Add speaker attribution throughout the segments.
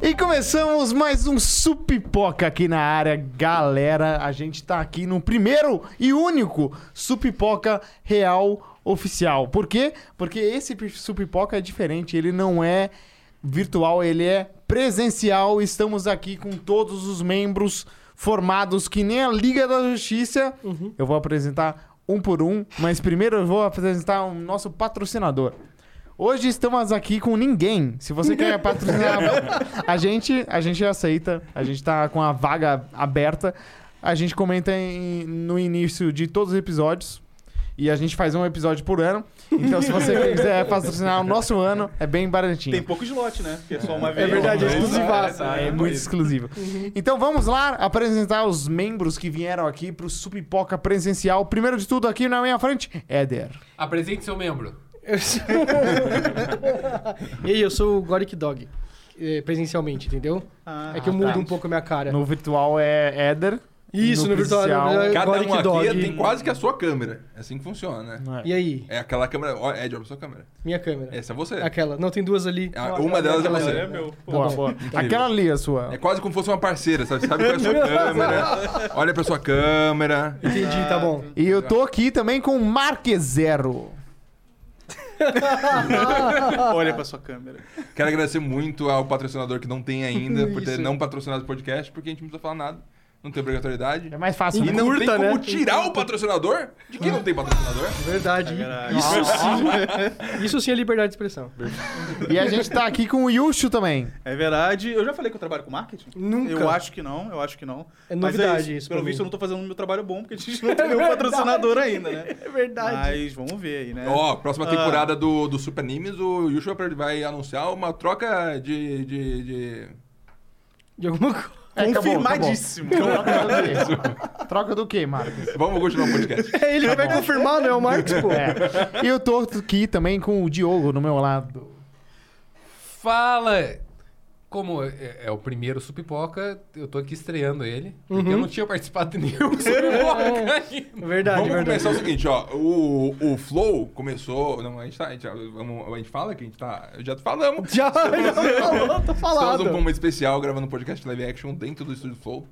Speaker 1: E começamos mais um Supipoca aqui na área, galera. A gente tá aqui no primeiro e único Supipoca Real Oficial. Por quê? Porque esse pi- Supipoca é diferente, ele não é virtual, ele é presencial. Estamos aqui com todos os membros formados que nem a Liga da Justiça. Eu vou apresentar um por um, mas primeiro eu vou apresentar o nosso patrocinador. Hoje estamos aqui com ninguém. Se você quer patrocinar a gente, a gente aceita. A gente tá com a vaga aberta. A gente comenta em- no início de todos os episódios. E a gente faz um episódio por ano. Então, se você quiser patrocinar o nosso ano, é bem baratinho.
Speaker 2: Tem pouco slot, né? Porque é só uma vez.
Speaker 3: verdade, é
Speaker 2: Uma vez,
Speaker 3: exclusivaço.
Speaker 2: tá, tá,
Speaker 1: É
Speaker 2: tá,
Speaker 1: muito
Speaker 2: tá.
Speaker 1: exclusivo. Então vamos lá apresentar os membros que vieram aqui pro Supipoca Presencial. Primeiro de tudo, aqui na minha frente, Éder.
Speaker 4: Apresente seu membro.
Speaker 3: Eu sou- Ei, eu sou o Goric Dog. eh, Presencialmente, entendeu?
Speaker 2: Ah,
Speaker 3: é que eu mudo um pouco a minha cara.
Speaker 1: No virtual é Éder.
Speaker 3: Isso, no virtual-
Speaker 1: presencial-
Speaker 3: no virtual-
Speaker 5: Cada
Speaker 3: Agora
Speaker 5: um
Speaker 3: que
Speaker 5: aqui
Speaker 3: dói.
Speaker 5: tem quase que a sua câmera. É assim que funciona, né?
Speaker 1: Não é.
Speaker 3: E aí,
Speaker 5: É aquela câmera. Ó, é de sua câmera.
Speaker 3: minha câmera?
Speaker 5: Essa é você.
Speaker 3: Aquela. Não, tem duas ali.
Speaker 5: Ah, uma delas é
Speaker 2: Ela
Speaker 5: você.
Speaker 2: é meu. pô.
Speaker 1: Boa, boa. Aquela ali é a
Speaker 5: É
Speaker 1: sua.
Speaker 5: quase como se fosse uma parceira, sabe? Sabe qual é a sua câmera. Olha pra sua câmera.
Speaker 3: Entendi, tá bom.
Speaker 2: Ah,
Speaker 1: E eu tô aqui também com o Marquezero.
Speaker 2: Olha pra sua câmera.
Speaker 5: Quero agradecer muito ao patrocinador que não tem ainda por ter
Speaker 3: Isso.
Speaker 5: não patrocinado o podcast, porque a gente não precisa falar nada. Não tem obrigatoriedade.
Speaker 1: É mais fácil.
Speaker 5: E
Speaker 1: né?
Speaker 5: não tem
Speaker 3: curta,
Speaker 5: como
Speaker 3: né?
Speaker 5: tirar o patrocinador de quem não tem patrocinador.
Speaker 2: É
Speaker 3: Verdade.
Speaker 2: Tá
Speaker 3: Isso sim. Isso sim é liberdade de expressão.
Speaker 1: E a gente tá aqui com o Yushu também.
Speaker 2: É verdade. Eu já falei que eu trabalho com marketing?
Speaker 3: Nunca.
Speaker 2: Eu acho que não, eu acho que não.
Speaker 3: É
Speaker 2: Mas
Speaker 3: novidade isso pra
Speaker 2: Pelo
Speaker 3: mim.
Speaker 2: visto, eu não tô fazendo meu trabalho bom, porque a gente não tem nenhum patrocinador ainda, né?
Speaker 3: É verdade.
Speaker 2: Mas vamos ver
Speaker 3: É.
Speaker 2: aí, né?
Speaker 5: Ó, próxima
Speaker 2: Ah.
Speaker 5: temporada do, do Super Animes, o Yushu vai anunciar uma troca de- de- de
Speaker 3: De alguma coisa.
Speaker 1: É, acabou,
Speaker 2: Confirmadíssimo.
Speaker 1: acabou. Troca do quê, Marcos?
Speaker 5: Vamos continuar o podcast.
Speaker 3: Ele
Speaker 2: Tá
Speaker 3: vai confirmar, não é o Marcos, pô.
Speaker 1: É. E eu tô aqui também com o Diogo no meu lado.
Speaker 4: Fala! Como é, é o primeiro Supipoca, eu tô aqui estreando ele. Porque
Speaker 5: Uhum.
Speaker 4: eu não tinha participado de nenhum
Speaker 5: É.
Speaker 4: Supipoca ainda.
Speaker 3: Verdade,
Speaker 5: Vamos
Speaker 3: verdade.
Speaker 5: começar o seguinte, ó. O, o Flow começou. Não, a gente tá. A gente, vamos- a gente fala que a gente tá. Já falamos.
Speaker 3: Já, já falou, tô
Speaker 5: Estamos num
Speaker 3: falado.
Speaker 5: momento especial gravando um podcast live action dentro do estúdio Flow.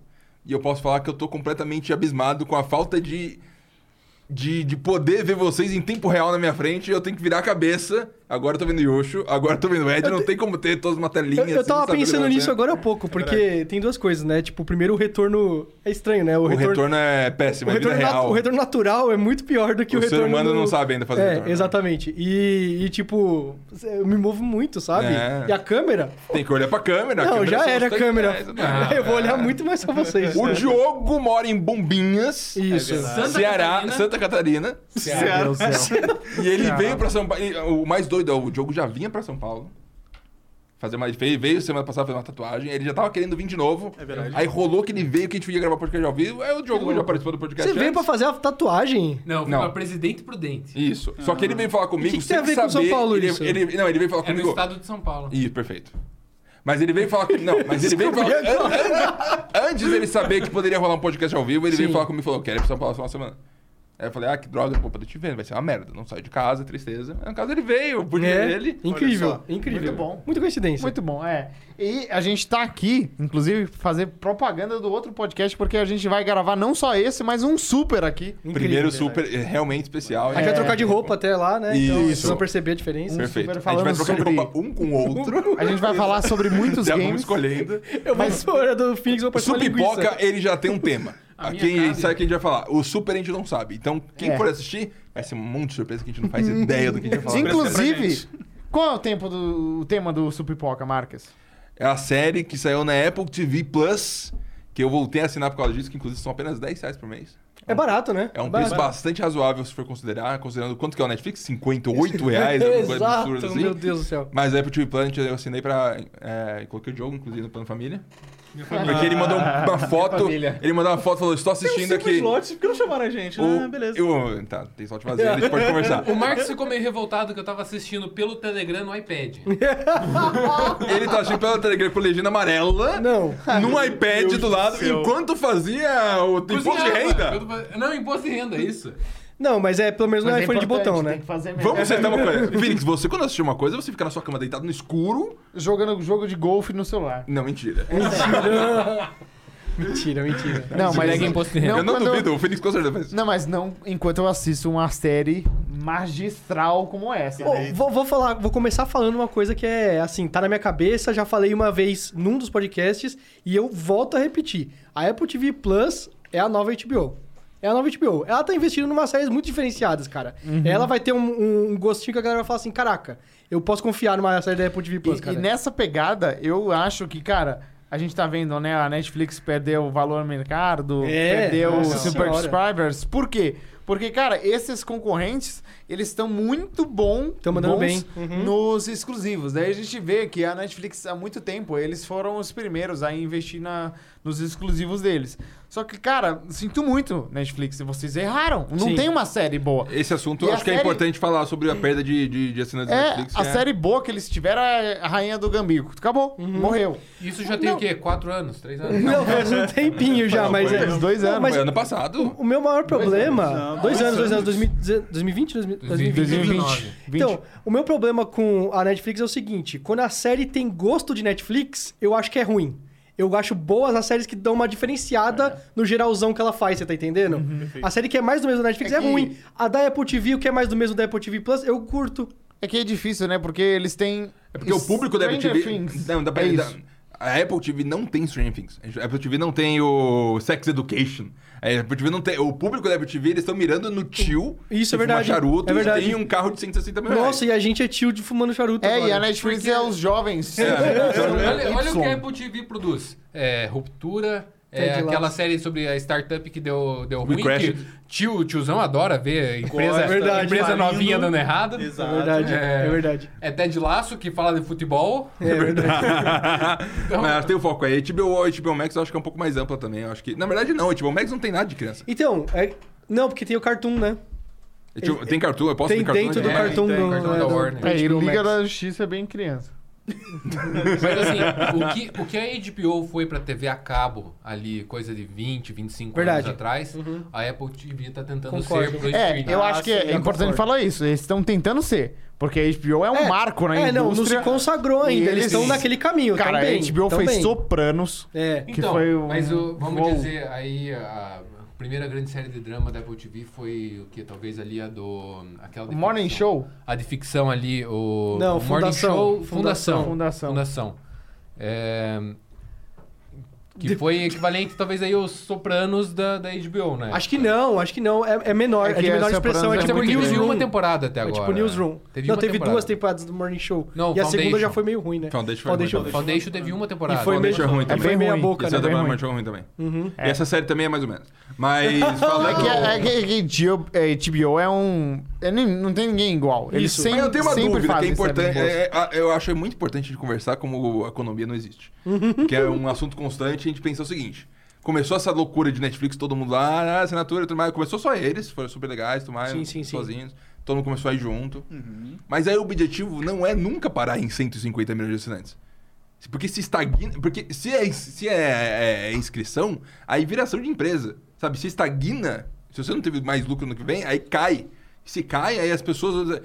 Speaker 5: E eu posso falar que eu tô completamente abismado com a falta de. De, de poder ver vocês em tempo real na minha frente, eu tenho que virar a cabeça. Agora eu tô vendo Yosho, agora eu tô vendo Ed, não tem como ter todas uma telinha.
Speaker 3: Eu, eu
Speaker 5: assim,
Speaker 3: tava
Speaker 5: saber o que tá
Speaker 3: pensando nisso
Speaker 5: acontecendo.
Speaker 3: agora há pouco, porque tem duas coisas, né? Tipo, primeiro o retorno. É estranho, né?
Speaker 5: O retorno é péssimo,
Speaker 3: O
Speaker 5: é vida
Speaker 3: retorno, nat-
Speaker 5: real.
Speaker 3: o retorno natural é muito pior do que o,
Speaker 5: O ser
Speaker 3: retorno.
Speaker 5: humano
Speaker 3: no-
Speaker 5: não sabe ainda fazer
Speaker 3: é,
Speaker 5: retorno. né?
Speaker 3: Exatamente. E, e, tipo, eu me movo muito, sabe?
Speaker 5: É.
Speaker 3: E a câmera?
Speaker 5: Tem que olhar pra câmera. a
Speaker 3: não,
Speaker 5: câmera
Speaker 3: já
Speaker 5: só
Speaker 3: era a
Speaker 5: está-
Speaker 3: câmera.
Speaker 5: É, exatamente.
Speaker 3: eu vou olhar muito mais pra vocês. né?
Speaker 5: O Diogo mora em Bombinhas,
Speaker 3: Isso.
Speaker 4: verdade. Né? Santa
Speaker 5: Ceará,
Speaker 4: Catarina.
Speaker 5: Santa Catarina.
Speaker 1: Meu Deus do céu.
Speaker 5: E ele veio pra São Paulo. e, O mais doido é o Diogo já vinha pra São Paulo. Fazer uma, veio, veio semana passada fazer uma tatuagem. Ele já tava querendo vir de novo.
Speaker 2: É verdade.
Speaker 5: Aí rolou que ele veio, que a gente ia gravar podcast ao vivo. Aí o Diogo já participou do
Speaker 3: Você
Speaker 5: podcast.
Speaker 3: veio
Speaker 5: antes.
Speaker 3: pra fazer a tatuagem?
Speaker 4: Não, foi
Speaker 5: Não.
Speaker 4: pra Presidente Prudente.
Speaker 5: Isso. Só que ele veio falar comigo.
Speaker 3: E que que
Speaker 5: sem
Speaker 3: tem a ver com São
Speaker 5: saber,
Speaker 3: Paulo
Speaker 5: ele,
Speaker 3: isso?
Speaker 5: ele- não, ele veio falar
Speaker 4: É Ah. no
Speaker 5: comigo.
Speaker 4: estado de São Paulo.
Speaker 5: Isso, perfeito. Mas ele veio falar comigo. Não, mas ele veio falar. an- an- Antes dele saber que poderia rolar um podcast ao vivo, ele veio
Speaker 3: Sim.
Speaker 5: falar comigo e falou: Quero ir pra São Paulo só uma semana. Aí eu falei: Ah, que droga, pô, eu te vendo, vai ser uma merda. Não saio de casa, tristeza. Aí, no caso, ele veio, eu pude
Speaker 1: É.
Speaker 5: ver ele.
Speaker 3: É, Incrível,
Speaker 2: Olha
Speaker 3: incrível.
Speaker 1: Muito bom.
Speaker 3: Muita coincidência.
Speaker 1: Muito bom, é. E a gente tá aqui, inclusive, fazer propaganda do outro podcast, porque a gente vai gravar não só esse, mas um super aqui.
Speaker 3: Incrível.
Speaker 1: né,
Speaker 5: Primeiro super, é, realmente especial.
Speaker 3: A gente vai trocar de roupa até lá, né? Então vocês
Speaker 5: Isso.
Speaker 3: vão perceber a diferença.
Speaker 1: super
Speaker 5: Perfeito. A gente vai
Speaker 1: falando
Speaker 5: trocar de
Speaker 1: sobre-
Speaker 5: roupa um com o outro.
Speaker 1: A gente vai falar sobre muitos
Speaker 5: Já vamos
Speaker 1: games.
Speaker 5: escolhendo.
Speaker 3: Eu vou fora do Phoenix, vou
Speaker 5: O
Speaker 3: participar
Speaker 5: Supipoca, ele já tem um tema.
Speaker 4: A
Speaker 5: Aqui
Speaker 4: minha
Speaker 5: a gente
Speaker 4: cabe.
Speaker 5: sabe o que a gente vai falar. O Super a gente não sabe. Então, quem
Speaker 1: É.
Speaker 5: for assistir, vai ser um monte de surpresa que a gente não faz ideia do que a gente vai falar.
Speaker 1: Inclusive, qual é o, tempo do, o tema do Supipoca, Marques?
Speaker 5: É a série que saiu na Apple TV Plus, que eu voltei a assinar por causa disso, que inclusive são apenas 10 reais por mês.
Speaker 3: É barato, né?
Speaker 5: É um
Speaker 3: barato.
Speaker 5: preço bastante razoável se for considerar, considerando quanto que é o Netflix, 58 reais, alguma coisa absurda
Speaker 3: Exato,
Speaker 5: assim.
Speaker 3: meu Deus do céu.
Speaker 5: Mas a Apple TV Plus eu assinei pra. É, coloquei o jogo, inclusive, no plano família. Porque ele mandou uma foto.
Speaker 4: família.
Speaker 5: Ele mandou uma foto e falou: estou assistindo
Speaker 2: Cinco
Speaker 5: aqui.
Speaker 2: slots, por que não chamaram a gente?
Speaker 5: o-
Speaker 2: Ah, beleza.
Speaker 5: Eu, tá, tem só de fazer, a gente pode conversar.
Speaker 4: O Marcos ficou meio revoltado que eu tava assistindo pelo Telegram no iPad.
Speaker 5: Ele tá assistindo pela Telegram com legenda amarela.
Speaker 3: Não.
Speaker 5: Num iPad do lado,
Speaker 2: céu.
Speaker 5: enquanto fazia o imposto de
Speaker 4: Cozinhava.
Speaker 5: renda.
Speaker 4: Eu tava- Não, imposto de renda, é isso.
Speaker 3: Não, mas é pelo menos não é
Speaker 1: Mas
Speaker 3: iPhone de
Speaker 1: importante,
Speaker 3: botão, né?
Speaker 1: Tem que fazer mesmo.
Speaker 5: Vamos acertar uma coisa. Phoenix, você quando assistir uma coisa, você fica na sua cama deitado no escuro.
Speaker 1: Jogando jogo de golfe no celular.
Speaker 5: Não, mentira.
Speaker 3: Mentira, mentira.
Speaker 1: Não, mas.
Speaker 4: Hashtag imposto de renda.
Speaker 5: eu não
Speaker 1: quando-
Speaker 5: duvido, o Phoenix com certeza faz isso.
Speaker 1: Não, mas não enquanto eu assisto uma série magistral como essa. né?
Speaker 3: Pô, vou, vou falar, vou começar falando uma coisa que é assim, tá na minha cabeça, já falei uma vez num dos podcasts e eu volto a repetir. A Apple TV Plus é a nova HBO. É a nova HBO. Ela tá investindo em umas séries muito diferenciadas, cara.
Speaker 1: Uhum.
Speaker 3: Ela vai ter um, um- um gostinho que a galera vai falar assim: caraca, eu posso confiar numa série da Apple TV Plus,
Speaker 1: E,
Speaker 3: cara.
Speaker 1: e nessa pegada, eu acho que, cara, a gente tá vendo, né? A Netflix perdeu o valor no mercado,
Speaker 3: É,
Speaker 1: perdeu os
Speaker 3: nossa
Speaker 1: super
Speaker 3: senhora.
Speaker 1: subscribers. Por quê? Porque, cara, esses concorrentes, eles estão muito bom,
Speaker 3: Tão mandando
Speaker 1: bons
Speaker 3: bem. Uhum.
Speaker 1: nos exclusivos. Daí a gente vê que a Netflix, há muito tempo, eles foram os primeiros a investir na, nos exclusivos deles. Só que, cara, sinto muito, Netflix, vocês erraram. Não
Speaker 3: Sim.
Speaker 1: tem uma série boa.
Speaker 5: Esse assunto
Speaker 1: E
Speaker 5: eu
Speaker 1: a
Speaker 5: acho que é
Speaker 1: série-
Speaker 5: importante falar sobre a perda de, de, de assinantes da
Speaker 1: É,
Speaker 5: Netflix.
Speaker 1: a
Speaker 5: que é-
Speaker 1: série boa que eles tiveram é a Rainha do Gambico. Acabou,
Speaker 3: Uhum.
Speaker 1: morreu.
Speaker 4: Isso já tem o quê? Quatro anos? Três anos?
Speaker 3: Não, faz um tempinho já,
Speaker 5: Não,
Speaker 3: mas
Speaker 5: foi
Speaker 3: é.
Speaker 5: uns
Speaker 1: dois
Speaker 3: Não,
Speaker 1: anos,
Speaker 5: Foi
Speaker 3: mas
Speaker 5: ano passado.
Speaker 3: o meu maior problema.
Speaker 2: Não,
Speaker 3: dois
Speaker 2: dois
Speaker 3: anos, dois anos,
Speaker 2: anos.
Speaker 3: 2020, 2020, 2020.
Speaker 4: 2020.
Speaker 3: Então, o meu problema com a Netflix é o seguinte: quando a série tem gosto de Netflix, eu acho que é ruim. Eu acho boas as séries que dão uma diferenciada no geralzão que ela faz, você tá entendendo? A série que é mais do mesmo da Netflix é,
Speaker 1: É que-
Speaker 3: ruim. A da Apple TV, o que é mais do mesmo da Apple TV Plus, eu curto.
Speaker 1: É que é difícil, né? Porque eles têm.
Speaker 5: É porque o público da Apple
Speaker 1: Stranger
Speaker 5: TV.
Speaker 1: Things.
Speaker 5: Não, dá pra
Speaker 1: é
Speaker 5: da-
Speaker 1: isso.
Speaker 5: A Apple TV não tem Stranger Things. A Apple TV não tem o Sex Education. A Apple TV não tem. O público da Apple TV, eles estão mirando no tio.
Speaker 3: Isso é
Speaker 5: que fuma
Speaker 3: verdade.
Speaker 5: Charuto,
Speaker 3: É
Speaker 5: e
Speaker 3: verdade.
Speaker 5: tem um carro de 160 mil
Speaker 3: Nossa,
Speaker 5: reais.
Speaker 3: e a gente é tio de fumando charuto.
Speaker 1: É, e a
Speaker 3: agora.
Speaker 1: Netflix
Speaker 4: Porque-
Speaker 1: é os jovens.
Speaker 3: é
Speaker 5: É.
Speaker 1: É,
Speaker 5: então,
Speaker 4: Olha, olha o que a
Speaker 1: Y.
Speaker 4: Apple TV produz. É, Ruptura, é
Speaker 3: Ted Lasso.
Speaker 4: aquela série sobre a startup que deu, deu
Speaker 5: We
Speaker 4: ruim,
Speaker 5: Crashed.
Speaker 4: que tio, tiozão adora ver empresa,
Speaker 2: Gosta,
Speaker 3: verdade,
Speaker 4: empresa
Speaker 2: falindo.
Speaker 4: novinha dando errado.
Speaker 2: Exato.
Speaker 3: É verdade, é,
Speaker 4: É.
Speaker 3: verdade.
Speaker 4: É Ted Lasso, que fala de futebol.
Speaker 3: É verdade.
Speaker 5: Não, Mas tem o foco aí. HBO, HBO Max eu acho que é um pouco mais ampla também. Eu acho que... Na verdade, não. HBO Max não tem nada de criança.
Speaker 3: Então, é- não, porque tem o Cartoon, né?
Speaker 5: HBO Tem cartoon, eu posso
Speaker 3: tem
Speaker 5: ver cartoon.
Speaker 3: dentro
Speaker 5: né?
Speaker 3: do
Speaker 4: é,
Speaker 3: Cartoon
Speaker 2: tem,
Speaker 3: do,
Speaker 4: Cartoon
Speaker 3: é,
Speaker 4: da
Speaker 3: do-
Speaker 4: Warner.
Speaker 1: É, e
Speaker 3: HBO
Speaker 1: Liga
Speaker 3: Max.
Speaker 1: da Justiça é bem criança.
Speaker 4: Mas assim, o que, o que a HBO foi pra TV a cabo ali, coisa de 20, 25
Speaker 3: Verdade.
Speaker 4: anos atrás, a Apple TV tá tentando
Speaker 3: Concordo.
Speaker 4: ser pro
Speaker 1: Uhum. É,
Speaker 4: streaming.
Speaker 1: eu
Speaker 2: Ah,
Speaker 1: acho que
Speaker 2: sim,
Speaker 1: é
Speaker 2: eu
Speaker 1: importante
Speaker 3: concordo.
Speaker 1: falar isso. Eles estão tentando ser. Porque a HBO é um marco na
Speaker 3: É,
Speaker 1: indústria.
Speaker 3: não, não se consagrou
Speaker 1: E
Speaker 3: ainda. Eles
Speaker 1: eles-
Speaker 3: estão naquele caminho.
Speaker 1: Cara,
Speaker 3: tão bem,
Speaker 1: a HBO
Speaker 3: tão
Speaker 1: fez
Speaker 3: bem.
Speaker 1: Sopranos.
Speaker 3: É.
Speaker 1: que foi um-
Speaker 4: Então, mas o- vamos
Speaker 1: Uou.
Speaker 4: dizer, aí a primeira grande série de drama da Apple TV foi o que? Talvez ali a do... Aquela de
Speaker 1: Morning
Speaker 4: ficção.
Speaker 1: Show.
Speaker 4: A de ficção ali, o...
Speaker 3: Não,
Speaker 4: o Morning
Speaker 3: Fundação.
Speaker 4: Show,
Speaker 1: Fundação.
Speaker 4: Fundação.
Speaker 1: Fundação.
Speaker 4: Fundação. É, que foi equivalente talvez aí aos Sopranos da, da HBO, né?
Speaker 3: Acho que não, acho que não. É, é menor,
Speaker 1: É
Speaker 3: é,
Speaker 1: que
Speaker 3: de menor
Speaker 1: essa
Speaker 3: expressão.
Speaker 1: Sopranos
Speaker 3: É
Speaker 4: Mas é
Speaker 3: tipo
Speaker 4: porque teve
Speaker 3: Newsroom.
Speaker 4: uma temporada até
Speaker 3: É
Speaker 4: agora.
Speaker 3: tipo
Speaker 4: né?
Speaker 3: Newsroom. não,
Speaker 4: uma
Speaker 3: teve
Speaker 4: temporada.
Speaker 3: duas temporadas do Morning Show.
Speaker 4: Não,
Speaker 3: e a
Speaker 4: Foundation.
Speaker 3: segunda já foi meio ruim, né?
Speaker 5: Foundation foi
Speaker 3: Foundation.
Speaker 5: ruim.
Speaker 4: Foundation teve uma temporada.
Speaker 3: E foi
Speaker 5: Foundation é ruim
Speaker 3: É
Speaker 5: também.
Speaker 3: foi
Speaker 1: bem
Speaker 3: meia
Speaker 1: ruim.
Speaker 3: boca,
Speaker 5: Esse é
Speaker 3: né? Uhum.
Speaker 1: Isso bem
Speaker 5: também é
Speaker 1: ruim.
Speaker 5: um jogo ruim também. E essa série também é mais ou menos. Mas falando...
Speaker 1: É que, é que- é que HBO, é, HBO é um. é nem- não tem ninguém igual. Eles
Speaker 3: Isso.
Speaker 1: sempre,
Speaker 5: Mas eu tenho uma
Speaker 1: sempre
Speaker 5: dúvida que é
Speaker 1: fazem
Speaker 5: importante.
Speaker 1: séries boas.
Speaker 5: é, a- eu acho muito importante a gente conversar como a economia não existe.
Speaker 3: Uhum.
Speaker 5: que é um assunto constante, a gente pensa o seguinte. Começou essa loucura de Netflix, todo mundo lá, ah, assinatura e tudo mais. Começou só eles, foram super legais, tudo mais,
Speaker 3: Sim, sim, sim.
Speaker 5: sozinhos. Todo mundo começou a ir junto.
Speaker 2: Uhum.
Speaker 5: Mas aí o objetivo não é nunca parar em 150 milhões de assinantes. Porque se estagna. Porque se é, se é, é inscrição, aí vira ação de empresa. Sabe? Se estagna, se você não teve mais lucro no que vem, aí cai. Se cai, aí as pessoas.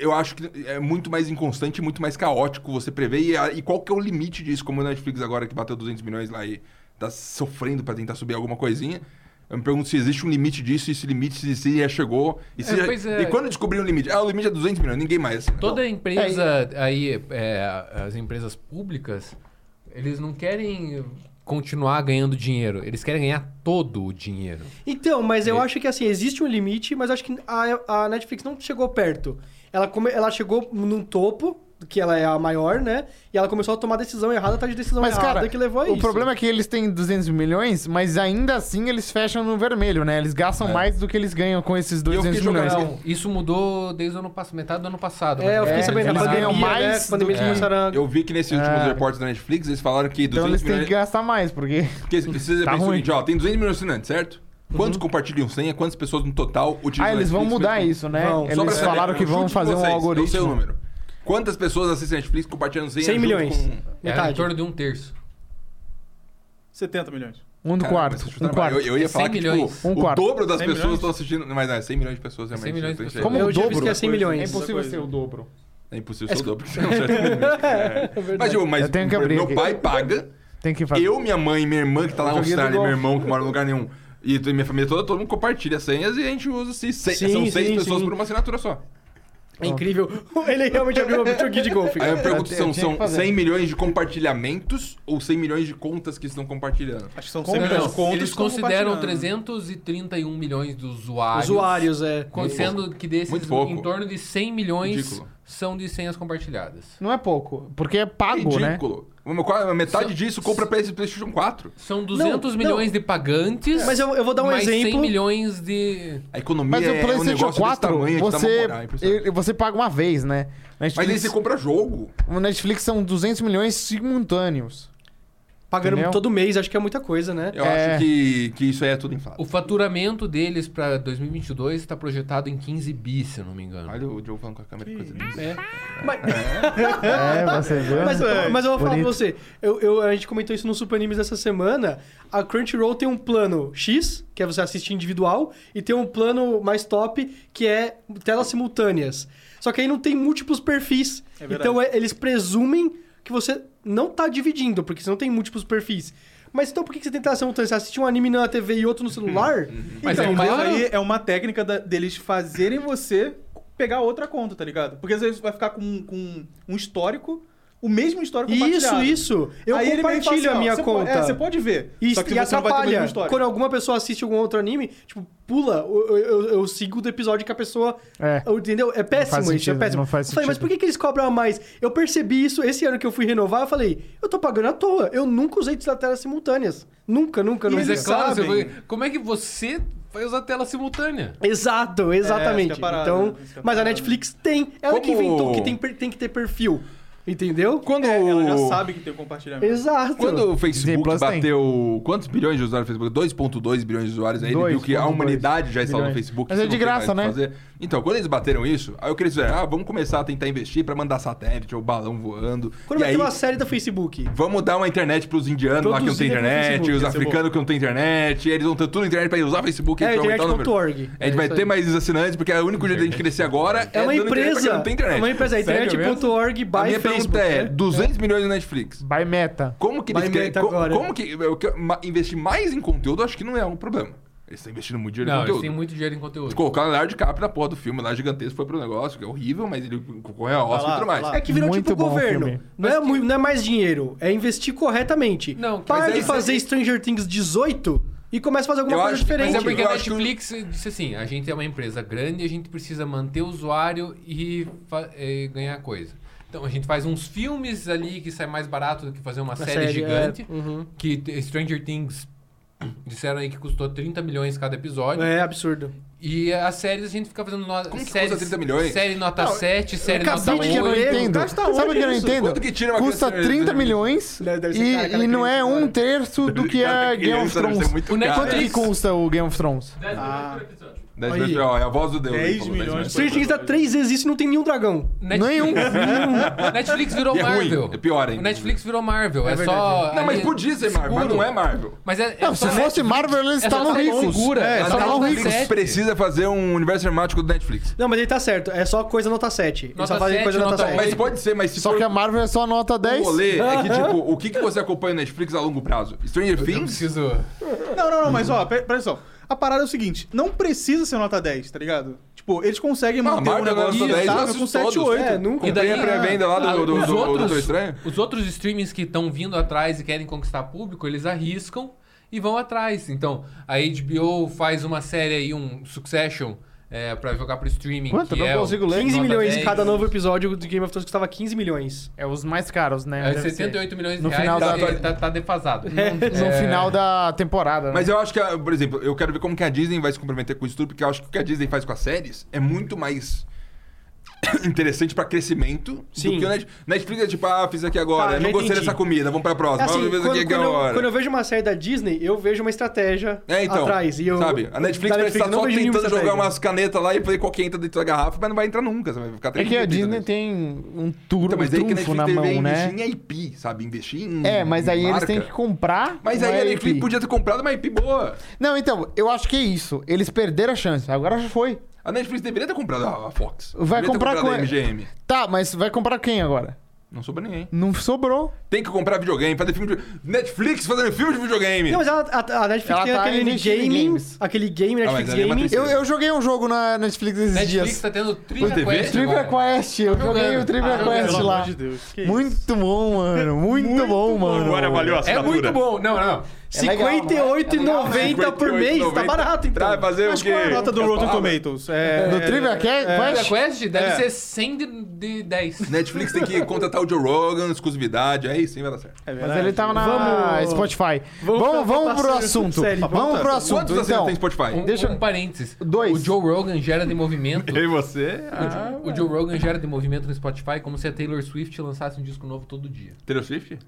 Speaker 5: Eu acho que é muito mais inconstante, muito mais caótico você prever. E, a- e qual que é o limite disso? Como o Netflix agora que bateu 200 milhões lá e tá sofrendo pra tentar subir alguma coisinha. Eu me pergunto se existe um limite disso, e esse limite se, se já chegou. E, se
Speaker 4: É,
Speaker 5: já-
Speaker 4: pois é.
Speaker 5: e quando descobrir o limite? Ah, o limite é 200 milhões, ninguém mais. assina.
Speaker 4: Toda empresa aí, é, as empresas públicas, eles não querem continuar ganhando dinheiro. Eles querem ganhar todo o dinheiro.
Speaker 3: Então, mas eu
Speaker 4: E-
Speaker 3: acho que assim, existe um limite, mas eu acho que a, a Netflix não chegou perto. Ela, come- ela chegou num topo, que ela é a maior, né? E ela começou a tomar decisão errada atrás de decisão
Speaker 1: Mas,
Speaker 3: errada
Speaker 1: cara,
Speaker 3: que levou a
Speaker 1: o
Speaker 3: isso.
Speaker 1: problema é que eles têm 200 milhões, mas ainda assim eles fecham no vermelho, né? Eles
Speaker 5: É.
Speaker 1: gastam mais do que eles ganham com esses
Speaker 5: eu fiquei
Speaker 1: 200 milhões.
Speaker 5: jogando- assim.
Speaker 4: Não, isso mudou desde o ano passado, metade do ano passado. né?
Speaker 3: É, eu fiquei
Speaker 1: É,
Speaker 3: sabendo,
Speaker 1: eles
Speaker 3: na pandemia,
Speaker 1: ganham
Speaker 3: mais né?
Speaker 1: mais
Speaker 3: A pandemia
Speaker 4: do
Speaker 3: eles
Speaker 4: que-
Speaker 3: começaram a-
Speaker 5: Eu vi que nesses últimos
Speaker 1: Ah.
Speaker 5: reportes da Netflix, eles falaram que 200
Speaker 1: Então eles têm
Speaker 5: milhões...
Speaker 1: que gastar mais, porque.
Speaker 5: Porque vocês
Speaker 1: Tá
Speaker 5: pensam o
Speaker 1: ruim. Uhum.
Speaker 5: seguinte, ó, tem 200 milhões de assinantes, certo? Quantos compartilham senha? Quantas pessoas no total utilizam
Speaker 1: Ah, eles vão
Speaker 5: Netflix?
Speaker 1: mudar isso, né?
Speaker 3: Vão.
Speaker 5: Só pra
Speaker 1: Eles
Speaker 5: saber,
Speaker 1: falaram que
Speaker 5: o chute
Speaker 1: vão
Speaker 5: de
Speaker 1: fazer um
Speaker 5: vocês,
Speaker 1: algoritmo.
Speaker 5: Eu sei o número. Quantas pessoas assistem Netflix compartilhando senha?
Speaker 4: É,
Speaker 3: 100
Speaker 5: junto
Speaker 4: um
Speaker 3: milhões.
Speaker 5: com-
Speaker 4: Era em
Speaker 3: Metade.
Speaker 4: torno de um terço.
Speaker 2: 70 milhões.
Speaker 1: Um do
Speaker 5: Cara, mas
Speaker 1: quarto.
Speaker 5: vocês
Speaker 1: Um
Speaker 5: chutaram mais.
Speaker 1: quarto.
Speaker 5: Eu, eu ia
Speaker 4: É
Speaker 5: falar
Speaker 4: 100
Speaker 5: que
Speaker 4: milhões.
Speaker 5: tipo,
Speaker 1: Um
Speaker 5: o
Speaker 1: quarto.
Speaker 5: dobro das
Speaker 2: 100
Speaker 5: pessoas
Speaker 2: milhões?
Speaker 5: estão assistindo. Mas não, é 100 milhões de pessoas realmente.
Speaker 4: 100 milhões de
Speaker 5: não tem
Speaker 4: pessoas.
Speaker 5: jeito.
Speaker 1: Como
Speaker 3: eu
Speaker 1: o
Speaker 3: já
Speaker 1: dobro?
Speaker 3: que é 100
Speaker 1: É
Speaker 3: milhões.
Speaker 1: impossível
Speaker 2: coisa.
Speaker 1: ser o dobro.
Speaker 5: É impossível ser o dobro que você não acerta. É.
Speaker 3: verdade.
Speaker 5: Mas, tipo, mas
Speaker 1: Eu tenho que abrir
Speaker 5: meu
Speaker 1: aqui.
Speaker 5: pai paga.
Speaker 1: Tem que fazer.
Speaker 5: Eu, minha mãe, minha irmã que tá lá na
Speaker 1: Joguei do
Speaker 5: Austrália, meu
Speaker 1: golfe.
Speaker 5: irmão que mora em lugar nenhum. E t- minha família toda, todo mundo compartilha as senhas e a gente usa assim, se-
Speaker 3: Sim,
Speaker 5: são seis
Speaker 3: sim,
Speaker 5: pessoas
Speaker 3: sim.
Speaker 5: por uma assinatura só.
Speaker 3: É incrível. Ele realmente abriu uma truque de golfe.
Speaker 5: Aí eu pergunto,
Speaker 1: tinha-
Speaker 5: são,
Speaker 1: tinha que
Speaker 5: são
Speaker 1: fazer.
Speaker 5: 100 milhões de compartilhamentos ou 100 milhões de contas que estão compartilhando?
Speaker 2: Acho que são 100
Speaker 4: Não,
Speaker 2: milhões de
Speaker 4: não,
Speaker 2: contas.
Speaker 4: eles
Speaker 2: que estão
Speaker 4: consideram
Speaker 2: compartilhando.
Speaker 4: 331 milhões de usuários.
Speaker 3: Usuários, é.
Speaker 4: co- Sendo que desses,
Speaker 5: Muito pouco.
Speaker 4: em torno de 100 milhões
Speaker 5: Ridículo.
Speaker 4: são de senhas compartilhadas.
Speaker 1: Não é pouco, porque é pago, né?
Speaker 5: Ridículo. Uma- qua- Metade disso compra pra esse PlayStation 4.
Speaker 4: São 200
Speaker 3: não.
Speaker 4: milhões de pagantes.
Speaker 3: Mas eu- eu vou dar um
Speaker 4: mais
Speaker 3: exemplo.
Speaker 4: 100 milhões de.
Speaker 5: A economia
Speaker 1: Mas o
Speaker 5: é um
Speaker 1: PlayStation
Speaker 5: negócio
Speaker 1: 4,
Speaker 5: desse tamanho,
Speaker 1: você,
Speaker 5: de moral, é
Speaker 1: ele- você paga uma vez, né?
Speaker 5: Mas aí
Speaker 1: Netflix,
Speaker 5: você compra jogo.
Speaker 1: O Netflix são 200 milhões simultâneos.
Speaker 3: Pagando
Speaker 1: Entendeu?
Speaker 3: todo mês, acho que é muita coisa, né?
Speaker 5: Eu
Speaker 1: É.
Speaker 5: acho que, que isso aí é tudo inflado.
Speaker 4: O faturamento deles para 2022 está tá projetado em 15 bi, se eu não me engano.
Speaker 5: Olha o Diogo falando com a câmera. que Coisa linda.
Speaker 3: É. Mas,
Speaker 1: É, você viu?
Speaker 3: mas, mas eu vou falar pra
Speaker 1: Bonito.
Speaker 3: você. Eu, eu- a gente comentou isso no Super Animes dessa semana. A Crunchyroll tem um plano X, que é você assistir individual, e tem um plano mais top, que é telas simultâneas. Só que aí não tem múltiplos perfis.
Speaker 2: É verdade.
Speaker 3: então é- eles presumem que você não tá dividindo, porque você não tem múltiplos perfis. Mas então por que que você tem tela simultânea? Você assiste um anime na TV e outro no celular?
Speaker 4: Mas
Speaker 2: Então,
Speaker 4: é
Speaker 2: mas
Speaker 4: claro.
Speaker 2: aí é uma técnica da- deles fazerem você pegar outra conta, tá ligado? Porque às vezes vai ficar com, com um histórico, o mesmo histórico
Speaker 3: Isso,
Speaker 2: compartilhado.
Speaker 3: isso. Eu
Speaker 2: Uhum. Aí ele meio que fala
Speaker 3: compartilho
Speaker 2: assim,
Speaker 3: a
Speaker 2: ó,
Speaker 3: minha
Speaker 2: você po-
Speaker 3: conta.
Speaker 2: é, você pode ver.
Speaker 3: E,
Speaker 2: só que
Speaker 3: e
Speaker 2: você não vai ter o
Speaker 3: atrapalha.
Speaker 2: mesmo histórico.
Speaker 3: Quando alguma pessoa assiste algum outro anime, tipo, pula, eu, eu- eu sigo do episódio que a pessoa.
Speaker 1: É.
Speaker 3: Eu- Entendeu? É péssimo
Speaker 1: faz
Speaker 3: isso, é
Speaker 1: sentido,
Speaker 3: péssimo.
Speaker 1: não faz
Speaker 3: eu falei, mas
Speaker 1: sentido.
Speaker 3: por que, que eles cobram a mais? Eu percebi isso esse ano que eu fui renovar, eu falei, eu tô pagando à toa. Eu nunca usei telas simultâneas. Nunca, nunca, nunca.
Speaker 4: Mas é claro, você
Speaker 2: sabem.
Speaker 4: vai- como é que você vai usar tela simultânea?
Speaker 3: Exato, exatamente.
Speaker 2: isso que é parada,
Speaker 3: então,
Speaker 2: isso que é
Speaker 3: mas a
Speaker 2: parada.
Speaker 3: Netflix tem. Ela que
Speaker 5: Como-
Speaker 3: inventou que tem, per- tem que ter perfil. Entendeu?
Speaker 5: Quando,
Speaker 2: É, ela já sabe que tem o compartilhamento.
Speaker 3: Exato.
Speaker 5: quando o
Speaker 1: Disney
Speaker 5: Facebook
Speaker 1: Plus tem.
Speaker 5: bateu. Quantos bilhões de usuários do Facebook? 2,2 bilhões de usuários. Aí ele viu que a
Speaker 1: 2,2
Speaker 5: humanidade já instalou no
Speaker 1: bilhões.
Speaker 5: Facebook.
Speaker 1: Mas é
Speaker 5: isso
Speaker 1: de
Speaker 5: não tem
Speaker 1: graça,
Speaker 5: mais o que
Speaker 1: né?
Speaker 5: fazer. Então, quando eles bateram isso, aí eu queria dizer, ah, vamos começar a tentar investir pra mandar satélite ou balão voando.
Speaker 3: Quando
Speaker 5: e
Speaker 3: vai
Speaker 5: aí,
Speaker 3: ter uma série da Facebook.
Speaker 5: Vamos dar uma internet pros indianos lá que não tem
Speaker 3: Produzida pelo
Speaker 5: internet,
Speaker 3: Facebook,
Speaker 1: é
Speaker 5: os
Speaker 2: ia ser
Speaker 5: africanos que não tem internet, e eles vão ter tudo na internet pra usar Facebook.
Speaker 3: É,
Speaker 5: eles vão aumentar o número.
Speaker 3: internet.org.
Speaker 5: A gente
Speaker 3: É
Speaker 5: vai
Speaker 3: isso
Speaker 5: ter
Speaker 3: aí.
Speaker 5: mais assinantes, porque é o único jeito de a gente crescer agora
Speaker 3: É uma
Speaker 5: dando internet pra quem
Speaker 3: empresa.
Speaker 5: não tem
Speaker 3: É uma
Speaker 5: internet.
Speaker 3: empresa.
Speaker 4: Sério
Speaker 3: Internet.org
Speaker 5: A
Speaker 3: by
Speaker 5: minha pergunta
Speaker 3: Facebook.
Speaker 5: é
Speaker 3: né?
Speaker 5: 200 milhões de Netflix.
Speaker 1: By meta.
Speaker 5: Como que eles
Speaker 3: Vai
Speaker 5: querem.
Speaker 3: meta
Speaker 5: co-
Speaker 3: agora.
Speaker 5: Como que. eu- que- ma- Investir mais em conteúdo acho que não é um problema. Eles estão investindo muito dinheiro
Speaker 4: Não,
Speaker 5: em
Speaker 4: eles
Speaker 5: conteúdo.
Speaker 4: têm muito dinheiro em conteúdo.
Speaker 5: Colocaram o Leonardo DiCaprio na porra do filme lá gigantesco, foi pro negócio, que é horrível, mas ele concorreu a Oscar
Speaker 2: lá,
Speaker 5: e tudo
Speaker 2: vai
Speaker 5: mais.
Speaker 2: lá.
Speaker 3: É que virou
Speaker 1: Ah, Muito
Speaker 3: tipo
Speaker 1: bom
Speaker 3: governo.
Speaker 1: filme.
Speaker 3: Não é, mui- não é mais dinheiro, é investir corretamente.
Speaker 4: Não,
Speaker 3: Para
Speaker 5: mas
Speaker 3: de
Speaker 5: é-
Speaker 3: fazer Stranger Things 18 e começa a fazer alguma
Speaker 5: Eu
Speaker 3: coisa
Speaker 5: acho-
Speaker 3: diferente.
Speaker 4: Mas é porque
Speaker 5: Eu
Speaker 4: a
Speaker 5: acho que o-
Speaker 4: Netflix disse assim: a gente é uma empresa grande, a gente precisa manter o usuário e, fa- e ganhar coisa. Então a gente faz uns filmes ali que sai mais barato do que fazer uma, série,
Speaker 3: série,
Speaker 4: gigante.
Speaker 3: é, uhum.
Speaker 4: Que t- Stranger Things disseram aí que custou 30 milhões cada episódio.
Speaker 3: É absurdo.
Speaker 4: E as séries a gente fica fazendo nota.
Speaker 5: Como que
Speaker 4: séries-
Speaker 5: custa 30 milhões?
Speaker 4: Série nota 7, série nota
Speaker 5: tá
Speaker 1: Sabe o que eu não
Speaker 4: 8.
Speaker 1: entendo?
Speaker 2: Gasta
Speaker 1: Sabe o que eu não
Speaker 2: onde isso?
Speaker 1: entendo?
Speaker 5: Quanto que tira uma
Speaker 1: Custa
Speaker 5: criança-
Speaker 1: 30 milhões
Speaker 3: Deve- deve ser cara,
Speaker 1: e,
Speaker 3: aquela
Speaker 1: e não é
Speaker 3: criança,
Speaker 1: um
Speaker 3: cara.
Speaker 1: terço do que
Speaker 5: né? Cara,
Speaker 1: é Game of
Speaker 5: criança deve ser
Speaker 1: Thrones.
Speaker 5: muito
Speaker 4: O Netflix-
Speaker 5: caro.
Speaker 1: Quanto que custa o Game of Thrones?
Speaker 4: 10 milhões por episódio.
Speaker 5: Dez
Speaker 3: Aí.
Speaker 5: milhões, ó, é a voz do Deus. ele
Speaker 2: 10
Speaker 5: falou,
Speaker 2: milhões
Speaker 5: dez
Speaker 2: foi-
Speaker 3: Stranger Things dá três vezes isso e não tem nenhum dragão.
Speaker 1: Nenhum.
Speaker 4: Netflix virou
Speaker 5: E é ruim,
Speaker 4: Marvel.
Speaker 5: é pior ainda.
Speaker 4: O Netflix virou Marvel. É,
Speaker 3: verdade.
Speaker 4: só.
Speaker 5: Não, mas
Speaker 4: ali-
Speaker 5: podia ser Marvel, mas
Speaker 4: seguro.
Speaker 5: não é Marvel.
Speaker 4: Mas é, é
Speaker 1: Não,
Speaker 4: só
Speaker 1: se fosse
Speaker 4: Netflix.
Speaker 1: Marvel, eles
Speaker 4: Essa
Speaker 1: estavam
Speaker 4: série
Speaker 1: ricos.
Speaker 4: segura,
Speaker 1: É,
Speaker 4: essa
Speaker 1: estavam
Speaker 4: nota
Speaker 1: ricos.
Speaker 4: sete.
Speaker 5: Precisa fazer um universo cinemático do Netflix.
Speaker 3: Não, mas ele tá certo. É só coisa nota 7. Eles só
Speaker 4: Nota
Speaker 3: fazem
Speaker 4: sete,
Speaker 3: coisa nota
Speaker 4: nota
Speaker 3: 7.
Speaker 5: Mas pode ser, mas se
Speaker 1: Só
Speaker 5: for
Speaker 1: que a Marvel é só nota
Speaker 5: o
Speaker 1: 10.
Speaker 5: rolê, é que tipo, o que, que você acompanha no Netflix a longo prazo? Stranger
Speaker 4: Eu
Speaker 5: Things?
Speaker 4: preciso.
Speaker 2: Não, não, não, mas ó, pre- presta atenção. A parada é o seguinte, não precisa ser nota 10, tá ligado? Tipo, eles conseguem
Speaker 5: Não, a
Speaker 2: manter o
Speaker 5: Marvel
Speaker 2: negócio
Speaker 5: nota 10, eu
Speaker 2: estável
Speaker 5: assisto
Speaker 2: com 7,
Speaker 5: todos.
Speaker 2: 8.
Speaker 3: É, nunca.
Speaker 5: E daí a pré-venda lá do, do, do,
Speaker 4: os,
Speaker 5: do Doutor
Speaker 4: outros,
Speaker 5: Estranho?
Speaker 4: os outros streamings que estão vindo atrás e querem conquistar público, eles arriscam e vão atrás. Então, a HBO faz uma série aí, um Succession, é, pra jogar pro streaming.
Speaker 1: Quanto?
Speaker 4: que
Speaker 1: Não
Speaker 4: é o-
Speaker 1: consigo ler.
Speaker 3: 15
Speaker 4: nota
Speaker 3: milhões
Speaker 4: 10.
Speaker 3: cada novo episódio do Game of Thrones custava 15 milhões.
Speaker 1: É os mais caros, né?
Speaker 4: É,
Speaker 1: Deve ser.
Speaker 4: 78 milhões de
Speaker 1: No
Speaker 4: reais
Speaker 1: final da- É,
Speaker 4: ele tá, tá defasado.
Speaker 1: No
Speaker 5: É.
Speaker 1: final da temporada. né?
Speaker 5: Mas eu acho que, a- por exemplo, eu quero ver como que a Disney vai se comprometer com isso tudo, porque eu acho que o que a Disney faz com as séries é muito mais interessante pra crescimento
Speaker 3: Sim.
Speaker 5: do que o Net- Netflix é tipo, ah, fiz aqui
Speaker 3: Tá,
Speaker 5: agora,
Speaker 3: já
Speaker 5: não gostei
Speaker 3: entendi.
Speaker 5: dessa comida, vamos pra
Speaker 3: É
Speaker 5: próxima,
Speaker 3: assim,
Speaker 5: vamos ver
Speaker 3: quando,
Speaker 5: aqui
Speaker 3: quando eu,
Speaker 5: agora.
Speaker 3: quando eu vejo uma série da Disney, eu vejo uma estratégia
Speaker 5: É, então,
Speaker 3: atrás. E eu,
Speaker 5: sabe? A Netflix
Speaker 3: da
Speaker 5: parece estar
Speaker 3: não
Speaker 5: só
Speaker 3: vejo nenhuma
Speaker 5: tentando jogar
Speaker 3: estratégia.
Speaker 5: umas canetas lá e ver qual que entra dentro da garrafa, mas não vai entrar nunca, você vai ficar
Speaker 1: É
Speaker 5: três
Speaker 1: que a
Speaker 5: dias tentando
Speaker 1: Disney
Speaker 5: isso.
Speaker 1: tem um turbo,
Speaker 5: Então, mas aí que a
Speaker 1: trunfo
Speaker 5: Netflix
Speaker 1: na
Speaker 5: deveria
Speaker 1: mão, né?
Speaker 5: investir em IP, sabe? Investir em
Speaker 1: É, mas
Speaker 5: em
Speaker 1: aí eles
Speaker 5: marca.
Speaker 1: têm que comprar.
Speaker 5: Mas
Speaker 1: uma
Speaker 5: aí a
Speaker 1: LP.
Speaker 5: Netflix podia ter comprado uma IP boa.
Speaker 1: Não, então, eu acho que é isso. Eles perderam a chance. Agora já foi.
Speaker 5: A Netflix deveria ter comprado a a Fox.
Speaker 1: Vai
Speaker 5: Deveria ter
Speaker 1: comprar
Speaker 5: comprado
Speaker 1: com-
Speaker 5: a MGM.
Speaker 1: Tá, mas vai comprar quem agora?
Speaker 5: Não soube ninguém.
Speaker 1: Não sobrou.
Speaker 5: Tem que comprar videogame, fazer filme de... Netflix fazendo filme de videogame.
Speaker 3: Não, mas ela- a, a Netflix
Speaker 1: Ela
Speaker 3: tem
Speaker 1: tá
Speaker 3: aquele
Speaker 1: investindo em
Speaker 3: gaming,
Speaker 1: games.
Speaker 3: aquele game,
Speaker 5: Ah,
Speaker 3: Netflix
Speaker 5: mas ela é uma
Speaker 3: Gaming.
Speaker 5: tristeza.
Speaker 1: Eu, eu joguei um jogo na Netflix esses
Speaker 4: Netflix
Speaker 1: dias.
Speaker 4: tá tendo Trivia
Speaker 5: TV?
Speaker 4: Quest.
Speaker 1: Trivia
Speaker 4: agora.
Speaker 1: Quest. Eu
Speaker 4: Tá
Speaker 1: joguei
Speaker 4: jogando.
Speaker 1: o Trivia
Speaker 4: Ah,
Speaker 1: Quest
Speaker 2: Pelo
Speaker 1: lá.
Speaker 2: amor de Deus. que isso?
Speaker 1: Muito bom, mano. Muito, bom, mano.
Speaker 5: a
Speaker 4: É muito bom. Não, não.
Speaker 1: É legal, né?
Speaker 3: 58,90 por mês, tá barato, então.
Speaker 5: Vai fazer
Speaker 2: Mas
Speaker 5: o quê? né?
Speaker 2: qual é a nota do Rotten
Speaker 5: Palavra.
Speaker 2: Tomatoes? É,
Speaker 1: Do Trivia Que-
Speaker 4: Trivia
Speaker 1: Quest?
Speaker 4: Quest deve
Speaker 2: É.
Speaker 4: ser 100 de, de 10.
Speaker 1: Né,
Speaker 5: Netflix tem que contratar o Joe Rogan, exclusividade, aí sim vai dar certo.
Speaker 2: É
Speaker 1: Mas
Speaker 2: verdade.
Speaker 1: ele tá tava na
Speaker 3: Vamos-
Speaker 1: Spotify.
Speaker 3: vamos pra-
Speaker 1: Vamos, vamos
Speaker 3: pra
Speaker 1: pro
Speaker 3: série-
Speaker 1: assunto.
Speaker 3: série.
Speaker 1: Vamos pro assunto.
Speaker 5: Quantos assinantes
Speaker 1: Então,
Speaker 5: tem Spotify?
Speaker 4: Um,
Speaker 1: Deixa-
Speaker 4: um parênteses.
Speaker 1: Dois.
Speaker 4: O Joe Rogan gera de movimento.
Speaker 5: e você? Ah,
Speaker 4: O Joe Rogan gera de movimento no Spotify como se a Taylor Swift lançasse um disco novo todo dia.
Speaker 5: Taylor Swift?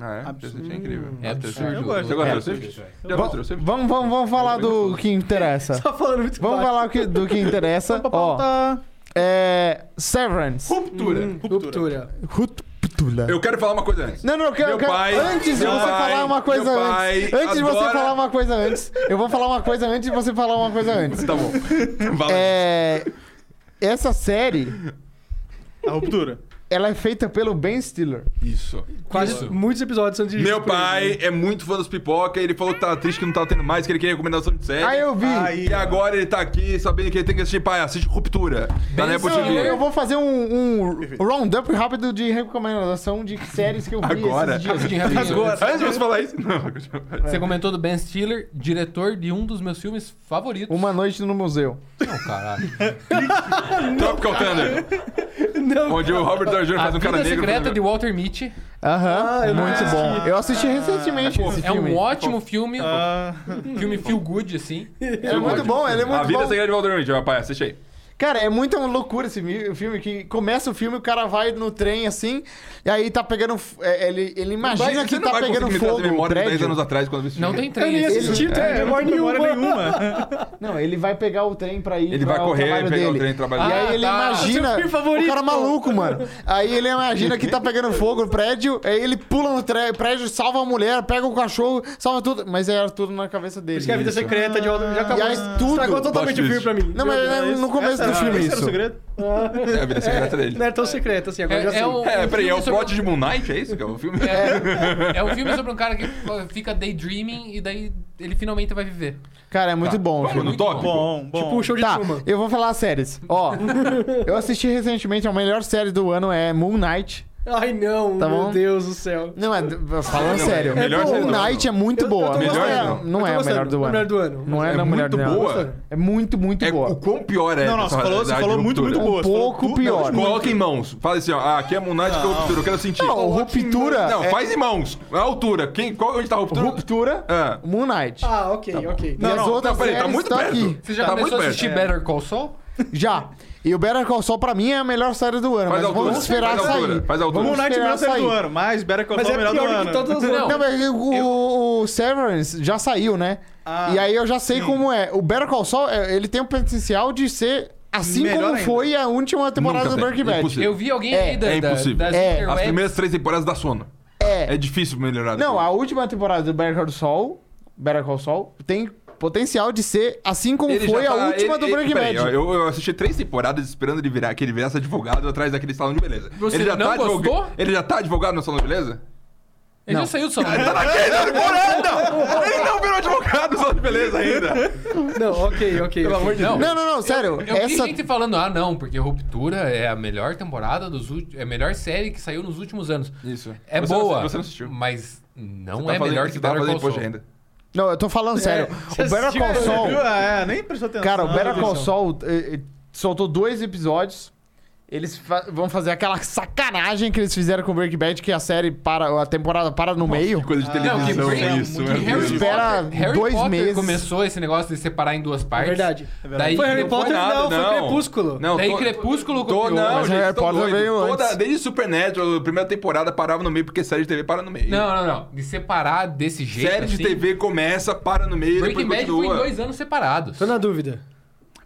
Speaker 5: Ah, é? Taylor Swift é incrível.
Speaker 4: É
Speaker 5: Taylor Swift.
Speaker 4: absurdo.
Speaker 2: Eu gosto.
Speaker 5: Você gosta
Speaker 4: É.
Speaker 5: de Taylor Swift? Já
Speaker 1: va-
Speaker 5: viu Taylor Swift?
Speaker 1: vamos, vamos, vamos falar do que interessa.
Speaker 3: Tá falando muito
Speaker 1: Vamos
Speaker 3: baixo.
Speaker 1: falar o que- do que interessa. Ó,
Speaker 2: Pauta.
Speaker 1: é, Severance.
Speaker 5: Ruptura.
Speaker 3: Hum, Ruptura.
Speaker 1: Ruptula.
Speaker 5: Eu quero falar uma coisa antes.
Speaker 1: Não, não, eu quero.
Speaker 5: Meu
Speaker 1: eu quero-
Speaker 5: pai-
Speaker 1: antes de
Speaker 5: meu
Speaker 1: você
Speaker 5: pai-
Speaker 1: falar uma coisa
Speaker 5: meu
Speaker 1: antes.
Speaker 5: pai
Speaker 1: antes de você
Speaker 5: adora-
Speaker 1: falar uma coisa antes. Eu vou falar uma coisa antes de você falar uma coisa antes.
Speaker 5: Tá bom. Fala.
Speaker 1: É. Essa série,
Speaker 2: A ruptura.
Speaker 1: ela é feita pelo Ben Stiller.
Speaker 5: Isso.
Speaker 3: Quase muitos episódios antes de
Speaker 5: Meu
Speaker 3: Ruptura.
Speaker 5: pai
Speaker 1: né?
Speaker 5: é muito fã dos pipoca, ele falou que tá triste que não tá tendo mais, que ele queria recomendação de série.
Speaker 1: Ah, eu vi.
Speaker 2: Aí,
Speaker 5: E agora ele tá aqui sabendo que ele tem que assistir, pai, assiste Ruptura. Tá na Apple
Speaker 1: Não, eu,
Speaker 5: TV.
Speaker 1: eu vou fazer um, um roundup rápido de recomendação de séries que eu vi
Speaker 5: Agora?
Speaker 1: esses dias.
Speaker 4: Assim, rapidinho.
Speaker 5: Antes de
Speaker 1: tá
Speaker 5: você falar isso. Não,
Speaker 4: Você comentou do Ben Stiller, diretor de um dos meus filmes favoritos.
Speaker 1: Uma noite no museu.
Speaker 4: Não, caralho.
Speaker 1: É.
Speaker 5: Tropical Thunder. Onde o Robert Downey Jr.
Speaker 4: A
Speaker 5: faz um
Speaker 4: Vida
Speaker 5: cara negro.
Speaker 4: Secreta
Speaker 5: fazendo-
Speaker 4: de Walter Mitty
Speaker 1: Aham,
Speaker 3: Ah, eu não
Speaker 1: muito
Speaker 3: assisti.
Speaker 1: bom. Eu assisti recentemente esse
Speaker 4: Ah. é
Speaker 1: filme.
Speaker 4: um ótimo filme,
Speaker 2: ah,
Speaker 4: filme feel good, assim.
Speaker 1: Ele é muito bom, ele é
Speaker 5: A
Speaker 1: muito
Speaker 5: Vida
Speaker 1: bom.
Speaker 5: Secreta de Walter Mitty, meu pai, assiste aí.
Speaker 1: Cara, é muita loucura esse mi- filme que começa o filme, o cara vai no trem assim, e aí tá pegando. f- é, Ele, ele imagina
Speaker 5: Vai,
Speaker 1: que
Speaker 5: você não
Speaker 1: tá
Speaker 5: vai
Speaker 1: pegando
Speaker 5: conseguir me trazer
Speaker 1: fogo no
Speaker 5: memória de 10
Speaker 1: prédio.
Speaker 5: anos atrás quando eu assisti.
Speaker 4: Não tem
Speaker 3: Eu
Speaker 4: trem.
Speaker 3: nem
Speaker 4: esse
Speaker 3: assisti,
Speaker 5: É,
Speaker 4: filme.
Speaker 3: não tem memória
Speaker 2: memória
Speaker 3: nenhuma.
Speaker 2: nenhuma.
Speaker 1: Não, ele vai pegar o trem pra ir
Speaker 5: Ele
Speaker 1: pra
Speaker 5: vai correr,
Speaker 1: o trabalho
Speaker 5: pegar o
Speaker 1: dele.
Speaker 5: trem e trabalhar.
Speaker 1: E aí
Speaker 4: Ah,
Speaker 1: ele
Speaker 4: tá.
Speaker 1: imagina.
Speaker 3: Seu filme favorito.
Speaker 1: O cara é maluco, mano. Aí ele imagina que tá pegando fogo no prédio, aí ele pula no tre- prédio, salva a mulher, pega o cachorro, salva tudo. Mas era tudo na cabeça dele.
Speaker 3: Acho que a vida secreta de Walter já acabou.
Speaker 1: E aí tudo-
Speaker 3: Estragou totalmente o filme pra mim.
Speaker 1: Não, mas é no começo do
Speaker 2: Essa-
Speaker 1: filme
Speaker 2: esse era o
Speaker 1: isso.
Speaker 2: segredo?
Speaker 5: É a Vida Secreta dele.
Speaker 3: Não era tão secreto assim, agora já sei.
Speaker 4: um-
Speaker 5: É,
Speaker 4: um
Speaker 5: peraí, é
Speaker 4: filme
Speaker 5: o
Speaker 4: sobre-
Speaker 5: plot de Moon Knight, é isso que é o filme?
Speaker 4: É, é um filme sobre um cara que fica daydreaming e daí ele finalmente vai viver.
Speaker 1: Cara, é muito bom. o
Speaker 5: Vamos
Speaker 1: filme.
Speaker 5: no top?
Speaker 2: Bom, bom.
Speaker 3: Tipo um show de
Speaker 1: Tá,
Speaker 3: Truman.
Speaker 1: eu vou falar as séries. Ó, eu assisti recentemente, a melhor série do ano é Moon Knight.
Speaker 3: Ai não,
Speaker 1: Tá bom?
Speaker 3: meu Deus do céu.
Speaker 1: Não, é, falando
Speaker 5: Não,
Speaker 1: sério.
Speaker 5: é melhor
Speaker 1: Moon
Speaker 5: série do
Speaker 1: Knight é muito
Speaker 3: Eu-
Speaker 1: boa.
Speaker 3: eu tô
Speaker 1: Não
Speaker 5: gostando.
Speaker 1: é-
Speaker 5: Eu tô
Speaker 1: não é a melhor
Speaker 3: gostando.
Speaker 1: do
Speaker 3: Melhor
Speaker 1: ano.
Speaker 3: do ano.
Speaker 1: Não é,
Speaker 5: É
Speaker 1: a melhor
Speaker 5: muito
Speaker 1: do ano.
Speaker 5: boa.
Speaker 1: É muito, muito
Speaker 5: É
Speaker 1: boa.
Speaker 5: o quão pior é
Speaker 2: Não, não,
Speaker 5: essa
Speaker 2: você falou- você
Speaker 5: realidade
Speaker 2: falou tipo,
Speaker 5: de
Speaker 2: muito,
Speaker 5: ruptura. Então,
Speaker 2: muito boa.
Speaker 1: Um pouco pior.
Speaker 5: Coloca em mãos. Fala assim, ó. Ah, aqui é Moon Knight, aqui é Ruptura. Eu quero sentir.
Speaker 1: Não, ruptura.
Speaker 5: Não,
Speaker 1: é-
Speaker 5: faz em mãos. A altura. Quem, qual, onde tá a ruptura?
Speaker 1: Ruptura,
Speaker 5: Ah.
Speaker 1: Moon Knight.
Speaker 3: Ah, ok, ok.
Speaker 1: e as
Speaker 2: não,
Speaker 1: outras
Speaker 5: não, peraí, tá
Speaker 1: séries
Speaker 5: muito
Speaker 1: tá
Speaker 5: perto.
Speaker 1: aqui.
Speaker 4: Você já
Speaker 5: Tá muito
Speaker 4: começou a
Speaker 5: perto.
Speaker 4: assistir
Speaker 5: É.
Speaker 4: Better Call Saul?
Speaker 1: Já. E o Better Call Saul, pra mim, é a melhor série do ano.
Speaker 5: Faz
Speaker 1: mas
Speaker 5: altura,
Speaker 1: vamos esperar
Speaker 5: faz
Speaker 1: sair.
Speaker 5: altura, faz altura.
Speaker 1: Vamos
Speaker 2: Moon Knight é
Speaker 1: esperar
Speaker 2: a melhor série
Speaker 1: sair.
Speaker 2: do ano, mas Better Call
Speaker 3: Mas
Speaker 2: Saul
Speaker 3: é
Speaker 2: é melhor do
Speaker 3: pior
Speaker 2: ano.
Speaker 3: que todas as outras.
Speaker 1: Não, mas o, o Severance já saiu, né?
Speaker 2: Ah,
Speaker 1: e aí eu já sei
Speaker 2: sim.
Speaker 1: como é. O Better Call Saul, é, ele tem o potencial de ser assim
Speaker 2: Melhor
Speaker 1: como
Speaker 2: ainda.
Speaker 1: foi a última temporada
Speaker 5: Nunca
Speaker 1: do
Speaker 5: tem.
Speaker 1: Breaking Bad.
Speaker 5: Impossível.
Speaker 4: Eu vi alguém
Speaker 1: É,
Speaker 4: aí da,
Speaker 5: é
Speaker 4: da-
Speaker 5: impossível.
Speaker 4: das
Speaker 1: É.
Speaker 5: As
Speaker 4: interwebs.
Speaker 5: primeiras três temporadas dá sono.
Speaker 1: É.
Speaker 5: É difícil melhorar.
Speaker 1: Não,
Speaker 5: depois.
Speaker 1: a última temporada do Better Call Saul, Better Call Saul tem potencial de ser assim como
Speaker 5: Ele
Speaker 1: foi
Speaker 5: já
Speaker 1: a
Speaker 5: tá-
Speaker 1: última
Speaker 5: ele-
Speaker 1: do
Speaker 5: ele-
Speaker 1: Breaking
Speaker 5: peraí,
Speaker 1: Bad.
Speaker 5: Eu, eu assisti três temporadas esperando ele virar, que ele virasse advogado atrás daquele salão de beleza.
Speaker 4: Você
Speaker 5: ele já
Speaker 4: não
Speaker 5: tá advoga-
Speaker 4: gostou?
Speaker 5: Ele já tá advogado no salão de beleza?
Speaker 4: Ele
Speaker 1: Não.
Speaker 4: já saiu do Saul.
Speaker 5: Tá naquele temporada! Ele não virou advogado no salão de beleza ainda!
Speaker 3: Não, ok, ok. Pelo amor de
Speaker 4: Não,
Speaker 1: Não, não, não, sério.
Speaker 4: Eu
Speaker 1: essa...
Speaker 4: vi gente falando, ah, não, porque Ruptura é a melhor temporada dos últimos. É a melhor série que saiu nos últimos anos.
Speaker 5: Isso.
Speaker 4: É
Speaker 5: Você não-
Speaker 4: boa.
Speaker 5: você não assistiu.
Speaker 4: Mas não
Speaker 5: Tá
Speaker 4: é
Speaker 5: fazendo-
Speaker 4: melhor
Speaker 5: você
Speaker 4: que
Speaker 5: tá
Speaker 4: Better
Speaker 5: fazendo
Speaker 4: Call
Speaker 5: imposto
Speaker 4: Saul.
Speaker 5: de renda.
Speaker 1: Não, eu tô falando sério.
Speaker 3: você
Speaker 1: o Better
Speaker 3: assistiu,
Speaker 1: Call Saul...
Speaker 2: Viu? É, nem prestou atenção.
Speaker 1: Cara, o Better Call
Speaker 2: Não,
Speaker 1: Saul eh, eh, soltou dois episódios Eles fa- vão fazer aquela sacanagem que eles fizeram com Breaking Bad, que a série para, a temporada para no meio.
Speaker 5: Que coisa de
Speaker 4: Não, que,
Speaker 5: televisão
Speaker 4: Bra-
Speaker 5: é isso,
Speaker 4: que
Speaker 5: meu
Speaker 4: Harry
Speaker 5: Deus.
Speaker 1: Espera
Speaker 4: Potter, Harry
Speaker 1: dois
Speaker 4: Potter
Speaker 1: meses.
Speaker 4: começou esse negócio de separar em duas
Speaker 3: É
Speaker 4: partes.
Speaker 3: verdade.
Speaker 4: Daí,
Speaker 3: Foi Harry
Speaker 4: não
Speaker 3: Potter,
Speaker 5: nada,
Speaker 3: não, foi
Speaker 5: não.
Speaker 3: Crepúsculo.
Speaker 5: Não,
Speaker 4: Daí
Speaker 5: tô-
Speaker 4: Crepúsculo
Speaker 5: Tô,
Speaker 4: copiou.
Speaker 5: não,
Speaker 1: Mas
Speaker 5: gente,
Speaker 1: Harry
Speaker 5: tô
Speaker 1: Potter
Speaker 5: doido.
Speaker 1: veio
Speaker 5: Toda-
Speaker 1: antes.
Speaker 5: Desde Supernatural, a primeira temporada parava no meio, porque série de TV para no meio.
Speaker 4: Não, não, não. De separar desse jeito.
Speaker 5: série de
Speaker 4: assim,
Speaker 5: TV começa, para no meio,
Speaker 4: Breaking
Speaker 5: depois
Speaker 4: Bad foi em
Speaker 5: continua.
Speaker 4: dois anos separados.
Speaker 3: Tô na dúvida.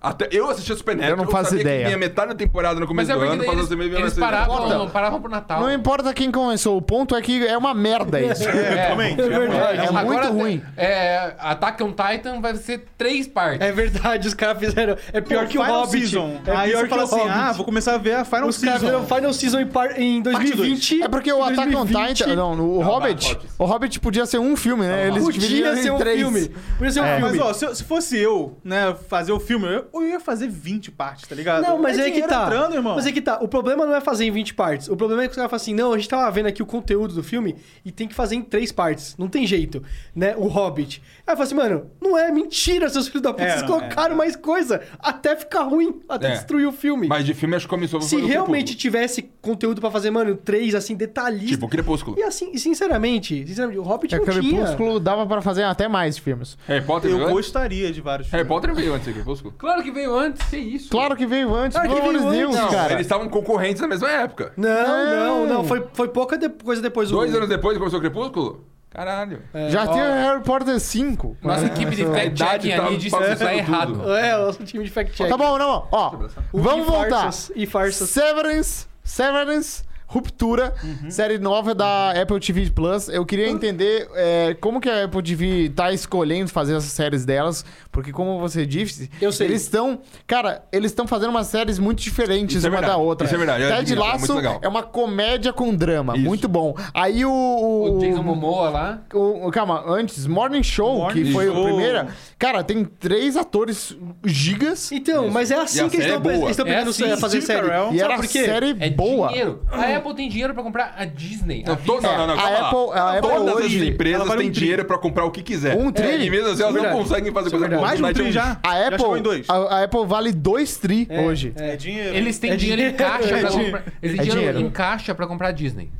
Speaker 5: Até eu assisti a Supernatural,
Speaker 1: Eu não faço
Speaker 5: sabia
Speaker 1: ideia.
Speaker 5: que vinha metade da temporada no
Speaker 4: Mas
Speaker 5: começo
Speaker 4: é
Speaker 5: do
Speaker 4: porque
Speaker 5: ano,
Speaker 4: daí
Speaker 5: fazia
Speaker 4: eles,
Speaker 5: meio assim, né?
Speaker 4: eles paravam, paravam pro Natal.
Speaker 1: Não é importa quem começou, o ponto é que é uma merda isso.
Speaker 6: Também.
Speaker 3: É verdade.
Speaker 1: É muito
Speaker 4: Agora,
Speaker 1: ruim.
Speaker 4: É, Attack on Titan vai ser três partes.
Speaker 3: É verdade, os caras fizeram. É pior que o
Speaker 2: Final
Speaker 3: Hobbit.
Speaker 2: Season.
Speaker 3: É
Speaker 2: Aí
Speaker 3: pior
Speaker 2: você
Speaker 3: que
Speaker 2: fala
Speaker 3: o
Speaker 2: assim,
Speaker 3: Hobbit.
Speaker 2: ah, vou começar a ver a Final
Speaker 3: Os caras
Speaker 2: Season.
Speaker 3: fizeram Final Season em, par... em 2020.
Speaker 1: É porque o Attack on
Speaker 3: 2020.
Speaker 1: Titan. Não, o Hobbit.
Speaker 5: Hobbit.
Speaker 1: O Hobbit podia ser um filme, né? Eles dividiam
Speaker 3: Podia
Speaker 1: em
Speaker 3: ser um
Speaker 1: três.
Speaker 3: filme. Podia ser um
Speaker 1: É.
Speaker 3: filme.
Speaker 2: Mas, ó, se, se fosse eu, né, fazer o filme, eu, eu ia fazer 20 partes, tá ligado?
Speaker 3: Não, mas
Speaker 2: é
Speaker 3: é que
Speaker 2: dinheiro
Speaker 3: tá.
Speaker 2: entrando, irmão.
Speaker 3: Mas é que tá. O problema não é fazer em 20 partes. O problema é que os caras falam assim: não, a gente tava vendo aqui o conteúdo do filme e tem que fazer em três partes. Não tem jeito, né? O Hobbit. Aí eu falo assim, mano, não é mentira, seus filhos da puta.
Speaker 2: É,
Speaker 3: vocês
Speaker 2: não,
Speaker 3: colocaram mais coisa até ficar ruim, até
Speaker 5: É.
Speaker 3: destruir o filme.
Speaker 5: Mas de filme acho que começou
Speaker 3: Se realmente tivesse conteúdo pra fazer, mano, três, assim, detalhista.
Speaker 5: Tipo, Crepúsculo.
Speaker 3: E assim, e sinceramente, sinceramente, o Hobbit
Speaker 1: É,
Speaker 3: não tinha.
Speaker 1: Crepúsculo dava pra fazer até mais filmes.
Speaker 5: Harry Potter
Speaker 2: Eu
Speaker 3: tá.
Speaker 5: veio antes?
Speaker 2: gostaria de vários
Speaker 5: Harry
Speaker 2: filmes.
Speaker 5: Potter veio antes do Crepúsculo.
Speaker 4: Claro que veio antes, que isso.
Speaker 1: Claro que veio antes,
Speaker 3: Claro que
Speaker 1: pelo amor de
Speaker 3: veio
Speaker 1: Deus,
Speaker 3: antes. Não,
Speaker 1: cara.
Speaker 5: Eles estavam concorrentes na mesma época.
Speaker 3: Não, não,
Speaker 1: Não.
Speaker 3: não. Foi, foi pouca de- coisa depois do.
Speaker 5: Dois anos depois começou o Crepúsculo? Caralho.
Speaker 1: Já
Speaker 3: É, ó.
Speaker 1: tinha Harry Potter 5.
Speaker 4: Nossa equipe de
Speaker 5: idade
Speaker 4: fact-checking
Speaker 5: tá
Speaker 4: ali disse que isso tá
Speaker 5: bagunçando
Speaker 4: errado.
Speaker 5: tudo.
Speaker 3: É, o nosso time de fact-check.
Speaker 1: Tá bom, não, ó.
Speaker 3: O
Speaker 1: Vamos
Speaker 3: e
Speaker 1: voltar.
Speaker 3: farsas, E farsas.
Speaker 1: Severance, Severance, Ruptura, série nova da Apple TV Plus. Eu queria entender é, como que a Apple TV tá escolhendo fazer essas séries delas, porque como você disse,
Speaker 3: Eu sei.
Speaker 1: eles estão, cara, eles estão fazendo umas séries muito diferentes
Speaker 5: Isso é
Speaker 1: uma
Speaker 5: verdade,
Speaker 1: da outra.
Speaker 5: isso é verdade, eu
Speaker 1: Ted
Speaker 5: admiro, é muito
Speaker 1: Lasso
Speaker 5: legal.
Speaker 1: é uma comédia com drama,
Speaker 5: Isso.
Speaker 1: muito bom. Aí o,
Speaker 4: O
Speaker 1: o-
Speaker 4: Jason Momoa lá.
Speaker 1: o- o- calma, antes, Morning Show,
Speaker 2: Morning
Speaker 1: que foi a
Speaker 2: Show.
Speaker 1: primeira. Cara, tem três atores gigas.
Speaker 3: Então, mas é
Speaker 5: E
Speaker 3: assim
Speaker 5: a
Speaker 3: que eles estão
Speaker 5: série é boa.
Speaker 3: eles estão
Speaker 4: É
Speaker 3: pegando
Speaker 4: assim,
Speaker 3: série- fazer
Speaker 2: Steve
Speaker 3: série.
Speaker 2: Carell.
Speaker 1: E era
Speaker 3: Sabe por quê?
Speaker 1: série
Speaker 4: É
Speaker 1: boa.
Speaker 4: dinheiro. A Apple tem dinheiro pra comprar a Disney.
Speaker 5: Não,
Speaker 4: É, a
Speaker 5: to- não, não, não,
Speaker 1: a
Speaker 5: calma lá.
Speaker 1: Apple- a Apple
Speaker 5: Todas as
Speaker 1: hoje-
Speaker 5: empresas
Speaker 2: ela vale
Speaker 5: têm
Speaker 2: um tri.
Speaker 5: dinheiro pra comprar o que quiser.
Speaker 1: Um tri.
Speaker 5: É, e mesmo assim
Speaker 3: é
Speaker 5: elas não
Speaker 3: verdade.
Speaker 5: conseguem fazer
Speaker 3: Isso é
Speaker 5: coisa
Speaker 3: verdade.
Speaker 5: boa.
Speaker 2: Mais de um
Speaker 5: Fortnite é
Speaker 2: tri já?
Speaker 1: A
Speaker 2: Já chegou
Speaker 1: Apple,
Speaker 2: em dois.
Speaker 1: a, a Apple vale 2 tri hoje.
Speaker 2: É dinheiro.
Speaker 4: Eles têm
Speaker 3: É
Speaker 4: dinheiro em
Speaker 3: dinheiro.
Speaker 4: caixa pra
Speaker 3: É
Speaker 4: comprar. Eles têm
Speaker 1: É
Speaker 4: dinheiro
Speaker 1: dinheiro.
Speaker 4: em caixa pra comprar a Disney.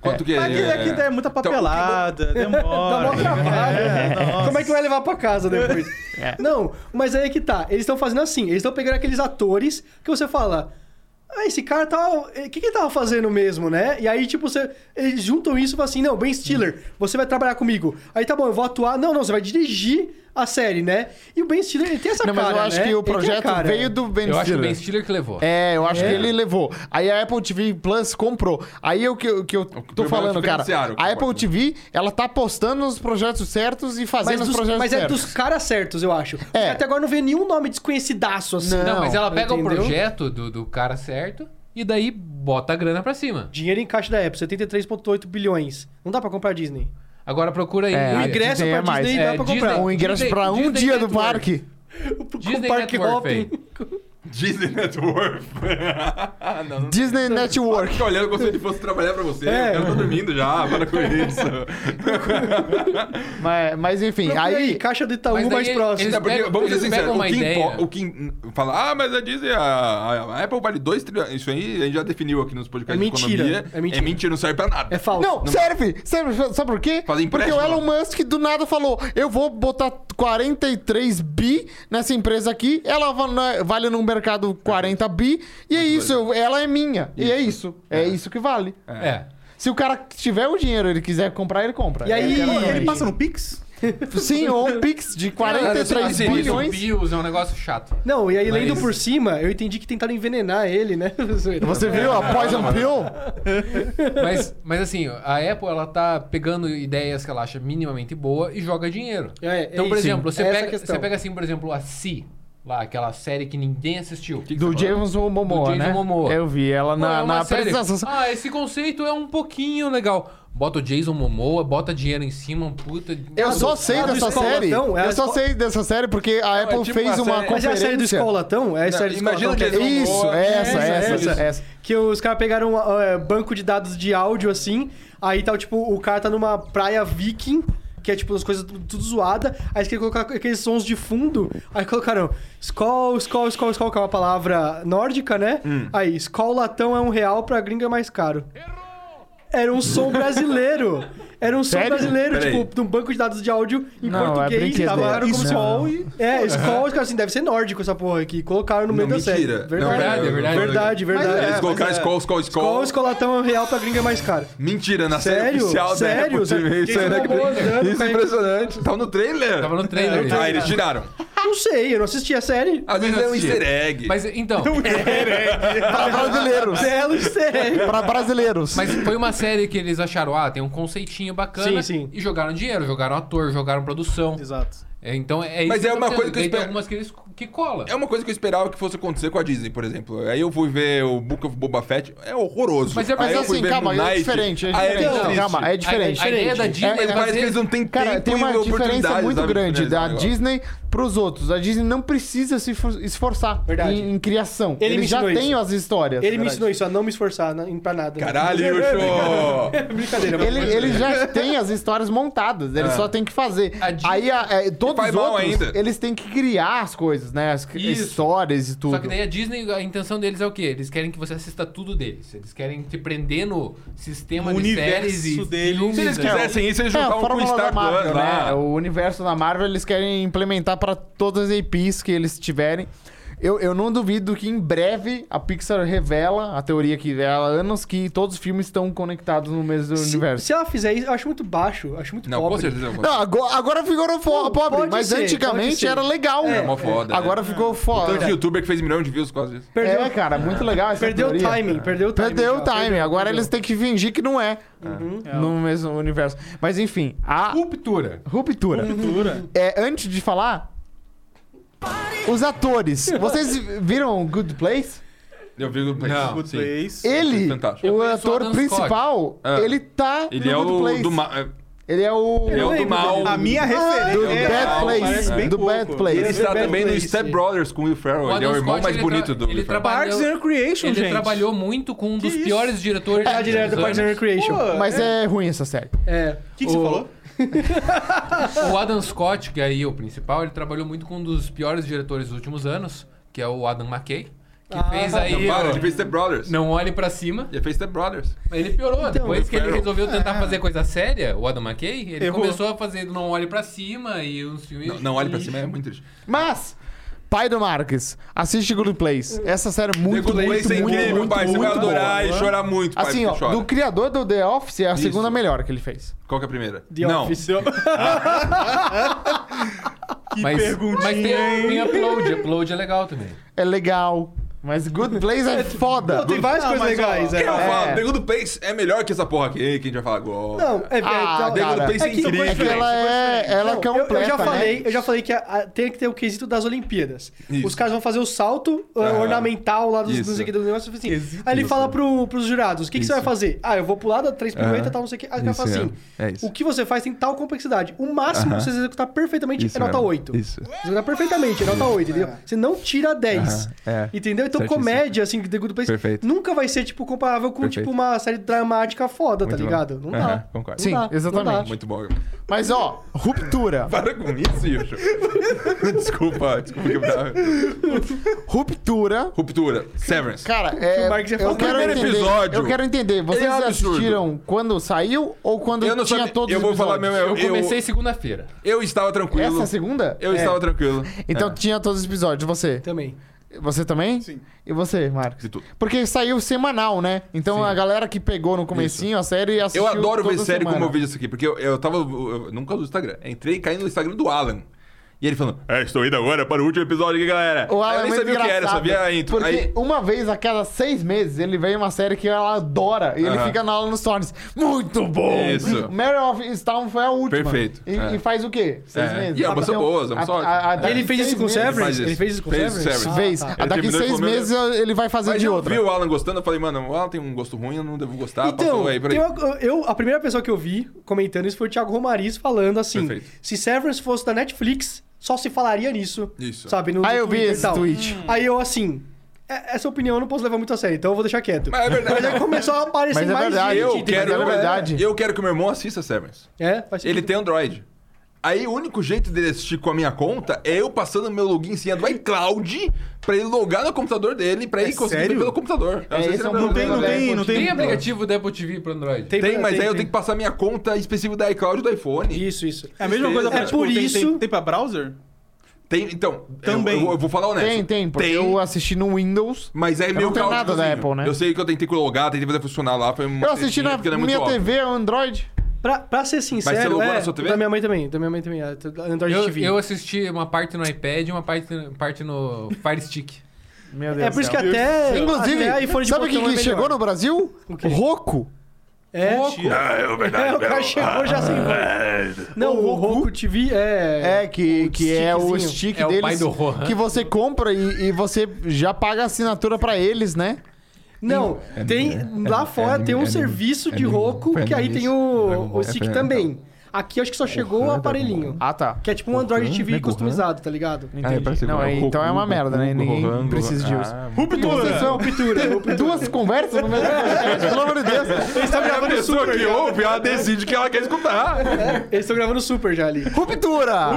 Speaker 5: Quanto que é?
Speaker 2: Mas é que é muita papelada,
Speaker 3: Dá mó
Speaker 2: demora.
Speaker 3: trabalho.
Speaker 2: nossa.
Speaker 3: Como é que vai levar pra casa depois? Não, mas aí é que tá. Eles estão fazendo assim. Eles estão pegando aqueles atores que você fala... Ah, esse cara tava... O que, que ele tava fazendo mesmo, né? E aí, tipo, você... eles juntam isso e falam assim... Não, Ben Stiller, você vai trabalhar comigo. Aí, tá bom, eu vou atuar. Não, não, você vai dirigir a série, né? E o Ben Stiller, ele tem essa
Speaker 1: Não, mas
Speaker 3: cara,
Speaker 1: eu acho
Speaker 3: né?
Speaker 1: que o
Speaker 3: Ele tem a
Speaker 1: projeto
Speaker 3: cara.
Speaker 1: veio do Ben
Speaker 5: É
Speaker 4: Eu acho que o Ben
Speaker 1: Stiller.
Speaker 4: Stiller que levou.
Speaker 1: É, eu acho
Speaker 3: É.
Speaker 1: que ele levou. Aí a Apple TV Plus comprou. Aí o que, o que eu tô
Speaker 5: problema é
Speaker 1: falando,
Speaker 5: o
Speaker 1: cara.
Speaker 5: financiário,
Speaker 1: A
Speaker 5: concordo.
Speaker 1: Apple TV, ela tá apostando nos projetos certos e
Speaker 3: Mas,
Speaker 1: fazendo os
Speaker 3: dos-
Speaker 1: projetos
Speaker 3: mas é
Speaker 1: certos.
Speaker 3: dos caras certos, eu acho. Porque
Speaker 1: É.
Speaker 3: Até agora não veio nenhum nome desconhecidaço, assim.
Speaker 1: Não.
Speaker 4: Não, mas ela pega
Speaker 3: Entendeu?
Speaker 4: o projeto do, do cara certo e daí bota a grana pra cima.
Speaker 3: Dinheiro em caixa da Apple, 73,8 bilhões. Não dá pra comprar a Disney.
Speaker 4: Agora procura aí.
Speaker 1: É,
Speaker 3: o
Speaker 1: a
Speaker 3: ingresso
Speaker 1: Disney
Speaker 3: pra
Speaker 1: é mais.
Speaker 3: Disney dá
Speaker 4: É,
Speaker 3: pra
Speaker 4: Disney-
Speaker 3: comprar.
Speaker 1: Um ingresso
Speaker 4: Disney-
Speaker 1: pra um
Speaker 4: Disney
Speaker 1: dia do
Speaker 4: Network.
Speaker 1: parque.
Speaker 4: Disney
Speaker 3: parque
Speaker 4: Network,
Speaker 3: hopping.
Speaker 4: velho.
Speaker 5: Disney Network. Ah, não, não.
Speaker 1: Disney Network.
Speaker 5: Fica olhando como se ele fosse trabalhar pra você.
Speaker 3: É.
Speaker 5: Eu tô dormindo já, para com isso.
Speaker 1: Mas, mas enfim,
Speaker 3: Procura
Speaker 1: aí.
Speaker 3: caixa do Itaú
Speaker 4: Mas daí
Speaker 3: mais próximo.
Speaker 4: eles-
Speaker 5: Não, porque,
Speaker 4: pegam-
Speaker 5: vamos ser
Speaker 4: eles
Speaker 5: sinceros,
Speaker 4: pegam
Speaker 5: o
Speaker 4: uma
Speaker 5: que,
Speaker 4: ideia.
Speaker 5: impo- o que in- fala, ah, mas a Disney, a, a Apple vale 2 trilhões. Isso aí a gente já definiu aqui nos podcasts
Speaker 3: É
Speaker 5: de
Speaker 3: mentira,
Speaker 5: economia.
Speaker 3: é mentira.
Speaker 5: não serve pra nada.
Speaker 3: É falso.
Speaker 1: Não, serve! Serve, sabe por quê?
Speaker 5: Fazer
Speaker 1: Porque
Speaker 5: empréstimo.
Speaker 1: o Elon Musk do nada falou: eu vou botar 43 bi nessa empresa aqui, ela va- na- vale no mercado 40 bi, e é isso, eu- ela é minha. E é isso. É, isso que vale.
Speaker 4: É.
Speaker 1: Se o cara tiver o dinheiro ele quiser comprar, ele compra.
Speaker 3: E aí-
Speaker 1: Eu quero
Speaker 2: Ele
Speaker 1: mais.
Speaker 2: passa no Pix?
Speaker 1: Sim, ou um Pix de
Speaker 5: Cara,
Speaker 1: 43
Speaker 5: assim,
Speaker 1: bilhões.
Speaker 4: Bills é um negócio chato.
Speaker 3: Não, e aí lendo
Speaker 4: Mas-
Speaker 3: por cima, eu entendi que tentaram envenenar ele, né?
Speaker 1: Você viu a Poison Pill?
Speaker 4: Mas, mas assim, a Apple ela tá pegando ideias que ela acha minimamente boa e joga dinheiro.
Speaker 3: É, é
Speaker 4: então, por
Speaker 3: isso.
Speaker 4: exemplo, você
Speaker 3: Essa
Speaker 4: pega,
Speaker 3: questão.
Speaker 4: você pega assim, por exemplo, a Si, lá, aquela série que ninguém assistiu.
Speaker 5: que
Speaker 1: Do
Speaker 5: você falou?
Speaker 1: James Momoa,
Speaker 4: Do James
Speaker 1: né?
Speaker 4: Momoa.
Speaker 1: Eu vi ela
Speaker 4: Pô,
Speaker 1: na,
Speaker 4: é uma
Speaker 1: na
Speaker 4: série.
Speaker 1: apresentação.
Speaker 4: Ah, esse conceito é um pouquinho legal. Bota o Jason Momoa, bota dinheiro em cima, um puta.
Speaker 1: Eu
Speaker 4: Ah,
Speaker 1: É só
Speaker 4: do-
Speaker 1: sei
Speaker 3: ah, do
Speaker 1: dessa
Speaker 3: escolatão,
Speaker 1: série.
Speaker 3: é a
Speaker 1: Eu só
Speaker 3: esco-
Speaker 1: sei dessa série porque a Apple
Speaker 5: tipo
Speaker 1: fez
Speaker 5: uma
Speaker 1: uma
Speaker 5: série-
Speaker 3: Mas é a série do
Speaker 1: conferência.
Speaker 3: Escolatão? É a série do
Speaker 5: Imagina
Speaker 3: Escolatão.
Speaker 5: que
Speaker 3: que é-
Speaker 5: eles vão
Speaker 1: Isso,
Speaker 5: boa-
Speaker 1: essa,
Speaker 3: Essa,
Speaker 1: essa,
Speaker 3: essa.
Speaker 1: essa,
Speaker 3: Que os caras pegaram é, um banco de dados de áudio, assim, aí tá, tipo, o cara tá numa praia viking, que é tipo as coisas tudo, tudo zoada. Aí eles queriam colocar aqueles sons de fundo. Aí colocaram Skol, Skol, Skol, Skol, que é uma palavra nórdica, né? Aí, Skol latão é um real pra gringa é mais caro. Era um som brasileiro. Era um som
Speaker 1: Sério?
Speaker 3: brasileiro,
Speaker 5: Peraí.
Speaker 3: tipo, de um banco de dados de áudio em
Speaker 1: Não, é um
Speaker 3: português.
Speaker 1: brinquedo.
Speaker 3: tava
Speaker 1: Não.
Speaker 3: Skol e... É, Skol, cara, assim, deve ser nórdico essa porra aqui. Colocaram no meio
Speaker 5: Não,
Speaker 3: da série.
Speaker 5: mentira.
Speaker 4: Verdade, é verdade.
Speaker 3: Verdade, verdade.
Speaker 5: Eles
Speaker 3: É,
Speaker 5: colocaram
Speaker 3: mas é.
Speaker 5: Skol, Skol, Skol.
Speaker 3: Skol, escolatão é um real pra gringa é mais caro.
Speaker 5: Mentira, na série
Speaker 3: Sério?
Speaker 5: oficial da
Speaker 3: Sério?
Speaker 5: Apple TV. Isso,
Speaker 3: Quem
Speaker 5: é
Speaker 3: roubou
Speaker 5: inacreditável.
Speaker 3: andando,
Speaker 5: Isso é
Speaker 3: cara?
Speaker 5: impressionante. Tava no trailer.
Speaker 4: Tava no trailer. isso.
Speaker 5: Ah, eles tiraram.
Speaker 3: Não sei, eu não assisti a série.
Speaker 5: Às vezes é
Speaker 1: assim,
Speaker 5: um
Speaker 4: assisti.
Speaker 5: easter egg.
Speaker 4: Mas então,
Speaker 1: Pra
Speaker 3: É.
Speaker 1: brasileiros.
Speaker 3: Belo série.
Speaker 1: pra brasileiros.
Speaker 4: mas foi uma série que eles acharam, ah, tem um conceitinho bacana.
Speaker 3: Sim, sim.
Speaker 4: E jogaram dinheiro, jogaram ator, jogaram produção.
Speaker 2: Exato.
Speaker 4: É, então é isso.
Speaker 5: Mas é
Speaker 4: eu tô
Speaker 5: uma
Speaker 4: dizendo.
Speaker 5: coisa que
Speaker 4: Daí
Speaker 5: eu
Speaker 4: tem
Speaker 5: espero-
Speaker 4: algumas que eles que cola.
Speaker 5: É uma coisa que eu esperava que fosse acontecer com a Disney, por exemplo. Aí eu fui ver o Book of Boba Fett, é horroroso.
Speaker 4: Mas é- mas
Speaker 5: Aí eu
Speaker 4: assim,
Speaker 5: fui ver
Speaker 1: calma,
Speaker 5: Moon
Speaker 1: é
Speaker 5: Knight,
Speaker 1: diferente, é
Speaker 5: aí
Speaker 1: diferente.
Speaker 5: triste.
Speaker 1: Calma, é diferente.
Speaker 4: A, a ideia da Disney
Speaker 5: Mas
Speaker 4: é
Speaker 5: parece que
Speaker 4: fazer-
Speaker 5: eles não têm
Speaker 1: Cara,
Speaker 5: tempo
Speaker 1: tem
Speaker 5: e
Speaker 1: uma diferença
Speaker 5: oportunidade,
Speaker 1: muito
Speaker 5: sabe,
Speaker 1: grande
Speaker 5: pra
Speaker 1: da
Speaker 5: finalizar o negócio.
Speaker 1: Disney pros outros. A Disney não precisa se for- esforçar
Speaker 3: Verdade.
Speaker 1: Em, em criação.
Speaker 3: Ele me
Speaker 1: Eles já
Speaker 3: ensinou
Speaker 1: têm
Speaker 3: isso.
Speaker 1: as histórias.
Speaker 3: Ele me ensinou isso, a não me esforçar na- pra nada. né?
Speaker 5: Caralho, show!
Speaker 3: Brincadeira,
Speaker 1: Ele,
Speaker 3: mas-
Speaker 1: ele já tem as histórias montadas, ele só tem que fazer.
Speaker 4: A Disney-
Speaker 1: Aí a- é, todos
Speaker 5: faz
Speaker 1: os
Speaker 5: mal
Speaker 1: outros,
Speaker 5: ainda.
Speaker 1: eles têm que criar as coisas, né? As cri-
Speaker 4: Isso.
Speaker 1: histórias e tudo.
Speaker 4: Só que daí a Disney, a intenção deles é o quê? Eles querem que você assista tudo deles. Eles querem te prender no sistema
Speaker 2: O
Speaker 4: de
Speaker 2: universo
Speaker 4: séries e
Speaker 2: deles.
Speaker 4: filmes.
Speaker 5: Se eles
Speaker 4: né?
Speaker 5: quisessem isso, eles
Speaker 1: É, a
Speaker 5: juntavam com o
Speaker 1: fórmula da
Speaker 5: Star Plus
Speaker 1: Marvel,
Speaker 5: lá.
Speaker 1: né? O universo da Marvel eles querem implementar pra todas as IPs que eles tiverem. Eu, eu não duvido que em breve a Pixar revela a teoria que revela há anos que todos os filmes estão conectados no mesmo
Speaker 3: se,
Speaker 1: universo.
Speaker 3: se ela fizer isso, eu acho muito baixo, eu acho muito
Speaker 5: Não, com
Speaker 3: pobre.
Speaker 5: certeza não.
Speaker 1: Não, agora, agora ficou fo-
Speaker 3: Não,
Speaker 1: pobre,
Speaker 3: pode
Speaker 1: mas
Speaker 3: ser, pode
Speaker 1: antigamente
Speaker 3: ser.
Speaker 1: era legal.
Speaker 5: É mó foda,
Speaker 1: Agora
Speaker 5: né?
Speaker 1: ficou
Speaker 5: Tanto
Speaker 1: foda.
Speaker 5: de youtuber que fez milhão de views quase isso.
Speaker 3: Perdeu,
Speaker 1: É, cara, muito legal essa
Speaker 3: perdeu o
Speaker 1: teoria.
Speaker 3: timing, perdeu o timing.
Speaker 1: Perdeu o
Speaker 3: já,
Speaker 1: timing.
Speaker 3: perdeu,
Speaker 1: Agora
Speaker 3: perdeu.
Speaker 1: eles têm que fingir que não é no mesmo universo. Mas enfim, a
Speaker 4: Ruptura.
Speaker 1: ruptura.
Speaker 2: Cultura.
Speaker 1: É, antes de falar, os atores. Vocês viram Good Place?
Speaker 5: Eu vi o
Speaker 4: Não.
Speaker 5: Sim.
Speaker 2: Place.
Speaker 1: Ele,
Speaker 5: Fantástico.
Speaker 4: Eu
Speaker 1: o
Speaker 4: conheço o
Speaker 1: ator
Speaker 4: Adam
Speaker 1: principal,
Speaker 5: Ah.
Speaker 1: ele tá
Speaker 5: Ele é
Speaker 1: no Good
Speaker 5: o
Speaker 1: Place.
Speaker 5: do ma- é,
Speaker 1: Ele é o...
Speaker 5: ele é o do
Speaker 3: lembro
Speaker 5: mal.
Speaker 2: A minha referência.
Speaker 1: Do
Speaker 2: é,
Speaker 1: Bad
Speaker 2: parece
Speaker 1: Place.
Speaker 2: bem
Speaker 1: do
Speaker 2: pouco.
Speaker 1: Bad Place.
Speaker 5: Ele está
Speaker 3: Ele é
Speaker 5: também
Speaker 3: Bad
Speaker 5: no
Speaker 3: Place.
Speaker 5: Step Brothers com o Will Ferrell.
Speaker 4: O
Speaker 5: Ele é o
Speaker 4: Adam
Speaker 5: irmão
Speaker 4: Scott,
Speaker 5: mais
Speaker 4: ele
Speaker 5: bonito
Speaker 4: tra- ele
Speaker 5: do Will Ferrell.
Speaker 4: trabalha-
Speaker 2: Parks and Recreation,
Speaker 4: Ele
Speaker 2: gente.
Speaker 4: trabalhou muito com um dos
Speaker 2: isso?
Speaker 4: piores diretores
Speaker 3: É, direto do Parks and Recreation.
Speaker 2: Pô,
Speaker 1: Mas é ruim essa série.
Speaker 3: É.
Speaker 2: O que, que você
Speaker 4: o-
Speaker 2: falou?
Speaker 4: O Adam Scott, que aí é o principal, ele trabalhou muito com um dos piores diretores dos últimos anos, que é o Adam McKay, que fez aí.
Speaker 5: Não, para,
Speaker 4: ó,
Speaker 5: ele fez Step Brothers.
Speaker 4: Não olhe pra cima.
Speaker 5: Ele fez Step Brothers.
Speaker 4: Ele piorou. Depois que ele
Speaker 5: Ferrell.
Speaker 4: resolveu tentar fazer coisa séria, o Adam McKay, ele
Speaker 2: Errou.
Speaker 4: começou a fazer Não Olhe Pra Cima e uns filmes...
Speaker 5: Não, não olhe pra cima, é muito triste.
Speaker 1: Mas... Pai do Marques, assiste Good Place. Essa série é muito,
Speaker 5: Muito
Speaker 1: muito,
Speaker 5: Place é
Speaker 1: muito,
Speaker 5: incrível,
Speaker 1: muito,
Speaker 5: pai. Você vai
Speaker 1: muito
Speaker 5: adorar
Speaker 1: boa.
Speaker 5: e chorar muito, pai.
Speaker 1: Assim,
Speaker 5: porque
Speaker 1: ó,
Speaker 5: chora.
Speaker 1: do criador do The Office é a
Speaker 5: Isso.
Speaker 1: segunda melhor que ele fez.
Speaker 5: Qual que é a primeira?
Speaker 3: The
Speaker 5: não.
Speaker 3: Office.
Speaker 2: Que
Speaker 4: mas,
Speaker 2: perguntinha,
Speaker 4: mas tem,
Speaker 2: hein?
Speaker 4: tem Upload, Upload é legal também.
Speaker 1: É legal, mas Good Place é foda.
Speaker 3: Não, tem várias
Speaker 2: Ah,
Speaker 3: coisas
Speaker 2: mas, ó,
Speaker 3: legais.
Speaker 5: Quem
Speaker 3: é.
Speaker 5: eu falo?
Speaker 1: É.
Speaker 5: Nego do Place é melhor que essa porra aqui, que a gente vai falar agora.
Speaker 3: Não, é, é,
Speaker 1: Ah,
Speaker 3: tá-
Speaker 5: Nego do
Speaker 1: cara,
Speaker 5: Place é,
Speaker 3: é que são
Speaker 5: incrível.
Speaker 1: É que ela é, ela
Speaker 3: Não,
Speaker 1: completa,
Speaker 3: eu, eu já
Speaker 1: né?
Speaker 3: falei, eu já falei que a- a- tem que ter o quesito das Olimpíadas.
Speaker 5: Isso.
Speaker 3: Os caras vão fazer o salto uh,
Speaker 5: Ah,
Speaker 3: ornamental lá dos,
Speaker 5: isso.
Speaker 3: não sei o que, dos negócios assim.
Speaker 5: Quesito.
Speaker 3: Aí ele
Speaker 5: Isso.
Speaker 3: fala pro, pros jurados, o que, que você
Speaker 5: Isso.
Speaker 3: vai fazer? Ah, eu vou pular da 3 pirueta,
Speaker 5: Aham.
Speaker 3: tal, não sei o que. Aí o cara
Speaker 5: Isso,
Speaker 3: fala assim,
Speaker 5: é. É isso.
Speaker 3: o que você faz tem tal complexidade. O máximo que você executar perfeitamente
Speaker 5: Isso
Speaker 3: é nota
Speaker 5: mesmo.
Speaker 3: 8.
Speaker 5: Isso.
Speaker 3: Você executar perfeitamente, é nota 8, entendeu? Você não tira 10.
Speaker 5: Aham, é.
Speaker 3: Entendeu? Então
Speaker 5: Certíssimo.
Speaker 3: comédia, assim, The Good Place,
Speaker 5: Perfeito.
Speaker 3: nunca vai ser, tipo, comparável com,
Speaker 5: Perfeito.
Speaker 3: tipo, uma série dramática foda, tá
Speaker 5: Muito bom.
Speaker 3: ligado? Não
Speaker 5: Aham,
Speaker 3: dá.
Speaker 5: concordo.
Speaker 3: Não
Speaker 1: Sim,
Speaker 3: dá, não dá.
Speaker 1: exatamente.
Speaker 5: Muito bom.
Speaker 1: Mas ó, ruptura.
Speaker 5: Para com isso, Yusho. desculpa, desculpa que eu tava...
Speaker 1: Ruptura.
Speaker 5: Ruptura. Severance.
Speaker 1: Cara, é,
Speaker 3: Mark já
Speaker 1: eu
Speaker 3: falou.
Speaker 1: quero
Speaker 5: Primeiro
Speaker 1: entender.
Speaker 5: episódio.
Speaker 1: Eu quero entender. Vocês
Speaker 5: Ele é um absurdo.
Speaker 1: assistiram quando saiu ou quando
Speaker 5: Eu não
Speaker 1: tinha
Speaker 5: sabia-
Speaker 1: todos
Speaker 5: eu
Speaker 1: os
Speaker 5: vou falar
Speaker 1: episódios?
Speaker 5: meu-
Speaker 4: Eu
Speaker 5: Eu-
Speaker 4: comecei segunda-feira.
Speaker 5: Eu estava tranquilo.
Speaker 1: Essa é a segunda?
Speaker 5: Eu estava tranquilo.
Speaker 1: Então
Speaker 5: É.
Speaker 1: tinha todos os episódios. Você?
Speaker 3: Também.
Speaker 1: Você também?
Speaker 2: Sim.
Speaker 1: E você, Marcos?
Speaker 5: De tudo.
Speaker 1: Porque saiu semanal, né? Então a galera que pegou no comecinho a série assistiu
Speaker 5: Eu adoro ver
Speaker 1: toda
Speaker 5: série
Speaker 1: semana.
Speaker 5: como eu vejo isso aqui, porque eu, eu tava. Eu, eu nunca uso o Instagram. Entrei e caí no Instagram do Alan. E ele falando, é, estou indo agora para o último episódio aqui, galera.
Speaker 1: O Alan
Speaker 5: Aí eu nem
Speaker 1: é muito
Speaker 5: sabia o que era,
Speaker 1: engraçado,
Speaker 5: sabia a intro.
Speaker 1: Porque é
Speaker 5: Aí,
Speaker 1: uma vez a cada seis meses ele vem uma série que ela adora e ele
Speaker 5: Aham.
Speaker 1: fica na aula nos stories. Muito bom!
Speaker 5: Isso.
Speaker 1: Mary of Town foi a última.
Speaker 5: Perfeito.
Speaker 1: E,
Speaker 5: É.
Speaker 1: e faz o quê? Seis
Speaker 5: É.
Speaker 1: meses.
Speaker 5: E algumas são
Speaker 1: Então,
Speaker 5: boas, algumas
Speaker 1: a-
Speaker 5: são ótimas.
Speaker 1: a- a-
Speaker 5: É.
Speaker 3: Ele fez isso com
Speaker 1: seis meses.
Speaker 5: Severance?
Speaker 3: Severance?
Speaker 5: isso.
Speaker 3: Ele fez isso com
Speaker 5: Fez
Speaker 3: Severance?
Speaker 5: Severance.
Speaker 1: Fez.
Speaker 3: Ah, tá.
Speaker 1: Ah, Daqui
Speaker 5: terminou e
Speaker 1: seis
Speaker 5: falou, meu
Speaker 1: meses ele vai fazer
Speaker 5: mas
Speaker 1: de
Speaker 5: eu
Speaker 1: outra.
Speaker 5: vi o Alan gostando, eu falei, mano, o Alan tem um gosto ruim, eu não devo gostar.
Speaker 3: Então,
Speaker 5: passou aí, peraí.
Speaker 3: tem uma- eu, a primeira pessoa que eu vi comentando isso foi o Thiago Romariz falando assim:
Speaker 5: Perfeito.
Speaker 3: se Severance fosse da Netflix, só se falaria nisso.
Speaker 5: Isso.
Speaker 3: Sabe? No,
Speaker 1: Ah,
Speaker 3: no
Speaker 1: eu vi
Speaker 3: Twitter e
Speaker 1: esse
Speaker 3: tal.
Speaker 1: tweet.
Speaker 3: Aí eu assim. é- essa opinião eu não posso levar muito a sério, então eu vou deixar quieto.
Speaker 5: Mas é verdade.
Speaker 3: Mas aí começou a aparecer
Speaker 1: Mas é
Speaker 3: mais
Speaker 1: verdade,
Speaker 3: gente.
Speaker 5: Eu
Speaker 1: Gente, tem
Speaker 5: quero,
Speaker 1: que
Speaker 5: eu,
Speaker 1: falar a verdade.
Speaker 5: eu quero que o meu irmão assista Severance.
Speaker 3: É, faz
Speaker 5: Ele
Speaker 3: sentido.
Speaker 5: tem Android. Aí o único jeito dele assistir com a minha conta é eu passando meu login e senha do iCloud pra ele logar no computador dele, pra ele conseguir
Speaker 2: sério?
Speaker 5: ver pelo computador. Eu
Speaker 1: É,
Speaker 5: sei se
Speaker 1: esse é
Speaker 5: ele
Speaker 1: um
Speaker 5: vai-
Speaker 2: Não tem, não tem, não
Speaker 4: Tem,
Speaker 2: tem.
Speaker 4: aplicativo da Apple TV para Android.
Speaker 5: um- Tem, mas aí eu
Speaker 3: tem.
Speaker 5: tenho que passar minha conta específica da iCloud do iPhone.
Speaker 3: Isso, isso.
Speaker 2: É a mesma coisa pra,
Speaker 3: É por
Speaker 2: tem- tem-
Speaker 3: isso-
Speaker 2: Tem, pra browser?
Speaker 5: Tem, então,
Speaker 2: Também.
Speaker 5: Eu, eu- eu vou falar honesto.
Speaker 1: Tem, tem, porque eu assisti no Windows.
Speaker 5: Mas aí
Speaker 1: Eu
Speaker 5: meu
Speaker 1: não tenho
Speaker 5: cloud
Speaker 1: nada da
Speaker 5: sozinho.
Speaker 1: Apple, né?
Speaker 5: Eu sei que eu tentei logar, tentei fazer funcionar lá. Foi uma
Speaker 1: Eu assisti
Speaker 5: tretinha,
Speaker 1: na
Speaker 5: porque não é muito
Speaker 1: minha
Speaker 5: óbvio.
Speaker 1: TV Android.
Speaker 3: Pra, pra ser
Speaker 5: você
Speaker 3: sincero,
Speaker 5: logou
Speaker 3: é,
Speaker 5: na sua TV?
Speaker 3: da minha mãe também, da minha mãe também, é, da Android
Speaker 4: Eu,
Speaker 3: TV.
Speaker 4: eu assisti uma parte no iPad e uma parte, parte no Fire Stick.
Speaker 1: Meu Deus
Speaker 3: é por isso que
Speaker 1: do céu.
Speaker 3: até,
Speaker 1: Inclusive,
Speaker 3: até iPhone de
Speaker 1: sabe quem
Speaker 3: botão
Speaker 1: que
Speaker 3: é
Speaker 1: chegou
Speaker 3: melhor.
Speaker 1: no Brasil?
Speaker 3: O quê?
Speaker 1: Roco.
Speaker 3: É,
Speaker 5: Ah, é
Speaker 3: é,
Speaker 5: verdade.
Speaker 3: o cara chegou já sem voz. Não, o Roku TV é...
Speaker 1: É, que,
Speaker 3: o
Speaker 1: que é o
Speaker 3: stickzinho.
Speaker 1: stick
Speaker 4: É o
Speaker 1: deles.
Speaker 4: pai do Rohan.
Speaker 1: Que você compra e, e você já paga a assinatura pra eles, né?
Speaker 3: Não, tem lá fora tem um serviço de Roku que aí tem o, o stick também. Aqui acho que só chegou o aparelhinho.
Speaker 1: Ah, tá.
Speaker 3: Que é tipo um Android TV customizado, tá ligado?
Speaker 1: Entendi. não, é- então é uma merda, né? Ninguém precisa
Speaker 5: Ah,
Speaker 1: de uso. Vocês são Teve duas conversas no mesmo podcast, pelo amor de Deus.
Speaker 5: Tá a pessoa que ouve, ela decide que ela quer escutar.
Speaker 3: É, Eles estão gravando super já
Speaker 1: Ah,
Speaker 3: ali.
Speaker 1: Ruptura!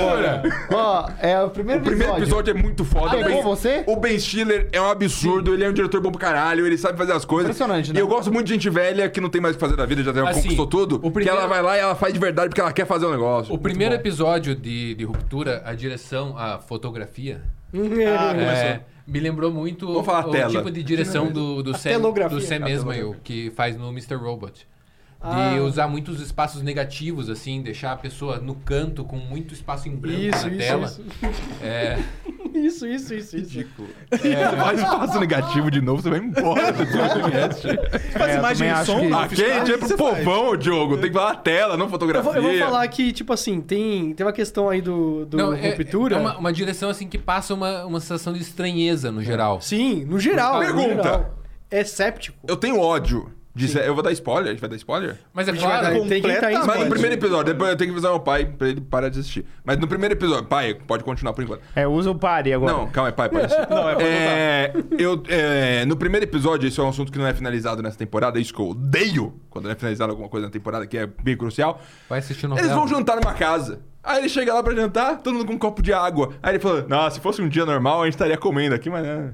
Speaker 5: Olha,
Speaker 1: Ó, é o primeiro
Speaker 5: o primeiro
Speaker 1: episódio.
Speaker 5: episódio é muito foda.
Speaker 1: Ah,
Speaker 5: o
Speaker 1: pegou
Speaker 5: Ben-
Speaker 1: você?
Speaker 5: O Ben Stiller é um absurdo, ele é um diretor bom pra caralho, ele sabe fazer as coisas.
Speaker 1: Impressionante, né?
Speaker 5: E eu gosto muito de gente velha que não tem mais o que fazer da vida, já
Speaker 4: Assim,
Speaker 5: conquistou tudo.
Speaker 4: o primeiro-
Speaker 5: Que ela vai lá e ela faz de verdade porque ela quer fazer um negócio.
Speaker 4: O primeiro episódio de, de Ruptura, a direção, a fotografia, é, me lembrou muito
Speaker 5: Ah, Vamos falar
Speaker 4: o
Speaker 5: tela.
Speaker 4: tipo de direção do, do Sam,
Speaker 3: telografia.
Speaker 4: do Sam
Speaker 5: A
Speaker 4: Esmail,
Speaker 5: telografia.
Speaker 4: que faz no Mr. Robot. De
Speaker 3: Ah.
Speaker 4: usar muitos espaços negativos, assim, deixar a pessoa no canto com muito espaço em branco
Speaker 3: Isso,
Speaker 4: na
Speaker 3: isso,
Speaker 4: tela.
Speaker 3: isso.
Speaker 4: É,
Speaker 3: Isso, isso, isso, isso.
Speaker 5: É. Faz espaço negativo de novo, você vai embora do podcast.
Speaker 2: Faz
Speaker 1: É,
Speaker 2: Tipo assim, imagem
Speaker 1: também
Speaker 2: e
Speaker 1: acho
Speaker 2: som,
Speaker 1: que-
Speaker 2: não,
Speaker 5: A gente é pro povão, Diogo. Tem que falar a tela, não
Speaker 3: Eu
Speaker 5: fotografia.
Speaker 3: vou, eu vou falar que, tipo assim, tem, tem uma questão aí do, do
Speaker 4: não, é-
Speaker 3: ruptura.
Speaker 4: é uma, uma direção, assim, que passa uma, uma sensação de estranheza,
Speaker 3: É.
Speaker 4: no geral.
Speaker 3: Sim, no geral. no
Speaker 5: Pergunta.
Speaker 3: geral. É séptico.
Speaker 5: Eu tenho ódio. de Sé- Eu vou dar spoiler? A gente vai dar spoiler?
Speaker 4: Mas é
Speaker 3: Cara,
Speaker 4: claro...
Speaker 3: tem que entrar em
Speaker 2: completamente.
Speaker 5: Mas
Speaker 3: spoiler.
Speaker 5: no primeiro episódio, é depois eu tenho que avisar meu pai pra ele parar de assistir. Mas no primeiro episódio, pai, pode continuar por enquanto.
Speaker 1: É, usa o pare agora.
Speaker 5: Não, calma aí, pai, pode assistir.
Speaker 2: é pra voltar.
Speaker 5: É, eu, é, no primeiro episódio, isso é um assunto que não é finalizado nessa temporada, é isso que eu odeio quando não é finalizado alguma coisa na temporada, que é bem crucial.
Speaker 4: Vai assistir novela.
Speaker 5: Eles vão jantar numa casa. Aí ele chega lá pra jantar, todo mundo com um copo de água. Aí ele fala: Nossa, se fosse um dia normal, a gente estaria comendo aqui, mas. né?"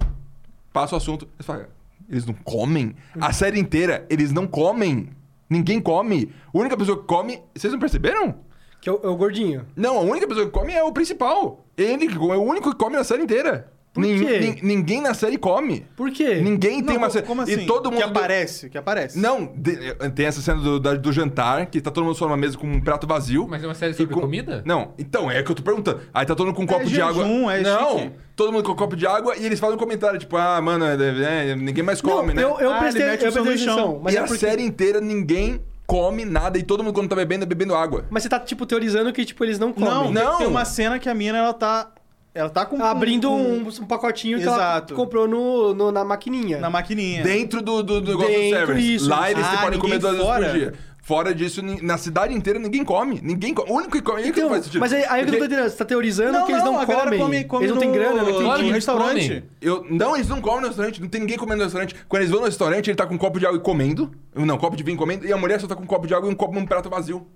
Speaker 5: Passa o assunto. Eles falam: Eles não comem? A série inteira, eles não comem. Ninguém come. A única pessoa que come. Vocês não perceberam?
Speaker 3: Que é o, é o gordinho.
Speaker 5: Não, a única pessoa que come é o principal. Ele que come- é o único que come na série inteira.
Speaker 3: Por quê?
Speaker 5: ninguém na série come.
Speaker 3: Por quê?
Speaker 5: Ninguém tem
Speaker 2: Não,
Speaker 5: uma série.
Speaker 2: Como assim?
Speaker 5: E todo mundo.
Speaker 2: Que aparece, que aparece.
Speaker 5: Não, de- eh, tem essa cena do, da- do jantar, que tá todo mundo só numa mesa com um prato vazio.
Speaker 4: Mas é uma série
Speaker 5: E
Speaker 4: sobre
Speaker 5: com-
Speaker 4: comida?
Speaker 5: Não, então, é o que eu tô perguntando. Aí tá todo mundo com um copo de água.
Speaker 2: jejum, é
Speaker 5: não,
Speaker 2: chique.
Speaker 5: todo mundo com um copo de água e eles fazem um comentário, tipo, ah, mano, é, é, ninguém mais
Speaker 3: Não,
Speaker 5: come, né?
Speaker 3: Eu, eu
Speaker 2: Ah,
Speaker 3: prestei,
Speaker 2: ele
Speaker 3: eu
Speaker 2: mete o
Speaker 3: prestei
Speaker 2: sanduichão.
Speaker 3: atenção. Mas
Speaker 5: e
Speaker 3: é
Speaker 5: a
Speaker 3: porque-
Speaker 5: série inteira ninguém come nada e todo mundo quando tá bebendo é bebendo água.
Speaker 3: Mas você tá, tipo, teorizando que, tipo, eles não comem.
Speaker 2: Não,
Speaker 5: Não.
Speaker 2: Tem uma cena que a mina, ela tá... Ela tá com...
Speaker 3: Abrindo
Speaker 2: com-
Speaker 3: um, um pacotinho que
Speaker 2: Exato.
Speaker 3: ela comprou no, no- na maquininha.
Speaker 2: Na maquininha.
Speaker 5: Dentro do, do, do negócio
Speaker 3: Dentro,
Speaker 5: do service.
Speaker 3: isso,
Speaker 5: Lá
Speaker 2: isso.
Speaker 5: eles
Speaker 2: Ah,
Speaker 5: podem comer
Speaker 2: ninguém
Speaker 5: duas vezes por
Speaker 2: fora.
Speaker 5: dia. Fora disso, nin- na cidade inteira ninguém come. Ninguém come. O único que come. é o único que
Speaker 3: Então,
Speaker 5: faz sentido.
Speaker 3: mas aí, aí o que eu tô
Speaker 5: Porque
Speaker 3: entendendo, você tá teorizando
Speaker 2: Não,
Speaker 3: que eles não,
Speaker 2: não, a galera
Speaker 3: comem.
Speaker 2: come- come
Speaker 3: eles não têm
Speaker 2: no-
Speaker 3: grana, não tem
Speaker 2: Claro
Speaker 4: Claro
Speaker 2: que
Speaker 4: que
Speaker 3: dinheiro.
Speaker 2: restaurante.
Speaker 4: comem.
Speaker 5: eu- não, eles não comem no restaurante. Não tem ninguém comendo no restaurante. Quando eles vão no restaurante, ele tá com um copo de água e comendo. Não, copo de vinho comendo. E a mulher só tá com um copo de água e um copo num prato vazio.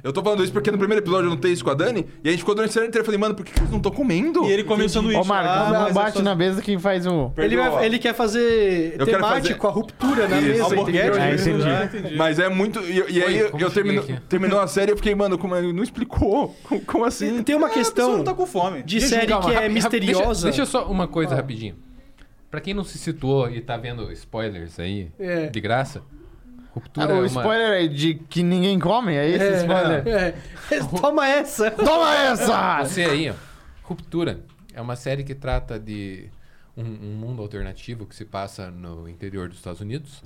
Speaker 5: Eu tô falando isso porque no primeiro episódio eu notei isso com a Dani. E a gente ficou durante a série inteira. Eu falei, mano, por que que eles não estão comendo?
Speaker 2: E ele come o sanduíche.
Speaker 1: Ó, Marcos,
Speaker 2: Ah, mas
Speaker 1: não
Speaker 2: é
Speaker 1: bate
Speaker 2: só-
Speaker 1: na mesa quem faz Ah, o.
Speaker 3: Ele, vai-
Speaker 5: Perdoa.
Speaker 3: ele quer fazer
Speaker 5: Eu quero
Speaker 3: temático,
Speaker 5: fazer-
Speaker 3: a ruptura na
Speaker 5: Isso,
Speaker 3: mesa,
Speaker 5: hamburguete,
Speaker 3: entendeu?
Speaker 4: É,
Speaker 1: né?
Speaker 2: Ah,
Speaker 1: entendi.
Speaker 5: Mas é muito. E, e aí
Speaker 4: Oi,
Speaker 5: eu,
Speaker 4: como eu cheguei
Speaker 5: termino,
Speaker 4: aqui?
Speaker 5: terminou a série e eu fiquei, mano, como é, não explicou? Como, como assim?
Speaker 3: Tem uma
Speaker 2: A pessoa
Speaker 3: questão
Speaker 2: não tá com fome.
Speaker 3: de
Speaker 4: Jejum,
Speaker 3: série
Speaker 4: calma,
Speaker 3: que
Speaker 4: rapi-
Speaker 3: é
Speaker 4: rapi-
Speaker 3: misteriosa.
Speaker 4: Deixa, deixa só uma coisa rapidinho. Pra quem não se situou e tá vendo spoilers aí,
Speaker 3: É.
Speaker 4: de graça,
Speaker 1: Ah,
Speaker 4: Ruptura é
Speaker 1: o
Speaker 4: uma...
Speaker 1: spoiler é de que ninguém come? É esse spoiler?
Speaker 3: É, é. Toma essa!
Speaker 1: Toma essa!
Speaker 5: Assim.
Speaker 4: Você aí, ó. Ruptura é uma série que trata de um, um mundo alternativo que se passa no interior dos Estados Unidos,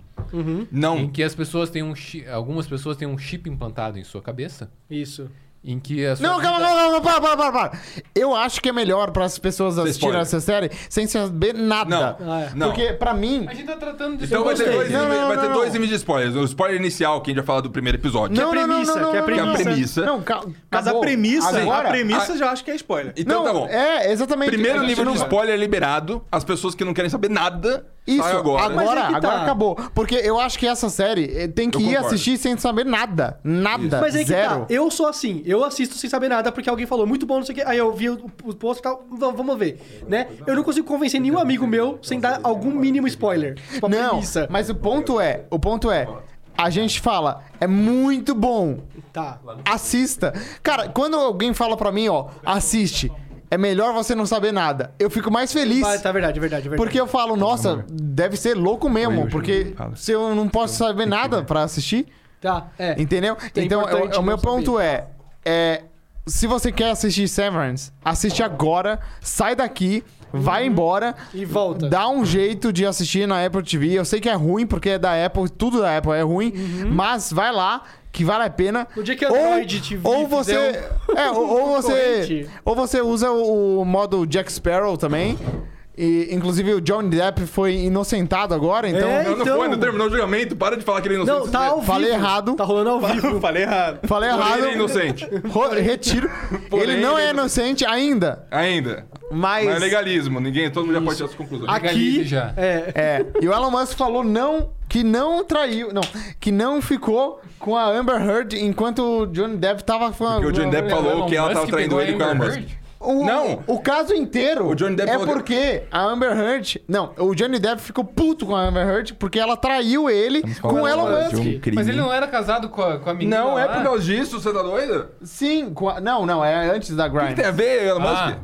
Speaker 5: Não.
Speaker 4: em que as pessoas têm um chi- algumas pessoas têm um chip implantado em sua cabeça
Speaker 3: Isso.
Speaker 4: Em que a sua
Speaker 1: Não,
Speaker 4: vida-
Speaker 1: calma, calma, calma, para, para, para, para. Eu acho que é melhor para as pessoas assistirem
Speaker 5: spoiler.
Speaker 1: essa série sem saber nada.
Speaker 5: Não,
Speaker 3: Ah, é.
Speaker 5: não.
Speaker 1: Porque, pra mim...
Speaker 4: A gente tá tratando de
Speaker 5: Então vai ter,
Speaker 3: gostei.
Speaker 5: dois,
Speaker 1: Não, não,
Speaker 5: vai ter
Speaker 1: não, não.
Speaker 5: dois níveis de spoilers. O spoiler inicial, que a gente vai falar do primeiro episódio.
Speaker 1: Não, não, não,
Speaker 3: premissa,
Speaker 1: não,
Speaker 3: que é a
Speaker 1: não,
Speaker 5: premissa.
Speaker 1: não,
Speaker 5: Que é a premissa.
Speaker 1: Não, calma.
Speaker 2: Mas a premissa,
Speaker 1: Agora,
Speaker 2: a premissa já acho que é spoiler.
Speaker 1: não,
Speaker 5: Então tá bom.
Speaker 1: É, exatamente. A
Speaker 5: Primeiro
Speaker 1: gente
Speaker 5: nível
Speaker 1: não
Speaker 5: de
Speaker 1: vai-
Speaker 5: spoiler é liberado. As pessoas que não querem saber nada,
Speaker 1: Isso,
Speaker 5: saem
Speaker 1: agora,
Speaker 5: agora.
Speaker 1: agora,
Speaker 3: Mas é que tá.
Speaker 1: acabou. Porque eu acho que essa série eh, tem que
Speaker 5: Eu
Speaker 1: ir
Speaker 5: concordo.
Speaker 1: assistir sem saber nada. Nada.
Speaker 3: Mas aí que
Speaker 1: Zero.
Speaker 3: tá, eu sou assim, eu assisto sem saber nada, porque alguém falou muito bom, não sei o que, aí eu vi o, o post e tal, v- vamos ver, né? Eu não consigo convencer nenhum amigo meu sem dar algum mínimo spoiler. Tipo, a
Speaker 1: não,
Speaker 3: premissa.
Speaker 1: mas o ponto é, o ponto é, a gente fala, é muito bom,
Speaker 3: Tá.
Speaker 1: assista. Cara, quando alguém fala pra mim, ó, assiste, é melhor você não saber nada. Eu fico mais feliz.
Speaker 3: Mas, tá verdade, é verdade, é verdade.
Speaker 1: Porque eu falo, nossa, deve ser louco mesmo, porque se eu não posso saber nada pra assistir,
Speaker 3: Tá, é.
Speaker 1: entendeu? Então,
Speaker 3: importante
Speaker 1: eu- o meu
Speaker 3: não
Speaker 1: ponto é, é, se você quer assistir Severance, assiste agora, sai daqui, vai embora,
Speaker 3: Uhum. E volta.
Speaker 1: Dá um jeito de assistir na Apple TV. Eu sei que é ruim, porque é da Apple, tudo da Apple é ruim, mas vai lá, que vale a pena.
Speaker 3: Uhum. No dia que Android te vi-
Speaker 1: Ou você. É, ou, ou você.
Speaker 3: um Corrente.
Speaker 1: ou você usa o, o modo Jack Sparrow também. E, inclusive, o Johnny Depp foi inocentado agora, então.
Speaker 3: É,
Speaker 5: Não, não
Speaker 3: Então-
Speaker 5: foi, não terminou o julgamento. Para de falar que ele é inocente.
Speaker 3: Não, tá ao vivo.
Speaker 1: Falei errado.
Speaker 3: Tá rolando ao
Speaker 2: Eu
Speaker 3: vivo.
Speaker 2: falei errado.
Speaker 1: Falei
Speaker 5: Porém, ele é
Speaker 1: errado.
Speaker 5: inocente.
Speaker 1: Ro- Retiro.
Speaker 5: Porém,
Speaker 1: ele não
Speaker 5: ele
Speaker 1: é
Speaker 5: é
Speaker 1: inocente ainda,
Speaker 5: Ainda.
Speaker 1: mas.
Speaker 5: Mas é legalismo. Ninguém, todo mundo já pode tirar suas conclusões.
Speaker 4: Aqui-
Speaker 3: Aqui,
Speaker 4: Legalize já.
Speaker 3: é.
Speaker 1: É, e o Elon Musk falou não, que não traiu, não, que não ficou com a Amber Heard enquanto o Johnny Depp tava com a,
Speaker 5: Porque o Johnny Depp falou
Speaker 4: Elon
Speaker 5: que ela
Speaker 4: Musk
Speaker 5: tava traindo
Speaker 4: pegou
Speaker 5: ele
Speaker 4: a
Speaker 5: com a Elon
Speaker 4: é Amber
Speaker 5: Musk.
Speaker 4: Heard?
Speaker 1: O,
Speaker 5: Não.
Speaker 1: O caso inteiro
Speaker 5: O Johnny Depp
Speaker 1: é
Speaker 5: falou que-
Speaker 1: porque a Amber Heard... Não, o Johnny Depp ficou puto com a Amber Heard porque ela traiu ele com o Elon Musk.
Speaker 4: Mas ele
Speaker 1: é
Speaker 4: não era casado com a, com a menina
Speaker 5: um Não é
Speaker 4: lá?
Speaker 5: por causa disso, você tá doido?
Speaker 1: Sim, com a- não, não, é antes da
Speaker 5: O que
Speaker 1: Grind.
Speaker 5: tem a ver, Elon
Speaker 4: Ah.
Speaker 5: Musk?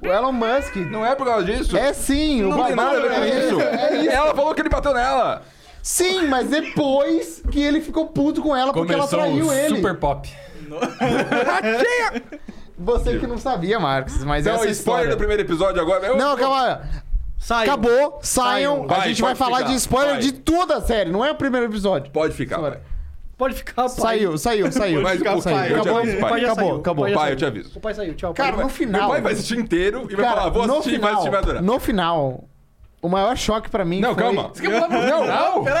Speaker 1: O Elon Musk...
Speaker 5: Não é por causa disso?
Speaker 1: É sim, o
Speaker 5: Não tem nada a
Speaker 1: bagulho
Speaker 5: ver com
Speaker 1: é
Speaker 5: isso.
Speaker 1: é isso.
Speaker 5: Ela falou que ele bateu nela.
Speaker 1: Sim, mas depois que ele ficou puto com ela porque
Speaker 4: Começou
Speaker 1: ela traiu
Speaker 4: o
Speaker 1: ele.
Speaker 4: Super Pop.
Speaker 1: Tá Você que não sabia, Marcos, mas
Speaker 5: Então,
Speaker 1: essa é a
Speaker 5: spoiler
Speaker 1: história.
Speaker 5: do primeiro episódio agora. né? Eu-
Speaker 1: Não, calma.
Speaker 3: Sai.
Speaker 1: Acabou, saiam.
Speaker 5: Vai,
Speaker 1: a gente vai
Speaker 5: pode
Speaker 1: falar
Speaker 5: ficar.
Speaker 1: de spoiler
Speaker 5: Vai.
Speaker 1: de toda a série, não é o primeiro episódio.
Speaker 5: Pode ficar,
Speaker 1: Agora.
Speaker 5: pai.
Speaker 3: Pode ficar, pai.
Speaker 1: Saiu, saiu, saiu.
Speaker 5: Mas
Speaker 1: saiu,
Speaker 5: o pai, eu te
Speaker 1: acabou,
Speaker 5: aviso,
Speaker 3: O pai já
Speaker 1: acabou,
Speaker 3: saiu.
Speaker 1: acabou.
Speaker 3: O já
Speaker 5: Pai,
Speaker 3: saiu.
Speaker 5: eu te aviso.
Speaker 3: O pai saiu, tchau.
Speaker 1: Cara,
Speaker 3: pai.
Speaker 1: no final.
Speaker 5: Meu pai vai assistir inteiro e vai
Speaker 1: cara,
Speaker 5: falar, vou
Speaker 1: no
Speaker 5: assistir, vai
Speaker 1: final-
Speaker 5: assistir, vai adorar.
Speaker 1: No final, o maior choque pra mim
Speaker 5: Não,
Speaker 1: foi...
Speaker 5: calma.
Speaker 4: Não, não.
Speaker 5: Agora,
Speaker 3: calma,
Speaker 5: agora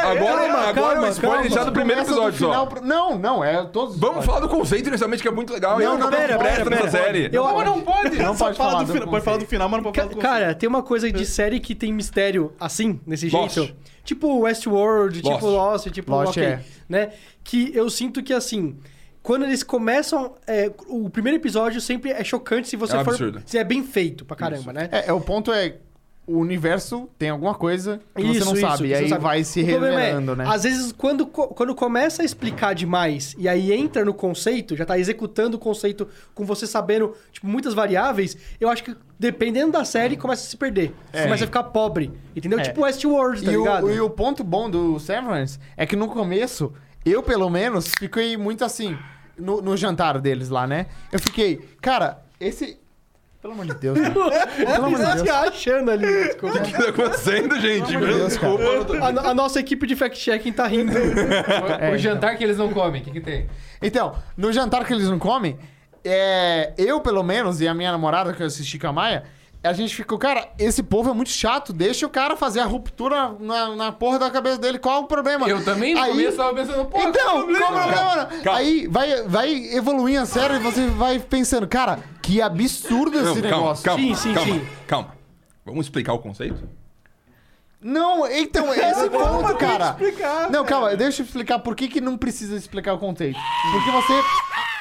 Speaker 5: é
Speaker 3: calma,
Speaker 5: o spoiler
Speaker 3: calma.
Speaker 5: já do primeiro
Speaker 1: Começa do
Speaker 5: episódio
Speaker 1: final
Speaker 5: só.
Speaker 1: pro- Não, não, é todos os
Speaker 5: Vamos
Speaker 1: episódios.
Speaker 5: falar do conceito inicialmente que é muito legal.
Speaker 1: Não,
Speaker 5: Não,
Speaker 1: não,
Speaker 5: não, presta
Speaker 1: pera,
Speaker 5: presta
Speaker 3: pera,
Speaker 5: nessa
Speaker 3: pera.
Speaker 5: série.
Speaker 3: Eu-
Speaker 2: Não, mas não pode.
Speaker 1: Não
Speaker 2: Só
Speaker 1: pode
Speaker 2: fala
Speaker 1: falar
Speaker 2: do
Speaker 1: do
Speaker 2: final. Pode falar do final, mas não pode
Speaker 3: Ca-
Speaker 2: falar do conceito.
Speaker 3: Cara, tem uma coisa
Speaker 1: É.
Speaker 3: de série que tem mistério assim, desse
Speaker 5: Lost.
Speaker 3: jeito. Tipo Westworld,
Speaker 5: Lost.
Speaker 3: tipo Lost, tipo
Speaker 1: Lost,
Speaker 3: ok,
Speaker 1: é.
Speaker 3: né? Que eu sinto que assim, quando eles começam, é, o primeiro episódio sempre é chocante se você
Speaker 5: É um
Speaker 3: for,
Speaker 5: absurdo.
Speaker 3: se é bem feito pra caramba, né?
Speaker 1: É, é, o ponto é... O universo tem alguma coisa que você não sabe. E
Speaker 3: você
Speaker 1: aí
Speaker 3: sabe.
Speaker 1: vai se
Speaker 3: O problema é,
Speaker 1: revelando, né?
Speaker 3: Às vezes, quando, co- quando começa a explicar demais e aí entra no conceito, já tá executando o conceito com você sabendo, tipo, muitas variáveis, eu acho que, dependendo da série, começa a se perder. Começa a ficar pobre, entendeu?
Speaker 1: É.
Speaker 3: Tipo Westworld, tá
Speaker 1: e,
Speaker 3: ligado?
Speaker 1: o, e o ponto bom do Severance é que no começo, eu pelo menos, fiquei muito assim, no, no jantar deles lá, né? Eu fiquei, cara, esse. Pelo amor de Deus, cara.
Speaker 3: Pelo amor de Deus. É, achando ali. desculpa.
Speaker 5: O que tá acontecendo, gente?
Speaker 1: amor de Deus, cara.
Speaker 5: Desculpa. eu tô-
Speaker 3: A, no- a nossa equipe de fact-checking tá rindo.
Speaker 4: O- O jantar que eles não comem, o que que tem?
Speaker 1: Então, no jantar que eles não comem, é, eu pelo menos e a minha namorada que eu assisti com a Maia, a gente ficou, cara, esse povo é muito chato, deixa o cara fazer a ruptura na, na porra da cabeça dele, qual o problema?
Speaker 4: Eu também no
Speaker 1: Aí-
Speaker 4: começo tava pensando, pô,
Speaker 1: Então,
Speaker 4: que
Speaker 1: qual o problema?
Speaker 5: Calma.
Speaker 1: Aí vai, vai evoluindo a série e você vai pensando, cara, que absurdo esse
Speaker 5: Não, calma,
Speaker 1: negócio.
Speaker 5: calma,
Speaker 3: Sim, sim,
Speaker 5: calma,
Speaker 3: sim.
Speaker 5: calma. Vamos explicar o conceito?
Speaker 1: Não, então, esse ponto, cara.
Speaker 2: explicar,
Speaker 1: não, calma, deixa eu explicar por que, que não precisa explicar o conceito. Porque você.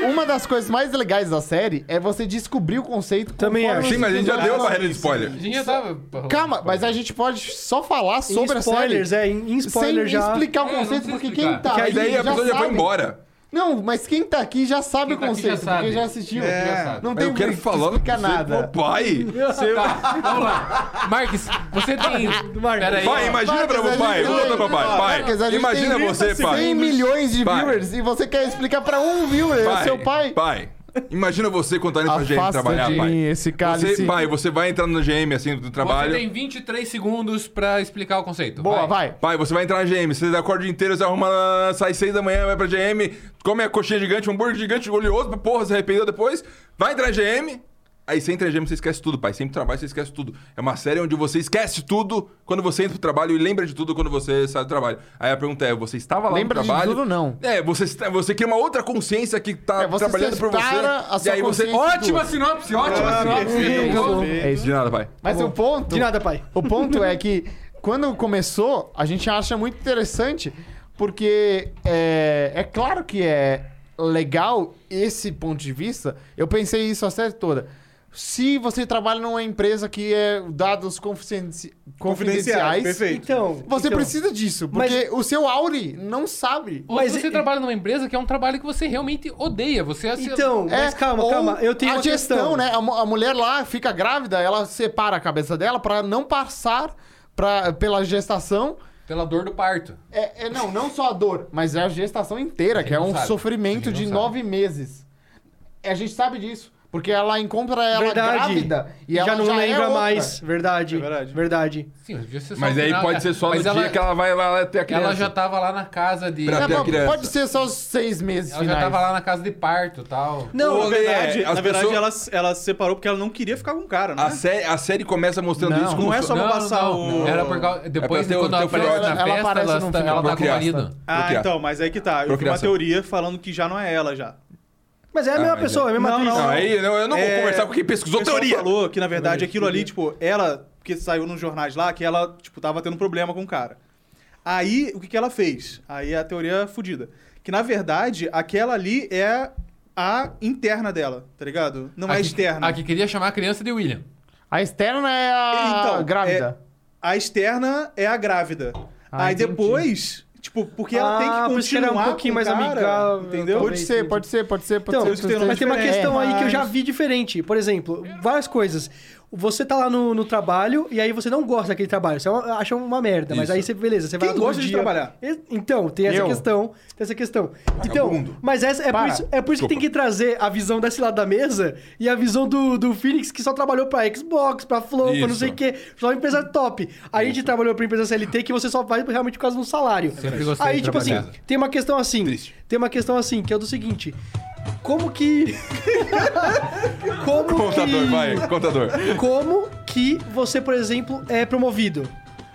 Speaker 1: Uma das coisas mais legais da série é você descobrir o conceito.
Speaker 3: Também
Speaker 1: conforme
Speaker 3: acho.
Speaker 5: Sim,
Speaker 1: os
Speaker 5: mas a gente já
Speaker 1: episódios
Speaker 5: deu a
Speaker 1: vão
Speaker 5: barreira de spoiler.
Speaker 4: A gente já tava... porra,
Speaker 1: Calma, mas a gente pode só falar
Speaker 3: Em
Speaker 1: sobre a série.
Speaker 3: spoilers, é, em, em spoiler
Speaker 1: sem
Speaker 3: já.
Speaker 1: explicar o
Speaker 4: É, não
Speaker 1: conceito,
Speaker 4: precisa
Speaker 1: porque
Speaker 4: explicar.
Speaker 1: quem tá
Speaker 3: Porque
Speaker 5: Mas
Speaker 1: aí
Speaker 5: daí a pessoa já foi
Speaker 1: sabe.
Speaker 5: embora.
Speaker 1: Não, mas quem tá aqui já sabe
Speaker 4: Quem tá
Speaker 1: o
Speaker 4: aqui já
Speaker 1: conceito,
Speaker 4: sabe.
Speaker 1: porque já assistiu.
Speaker 4: É. Já sabe.
Speaker 1: Não
Speaker 5: Mas
Speaker 1: tem
Speaker 5: eu quero
Speaker 1: que
Speaker 5: falar do
Speaker 1: explicar
Speaker 5: conceito do
Speaker 1: nada.
Speaker 5: pai.
Speaker 4: Tá, vamos lá. Marques, você tem...
Speaker 3: Marques.
Speaker 4: Peraí.
Speaker 5: Pai,
Speaker 4: ó.
Speaker 5: imagina pra
Speaker 1: Marques, a
Speaker 5: pai.
Speaker 1: gente
Speaker 5: Vou voltar pra
Speaker 1: tem-
Speaker 5: pai.
Speaker 1: Marques, a
Speaker 5: Pai,
Speaker 1: gente
Speaker 5: imagina
Speaker 1: tem
Speaker 5: você,
Speaker 1: 100
Speaker 5: pai.
Speaker 1: milhões de
Speaker 5: Pai.
Speaker 1: viewers e você quer explicar pra um viewer, é
Speaker 5: Pai,
Speaker 1: seu pai?
Speaker 5: Pai. Imagina você contarem pra GM trabalhar,
Speaker 1: Afasta de mim
Speaker 5: pai.
Speaker 1: esse
Speaker 5: Você,
Speaker 1: cálice.
Speaker 5: pai, você vai entrando na GM, assim, do trabalho.
Speaker 4: Você tem 23 segundos pra explicar o conceito.
Speaker 1: Boa, vai.
Speaker 5: Pai, você vai entrar na GM, você acorda o dia inteiro, você arruma, sai seis da manhã, vai pra GM, come a coxinha gigante, um hambúrguer gigante, oleoso, pra porra, se arrependeu depois, vai entrar na GM, aí você entra na GM, você esquece tudo, pai. Sempre trabalho, você esquece tudo. É uma série onde você esquece tudo quando você entra pro trabalho e lembra de tudo quando você sai do trabalho. Aí a pergunta é, você estava lá
Speaker 1: Lembra
Speaker 5: no
Speaker 1: de
Speaker 5: trabalho?
Speaker 1: tudo, não.
Speaker 5: É, você, está- você cria uma outra consciência que tá
Speaker 1: É, você
Speaker 5: trabalhando pra você.
Speaker 1: separa a
Speaker 5: e
Speaker 1: sua
Speaker 5: aí você...
Speaker 1: consciência Ah,
Speaker 4: Ótima sinopse, ótima sinopse.
Speaker 1: É isso.
Speaker 5: então. De nada, pai.
Speaker 1: Mas o ponto.
Speaker 3: De nada, pai.
Speaker 1: O ponto é que quando começou, a gente acha muito interessante, porque é, é claro que é legal esse ponto de vista. Eu pensei isso a série toda. Se você trabalha numa empresa que é dados confidenci- confidenciais,
Speaker 2: Perfeito.
Speaker 3: Então.
Speaker 1: você
Speaker 3: então,
Speaker 1: precisa disso,
Speaker 3: Mas-
Speaker 1: porque o seu Auri não sabe.
Speaker 4: Ou
Speaker 3: Mas
Speaker 4: você
Speaker 3: e-
Speaker 4: trabalha numa empresa que é um trabalho que você realmente odeia. Você é seu-
Speaker 3: Então, mas
Speaker 1: É,
Speaker 3: calma,
Speaker 1: ou
Speaker 3: calma. Eu tenho
Speaker 1: a
Speaker 3: uma
Speaker 1: gestão,
Speaker 3: questão.
Speaker 1: né? A, mu- a mulher lá fica grávida, ela separa a cabeça dela pra não passar pra, pela gestação
Speaker 4: pela dor do parto.
Speaker 1: É, é, não, não só a dor, mas é a gestação inteira, que é
Speaker 4: não
Speaker 1: um
Speaker 4: sabe.
Speaker 1: sofrimento
Speaker 4: A gente
Speaker 1: de
Speaker 4: não
Speaker 1: nove
Speaker 4: sabe.
Speaker 1: meses. A gente sabe disso. Porque ela encontra ela
Speaker 3: Verdade.
Speaker 1: grávida e
Speaker 3: já
Speaker 1: ela
Speaker 3: não
Speaker 1: já é
Speaker 3: lembra
Speaker 1: outra.
Speaker 3: mais. Verdade.
Speaker 2: É verdade.
Speaker 3: Verdade.
Speaker 4: Sim, devia ser só
Speaker 5: Mas
Speaker 4: no
Speaker 5: aí
Speaker 4: final, né?
Speaker 5: pode ser só
Speaker 4: Mas
Speaker 5: no dia que ela vai lá até a criança.
Speaker 4: Ela já tava lá na casa de.
Speaker 5: Pra
Speaker 1: É,
Speaker 5: ter a
Speaker 1: mas
Speaker 5: criança.
Speaker 1: pode ser só os seis meses
Speaker 4: Ela já
Speaker 1: finais.
Speaker 4: tava lá na casa de parto e tal.
Speaker 3: Não,
Speaker 5: Ô,
Speaker 2: na verdade,
Speaker 5: Lê, as
Speaker 2: na verdade
Speaker 5: pessoas-
Speaker 2: ela, ela se separou porque ela não queria ficar com o cara, né?
Speaker 5: A série, a série começa mostrando
Speaker 1: Não.
Speaker 5: isso como
Speaker 2: Não é
Speaker 5: so-
Speaker 2: só pra
Speaker 4: Não,
Speaker 2: passar
Speaker 4: não,
Speaker 2: o.
Speaker 4: não. Era por causa. Depois,
Speaker 5: É pra ter o-
Speaker 4: quando ela
Speaker 5: ter o
Speaker 4: aparece
Speaker 5: filhote.
Speaker 4: na
Speaker 1: Ela
Speaker 4: festa, ela,
Speaker 1: aparece no
Speaker 4: tá-
Speaker 1: filme.
Speaker 4: ela tá com o
Speaker 5: Procriação.
Speaker 4: marido.
Speaker 2: Ah,
Speaker 5: Procriar.
Speaker 2: então, mas aí que tá. Eu vi uma
Speaker 5: Procriação.
Speaker 2: teoria falando que já não é ela já.
Speaker 3: Mas é a mesma
Speaker 5: Ah, mas
Speaker 3: pessoa, é a mesma
Speaker 2: Não,
Speaker 3: atriz.
Speaker 5: Não,
Speaker 2: não.
Speaker 5: aí eu eu não vou
Speaker 2: É,
Speaker 5: conversar com quem
Speaker 2: O
Speaker 5: pesquisou
Speaker 2: pessoal
Speaker 5: teoria.
Speaker 2: falou que, na verdade, aquilo ali, tipo, ela, que saiu nos jornais lá, que ela, tipo, tava tendo problema com o cara. Aí, o que, que ela fez? Aí a teoria é fodida. Que, na verdade, aquela ali é a interna dela, tá ligado? Não é a
Speaker 4: Aqui-
Speaker 2: externa.
Speaker 4: Aqui queria chamar a criança de William.
Speaker 1: A externa é a
Speaker 2: Então,
Speaker 1: grávida.
Speaker 2: A externa é a grávida.
Speaker 1: Ah,
Speaker 2: aí
Speaker 1: entendi.
Speaker 2: depois, tipo, porque ela
Speaker 3: Ah,
Speaker 2: tem que
Speaker 3: por isso que ela é um
Speaker 2: continuar
Speaker 3: pouquinho
Speaker 2: com o
Speaker 3: mais
Speaker 2: cara,
Speaker 3: amigável,
Speaker 2: entendeu?
Speaker 1: Pode
Speaker 3: talvez.
Speaker 1: ser, pode ser, pode ser, pode
Speaker 3: Então,
Speaker 1: ser.
Speaker 2: isso que tem-
Speaker 3: mas tem uma
Speaker 2: É,
Speaker 3: questão aí que eu já
Speaker 1: mas-
Speaker 3: vi diferente. Por exemplo, várias coisas. Você tá lá no, no trabalho e aí você não gosta daquele trabalho. Você é uma- acha uma merda, mas
Speaker 5: Isso.
Speaker 3: aí você, beleza, você vai
Speaker 2: Quem
Speaker 3: lá todo
Speaker 2: gosta de
Speaker 3: dia.
Speaker 2: trabalhar?
Speaker 3: E- Então, tem essa
Speaker 1: Eu.
Speaker 3: questão. Tem essa questão. Então,
Speaker 5: Vagabundo.
Speaker 3: mas essa, é, por
Speaker 1: Para.
Speaker 3: isso, é por isso que tem que trazer a visão desse lado da mesa e a visão do, do Phoenix que só trabalhou pra Xbox, pra Flow, pra não
Speaker 5: Isso.
Speaker 3: sei o quê. Só uma empresa top. A gente trabalhou pra empresa CLT que você só vai realmente por causa do salário.
Speaker 4: Sempre gostei
Speaker 3: Aí,
Speaker 4: de
Speaker 3: tipo assim,
Speaker 4: trabalhar.
Speaker 3: tem uma questão assim.
Speaker 5: Triste.
Speaker 3: Tem uma questão assim, que é do seguinte. Como que. como
Speaker 5: Contador,
Speaker 3: que.
Speaker 5: tá vai, contador.
Speaker 3: Como que você, por exemplo, é promovido?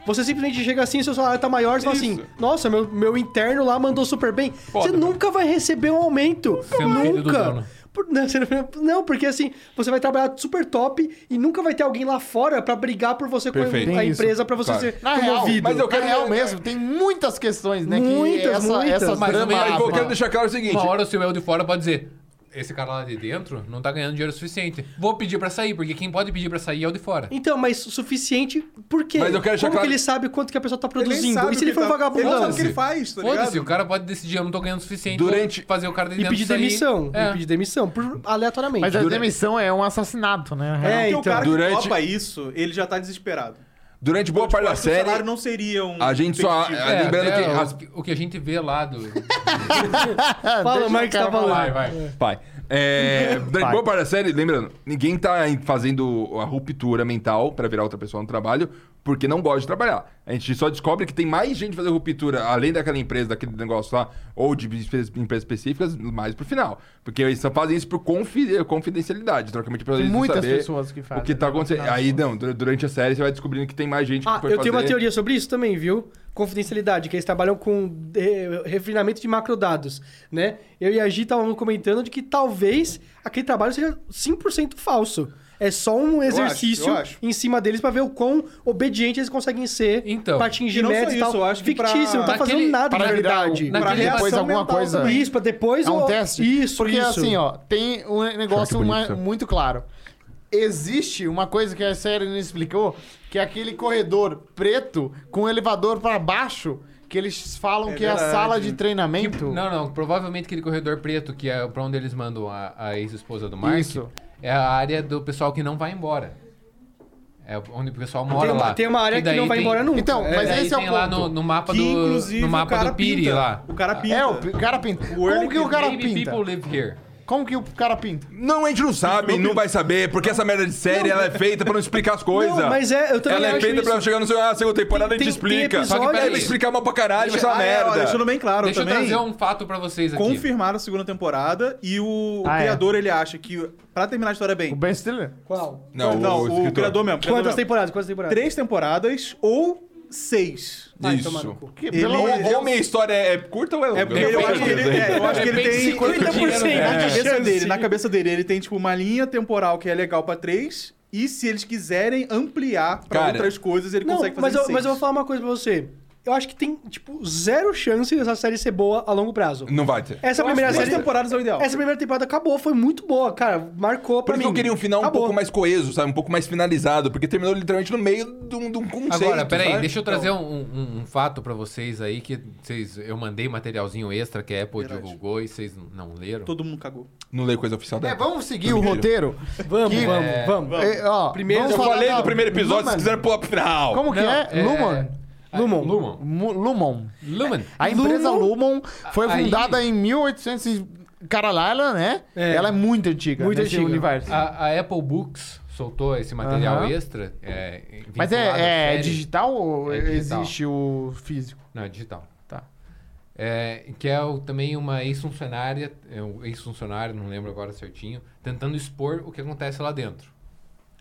Speaker 3: Você simplesmente chega assim, seu salário tá maior, você fala
Speaker 5: Isso.
Speaker 3: assim, nossa, meu, meu interno lá mandou super bem.
Speaker 5: Foda. é
Speaker 3: Você nunca vai receber um aumento.
Speaker 4: Sendo filho do
Speaker 3: nunca.
Speaker 4: dono.
Speaker 3: Por- não, você não- não, porque assim, você vai trabalhar super top e nunca vai ter alguém lá fora pra brigar por você
Speaker 5: Perfeito.
Speaker 3: com a
Speaker 1: Tem isso.
Speaker 3: empresa pra você
Speaker 5: Claro.
Speaker 3: ser
Speaker 1: Na real,
Speaker 3: promovido.
Speaker 1: mas eu
Speaker 5: quero-
Speaker 1: na É, real mesmo, tem muitas questões, né? que
Speaker 3: Muitas,
Speaker 1: essa,
Speaker 3: muitas.
Speaker 1: Essas
Speaker 4: Mas
Speaker 1: dramas
Speaker 4: também-
Speaker 5: Aí, eu
Speaker 3: um.
Speaker 1: abrem.
Speaker 5: quero deixar claro o seguinte.
Speaker 4: Uma hora o seu eu de fora pode dizer: esse cara lá de dentro não tá ganhando dinheiro suficiente. Vou pedir pra sair, porque quem pode pedir pra sair é o de fora.
Speaker 3: Então, mas suficiente por quê?
Speaker 5: Mas eu quero deixar
Speaker 3: Como
Speaker 5: claro-
Speaker 3: que ele sabe quanto que a pessoa tá
Speaker 2: Ele nem
Speaker 3: produzindo?
Speaker 2: sabe
Speaker 3: E
Speaker 2: o
Speaker 3: se ele
Speaker 2: que
Speaker 3: for um
Speaker 2: tá- Ele não sabe
Speaker 3: vagabundo?
Speaker 2: o que ele faz, tá
Speaker 4: Foda-se, o
Speaker 2: ligado?
Speaker 4: cara pode decidir: eu não tô ganhando o suficiente.
Speaker 5: Durante-
Speaker 4: vou Fazer o cara de
Speaker 3: E
Speaker 4: dentro
Speaker 3: pedir
Speaker 4: sair.
Speaker 3: demissão.
Speaker 4: É.
Speaker 3: E pedir demissão, por- aleatoriamente.
Speaker 1: Mas a demissão é um assassinato, né?
Speaker 3: É,
Speaker 2: Porque o
Speaker 3: então,
Speaker 2: cara
Speaker 5: durante-
Speaker 2: que topa isso, ele já tá desesperado.
Speaker 5: Durante boa parte
Speaker 2: Tipo,
Speaker 5: da
Speaker 2: Acho que O
Speaker 5: série,
Speaker 2: salário não seria um.
Speaker 5: a gente só...
Speaker 2: impeditivo.
Speaker 5: ah,
Speaker 4: É,
Speaker 5: lembrando
Speaker 4: até
Speaker 5: que...
Speaker 4: o-
Speaker 5: as-
Speaker 4: o que a gente vê lá do.
Speaker 1: É, Deixa
Speaker 3: Fala,
Speaker 1: o
Speaker 3: Marcos,
Speaker 1: cara
Speaker 3: tá falando.
Speaker 4: Vai, vai.
Speaker 5: Pai. É, durante
Speaker 1: Pai.
Speaker 5: boa parte da série, lembrando, ninguém tá em- fazendo a ruptura mental pra virar outra pessoa no trabalho porque não gosta de trabalhar. A gente só descobre que tem mais gente fazendo ruptura, além daquela empresa, daquele negócio lá, ou de empresas empresas específicas, mais pro final. Porque eles só fazem isso por confi- confidencialidade, trocamente pra
Speaker 1: Tem
Speaker 5: eles não
Speaker 1: muitas
Speaker 5: saber
Speaker 1: pessoas que fazem.
Speaker 5: O que tá
Speaker 1: né?
Speaker 5: acontecendo. Aí, não, dur- durante a série você vai descobrindo que tem mais gente que
Speaker 3: Ah,
Speaker 5: foi
Speaker 3: eu tenho uma
Speaker 5: fazer-
Speaker 3: teoria sobre isso também, viu? Confidencialidade, que eles trabalham com eh, refinamento de macrodados, né? Eu e a Gi estavam comentando de que talvez aquele trabalho seja 100% falso. É só um
Speaker 2: acho,
Speaker 3: exercício
Speaker 2: eu acho.
Speaker 3: em cima deles pra ver o quão obedientes eles conseguem ser
Speaker 4: Então.
Speaker 3: pra atingir
Speaker 2: E não só
Speaker 3: metas e tal.
Speaker 2: isso, eu acho que pra-
Speaker 3: Fictício, não tá
Speaker 4: Naquele-
Speaker 3: fazendo nada de
Speaker 1: Pra virar
Speaker 3: verdade.
Speaker 1: o-
Speaker 4: Na-
Speaker 1: pra
Speaker 4: Naquele-
Speaker 1: depois
Speaker 2: Reação
Speaker 1: alguma
Speaker 2: mental
Speaker 1: coisa.
Speaker 2: também.
Speaker 3: Isso, pra depois...
Speaker 1: É um
Speaker 3: o-
Speaker 1: teste?
Speaker 3: Isso,
Speaker 1: Porque
Speaker 3: isso.
Speaker 1: assim, ó, tem um negócio
Speaker 5: Olha que
Speaker 1: ma-
Speaker 5: bonito.
Speaker 1: muito claro. Existe uma coisa que a série não explicou, que é aquele corredor preto com o elevador pra baixo, que eles falam
Speaker 2: É
Speaker 1: que é a
Speaker 2: verdade.
Speaker 1: sala de treinamento.
Speaker 4: Não, não, provavelmente aquele corredor preto, que é pra onde eles mandam a, a ex-esposa do Mark,
Speaker 1: Isso.
Speaker 4: é a área do pessoal que não vai embora. É onde o pessoal mora
Speaker 3: tem, uma,
Speaker 4: lá.
Speaker 3: tem uma área
Speaker 4: E
Speaker 3: que
Speaker 4: daí
Speaker 3: não vai
Speaker 4: tem-
Speaker 3: embora nunca.
Speaker 1: Então,
Speaker 4: Mas
Speaker 1: mas
Speaker 4: daí
Speaker 1: esse é o
Speaker 4: tem
Speaker 1: ponto.
Speaker 4: lá no, no mapa
Speaker 2: Que,
Speaker 4: do,
Speaker 2: inclusive,
Speaker 4: no
Speaker 2: o
Speaker 4: mapa
Speaker 2: cara
Speaker 4: do Piri
Speaker 2: pinta.
Speaker 4: lá.
Speaker 2: O cara pinta.
Speaker 1: É, o p- cara pinta.
Speaker 2: Word
Speaker 1: Como que o cara
Speaker 4: Maybe
Speaker 1: pinta?
Speaker 4: people live here.
Speaker 1: Como que o cara pinta?
Speaker 5: Não, a gente não sabe, não vai saber, porque essa merda de série ela é feita pra não explicar as coisas.
Speaker 3: Não, mas é, eu também
Speaker 5: Ela é
Speaker 3: acho
Speaker 5: feita
Speaker 3: isso.
Speaker 5: pra chegar no seu, ah, segunda temporada a gente
Speaker 3: Tem- tem
Speaker 5: explica. Só que
Speaker 3: episódio-
Speaker 5: peraí, vai explicar mal pra caralho, vai ser uma
Speaker 2: Ah, é, ó,
Speaker 5: merda.
Speaker 2: deixando bem claro
Speaker 4: Deixa eu
Speaker 2: também.
Speaker 4: trazer um fato pra vocês aqui.
Speaker 2: Confirmaram a segunda temporada e o, o
Speaker 1: Ah, é.
Speaker 2: criador ele acha que, pra terminar a história bem.
Speaker 1: O Ben Stiller?
Speaker 3: Qual?
Speaker 5: Não,
Speaker 2: não, o,
Speaker 5: escritor.
Speaker 2: criador mesmo. o criador
Speaker 3: Quantas
Speaker 2: mesmo.
Speaker 3: temporadas? Quantas temporadas?
Speaker 2: Três temporadas ou seis.
Speaker 3: Vai tomar no
Speaker 5: Isso.
Speaker 3: cu.
Speaker 1: Que,
Speaker 2: Ele-
Speaker 1: pelo amor de
Speaker 5: Ou,
Speaker 1: Deus.
Speaker 5: ou minha história é curta ou é longa?
Speaker 2: É porque eu acho que ele, é, eu acho que ele
Speaker 4: Depende
Speaker 2: tem.
Speaker 4: se quanto
Speaker 3: 50%
Speaker 4: dinheiro
Speaker 2: Na
Speaker 4: é.
Speaker 2: cabeça
Speaker 3: chance.
Speaker 2: dele, na cabeça dele, ele tem, tipo, uma linha temporal que é legal pra três. E se eles quiserem ampliar pra
Speaker 5: Cara.
Speaker 2: outras coisas, ele
Speaker 3: Não,
Speaker 2: consegue fazer
Speaker 3: mas eu,
Speaker 2: seis.
Speaker 3: mas eu vou falar uma coisa pra você. Eu acho que tem, tipo, zero chance dessa série ser boa a longo prazo.
Speaker 5: Não vai ter.
Speaker 3: Essa
Speaker 2: Eu acho
Speaker 3: primeira
Speaker 2: que três
Speaker 3: série...
Speaker 2: temporadas é o ideal.
Speaker 3: Essa primeira temporada acabou, foi muito boa, cara. Marcou pra
Speaker 5: Por isso
Speaker 3: mim.
Speaker 5: que eu queria um final um
Speaker 3: Acabou.
Speaker 5: pouco mais coeso, sabe? Um pouco mais finalizado, porque terminou literalmente no meio de um, de um conceito.
Speaker 4: Agora, peraí,
Speaker 5: sabe?
Speaker 4: deixa eu trazer um, um- um fato pra vocês aí que vocês, eu mandei materialzinho extra que a Apple divulgou e vocês não leram.
Speaker 2: Todo mundo cagou.
Speaker 5: Não leio coisa oficial dela.
Speaker 1: É, vamos seguir o
Speaker 5: Primeiro.
Speaker 1: roteiro.
Speaker 3: Vamos,
Speaker 1: Que-
Speaker 3: vamos, vamos.
Speaker 1: É, ó,
Speaker 3: Primeiro,
Speaker 1: vamos
Speaker 5: Eu
Speaker 1: falar
Speaker 5: falei
Speaker 1: da-
Speaker 5: no primeiro episódio, se
Speaker 1: Lumen.
Speaker 5: quiser pular pro final.
Speaker 1: Como que
Speaker 4: Não,
Speaker 1: é?
Speaker 4: é-
Speaker 1: Lumon.
Speaker 4: Ah,
Speaker 1: Lumon.
Speaker 4: Lumon.
Speaker 1: Mu- Lumon.
Speaker 4: Lumen.
Speaker 1: A empresa Lumon, foi
Speaker 4: Aí-
Speaker 1: fundada em 1800 e caralhala, né?
Speaker 3: É.
Speaker 1: Ela é muito antiga
Speaker 3: Muito
Speaker 1: nesse
Speaker 3: antiga.
Speaker 1: universo.
Speaker 4: A, a Apple Books soltou esse material
Speaker 1: Aham.
Speaker 4: extra. É,
Speaker 1: Mas
Speaker 4: vinculado à
Speaker 1: é- é,
Speaker 4: série.
Speaker 1: digital ou
Speaker 4: É digital.
Speaker 1: existe o físico?
Speaker 4: Não, é digital.
Speaker 1: Tá.
Speaker 4: É, que é o- também uma ex-funcionária, é, um ex-funcionário, não lembro agora certinho, tentando expor o que acontece lá dentro.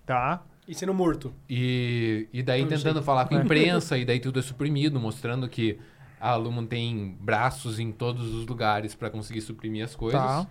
Speaker 1: Tá.
Speaker 3: E sendo morto.
Speaker 4: E, e daí
Speaker 3: Não sei.
Speaker 4: tentando falar com a imprensa, e daí tudo é suprimido, mostrando que a Lumon tem braços em todos os lugares para conseguir suprimir as coisas.
Speaker 1: Tá.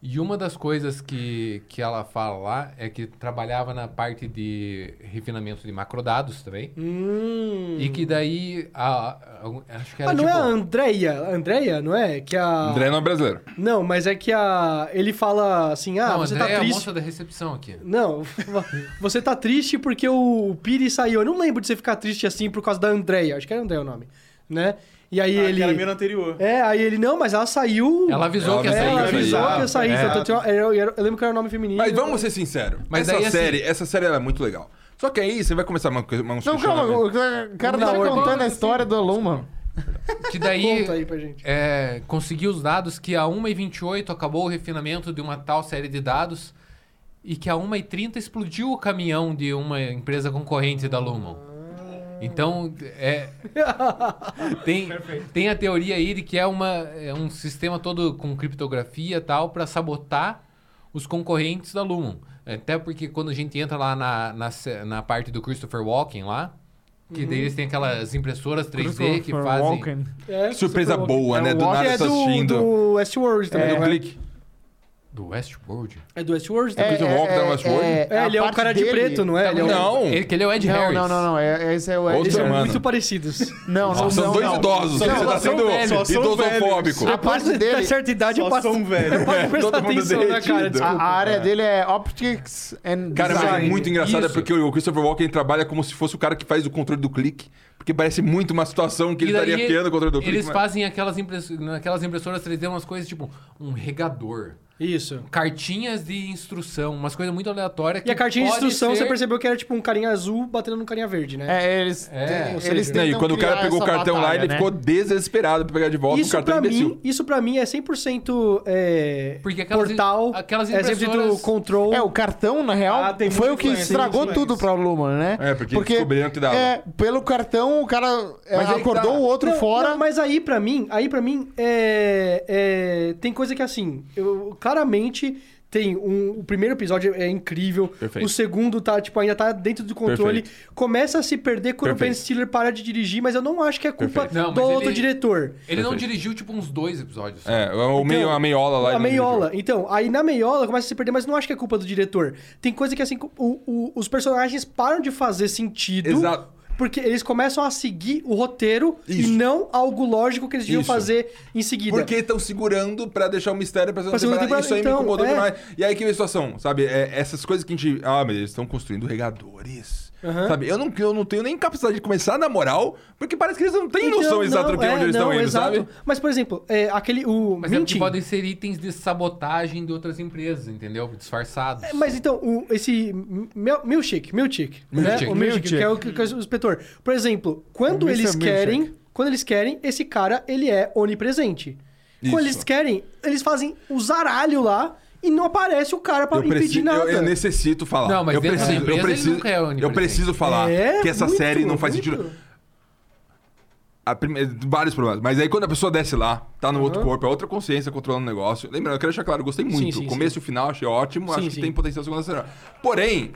Speaker 4: E uma das coisas que, que ela fala lá é que trabalhava na parte de refinamento de macrodados também.
Speaker 3: Hum.
Speaker 4: E que daí. a- a- acho que era.
Speaker 3: Mas não é a
Speaker 4: tipo,
Speaker 3: Andreia? Andreia, não é? Que a.
Speaker 5: André não é brasileiro.
Speaker 3: Não, mas é que a. Ele fala assim: ah,
Speaker 4: não,
Speaker 3: você
Speaker 4: Andréia
Speaker 3: tá
Speaker 4: é a
Speaker 3: triste.
Speaker 4: moça da recepção aqui.
Speaker 3: Não, você tá triste porque o Pires saiu. Eu não lembro de você ficar triste assim por causa da Andreia. Acho que era Andreia o nome, né? E aí
Speaker 2: Ah, que
Speaker 3: ele.
Speaker 2: Era a mina anterior.
Speaker 3: É, aí ele, não, mas ela saiu.
Speaker 4: Ela avisou
Speaker 5: Ela
Speaker 4: que ia
Speaker 5: avisou,
Speaker 4: sair.
Speaker 3: ela
Speaker 5: ia
Speaker 3: avisou
Speaker 5: sair.
Speaker 3: que ia sair.
Speaker 2: É.
Speaker 3: então tinha- eu, eu- eu lembro que era o nome feminino.
Speaker 5: Mas vamos ser sinceros.
Speaker 4: Mas
Speaker 5: essa
Speaker 4: daí, assim-
Speaker 5: série, essa série ela é muito legal. Só que aí você vai começar uma coisa. Uma
Speaker 1: Não, calma, o cara o cara
Speaker 3: Vamos
Speaker 1: tá
Speaker 3: dar ordem.
Speaker 1: contando a história do Lumon.
Speaker 4: Que daí.
Speaker 3: Conta aí pra gente.
Speaker 4: é, conseguiu os dados que a 1h28 acabou o refinamento de uma tal série de dados e que a 1h30 explodiu o caminhão de uma empresa concorrente da Lumon. Então, é, tem, tem a teoria aí de que é, uma, é um sistema todo com criptografia e tal para sabotar os concorrentes da Lumon. Até porque quando a gente entra lá na, na, se- na parte do Christopher Walken lá, que daí eles têm aquelas impressoras 3D que
Speaker 1: Uhum. Christopher
Speaker 4: fazem...
Speaker 1: Walken.
Speaker 3: É,
Speaker 5: Surpresa
Speaker 3: Super
Speaker 5: boa,
Speaker 1: É
Speaker 5: né?
Speaker 1: o
Speaker 5: Do
Speaker 1: Walker
Speaker 5: nada
Speaker 3: Que
Speaker 5: você
Speaker 3: é
Speaker 5: tá
Speaker 3: do,
Speaker 5: assistindo.
Speaker 3: do Westworld também,
Speaker 5: É,
Speaker 3: não é?
Speaker 5: clique.
Speaker 4: Do Westworld?
Speaker 3: É do Westworld
Speaker 5: É,
Speaker 3: também.
Speaker 5: Christopher Walken tá no Westworld?
Speaker 3: É,
Speaker 1: a
Speaker 3: ele é o
Speaker 1: parte
Speaker 3: cara de
Speaker 1: dele- tá
Speaker 3: preto, não
Speaker 5: um
Speaker 3: é? Ele é o-
Speaker 5: Não.
Speaker 4: Ele que ele é o Ed
Speaker 1: Não,
Speaker 4: Harris.
Speaker 1: não, não, não. É, esse é o
Speaker 5: Outro
Speaker 3: Eles são
Speaker 5: Mano.
Speaker 3: muito parecidos.
Speaker 1: Não, não,
Speaker 5: Nossa, Ah, são
Speaker 1: não,
Speaker 5: dois
Speaker 1: não.
Speaker 5: idosos.
Speaker 1: Não,
Speaker 5: você tá
Speaker 1: não,
Speaker 5: sendo
Speaker 4: velhos,
Speaker 2: só são
Speaker 5: idosofóbico.
Speaker 1: velhos. A
Speaker 3: Depois
Speaker 1: parte
Speaker 3: de-
Speaker 1: dele-
Speaker 3: da certa idade, eu
Speaker 2: Só
Speaker 3: passo.
Speaker 2: são um. velhos.
Speaker 3: Eu paro de prestar
Speaker 5: É, Todo mundo
Speaker 3: atenção, né, cara?
Speaker 5: derretido.
Speaker 1: A,
Speaker 3: Desculpa.
Speaker 1: a área dele é Optics and
Speaker 5: Cara, mas é
Speaker 1: Design.
Speaker 5: muito engraçado
Speaker 4: Isso.
Speaker 5: porque o Christopher Walken trabalha como se fosse o cara que faz o controle do clique. Porque parece muito uma situação que ele
Speaker 4: E daí
Speaker 5: estaria criando o controle do clique.
Speaker 4: Eles
Speaker 5: mas-
Speaker 4: fazem aquelas, impress... aquelas impressoras 3D, umas coisas tipo um regador,
Speaker 3: Isso.
Speaker 4: cartinhas de instrução, umas coisas muito aleatórias.
Speaker 3: E a cartinha de
Speaker 4: pode
Speaker 3: instrução,
Speaker 4: ser-
Speaker 3: você percebeu que era tipo um carinha azul batendo num carinha verde, né?
Speaker 1: É, eles.
Speaker 4: É, ou
Speaker 1: eles
Speaker 4: seja,
Speaker 5: Não, né, e
Speaker 1: tentam
Speaker 5: quando o cara
Speaker 1: criar
Speaker 5: pegou o
Speaker 1: essa
Speaker 5: cartão lá,
Speaker 1: batalha,
Speaker 5: ele
Speaker 1: né?
Speaker 5: ficou desesperado pra pegar de volta o
Speaker 3: isso
Speaker 5: um cartão
Speaker 3: pra
Speaker 5: imbecil.
Speaker 3: mim, isso para mim é 100% é,
Speaker 4: Porque aquelas-
Speaker 3: portal,
Speaker 4: aquelas
Speaker 3: é 100%
Speaker 4: impressoras-
Speaker 3: control.
Speaker 1: É, o cartão, na real,
Speaker 2: Ah, tem
Speaker 1: foi
Speaker 2: muita
Speaker 1: o que
Speaker 2: influência,
Speaker 1: estragou
Speaker 2: muita
Speaker 1: tudo pra
Speaker 2: influência.
Speaker 1: Luman, né?
Speaker 5: É, porque descobriram que dava.
Speaker 1: É, pelo cartão, o cara é,
Speaker 5: Mas aí que
Speaker 1: acordou
Speaker 5: tá.
Speaker 1: o outro
Speaker 3: Não,
Speaker 1: fora.
Speaker 3: não, mas aí pra mim, aí para mim é, é, tem coisa que assim, eu claramente tem um, o primeiro episódio é incrível,
Speaker 5: Perfeito.
Speaker 3: o segundo tá tipo ainda tá dentro do controle, começa a se perder quando o Ben
Speaker 5: Perfeito.
Speaker 3: Stiller para de dirigir, mas eu não acho que é culpa
Speaker 5: Perfeito.
Speaker 4: Não,
Speaker 3: do
Speaker 4: mas
Speaker 3: outro
Speaker 4: ele-
Speaker 3: diretor.
Speaker 4: Ele não
Speaker 5: Perfeito.
Speaker 4: dirigiu tipo uns dois episódios. só.
Speaker 5: É, o meio, a meiola lá.
Speaker 3: A
Speaker 5: ele não
Speaker 3: meiola.
Speaker 5: dirigiu.
Speaker 3: Então, aí na meiola começa a se perder, mas não acho que é culpa do diretor. Tem coisa que, assim, o- o- os personagens param de fazer sentido.
Speaker 5: Exato.
Speaker 3: Porque eles começam a seguir o roteiro
Speaker 5: Isso.
Speaker 3: e não algo lógico que eles deviam
Speaker 5: Isso.
Speaker 3: fazer em seguida.
Speaker 5: Porque estão segurando pra deixar o mistério pra
Speaker 3: Pra
Speaker 5: segunda
Speaker 3: segunda temporada,
Speaker 5: temporada. Isso aí
Speaker 3: então,
Speaker 5: me incomodou
Speaker 3: é.
Speaker 5: demais. E aí que vem a situação, sabe? É, essas coisas que a gente. Ah, mas eles estão construindo regadores.
Speaker 3: Aham.
Speaker 5: Sabe? Eu não, eu não tenho nem capacidade de começar na moral, porque parece que eles não têm
Speaker 3: Então,
Speaker 5: noção exata do que
Speaker 3: não,
Speaker 5: onde
Speaker 3: é,
Speaker 5: eles estão
Speaker 3: não,
Speaker 5: indo,
Speaker 3: exato.
Speaker 5: sabe?
Speaker 3: Mas, por exemplo, é, aquele. O
Speaker 4: Mas é porque
Speaker 3: Minting.
Speaker 4: podem ser itens de sabotagem de outras empresas, entendeu? Disfarçados.
Speaker 3: É, Mas então, o, esse mil- milkshake, milkshake, né?
Speaker 4: Milkshake.
Speaker 3: O milkshake, que é o, que, que é o inspetor. Por exemplo, quando
Speaker 1: Mr.
Speaker 5: é
Speaker 3: eles querem,
Speaker 1: Milkshake.
Speaker 3: quando eles querem, esse cara, ele é onipresente. Quando
Speaker 5: Isso.
Speaker 3: eles querem, eles fazem o zaralho lá e não aparece o cara pra
Speaker 5: Eu,
Speaker 3: impedir
Speaker 5: preciso,
Speaker 3: nada.
Speaker 5: eu, eu necessito falar.
Speaker 4: Não, mas
Speaker 5: eu
Speaker 4: dentro da
Speaker 5: preciso,
Speaker 4: empresa
Speaker 5: eu
Speaker 4: ele
Speaker 5: preciso,
Speaker 4: nunca é
Speaker 5: eu
Speaker 4: onipresente.
Speaker 5: preciso falar
Speaker 3: É,
Speaker 5: que essa
Speaker 3: muito,
Speaker 5: série não faz sentido.
Speaker 3: muito.
Speaker 5: A prime- Vários problemas. Mas aí quando a pessoa desce lá, tá no outro corpo, é outra consciência controlando o negócio. Lembrando, eu quero deixar claro, eu gostei muito.
Speaker 3: sim,
Speaker 5: Começo e final, achei ótimo.
Speaker 3: Sim, sim.
Speaker 5: acho que tem potencial segunda série. Porém.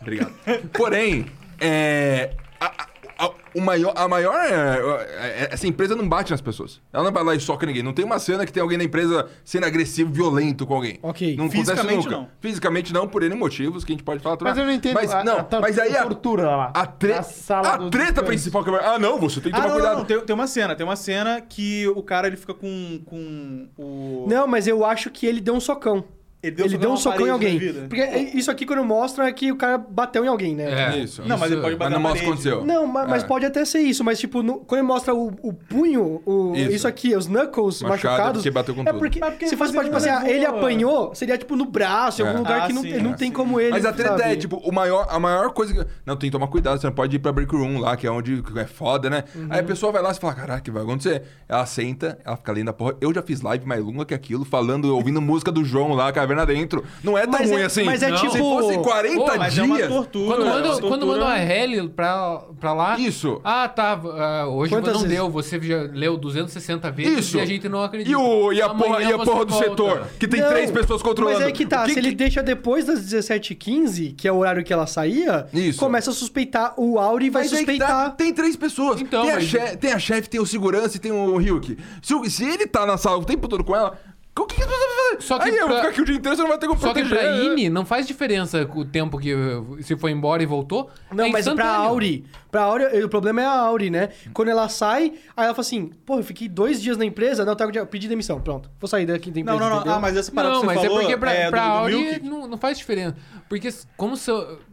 Speaker 5: Obrigado. Porém, é. a- a- a- o maior, a maior. é, é, Essa empresa não bate nas pessoas. Ela não vai lá e soca ninguém. Não tem uma cena que tem alguém na empresa sendo agressivo, violento com alguém.
Speaker 3: Ok.
Speaker 5: Não acontece
Speaker 2: Fisicamente,
Speaker 5: nunca.
Speaker 2: não.
Speaker 5: Fisicamente não, por N motivos que a gente pode falar.
Speaker 1: Mas eu não entendo
Speaker 5: Mas,
Speaker 1: a-
Speaker 5: não,
Speaker 1: a tal
Speaker 5: mas aí a,
Speaker 1: tortura lá,
Speaker 5: a, tre-
Speaker 1: na sala
Speaker 5: a
Speaker 1: do-
Speaker 5: treta principal que vai. Ah, não, você tem que
Speaker 2: Ah,
Speaker 5: tomar
Speaker 2: não, não,
Speaker 5: cuidado.
Speaker 2: não. Tem, tem uma cena, tem uma cena que o cara ele fica com, com o.
Speaker 3: Não, mas eu acho que ele deu um socão.
Speaker 2: Ele
Speaker 3: ele deu um
Speaker 2: na
Speaker 3: socão
Speaker 2: parede
Speaker 3: em
Speaker 2: da
Speaker 3: alguém.
Speaker 2: vida.
Speaker 3: Porque isso aqui quando mostra é que o cara bateu em alguém, né?
Speaker 4: É,
Speaker 5: Isso.
Speaker 2: Não, mas ele pode
Speaker 5: Mas
Speaker 2: bater
Speaker 5: não
Speaker 2: na
Speaker 5: mostra o que
Speaker 2: parede.
Speaker 5: aconteceu.
Speaker 3: Não, ma- mas
Speaker 5: É.
Speaker 3: pode até ser isso, mas tipo, no- quando ele mostra o, o punho, o-
Speaker 5: Isso.
Speaker 3: isso. aqui, os knuckles
Speaker 5: Machucado,
Speaker 3: machucados.
Speaker 5: porque bateu com
Speaker 3: é
Speaker 5: tudo.
Speaker 3: porque,
Speaker 2: Mas porque
Speaker 3: se fosse
Speaker 2: às
Speaker 3: pra,
Speaker 2: vezes
Speaker 3: tipo assim,
Speaker 2: não
Speaker 3: ah, ele
Speaker 2: levou-
Speaker 3: apanhou, seria tipo no braço, em
Speaker 5: É.
Speaker 3: algum lugar
Speaker 2: Ah,
Speaker 3: que não,
Speaker 2: sim,
Speaker 3: não
Speaker 2: é,
Speaker 3: tem
Speaker 2: sim.
Speaker 3: como ele.
Speaker 5: Mas a treta
Speaker 3: sabe?
Speaker 5: é, tipo, o maior, a maior coisa que. Não, tem que tomar cuidado, você não pode ir pra break room lá, que é onde é foda, né? Aí a pessoa vai lá e fala: caraca, o que vai acontecer? Ela senta, ela fica lendo a porra. Eu já fiz live mais longa que aquilo, falando, ouvindo música do João lá, caverna dentro. Não é tão
Speaker 3: Mas é-
Speaker 5: ruim assim.
Speaker 3: mas é
Speaker 5: Se
Speaker 4: tipo-
Speaker 5: fosse 40
Speaker 4: Pô,
Speaker 2: Mas
Speaker 5: dias.
Speaker 2: é uma tortura.
Speaker 4: Quando
Speaker 2: é uma
Speaker 4: manda, quando
Speaker 2: tortura.
Speaker 4: manda uma rally pra, pra lá.
Speaker 5: Isso.
Speaker 4: Ah, tá. ah, hoje
Speaker 3: Quantas
Speaker 4: não
Speaker 3: vezes?
Speaker 4: deu. Você já leu 260 vezes
Speaker 5: Isso.
Speaker 4: e a gente não acredita.
Speaker 5: E, o, e a
Speaker 4: Amanhã
Speaker 5: porra, e a
Speaker 4: você
Speaker 5: porra do
Speaker 4: volta.
Speaker 5: setor, que tem
Speaker 3: Não,
Speaker 5: três pessoas controlando.
Speaker 3: Mas é que tá,
Speaker 5: O
Speaker 3: se ele deixa depois das 17h15, que é o horário que ela saía,
Speaker 5: Isso.
Speaker 3: começa a suspeitar o Auri e vai
Speaker 5: Mas aí que tá,
Speaker 3: suspeitar.
Speaker 5: tem três pessoas.
Speaker 4: Então,
Speaker 5: tem, a
Speaker 4: mas-
Speaker 5: chefe, tem a chefe, tem o segurança e tem o Ryuk. Se, o- se ele tá na sala o tempo todo com ela, o que, que as pessoas vão fazer?
Speaker 4: Só que
Speaker 5: aí eu vou
Speaker 4: pra-
Speaker 5: ficar aqui o dia inteiro, você não vai ter como
Speaker 4: Só que
Speaker 5: proteger.
Speaker 4: pra Ine não faz diferença o tempo que uh, se foi embora e voltou.
Speaker 3: Não,
Speaker 4: é
Speaker 3: mas pra
Speaker 4: instantâneo.
Speaker 3: Auri. Pra Auri, o problema é a Auri, né? Quando ela sai, aí ela fala assim: pô, eu fiquei dois dias na empresa, não, tá, pedi demissão, pronto. Vou sair daqui da
Speaker 2: Não,
Speaker 3: empresa.
Speaker 2: não, não.
Speaker 3: entendeu?
Speaker 2: Ah, mas essa parada
Speaker 4: Não,
Speaker 2: que você
Speaker 4: mas
Speaker 2: falou
Speaker 4: é porque pra,
Speaker 2: é,
Speaker 4: pra
Speaker 2: do, do
Speaker 4: Auri
Speaker 2: Milk.
Speaker 4: não, não faz diferença. Porque s- como se,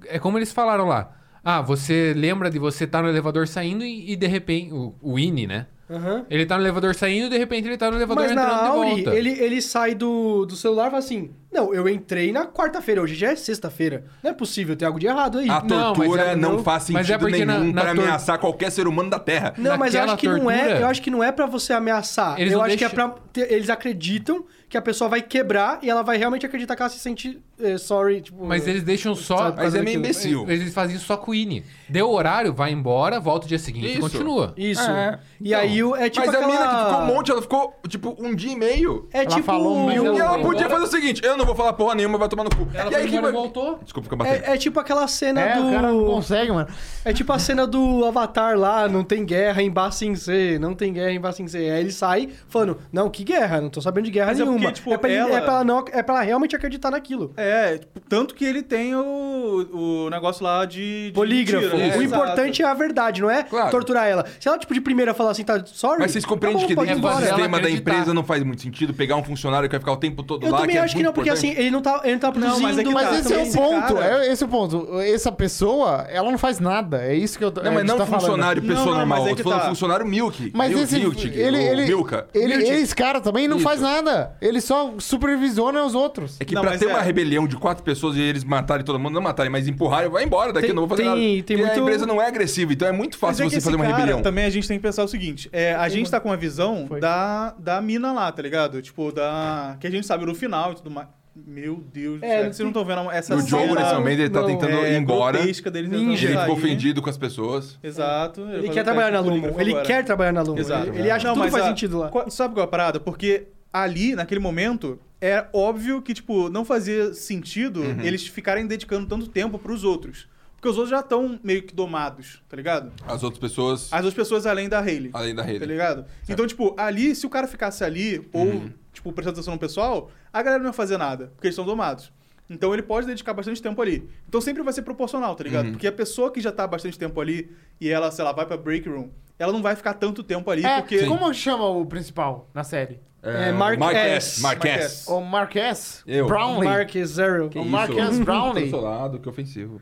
Speaker 4: é como eles falaram lá. Ah, você lembra de você estar no elevador saindo e, e de repente... O, o Ine, né?
Speaker 3: Aham.
Speaker 4: Ele tá no elevador saindo e de repente ele tá no elevador
Speaker 3: Mas
Speaker 4: entrando
Speaker 3: na
Speaker 4: de
Speaker 3: Auri,
Speaker 4: volta.
Speaker 3: ele, ele sai do, do celular e fala assim: Não, eu entrei na quarta-feira, hoje já é sexta-feira. Não é possível, tem algo de errado aí.
Speaker 5: A
Speaker 4: Não, mas
Speaker 5: tortura
Speaker 4: é-
Speaker 5: não,
Speaker 4: não-
Speaker 5: faz
Speaker 4: mas é
Speaker 5: sentido
Speaker 4: porque
Speaker 5: nenhum
Speaker 4: na- na
Speaker 5: pra
Speaker 4: tor-
Speaker 5: ameaçar qualquer ser humano da Terra.
Speaker 3: Não, mas eu
Speaker 4: Naquela
Speaker 3: acho que não é.
Speaker 4: tortura-
Speaker 3: Eu acho que não é para você ameaçar.
Speaker 4: Eles
Speaker 3: eu
Speaker 4: não
Speaker 3: acho que é
Speaker 4: deixam-
Speaker 3: para eles acreditam que a pessoa vai quebrar e ela vai realmente acreditar que ela se sente eh, sorry, tipo,
Speaker 4: Mas eles deixam só...
Speaker 3: Sabe,
Speaker 5: mas é meio imbecil.
Speaker 4: Eles fazem isso só com o Ine. Deu o horário, vai embora, volta o dia seguinte
Speaker 5: Isso.
Speaker 4: e continua.
Speaker 3: isso.
Speaker 5: É.
Speaker 3: E aí o- é tipo
Speaker 5: mas
Speaker 3: aquela...
Speaker 5: a mina que ficou um monte, ela ficou, tipo, um dia e meio.
Speaker 3: É
Speaker 1: Ela
Speaker 3: tipo
Speaker 1: falou
Speaker 3: o-
Speaker 1: mil-
Speaker 5: e
Speaker 4: ela
Speaker 5: ela um
Speaker 4: foi
Speaker 5: podia
Speaker 4: embora.
Speaker 5: fazer o seguinte, eu não vou falar porra nenhuma, vai tomar no cu.
Speaker 4: Ela
Speaker 5: e aí
Speaker 4: foi embora e
Speaker 5: vai-
Speaker 4: voltou.
Speaker 5: Desculpa que eu matei.
Speaker 3: É, é tipo aquela cena
Speaker 1: É,
Speaker 3: do
Speaker 1: o cara não consegue, mano.
Speaker 3: É
Speaker 2: Né?
Speaker 3: tipo a cena do Avatar lá, não tem guerra em Ba Sing Se, não tem guerra em Ba Sing Se. Aí ele sai falando, não, que guerra, não tô sabendo de guerra
Speaker 2: Mas é porque,
Speaker 3: nenhuma.
Speaker 2: tipo,
Speaker 3: pra ele-
Speaker 2: ela-
Speaker 3: é pra ela não, é pra ela realmente acreditar naquilo.
Speaker 2: É, tipo, tanto que ele tem o, o negócio lá de. de
Speaker 3: Polígrafo.
Speaker 2: mentira, né?
Speaker 3: o
Speaker 2: Exato.
Speaker 3: importante é a verdade, não é
Speaker 5: Claro.
Speaker 3: torturar ela. Se ela, tipo, de primeira falar assim, tá sorry.
Speaker 5: Mas vocês compreendem
Speaker 3: tá bom,
Speaker 5: que
Speaker 3: pode ir
Speaker 5: dentro do
Speaker 4: embora.
Speaker 5: sistema da
Speaker 4: Ela acreditar.
Speaker 5: empresa não faz muito sentido pegar um funcionário que vai ficar o tempo todo
Speaker 3: Eu
Speaker 5: lá,
Speaker 3: também
Speaker 5: que é
Speaker 3: acho que não,
Speaker 5: muito
Speaker 3: porque
Speaker 5: importante.
Speaker 3: assim, ele não tá, ele não tá produzindo...
Speaker 2: mas é que
Speaker 1: Mas
Speaker 2: tá,
Speaker 1: esse é o
Speaker 2: esse
Speaker 1: ponto,
Speaker 2: cara-
Speaker 1: é, esse é o ponto. Essa pessoa, ela não faz nada. É isso que eu tô
Speaker 5: Não,
Speaker 1: é,
Speaker 5: mas
Speaker 1: que
Speaker 5: não
Speaker 1: tá falando.
Speaker 5: funcionário,
Speaker 2: falando.
Speaker 5: pessoa
Speaker 2: Não, não,
Speaker 5: normal.
Speaker 2: mas é
Speaker 5: Eu
Speaker 2: que
Speaker 5: tô falando
Speaker 2: tá.
Speaker 5: funcionário Milk.
Speaker 1: Mas
Speaker 5: Mil-
Speaker 1: esse,
Speaker 5: Milk,
Speaker 1: ele,
Speaker 5: o
Speaker 1: ele,
Speaker 5: Milka.
Speaker 1: ele-
Speaker 5: Milk.
Speaker 1: esse cara também não
Speaker 5: Isso.
Speaker 1: faz nada. Ele só supervisiona os outros.
Speaker 5: É que
Speaker 2: Não,
Speaker 5: pra
Speaker 2: mas
Speaker 5: ter
Speaker 2: é.
Speaker 5: uma rebelião de quatro pessoas e eles matarem todo mundo, não matarem, mas empurrarem, vai embora daqui,
Speaker 3: Tem-
Speaker 5: eu não vou fazer
Speaker 3: tem-
Speaker 5: nada.
Speaker 3: tem
Speaker 5: Porque a
Speaker 3: muito-
Speaker 5: empresa não é agressiva, então é muito
Speaker 2: Mas é
Speaker 5: fácil
Speaker 2: que
Speaker 5: você
Speaker 2: esse
Speaker 5: fazer uma
Speaker 2: cara,
Speaker 5: rebelião.
Speaker 2: Também a gente tem que pensar o seguinte: é, a gente tá com a visão
Speaker 1: Foi.
Speaker 2: da, da mina lá, tá ligado? Tipo, da. Que a gente sabe no final e tudo mais. Meu Deus do
Speaker 3: É,
Speaker 2: céu. Vocês não estão vendo essa
Speaker 5: O
Speaker 3: Não,
Speaker 5: Diogo,
Speaker 3: não,
Speaker 5: nesse
Speaker 3: não,
Speaker 5: momento, ele tá
Speaker 3: não,
Speaker 5: tentando
Speaker 2: é,
Speaker 5: ir embora.
Speaker 2: grotesca deles tentando
Speaker 5: Ninja. Ele ficou
Speaker 2: sair.
Speaker 5: ofendido com as pessoas.
Speaker 2: Exato. "Tá,
Speaker 3: Ele quer trabalhar na Lumo, ele quer trabalhar na Lumo.
Speaker 2: Exato.
Speaker 3: Ele, ele acha
Speaker 2: Não,
Speaker 3: que tudo
Speaker 2: mas
Speaker 3: faz
Speaker 2: a-
Speaker 3: sentido lá.
Speaker 2: qual- Sabe qual é a parada? Porque ali, naquele momento, é óbvio que, tipo, não fazia sentido
Speaker 5: Uhum.
Speaker 2: eles ficarem dedicando tanto tempo pros outros. Porque os outros já estão meio que domados, tá ligado?
Speaker 5: As outras pessoas,
Speaker 2: As outras pessoas além da Hayley.
Speaker 5: além da
Speaker 2: Tá
Speaker 5: rede.
Speaker 2: ligado? Então, tipo, ali, se o cara ficasse ali, ou,
Speaker 3: Uhum.
Speaker 2: tipo, prestando atenção no pessoal, a galera não ia fazer nada, porque eles são domados. Então ele pode dedicar bastante tempo ali. Então sempre vai ser proporcional, tá
Speaker 3: Uhum.
Speaker 2: ligado? Porque a pessoa que já tá há bastante tempo ali e ela, sei lá, vai pra break room, ela não vai ficar tanto tempo ali,
Speaker 1: É,
Speaker 2: porque.
Speaker 1: Como chama o principal na série?
Speaker 3: É, Mark S.
Speaker 5: Marques.
Speaker 2: Mark
Speaker 5: Marques.
Speaker 2: S.
Speaker 1: O Marques
Speaker 5: Eu.
Speaker 1: Brownlee.
Speaker 3: Mark Zero.
Speaker 5: Que
Speaker 1: O
Speaker 5: isso?
Speaker 1: Marques Brownlee.
Speaker 5: Consolado, que ofensivo.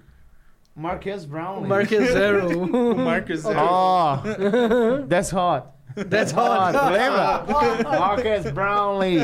Speaker 1: Marques Brownlee.
Speaker 3: Mark Zero. Ah,
Speaker 2: O Marcus é.
Speaker 1: Oh, that's hot.
Speaker 3: That's
Speaker 1: Ó,
Speaker 3: all.
Speaker 1: lembra? Marques Brownlee.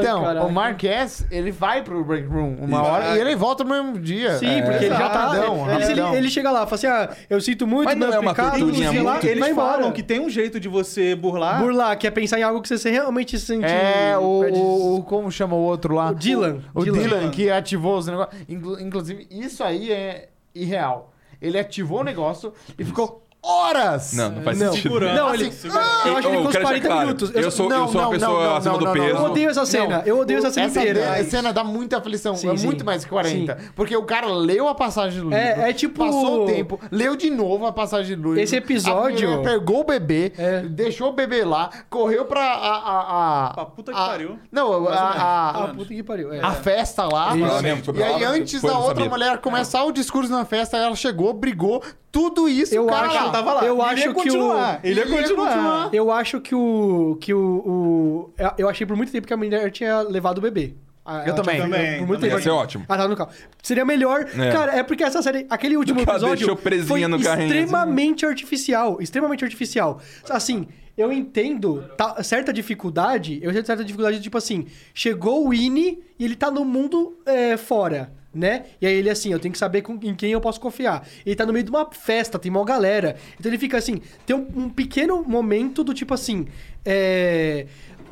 Speaker 1: Então,
Speaker 3: Caraca.
Speaker 1: o Marques, ele vai pro break room uma
Speaker 5: E
Speaker 1: hora
Speaker 5: vai.
Speaker 1: e ele volta no mesmo dia.
Speaker 3: Sim, porque ele já tá.
Speaker 1: É, Rapidão,
Speaker 3: ele, ele-
Speaker 1: rapidão.
Speaker 3: ele chega lá, fala assim: ah, eu sinto muito,
Speaker 5: Mas não é uma
Speaker 3: aplicado,
Speaker 5: torturinha
Speaker 3: sei lá,
Speaker 5: muito-
Speaker 3: vai
Speaker 2: Eles
Speaker 3: embora.
Speaker 2: falam que tá. tem um jeito de você burlar.
Speaker 3: Burlar, que é pensar em algo que você realmente se sente.
Speaker 1: É,
Speaker 3: perde-
Speaker 1: o, o- Como chama o outro lá?
Speaker 3: O Dylan.
Speaker 1: O Dylan,
Speaker 2: Dylan.
Speaker 1: que ativou os negócios. Inclu- Inclusive, isso aí é irreal. Ele ativou o negócio e ficou horas!
Speaker 5: Não, não faz
Speaker 1: Não.
Speaker 5: sentido.
Speaker 2: Segurando.
Speaker 3: Não, ele- Ah!
Speaker 2: assim,
Speaker 3: Eu acho que ele ficou
Speaker 5: Ô,
Speaker 3: uns
Speaker 5: quero deixar
Speaker 3: 40 minutos.
Speaker 5: Eu,
Speaker 3: é Eu-
Speaker 5: sou,
Speaker 1: Não,
Speaker 5: eu sou uma
Speaker 1: não,
Speaker 5: pessoa
Speaker 1: não, não,
Speaker 5: acima
Speaker 1: não,
Speaker 5: do
Speaker 1: não,
Speaker 5: peso.
Speaker 1: não.
Speaker 3: Eu odeio essa cena. Eu odeio essa cena
Speaker 1: Essa
Speaker 3: inteira.
Speaker 1: de- cena dá muita aflição.
Speaker 3: Sim,
Speaker 1: é
Speaker 3: sim.
Speaker 1: muito mais que 40. Porque o cara leu a passagem do livro.
Speaker 3: É, é tipo-
Speaker 1: Passou o tempo, leu de novo a passagem do livro.
Speaker 3: Esse episódio-
Speaker 1: a mulher pegou o bebê,
Speaker 3: É.
Speaker 1: deixou o bebê lá, correu pra. A, a, a,
Speaker 2: Pra puta que
Speaker 1: a-
Speaker 2: pariu.
Speaker 1: Não, a,
Speaker 2: Mais ou menos.
Speaker 1: a,
Speaker 3: Ah, puta que pariu. É.
Speaker 1: a festa lá.
Speaker 5: Ela mesmo foi
Speaker 1: E
Speaker 5: pra lá,
Speaker 1: aí,
Speaker 5: né?
Speaker 1: antes
Speaker 5: Foi,
Speaker 1: da
Speaker 5: não
Speaker 1: outra
Speaker 5: sabia.
Speaker 1: mulher começar o discurso na festa, ela chegou, brigou, tudo isso,
Speaker 3: Eu
Speaker 1: o cara
Speaker 3: acho
Speaker 1: lá.
Speaker 2: ele tava lá.
Speaker 3: eu
Speaker 2: Ele
Speaker 3: acho
Speaker 2: ia
Speaker 3: que o-
Speaker 2: continuar. Ele ia
Speaker 1: Ele ia
Speaker 2: continuar.
Speaker 1: continuar.
Speaker 3: Eu acho que o. que o, o- Eu achei por muito tempo que a mulher tinha levado o bebê. A- ela
Speaker 1: também.
Speaker 3: tinha-
Speaker 2: Também,
Speaker 3: Por muito
Speaker 2: também.
Speaker 3: tempo.
Speaker 5: Ia ser ótimo.
Speaker 3: Ah, tá no carro. Seria melhor.
Speaker 5: É.
Speaker 3: Cara, é porque essa série. Aquele último
Speaker 5: Ela
Speaker 3: episódio.
Speaker 5: deixou presinha
Speaker 3: foi
Speaker 5: no carrinho, assim.
Speaker 3: extremamente artificial. Extremamente artificial. Assim. Eu entendo tá- certa dificuldade. Eu entendo certa dificuldade, tipo assim, chegou o Ine e ele tá no mundo é, fora, né? E aí ele assim, eu tenho que saber com- em quem eu posso confiar. Ele tá no meio de uma festa, tem uma galera. Então ele fica assim, tem um, um pequeno momento do tipo assim. É.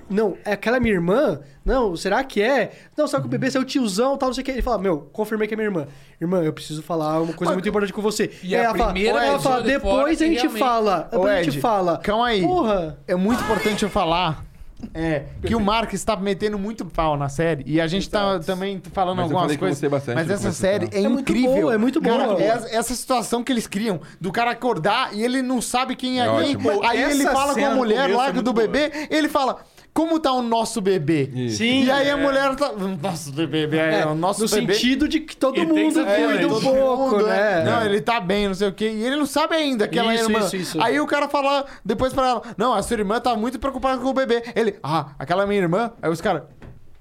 Speaker 3: Não, é aquela minha irmã? Não, será que é? Não, será que o bebê saiu tiozão tal, não sei o que. Ele fala, meu, confirmei que é minha irmã. Irmã, eu preciso falar uma coisa muito importante com você.
Speaker 4: E a
Speaker 3: ela fala,
Speaker 4: primeira
Speaker 3: ela
Speaker 4: pessoa
Speaker 3: fala,
Speaker 4: de fora
Speaker 3: depois a
Speaker 4: que
Speaker 3: gente
Speaker 4: realmente-
Speaker 3: fala.
Speaker 1: Ô,
Speaker 3: Depois a gente
Speaker 1: Ed,
Speaker 3: fala.
Speaker 1: calma aí.
Speaker 3: Porra.
Speaker 1: É muito importante eu falar é, que o Mark está metendo muito pau na série e a gente está também falando
Speaker 5: Mas eu
Speaker 1: algumas
Speaker 5: falei que eu
Speaker 1: coisas.
Speaker 5: gostei bastante
Speaker 1: mas
Speaker 5: do
Speaker 1: essa
Speaker 5: começo,
Speaker 1: série
Speaker 5: tá?
Speaker 1: é,
Speaker 3: É muito
Speaker 1: incrível.
Speaker 3: boa, é muito
Speaker 1: Cara,
Speaker 3: boa.
Speaker 1: essa, essa situação que eles criam do cara acordar e ele não sabe quem é,
Speaker 5: É
Speaker 1: quem.
Speaker 5: ótimo.
Speaker 1: Aí
Speaker 2: Essa
Speaker 1: ele fala com
Speaker 2: cena
Speaker 1: a
Speaker 2: no
Speaker 1: mulher
Speaker 2: começo
Speaker 1: lá
Speaker 2: é muito
Speaker 1: do bebê, ele fala: "Como tá o nosso bebê?"
Speaker 5: Isso.
Speaker 3: Sim.
Speaker 1: E aí a mulher tá, nosso bebê, é,
Speaker 3: É,
Speaker 1: o nosso
Speaker 3: no
Speaker 1: bebê.
Speaker 3: sentido de que todo
Speaker 4: E tem que
Speaker 3: mundo
Speaker 4: ser
Speaker 2: É,
Speaker 3: cuida
Speaker 4: violento.
Speaker 3: um
Speaker 1: Todo
Speaker 3: pouco,
Speaker 1: mundo,
Speaker 3: né?
Speaker 1: Não, ele tá bem, não sei o quê. E ele não sabe ainda que ela é
Speaker 3: Isso,
Speaker 1: irmã.
Speaker 3: isso, isso.
Speaker 1: Aí o cara fala depois pra ela: Não, a sua irmã tá muito preocupada com o bebê. Ele, ah, aquela é minha irmã? Aí os caras.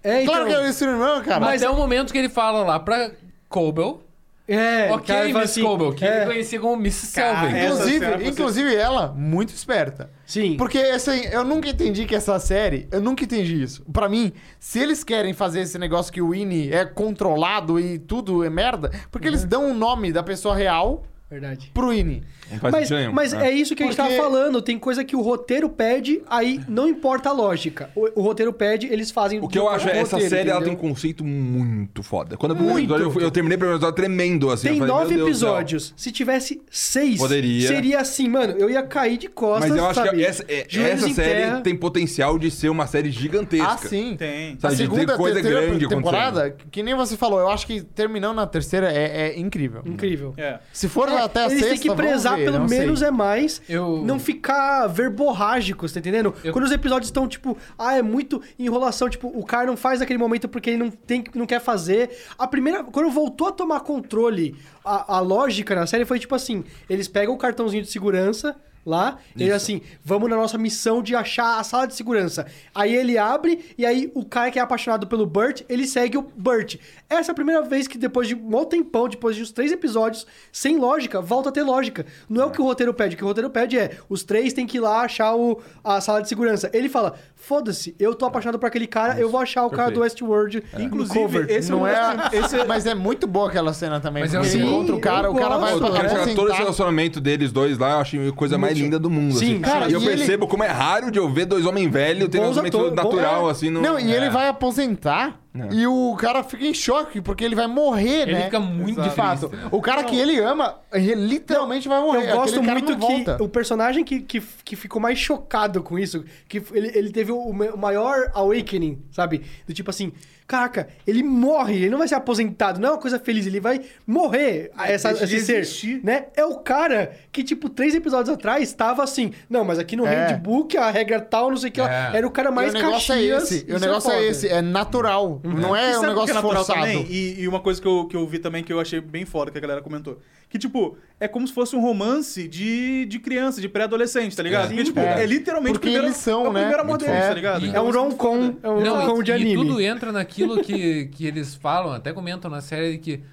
Speaker 3: É, então...
Speaker 1: Claro que ela é sua irmã, cara.
Speaker 4: Mas é o momento que ele fala lá pra Cobel.
Speaker 3: É, o
Speaker 4: ok,
Speaker 3: cara fala
Speaker 4: Miss Cobel, que ele
Speaker 3: é,
Speaker 4: conhecia como Miss Selvig.
Speaker 2: Cara, essa cena
Speaker 1: inclusive,
Speaker 2: você-
Speaker 1: inclusive ela, muito esperta.
Speaker 3: Sim.
Speaker 1: Porque assim, eu nunca entendi que essa série, eu nunca entendi isso. Pra mim, se eles querem fazer esse negócio que o Winnie é controlado e tudo é merda, porque
Speaker 3: Uhum.
Speaker 1: eles dão o nome da pessoa real
Speaker 3: Verdade.
Speaker 1: pro Winnie.
Speaker 5: Não faz né?
Speaker 3: Mas,
Speaker 5: sentido nenhum.
Speaker 3: mas é isso que a gente
Speaker 1: Porque-
Speaker 3: tava falando. Tem coisa que o roteiro pede, aí não importa a lógica. O, o roteiro pede, eles fazem...
Speaker 5: O que eu acho é essa
Speaker 3: roteiro,
Speaker 5: série ela tem um
Speaker 3: entendeu?
Speaker 5: conceito muito foda. Quando eu vi o primeiro episódio, eu, fui- eu terminei o primeiro episódio tremendo, assim. eu
Speaker 3: Tem
Speaker 5: falei,
Speaker 3: nove
Speaker 5: "Meu Deus do céu".
Speaker 3: episódios. Se tivesse seis,
Speaker 5: Poderia.
Speaker 3: seria assim, mano, eu ia cair de costas,
Speaker 5: Mas eu acho
Speaker 3: sabe?
Speaker 5: que essa, é-
Speaker 3: Joelhos
Speaker 5: essa
Speaker 3: em
Speaker 5: série
Speaker 3: terra.
Speaker 5: tem potencial de ser uma série gigantesca.
Speaker 1: Ah, sim.
Speaker 2: Tem.
Speaker 5: Sabe, de ter coisa grande
Speaker 1: temporada, que nem você falou, eu acho que terminando na terceira é, é incrível.
Speaker 3: Incrível.
Speaker 2: É.
Speaker 1: Se for
Speaker 3: É,
Speaker 1: até a
Speaker 3: eles
Speaker 1: sexta,
Speaker 3: têm que
Speaker 1: vamos ver,
Speaker 3: prezar pelo
Speaker 1: não sei.
Speaker 3: menos é mais.
Speaker 4: Eu-
Speaker 3: Não ficar verborrágicos, tá entendendo?
Speaker 4: Eu-
Speaker 3: Quando os episódios estão, tipo, ah, é muito enrolação. Tipo, o cara não faz naquele momento porque ele não, tem, não quer fazer. A primeira. Quando voltou a tomar controle, a, a lógica na série foi tipo assim: eles pegam o cartãozinho de segurança. Lá, ele assim, vamos na nossa missão de achar a sala de segurança. Aí ele abre, e aí o cara que é apaixonado pelo Bert, ele segue o Bert. Essa é a primeira vez que depois de um bom tempão, depois de uns três episódios, sem lógica, volta a ter lógica. Não é o que o roteiro pede. O que o roteiro pede é, os três têm que ir lá achar o, a sala de segurança. Ele fala, foda-se, eu tô apaixonado por aquele cara, eu vou achar o cara do Westworld
Speaker 2: Inclusive,
Speaker 3: no cover.
Speaker 2: esse
Speaker 1: Não
Speaker 2: é um-
Speaker 1: é, mas é muito boa aquela cena também.
Speaker 4: Mas
Speaker 1: porque
Speaker 4: eu
Speaker 1: ele
Speaker 4: sim,
Speaker 1: encontra o cara,
Speaker 3: eu
Speaker 1: o cara vai
Speaker 3: gosto.
Speaker 5: Eu
Speaker 1: pra
Speaker 5: quero chegar todo esse
Speaker 1: sentar-
Speaker 5: relacionamento deles dois lá, eu achei a coisa mais linda do mundo.
Speaker 3: Sim,
Speaker 5: assim.
Speaker 1: cara,
Speaker 5: e eu
Speaker 1: e ele-
Speaker 5: percebo como é raro de eu ver dois homens velhos tendo um
Speaker 3: Bons
Speaker 5: relacionamento
Speaker 3: atores, bom-
Speaker 5: natural,
Speaker 3: é.
Speaker 5: assim. No...
Speaker 1: Não, e
Speaker 5: É.
Speaker 1: ele vai aposentar e o cara fica em choque, porque ele vai morrer,
Speaker 4: Ele
Speaker 1: né?
Speaker 4: fica muito
Speaker 1: De fato.
Speaker 4: triste, né?
Speaker 1: O cara que ele ama, ele literalmente vai morrer.
Speaker 3: Eu gosto
Speaker 1: É, Aquele cara
Speaker 3: muito
Speaker 1: não
Speaker 3: que
Speaker 1: volta.
Speaker 3: o personagem que, que, que ficou mais chocado com isso, que f- ele, ele teve o ma- o maior awakening, sabe? Do tipo assim, caraca, ele morre, ele não vai ser aposentado, não é uma coisa feliz, ele vai morrer,
Speaker 1: É,
Speaker 3: essa,
Speaker 2: deixa de
Speaker 3: esse ser,
Speaker 2: existir.
Speaker 3: né? É o cara que, tipo, três episódios atrás estava assim, não, mas aqui no
Speaker 1: É.
Speaker 3: Red Book a regra tal, não sei o que lá,
Speaker 4: É.
Speaker 3: era o cara
Speaker 1: E
Speaker 3: mais
Speaker 1: o negócio é
Speaker 3: Caxias,
Speaker 1: esse.
Speaker 3: isso
Speaker 1: O negócio é,
Speaker 3: foda. Uhum.
Speaker 1: esse. É natural. Não
Speaker 2: E
Speaker 1: é um
Speaker 2: sabe o que
Speaker 1: negócio
Speaker 2: é natural
Speaker 1: forçado.
Speaker 2: também? E, e uma coisa que eu, que eu vi também que eu achei bem foda, que a galera comentou. Que, tipo, é como se fosse um romance de, de criança, de pré-adolescente, tá ligado?
Speaker 5: É.
Speaker 2: Porque, tipo,
Speaker 1: É.
Speaker 2: é, literalmente
Speaker 1: Porque
Speaker 2: o primeiro,
Speaker 1: eles são,
Speaker 2: é o
Speaker 1: né?
Speaker 2: primeiro amor
Speaker 1: Muito
Speaker 2: deles,
Speaker 1: foda.
Speaker 2: tá ligado? tipo,
Speaker 4: E-
Speaker 3: É um rom-com, é um
Speaker 4: Não,
Speaker 3: rom-com
Speaker 4: e-
Speaker 3: de
Speaker 4: e
Speaker 3: anime.
Speaker 4: tudo entra naquilo que, que eles falam, até comentam na série de que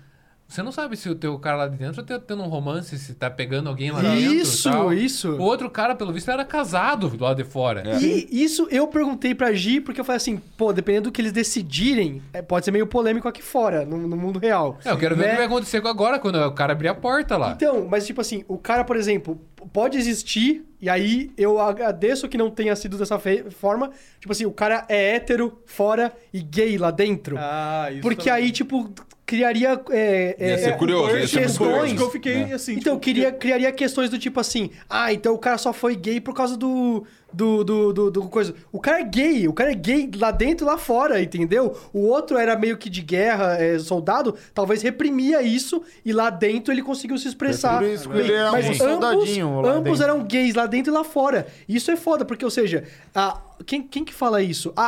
Speaker 4: Você não sabe se o teu cara lá de dentro tá tendo um romance, se tá pegando alguém lá dentro. e
Speaker 3: Isso,
Speaker 4: tal.
Speaker 3: isso. É.
Speaker 4: O outro cara, pelo visto, era casado do lado de fora.
Speaker 3: E isso eu perguntei pra Gi, porque eu falei assim, pô, dependendo do que eles decidirem, é, pode ser meio polêmico aqui fora, no, no mundo real.
Speaker 4: É, eu quero ver o
Speaker 3: Né?
Speaker 4: que vai acontecer agora, quando o cara abrir a porta lá.
Speaker 3: Então, mas tipo assim, o cara, por exemplo, p- pode existir, e aí eu agradeço que não tenha sido dessa fe- forma. Tipo assim, o cara é hétero fora e gay lá dentro.
Speaker 2: Ah, isso.
Speaker 3: porque
Speaker 2: também.
Speaker 3: aí, tipo, criaria. É,
Speaker 5: Ia
Speaker 3: é,
Speaker 5: ser
Speaker 3: é,
Speaker 5: curioso, ia ser muito
Speaker 2: Questões
Speaker 3: questões.
Speaker 2: que eu fiquei
Speaker 5: Né?
Speaker 2: assim.
Speaker 3: Então,
Speaker 2: tipo,
Speaker 3: queria, criaria questões do tipo assim: ah, então o cara só foi gay por causa do. do, do, do, do coisa. O cara é gay, o cara é gay lá dentro e lá fora, entendeu? O outro era meio que de guerra, é, soldado, talvez reprimia isso e lá dentro ele conseguiu se expressar.
Speaker 1: Por isso que
Speaker 3: bem.
Speaker 1: ele era um
Speaker 3: Mas
Speaker 1: soldadinho
Speaker 3: ambos,
Speaker 1: lá
Speaker 3: ambos
Speaker 1: dentro.
Speaker 3: eram gays lá dentro e lá fora. Isso é foda, porque, ou seja, a- quem, quem que fala isso? Ah,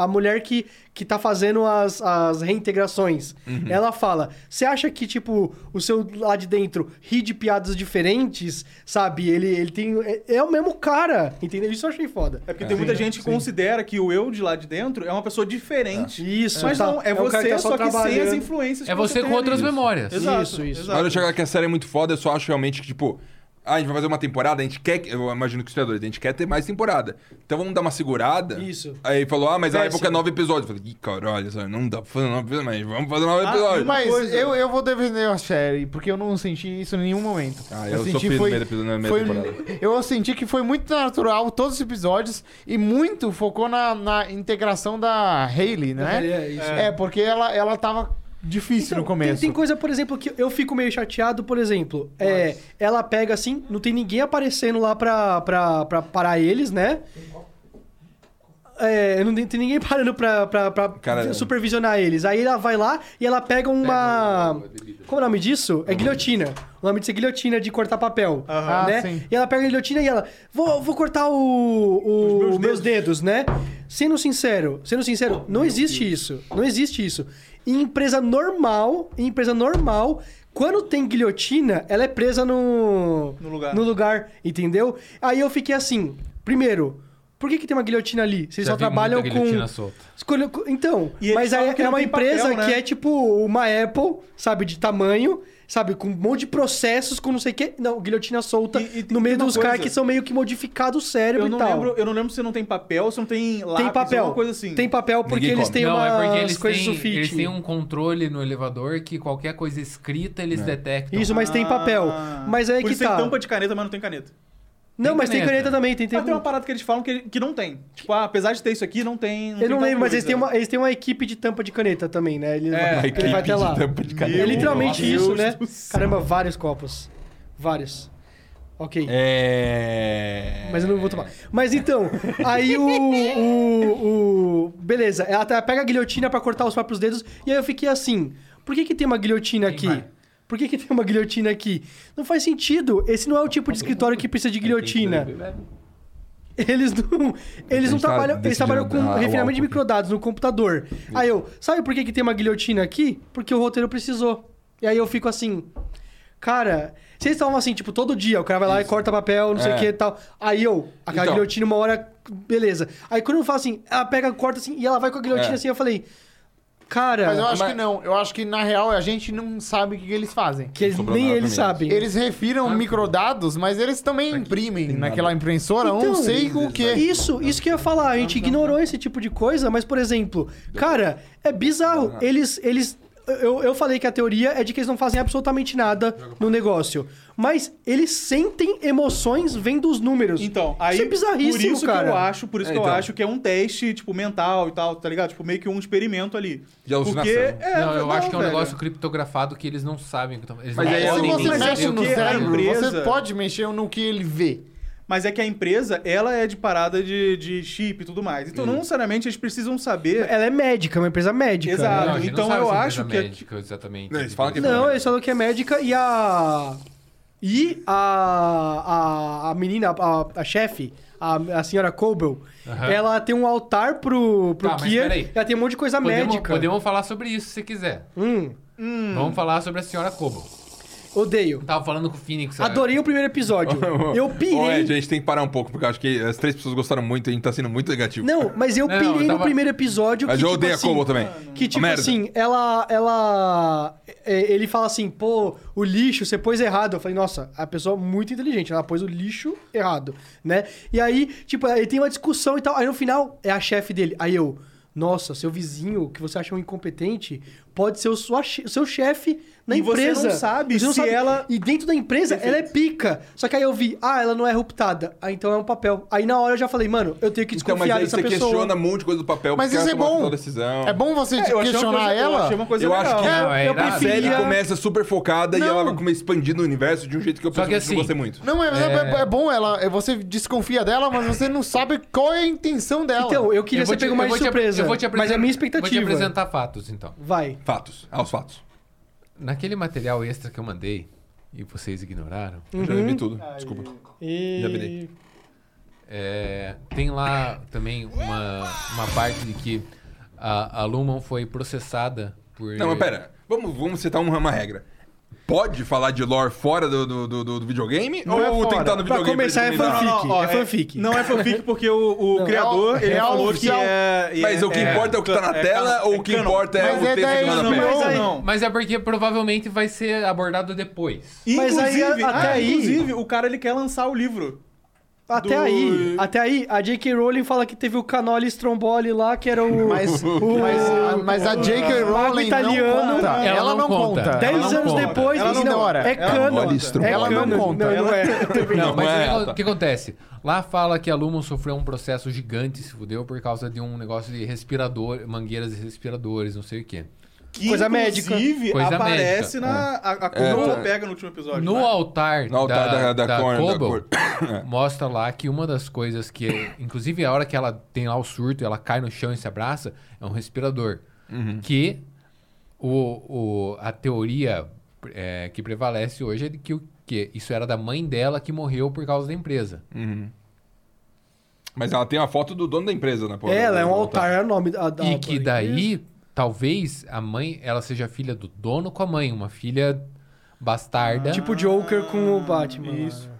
Speaker 3: a, a mulher que, que tá fazendo as, as reintegrações. Ela fala: você acha que, tipo, o seu lá de dentro ri de piadas diferentes, sabe? Ele, ele tem. É, é o mesmo cara, entendeu? Isso eu achei foda.
Speaker 2: É porque tem muita gente que considera que o eu de lá de dentro é uma pessoa diferente.
Speaker 3: Isso,
Speaker 2: Mas
Speaker 3: tá.
Speaker 2: não, é,
Speaker 3: É o cara
Speaker 2: você,
Speaker 3: que tá
Speaker 2: só,
Speaker 3: só
Speaker 2: que sem as
Speaker 3: trabalhando.
Speaker 2: influências
Speaker 4: É
Speaker 2: que
Speaker 4: você
Speaker 2: tem
Speaker 4: com outras
Speaker 2: ali.
Speaker 4: memórias.
Speaker 2: Exato,
Speaker 3: Isso, isso.
Speaker 2: exato.
Speaker 5: Olha, eu chegar que a série é muito foda, eu só acho realmente que, tipo, ah, a gente vai fazer uma temporada, a gente quer. Eu imagino que os criadores, a gente quer ter mais temporada. Então vamos dar uma segurada.
Speaker 3: Isso.
Speaker 5: Aí falou, ah, mas a
Speaker 3: Péssimo.
Speaker 5: época é nove episódios. Eu falei, ih, caralho, sabe, não dá pra fazer nove episódios, mas vamos fazer nove
Speaker 2: Ah,
Speaker 5: episódios.
Speaker 1: Mas
Speaker 2: coisa.
Speaker 1: eu, eu vou defender a série, porque eu não senti isso em nenhum momento.
Speaker 5: Ah, eu
Speaker 1: senti um
Speaker 5: sofri no primeiro episódio, na primeira temporada.
Speaker 1: Eu senti que foi muito natural todos os episódios e muito focou na, na integração da Hayley, né?
Speaker 3: É, é isso.
Speaker 1: É, porque ela, ela tava difícil
Speaker 3: Então,
Speaker 1: no começo.
Speaker 3: Tem, tem coisa, por exemplo, que eu fico meio chateado, por exemplo. É, ela pega assim, não tem ninguém aparecendo lá pra, pra, pra parar eles, né? É, não tem, tem ninguém parando pra, pra, pra
Speaker 5: Cara,
Speaker 3: supervisionar eles. Aí ela vai lá e ela pega uma. Como é o nome disso? É guilhotina. O nome disso é guilhotina de cortar papel.
Speaker 1: Aham.
Speaker 3: né?
Speaker 1: Ah, sim.
Speaker 3: E ela pega a guilhotina e ela. Vou, vou cortar o, o-
Speaker 2: Os meus
Speaker 3: meus, dedos, né? Sendo sincero, sendo sincero, não existe isso. Não existe isso. Em empresa normal, em empresa normal, quando tem guilhotina, ela é presa no.
Speaker 2: No lugar.
Speaker 3: No lugar, entendeu? Aí eu fiquei assim, primeiro. Por que, que tem uma guilhotina ali? Vocês
Speaker 4: Já
Speaker 3: só
Speaker 4: vi muita
Speaker 3: trabalham
Speaker 4: guilhotina
Speaker 3: com.
Speaker 4: solta.
Speaker 3: Escolha- co- Então,
Speaker 2: E eles
Speaker 3: mas aí
Speaker 2: falam que
Speaker 3: é
Speaker 2: não
Speaker 3: uma
Speaker 2: tem
Speaker 3: empresa
Speaker 2: papel, né?
Speaker 3: que é tipo uma Apple, sabe, de tamanho, sabe, com um monte de processos, com não sei o quê. Não, guilhotina solta
Speaker 2: E- e tem
Speaker 3: no meio
Speaker 2: uma
Speaker 3: dos caras
Speaker 2: coisa-
Speaker 3: que são meio que modificados o cérebro
Speaker 2: Eu
Speaker 3: e
Speaker 2: não,
Speaker 3: tal.
Speaker 2: lembro, eu não lembro se não tem papel, se não tem lápis,
Speaker 3: tem papel.
Speaker 2: alguma coisa assim.
Speaker 3: Tem papel porque
Speaker 5: Ninguém
Speaker 3: eles
Speaker 5: come.
Speaker 3: têm
Speaker 4: não,
Speaker 3: umas
Speaker 4: é porque eles
Speaker 3: coisas
Speaker 4: têm,
Speaker 3: sulfite.
Speaker 4: eles têm um controle no elevador que qualquer coisa escrita
Speaker 5: É.
Speaker 4: eles detectam.
Speaker 3: Isso, mas tem
Speaker 2: Ah.
Speaker 3: papel. Mas aí
Speaker 2: Por
Speaker 3: que
Speaker 2: isso
Speaker 3: tá.
Speaker 2: tem tampa de caneta, mas não tem caneta.
Speaker 3: Não,
Speaker 4: tem
Speaker 3: mas tem um-
Speaker 4: caneta.
Speaker 3: caneta também, tem, tem...
Speaker 2: Mas tem uma parada que eles falam que, que não tem. Tipo, ah, apesar de ter isso aqui, não tem.
Speaker 3: Eu
Speaker 2: tem
Speaker 3: não
Speaker 2: tal
Speaker 3: lembro, mas eles
Speaker 2: coisa.
Speaker 3: têm, uma, eles têm uma equipe de tampa de caneta também, né? Ele,
Speaker 2: É,
Speaker 5: Uma
Speaker 3: ele
Speaker 5: equipe
Speaker 3: vai até lá.
Speaker 5: de tampa de
Speaker 3: E
Speaker 5: caneta.
Speaker 3: é literalmente
Speaker 2: Meu
Speaker 3: isso,
Speaker 2: Deus
Speaker 3: né?
Speaker 2: do céu.
Speaker 3: Caramba, vários copos. Vários. Ok.
Speaker 5: É.
Speaker 3: Mas eu não vou tomar. Mas então, aí o. o, o- beleza, ela tá- pega a guilhotina pra cortar os próprios dedos. E aí eu fiquei assim: por que, que tem uma guilhotina aqui?
Speaker 4: vai?
Speaker 3: Por que, que tem uma guilhotina aqui? Não faz sentido. Esse não é o tipo de escritório que precisa de guilhotina. Eles não, eles não
Speaker 5: gente tá
Speaker 3: trabalham, eles
Speaker 5: decidindo
Speaker 3: trabalham com
Speaker 5: dar o álcool
Speaker 3: refinamento
Speaker 5: aqui.
Speaker 3: de microdados no computador. Aí eu, sabe por que, que tem uma guilhotina aqui? Porque o roteiro precisou. E aí eu fico assim, cara, vocês estavam assim, tipo, todo dia, o cara vai lá e corta papel, não sei
Speaker 5: É.
Speaker 3: o que e tal. Aí eu, aquela
Speaker 5: Então.
Speaker 3: guilhotina uma hora, beleza. Aí quando eu falo assim, ela pega, corta assim, e ela vai com a guilhotina
Speaker 5: É.
Speaker 3: assim, eu falei, cara,
Speaker 1: Mas eu acho
Speaker 5: Mas-
Speaker 1: que não. Eu acho que, na real, a gente não sabe o que, que eles fazem.
Speaker 3: que eles-
Speaker 5: Sobrou
Speaker 3: nem
Speaker 5: nada
Speaker 3: eles
Speaker 5: mesmo.
Speaker 3: sabem.
Speaker 1: Eles refiram microdados, mas eles também imprimem naquela impressora, eu não
Speaker 3: Então,
Speaker 1: sei o que.
Speaker 3: Isso, isso que eu ia falar. A gente ignorou esse tipo de coisa, mas, por exemplo, cara, é bizarro. Eles. eles eu, eu falei que a teoria é de que eles não fazem absolutamente nada no negócio. Mas eles sentem emoções vendo os números.
Speaker 2: Então, aí.
Speaker 3: Isso é bizarríssimo,
Speaker 2: Por isso
Speaker 3: cara.
Speaker 2: que eu acho, por isso
Speaker 5: É,
Speaker 2: que eu
Speaker 5: então.
Speaker 2: acho que é um teste, tipo, mental e tal, tá ligado? Tipo, meio que um experimento ali.
Speaker 5: De alucinação.
Speaker 2: Porque. É,
Speaker 4: não, eu acho que é um
Speaker 2: velho.
Speaker 4: negócio criptografado que eles não sabem. o que tão- Eles
Speaker 5: Mas
Speaker 4: não
Speaker 5: aí é
Speaker 1: Se
Speaker 4: podem
Speaker 5: um-
Speaker 1: você
Speaker 4: nem
Speaker 2: mas é
Speaker 1: mexe
Speaker 4: dizer o
Speaker 1: no
Speaker 4: que
Speaker 2: a
Speaker 1: cérebro,
Speaker 2: empresa-
Speaker 1: você pode mexer no que ele vê.
Speaker 2: Mas é que a empresa, ela é de parada de, de chip e tudo mais. Então, não necessariamente eles precisam saber.
Speaker 3: Ela é médica, é uma empresa médica.
Speaker 2: Exato.
Speaker 4: a gente
Speaker 2: Então
Speaker 4: sabe
Speaker 2: eu
Speaker 4: se é
Speaker 2: acho
Speaker 4: empresa
Speaker 2: que-
Speaker 4: médica,
Speaker 3: tipo-
Speaker 4: exatamente.
Speaker 5: Não, eles falam que-
Speaker 3: Não, eles falam que é médica e a. E a. A, a menina, a, a chefe, a, a senhora Cobel,
Speaker 4: Aham.
Speaker 3: ela tem um altar pro, pro
Speaker 4: Tá, mas
Speaker 3: Kier,
Speaker 4: peraí.
Speaker 3: Ela tem um monte de coisa
Speaker 4: podemos,
Speaker 3: médica.
Speaker 4: podemos falar sobre isso se quiser.
Speaker 3: Hum.
Speaker 4: Vamos falar sobre a senhora Cobo.
Speaker 3: Odeio.
Speaker 4: Eu tava falando com o Phoenix. sabe?
Speaker 3: Adorei o primeiro episódio. Eu
Speaker 5: Ó, Ed, a
Speaker 3: pirei.
Speaker 5: gente tem que parar um pouco, porque eu acho que as três pessoas gostaram muito e a gente tá sendo muito negativo.
Speaker 3: Não, mas eu
Speaker 4: Não, eu
Speaker 3: pirei no
Speaker 4: tava-
Speaker 3: primeiro episódio.
Speaker 5: Mas
Speaker 3: que,
Speaker 5: eu
Speaker 3: tipo
Speaker 5: odeio a
Speaker 3: assim,
Speaker 5: Kobo também.
Speaker 3: Que tipo
Speaker 5: Merda.
Speaker 3: assim, ela. ela é, Ele fala assim, pô, o lixo, você pôs errado. Eu falei, nossa, a pessoa é muito inteligente, ela pôs o lixo errado, né? E aí, tipo, aí tem uma discussão e tal. Aí no final é a chefe dele. Aí eu, nossa, seu vizinho que você acha um incompetente pode ser o sua che- seu chefe na
Speaker 2: E você não
Speaker 3: empresa.
Speaker 2: sabe se ela-
Speaker 3: E dentro da empresa, ela é pica. Só que aí eu vi, ah, ela não é ruptada. Ah, então é um papel. Aí na hora eu já falei, mano, eu tenho que
Speaker 5: Então,
Speaker 3: desconfiar
Speaker 5: mas aí
Speaker 3: dessa
Speaker 5: você
Speaker 3: pessoa.
Speaker 5: questiona um monte de coisa do papel,
Speaker 1: Mas
Speaker 5: porque
Speaker 1: isso é
Speaker 5: ela toma
Speaker 1: bom.
Speaker 5: toda a decisão.
Speaker 1: É bom você
Speaker 2: É, eu achei uma
Speaker 1: questionar
Speaker 2: coisa-
Speaker 1: ela.
Speaker 2: Eu achei uma coisa
Speaker 5: Eu acho
Speaker 2: legal.
Speaker 5: que-
Speaker 4: Não, é
Speaker 3: eu
Speaker 4: irado.
Speaker 5: A série
Speaker 3: preferia-
Speaker 5: começa super focada e
Speaker 1: Não.
Speaker 5: ela vai começar expandindo o universo de um jeito que eu
Speaker 4: Só que
Speaker 5: pessoalmente não
Speaker 4: assim,
Speaker 5: gostei muito.
Speaker 1: Não, é, é- é bom ela. é- Você desconfia dela, mas você não sabe qual é a intenção dela.
Speaker 3: Então, eu queria
Speaker 4: vou
Speaker 3: ser
Speaker 4: te-
Speaker 3: pego
Speaker 4: eu
Speaker 3: mais
Speaker 4: vou
Speaker 3: de
Speaker 4: te-
Speaker 3: surpresa.
Speaker 4: eu vou te apresen-
Speaker 3: mas é a minha
Speaker 4: Vou te
Speaker 3: expectativa.
Speaker 4: apresentar fatos, então.
Speaker 3: Vai.
Speaker 5: Fatos. Ah, os fatos.
Speaker 4: Naquele material extra que eu mandei, e vocês ignoraram,
Speaker 5: Eu já vi tudo. Desculpa.
Speaker 3: E...
Speaker 5: Já virei.
Speaker 4: é, tem lá também uma, uma parte de que a, a Lumon foi processada por...
Speaker 5: Não, mas pera. Vamos, vamos citar uma, uma regra. Pode falar de lore fora do, do, do- do videogame?
Speaker 1: Não
Speaker 5: ou
Speaker 1: é
Speaker 5: tem que
Speaker 1: fora.
Speaker 5: estar no
Speaker 3: Pra
Speaker 5: videogame?
Speaker 3: começar é
Speaker 5: eles dominarem?
Speaker 3: fanfic.
Speaker 2: ó,
Speaker 3: é fanfic.
Speaker 2: Não é fanfic porque o, o criador,
Speaker 1: real-
Speaker 2: ele
Speaker 1: real
Speaker 2: falou
Speaker 1: oficial.
Speaker 2: que é... é-
Speaker 5: Mas o que importa é o que tá na
Speaker 2: é
Speaker 5: tela
Speaker 2: canon-
Speaker 5: ou o que
Speaker 2: canon.
Speaker 5: importa é
Speaker 1: Mas
Speaker 5: o
Speaker 1: é
Speaker 5: texto que
Speaker 1: daí,
Speaker 5: tá na
Speaker 2: Não,
Speaker 5: pele?
Speaker 2: mas
Speaker 1: Não,
Speaker 2: aí...
Speaker 4: Não. Mas é porque provavelmente vai ser abordado depois.
Speaker 3: Mas aí,
Speaker 2: Inclusive,
Speaker 3: até
Speaker 2: ah,
Speaker 3: aí-
Speaker 2: inclusive, o cara ele quer lançar o livro.
Speaker 3: Até
Speaker 2: do-
Speaker 3: aí, até aí, a J.K. Rowling fala que teve o Canoli Stromboli lá, que era o...
Speaker 1: Mas,
Speaker 3: o-
Speaker 1: mas, a- mas a J.K.
Speaker 3: mago
Speaker 1: Rowling
Speaker 3: italiano-
Speaker 1: não conta.
Speaker 4: Ela
Speaker 1: Ela,
Speaker 4: não
Speaker 1: não
Speaker 4: conta.
Speaker 1: conta.
Speaker 3: Dez
Speaker 4: ela não
Speaker 3: anos
Speaker 4: conta.
Speaker 3: depois...
Speaker 2: Ela
Speaker 1: não ignora.
Speaker 3: É
Speaker 2: Ela
Speaker 3: canon.
Speaker 5: olha,
Speaker 3: é
Speaker 5: Stromboli.
Speaker 1: Ela não
Speaker 3: canon.
Speaker 1: conta.
Speaker 3: Não, não é.
Speaker 4: Não, mas
Speaker 5: não é
Speaker 4: o que-
Speaker 5: alta.
Speaker 4: o que acontece? Lá fala que a Lumon sofreu um processo gigante, se fudeu, por causa de um negócio de respirador, mangueiras e respiradores, não sei o quê.
Speaker 2: Que,
Speaker 3: Coisa médica.
Speaker 2: inclusive,
Speaker 4: Coisa
Speaker 2: aparece
Speaker 4: médica.
Speaker 2: na... A, a
Speaker 5: É,
Speaker 2: Kobo
Speaker 5: tá.
Speaker 2: pega no último episódio,
Speaker 4: No
Speaker 2: né?
Speaker 4: altar,
Speaker 5: No altar
Speaker 4: da,
Speaker 5: tá, da- da
Speaker 4: da
Speaker 5: cor- da
Speaker 4: Kobo,
Speaker 5: cor.
Speaker 4: mostra lá que uma das coisas que... Inclusive, a hora que ela tem lá o surto, ela cai no chão e se abraça, é um respirador. Que o, o- a teoria é, que prevalece hoje é de que, o, que isso era da mãe dela que morreu por causa da empresa.
Speaker 5: Uhum. Mas ela tem uma foto do dono da empresa, né? porra?
Speaker 3: Ela é um altar, é o nome da... da-
Speaker 4: E que daí, talvez a mãe, ela seja filha do dono com a mãe, uma filha bastarda.
Speaker 3: Tipo Joker com o Batman.
Speaker 2: Isso.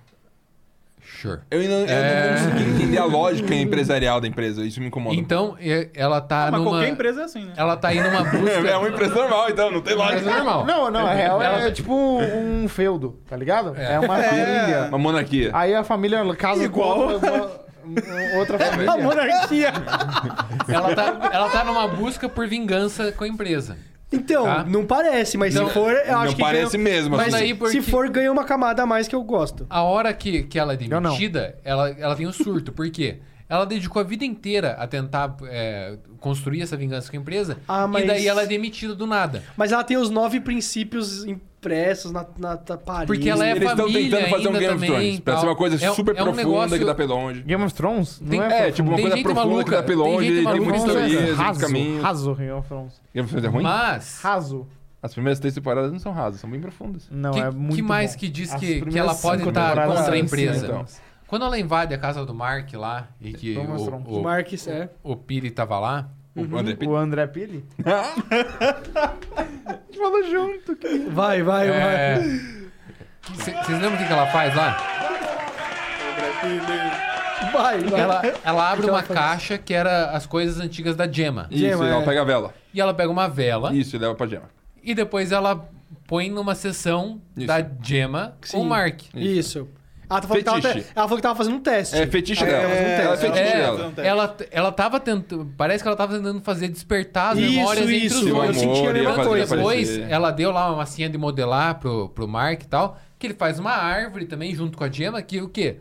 Speaker 4: sure.
Speaker 5: Eu ainda eu
Speaker 4: É.
Speaker 5: não consegui entender a lógica empresarial da empresa. Isso me incomoda.
Speaker 4: Então, e- ela tá
Speaker 2: Mas
Speaker 4: numa.
Speaker 2: qualquer empresa é assim, né?
Speaker 4: Ela tá aí numa busca.
Speaker 5: É uma empresa normal, então. Não tem
Speaker 4: Mas é
Speaker 5: lógica.
Speaker 4: normal.
Speaker 1: Não, não, é real.
Speaker 4: Ela-
Speaker 1: É, tipo um feudo, tá ligado?
Speaker 4: É.
Speaker 1: É, uma família.
Speaker 5: Uma monarquia.
Speaker 1: Aí a família casa
Speaker 2: Igual.
Speaker 1: com outra, uma- outra
Speaker 3: A
Speaker 1: família.
Speaker 3: monarquia.
Speaker 4: Ela tá, ela tá numa busca por vingança com a empresa.
Speaker 3: Então,
Speaker 4: Tá.
Speaker 3: não parece, mas
Speaker 4: Não-
Speaker 3: se for, eu acho
Speaker 5: não
Speaker 3: que...
Speaker 5: parece
Speaker 3: ganha-
Speaker 5: mesmo.
Speaker 4: Mas
Speaker 5: assim.
Speaker 4: aí- porque-
Speaker 3: Se for, ganha uma camada a mais que eu gosto.
Speaker 4: A hora que, que ela é
Speaker 1: Eu não.
Speaker 4: demitida, ela, ela tem um surto. Por quê? Ela dedicou a vida inteira a tentar é, construir essa vingança com a empresa.
Speaker 3: Ah, mas-
Speaker 4: E daí ela é demitida do nada.
Speaker 3: Mas ela tem os nove princípios impressos na, na, na parede.
Speaker 4: Porque ela é
Speaker 5: Eles estão
Speaker 4: família
Speaker 5: tentando fazer um
Speaker 4: ainda
Speaker 5: Game
Speaker 4: também,
Speaker 5: of Thrones. Pra
Speaker 4: tal.
Speaker 5: ser uma coisa
Speaker 4: É um-
Speaker 5: super
Speaker 4: é um
Speaker 5: profunda
Speaker 4: negócio-
Speaker 5: que dá pela longe.
Speaker 1: Game of Thrones? Não
Speaker 4: Tem-
Speaker 5: É,
Speaker 1: é,
Speaker 5: tipo um uma
Speaker 4: Tem
Speaker 5: coisa
Speaker 4: gente
Speaker 5: profunda
Speaker 4: maluca,
Speaker 5: que dá pela
Speaker 4: tem
Speaker 5: longe.
Speaker 4: gente
Speaker 5: Tem,
Speaker 4: maluca.
Speaker 5: muita
Speaker 1: Game of Thrones é
Speaker 5: historinha, muito
Speaker 1: raso,
Speaker 5: assim, caminho.
Speaker 1: raso Game of Thrones.
Speaker 5: Game of Thrones é ruim?
Speaker 4: Mas.
Speaker 1: Raso.
Speaker 5: As primeiras três temporadas não são rasas, são bem profundas.
Speaker 1: Não,
Speaker 4: que,
Speaker 1: é
Speaker 4: que
Speaker 1: muito
Speaker 4: mais
Speaker 1: bom.
Speaker 4: que diz
Speaker 1: As
Speaker 4: que, que ela
Speaker 1: primeiras
Speaker 4: pode
Speaker 1: cinco
Speaker 4: estar
Speaker 1: temporadas
Speaker 4: contra a
Speaker 1: são assim,
Speaker 4: empresa?
Speaker 5: Então.
Speaker 4: Quando ela invade a casa do Mark lá, e que
Speaker 1: Vamos mostrar um.
Speaker 4: o, o,
Speaker 3: Marques é.
Speaker 4: o Piri tava lá,
Speaker 5: O André Pitt.
Speaker 1: O André Pili? Falou junto. Que...
Speaker 3: Vai, vai,
Speaker 4: É.
Speaker 3: vai.
Speaker 4: Cê- Vocês lembram o que que ela faz lá?
Speaker 3: Vai, vai.
Speaker 4: Ela, ela abre
Speaker 3: Então
Speaker 4: uma
Speaker 3: ela faz.
Speaker 4: caixa que era as coisas antigas da Gemma.
Speaker 5: Isso,
Speaker 3: Gema,
Speaker 5: ela
Speaker 3: é.
Speaker 5: pega a vela.
Speaker 4: E ela pega uma vela
Speaker 5: Isso, e leva pra Gema.
Speaker 4: e depois ela põe numa sessão
Speaker 5: Isso.
Speaker 4: da Gemma com o
Speaker 3: Sim.
Speaker 4: Mark.
Speaker 3: Isso. Ela, tá falando que tava
Speaker 5: Fetiche.
Speaker 3: te- ela falou que tava fazendo um teste.
Speaker 5: É fetiche
Speaker 3: Ah, é,
Speaker 5: dela. Ela é
Speaker 2: ela-
Speaker 5: fetiche
Speaker 2: é,
Speaker 5: dela.
Speaker 4: Ela, ela tava tentando. Parece que ela tava tentando fazer despertar as memórias
Speaker 3: Isso,
Speaker 4: entre os
Speaker 3: isso.
Speaker 4: dois.
Speaker 5: Seu
Speaker 3: Eu
Speaker 5: amor
Speaker 3: senti a
Speaker 5: ia
Speaker 3: mesma
Speaker 5: fazer
Speaker 3: coisa.
Speaker 5: aparecer.
Speaker 4: Depois, ela deu lá uma massinha de modelar pro, pro Mark e tal, que ele faz uma árvore também junto com a Gemma, que o quê?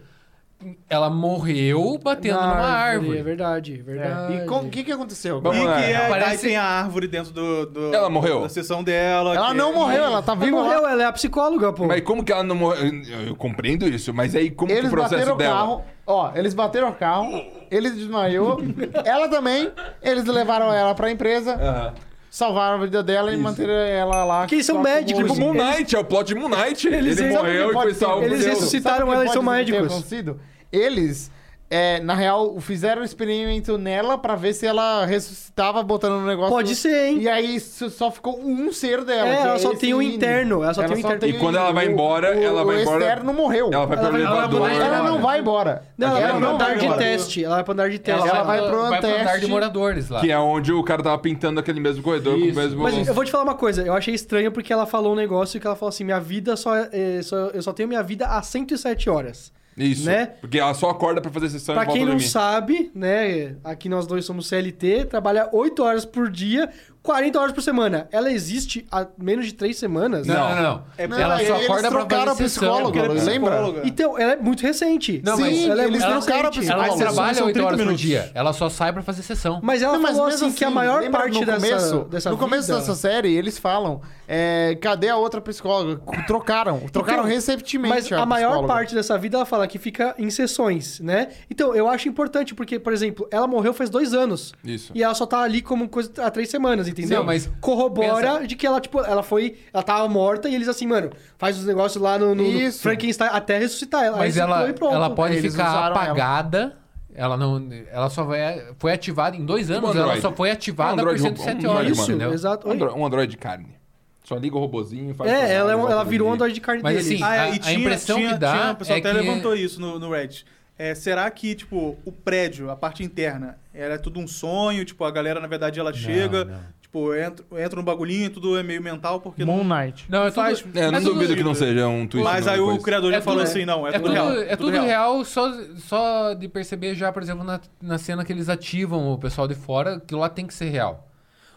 Speaker 4: Ela morreu batendo
Speaker 3: Na
Speaker 4: numa árvore.
Speaker 3: É verdade, verdade.
Speaker 1: É. E com- o que, que aconteceu?
Speaker 5: Vamos
Speaker 2: E
Speaker 5: lá.
Speaker 2: que é,
Speaker 4: Aparece-
Speaker 2: aí tem a árvore dentro do, do-
Speaker 5: Ela morreu?
Speaker 2: da sessão dela.
Speaker 1: Ela
Speaker 2: que- é
Speaker 1: não morreu, ela tá
Speaker 3: Ela
Speaker 1: viva lá.
Speaker 3: morreu, ela é a psicóloga, pô.
Speaker 5: Mas como que ela não morreu? Eu eu compreendo isso, mas aí como que
Speaker 1: Eles
Speaker 5: o processo
Speaker 1: bateram
Speaker 5: dela?
Speaker 1: o carro. Ó, eles bateram o carro. Ele desmaiou. ela também. Eles levaram ela pra empresa.
Speaker 5: Aham.
Speaker 1: Salvaram a vida dela e manteram ela lá.
Speaker 3: Porque eles são
Speaker 1: só como-
Speaker 3: médicos,
Speaker 5: Tipo
Speaker 3: Eles-
Speaker 5: Moon Knight, é o plot de Moon Knight.
Speaker 3: eles-
Speaker 5: ele
Speaker 3: eles-
Speaker 5: morreu e
Speaker 1: Sabe o que
Speaker 5: foi
Speaker 1: pode
Speaker 5: salvo.
Speaker 1: ter-
Speaker 5: por
Speaker 3: Eles
Speaker 5: Deus.
Speaker 3: ressuscitaram
Speaker 1: Sabe o que
Speaker 3: ela e
Speaker 1: pode
Speaker 3: são
Speaker 1: ter
Speaker 3: médicos.
Speaker 1: acontecido? Eles é, na real, fizeram um experimento nela pra ver se ela ressuscitava botando no negócio.
Speaker 3: Pode ser, hein?
Speaker 1: E aí s- só ficou um ser dela.
Speaker 3: É,
Speaker 1: que
Speaker 3: ela só
Speaker 1: esse
Speaker 3: tem o
Speaker 1: menino.
Speaker 3: interno, ela só tem o interno.
Speaker 5: E quando ela vai embora, ela vai embora-
Speaker 1: O externo morreu.
Speaker 5: Ela vai
Speaker 3: Ela
Speaker 5: pro
Speaker 3: vai- ela vai
Speaker 5: elevador.
Speaker 4: mudar de
Speaker 1: Ela
Speaker 4: embora.
Speaker 1: não vai embora.
Speaker 3: Não, ela, vai
Speaker 5: não
Speaker 3: pro andar
Speaker 5: vai
Speaker 3: de
Speaker 5: embora.
Speaker 3: teste. Ela vai pro andar de teste.
Speaker 1: Ela vai pro
Speaker 4: vai pro andar
Speaker 1: teste.
Speaker 4: de moradores lá.
Speaker 5: Que é onde o cara tava pintando aquele mesmo corredor
Speaker 4: Isso.
Speaker 5: com o mesmo.
Speaker 3: Mas eu vou te falar uma coisa, eu achei estranho porque ela falou um negócio que ela falou assim: minha vida só, é, só- Eu só tenho minha vida há 107 horas.
Speaker 5: Isso.
Speaker 3: né?
Speaker 5: Porque ela só acorda pra fazer sessão
Speaker 3: Pra
Speaker 5: e Então volta
Speaker 3: quem
Speaker 5: a
Speaker 3: não
Speaker 5: dormir.
Speaker 3: sabe, né? Aqui nós dois somos CLT, trabalha 8 horas por dia, 40 horas por semana. Ela existe há menos de 3 semanas.
Speaker 4: Não, não, não.
Speaker 2: É
Speaker 1: Não,
Speaker 4: ela só
Speaker 1: eles
Speaker 4: acorda pra
Speaker 1: trocaram
Speaker 4: fazer
Speaker 1: o
Speaker 4: sessão.
Speaker 1: psicólogo,
Speaker 4: Ela-
Speaker 2: Porque ela é
Speaker 1: lembra?
Speaker 2: psicóloga.
Speaker 3: Então, ela é muito recente.
Speaker 4: Não, mas
Speaker 1: Sim,
Speaker 3: ela é
Speaker 1: eles
Speaker 3: muito
Speaker 1: trocaram a
Speaker 3: recente.
Speaker 1: psicóloga.
Speaker 4: Ela
Speaker 1: Mas
Speaker 4: trabalha
Speaker 1: são
Speaker 4: 8 horas
Speaker 1: 30
Speaker 4: por
Speaker 1: minutos.
Speaker 4: dia. Ela só sai pra fazer sessão.
Speaker 3: Mas ela
Speaker 1: Não, mas
Speaker 3: falou
Speaker 1: mesmo
Speaker 3: assim que a maior
Speaker 1: lembra
Speaker 3: parte
Speaker 1: no
Speaker 3: dessa,
Speaker 1: começo,
Speaker 3: dessa
Speaker 1: No começo
Speaker 3: vida-
Speaker 1: dessa série, eles falam: é, cadê a outra psicóloga? Trocaram. Trocaram
Speaker 3: Então,
Speaker 1: recentemente.
Speaker 3: Mas a, maior
Speaker 1: psicóloga.
Speaker 3: parte dessa vida ela fala que fica em sessões, né? Então, eu acho importante, porque, por exemplo, ela morreu faz dois anos.
Speaker 5: Isso.
Speaker 3: E ela só tá ali como coisa há três semanas, entendeu?
Speaker 4: Não, mas
Speaker 3: Corrobora
Speaker 4: pensa-
Speaker 3: de que ela, tipo, ela foi. Ela tava morta e eles assim, mano, faz os negócios lá no, no- no
Speaker 1: Isso.
Speaker 3: Frankenstein até ressuscitar ela.
Speaker 4: Mas
Speaker 3: ressuscitou
Speaker 4: ela,
Speaker 3: e pronto. É,
Speaker 4: ela pode
Speaker 1: Eles
Speaker 4: ficar
Speaker 1: usaram ela.
Speaker 4: apagada. Ela. não. Ela só vai- foi ativada em dois anos. Ela
Speaker 5: Android.
Speaker 4: só foi
Speaker 5: Um
Speaker 4: ativada por
Speaker 5: Android,
Speaker 4: 107
Speaker 5: um
Speaker 4: horas,
Speaker 5: Android,
Speaker 3: Isso,
Speaker 4: entendeu?
Speaker 3: exato.
Speaker 5: Um
Speaker 3: Oi?
Speaker 5: andro- um android de carne. Só liga o robozinho e faz.
Speaker 3: É,
Speaker 5: funcionar,
Speaker 3: ela, é um-
Speaker 5: volta
Speaker 3: ela
Speaker 5: a
Speaker 3: virou um
Speaker 5: dormir.
Speaker 3: android de carne
Speaker 4: Mas
Speaker 3: dele.
Speaker 4: assim,
Speaker 3: Ah,
Speaker 2: Ah, é,
Speaker 4: A-
Speaker 2: e
Speaker 4: a
Speaker 2: tinha,
Speaker 4: impressão
Speaker 2: tinha,
Speaker 4: que dá
Speaker 2: tinha, o pessoal
Speaker 4: é
Speaker 2: até
Speaker 4: que-
Speaker 2: levantou isso no, no Reddit. É, será que, tipo, o prédio, a parte interna, era tudo um sonho? Tipo, a galera, na verdade, ela chega, tipo, entra, entra no bagulhinho e tudo é meio mental, porque
Speaker 1: Moon
Speaker 2: não...
Speaker 1: Knight.
Speaker 4: Não, é tudo,
Speaker 2: Faz-
Speaker 5: É, eu não
Speaker 4: é tudo-
Speaker 5: duvido que não seja um twist.
Speaker 2: Mas
Speaker 5: não,
Speaker 2: aí o
Speaker 5: coisa.
Speaker 2: criador já falou assim, não, é, tudo, real.
Speaker 4: É tudo real, só, só de perceber já, por exemplo, na, na cena que eles ativam o pessoal de fora, que lá tem que ser real.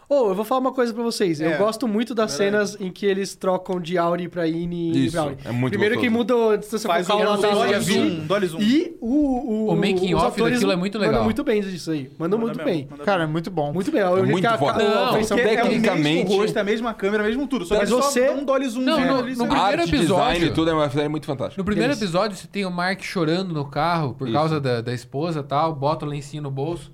Speaker 3: Ô, eu vou falar uma coisa pra vocês.
Speaker 2: É.
Speaker 3: Eu gosto muito das
Speaker 2: Verdade.
Speaker 3: cenas em que eles trocam de Auri pra Ini e
Speaker 5: Isso,
Speaker 3: pra Auri.
Speaker 5: é muito
Speaker 3: Primeiro que
Speaker 5: gostoso.
Speaker 3: muda a distância
Speaker 2: Faz
Speaker 3: focal
Speaker 2: um-
Speaker 3: lá
Speaker 2: um
Speaker 3: tá
Speaker 4: dólar
Speaker 3: longe
Speaker 4: zoom,
Speaker 3: aqui.
Speaker 2: um dólar zoom.
Speaker 3: E o... O,
Speaker 4: O making
Speaker 3: os
Speaker 4: of
Speaker 3: atores
Speaker 4: daquilo é muito legal.
Speaker 3: Mandam muito bem disso aí. Mandam muito
Speaker 2: Manda
Speaker 3: bem.
Speaker 2: mesmo, manda
Speaker 1: Cara, é
Speaker 2: mesmo.
Speaker 1: muito bom.
Speaker 3: Muito bem. É
Speaker 5: muito foda.
Speaker 4: Não,
Speaker 3: a versão
Speaker 2: Porque é o
Speaker 3: técnica.
Speaker 5: tecnicamente-
Speaker 2: mesmo rosto, é a mesma câmera, é mesmo tudo. Só
Speaker 3: Mas
Speaker 2: que só
Speaker 3: você-
Speaker 2: dá um dole zoom.
Speaker 4: Não,
Speaker 2: né?
Speaker 4: não-
Speaker 2: Ali
Speaker 4: não
Speaker 2: você-
Speaker 4: precisa- primeiro
Speaker 5: Arte,
Speaker 4: episódio-
Speaker 5: design e tudo é uma série muito fantástica.
Speaker 4: No primeiro
Speaker 3: Delícia.
Speaker 4: episódio, você tem o Mark chorando no carro por
Speaker 5: Isso.
Speaker 4: causa da, da esposa e tal, bota o lencinho no bolso,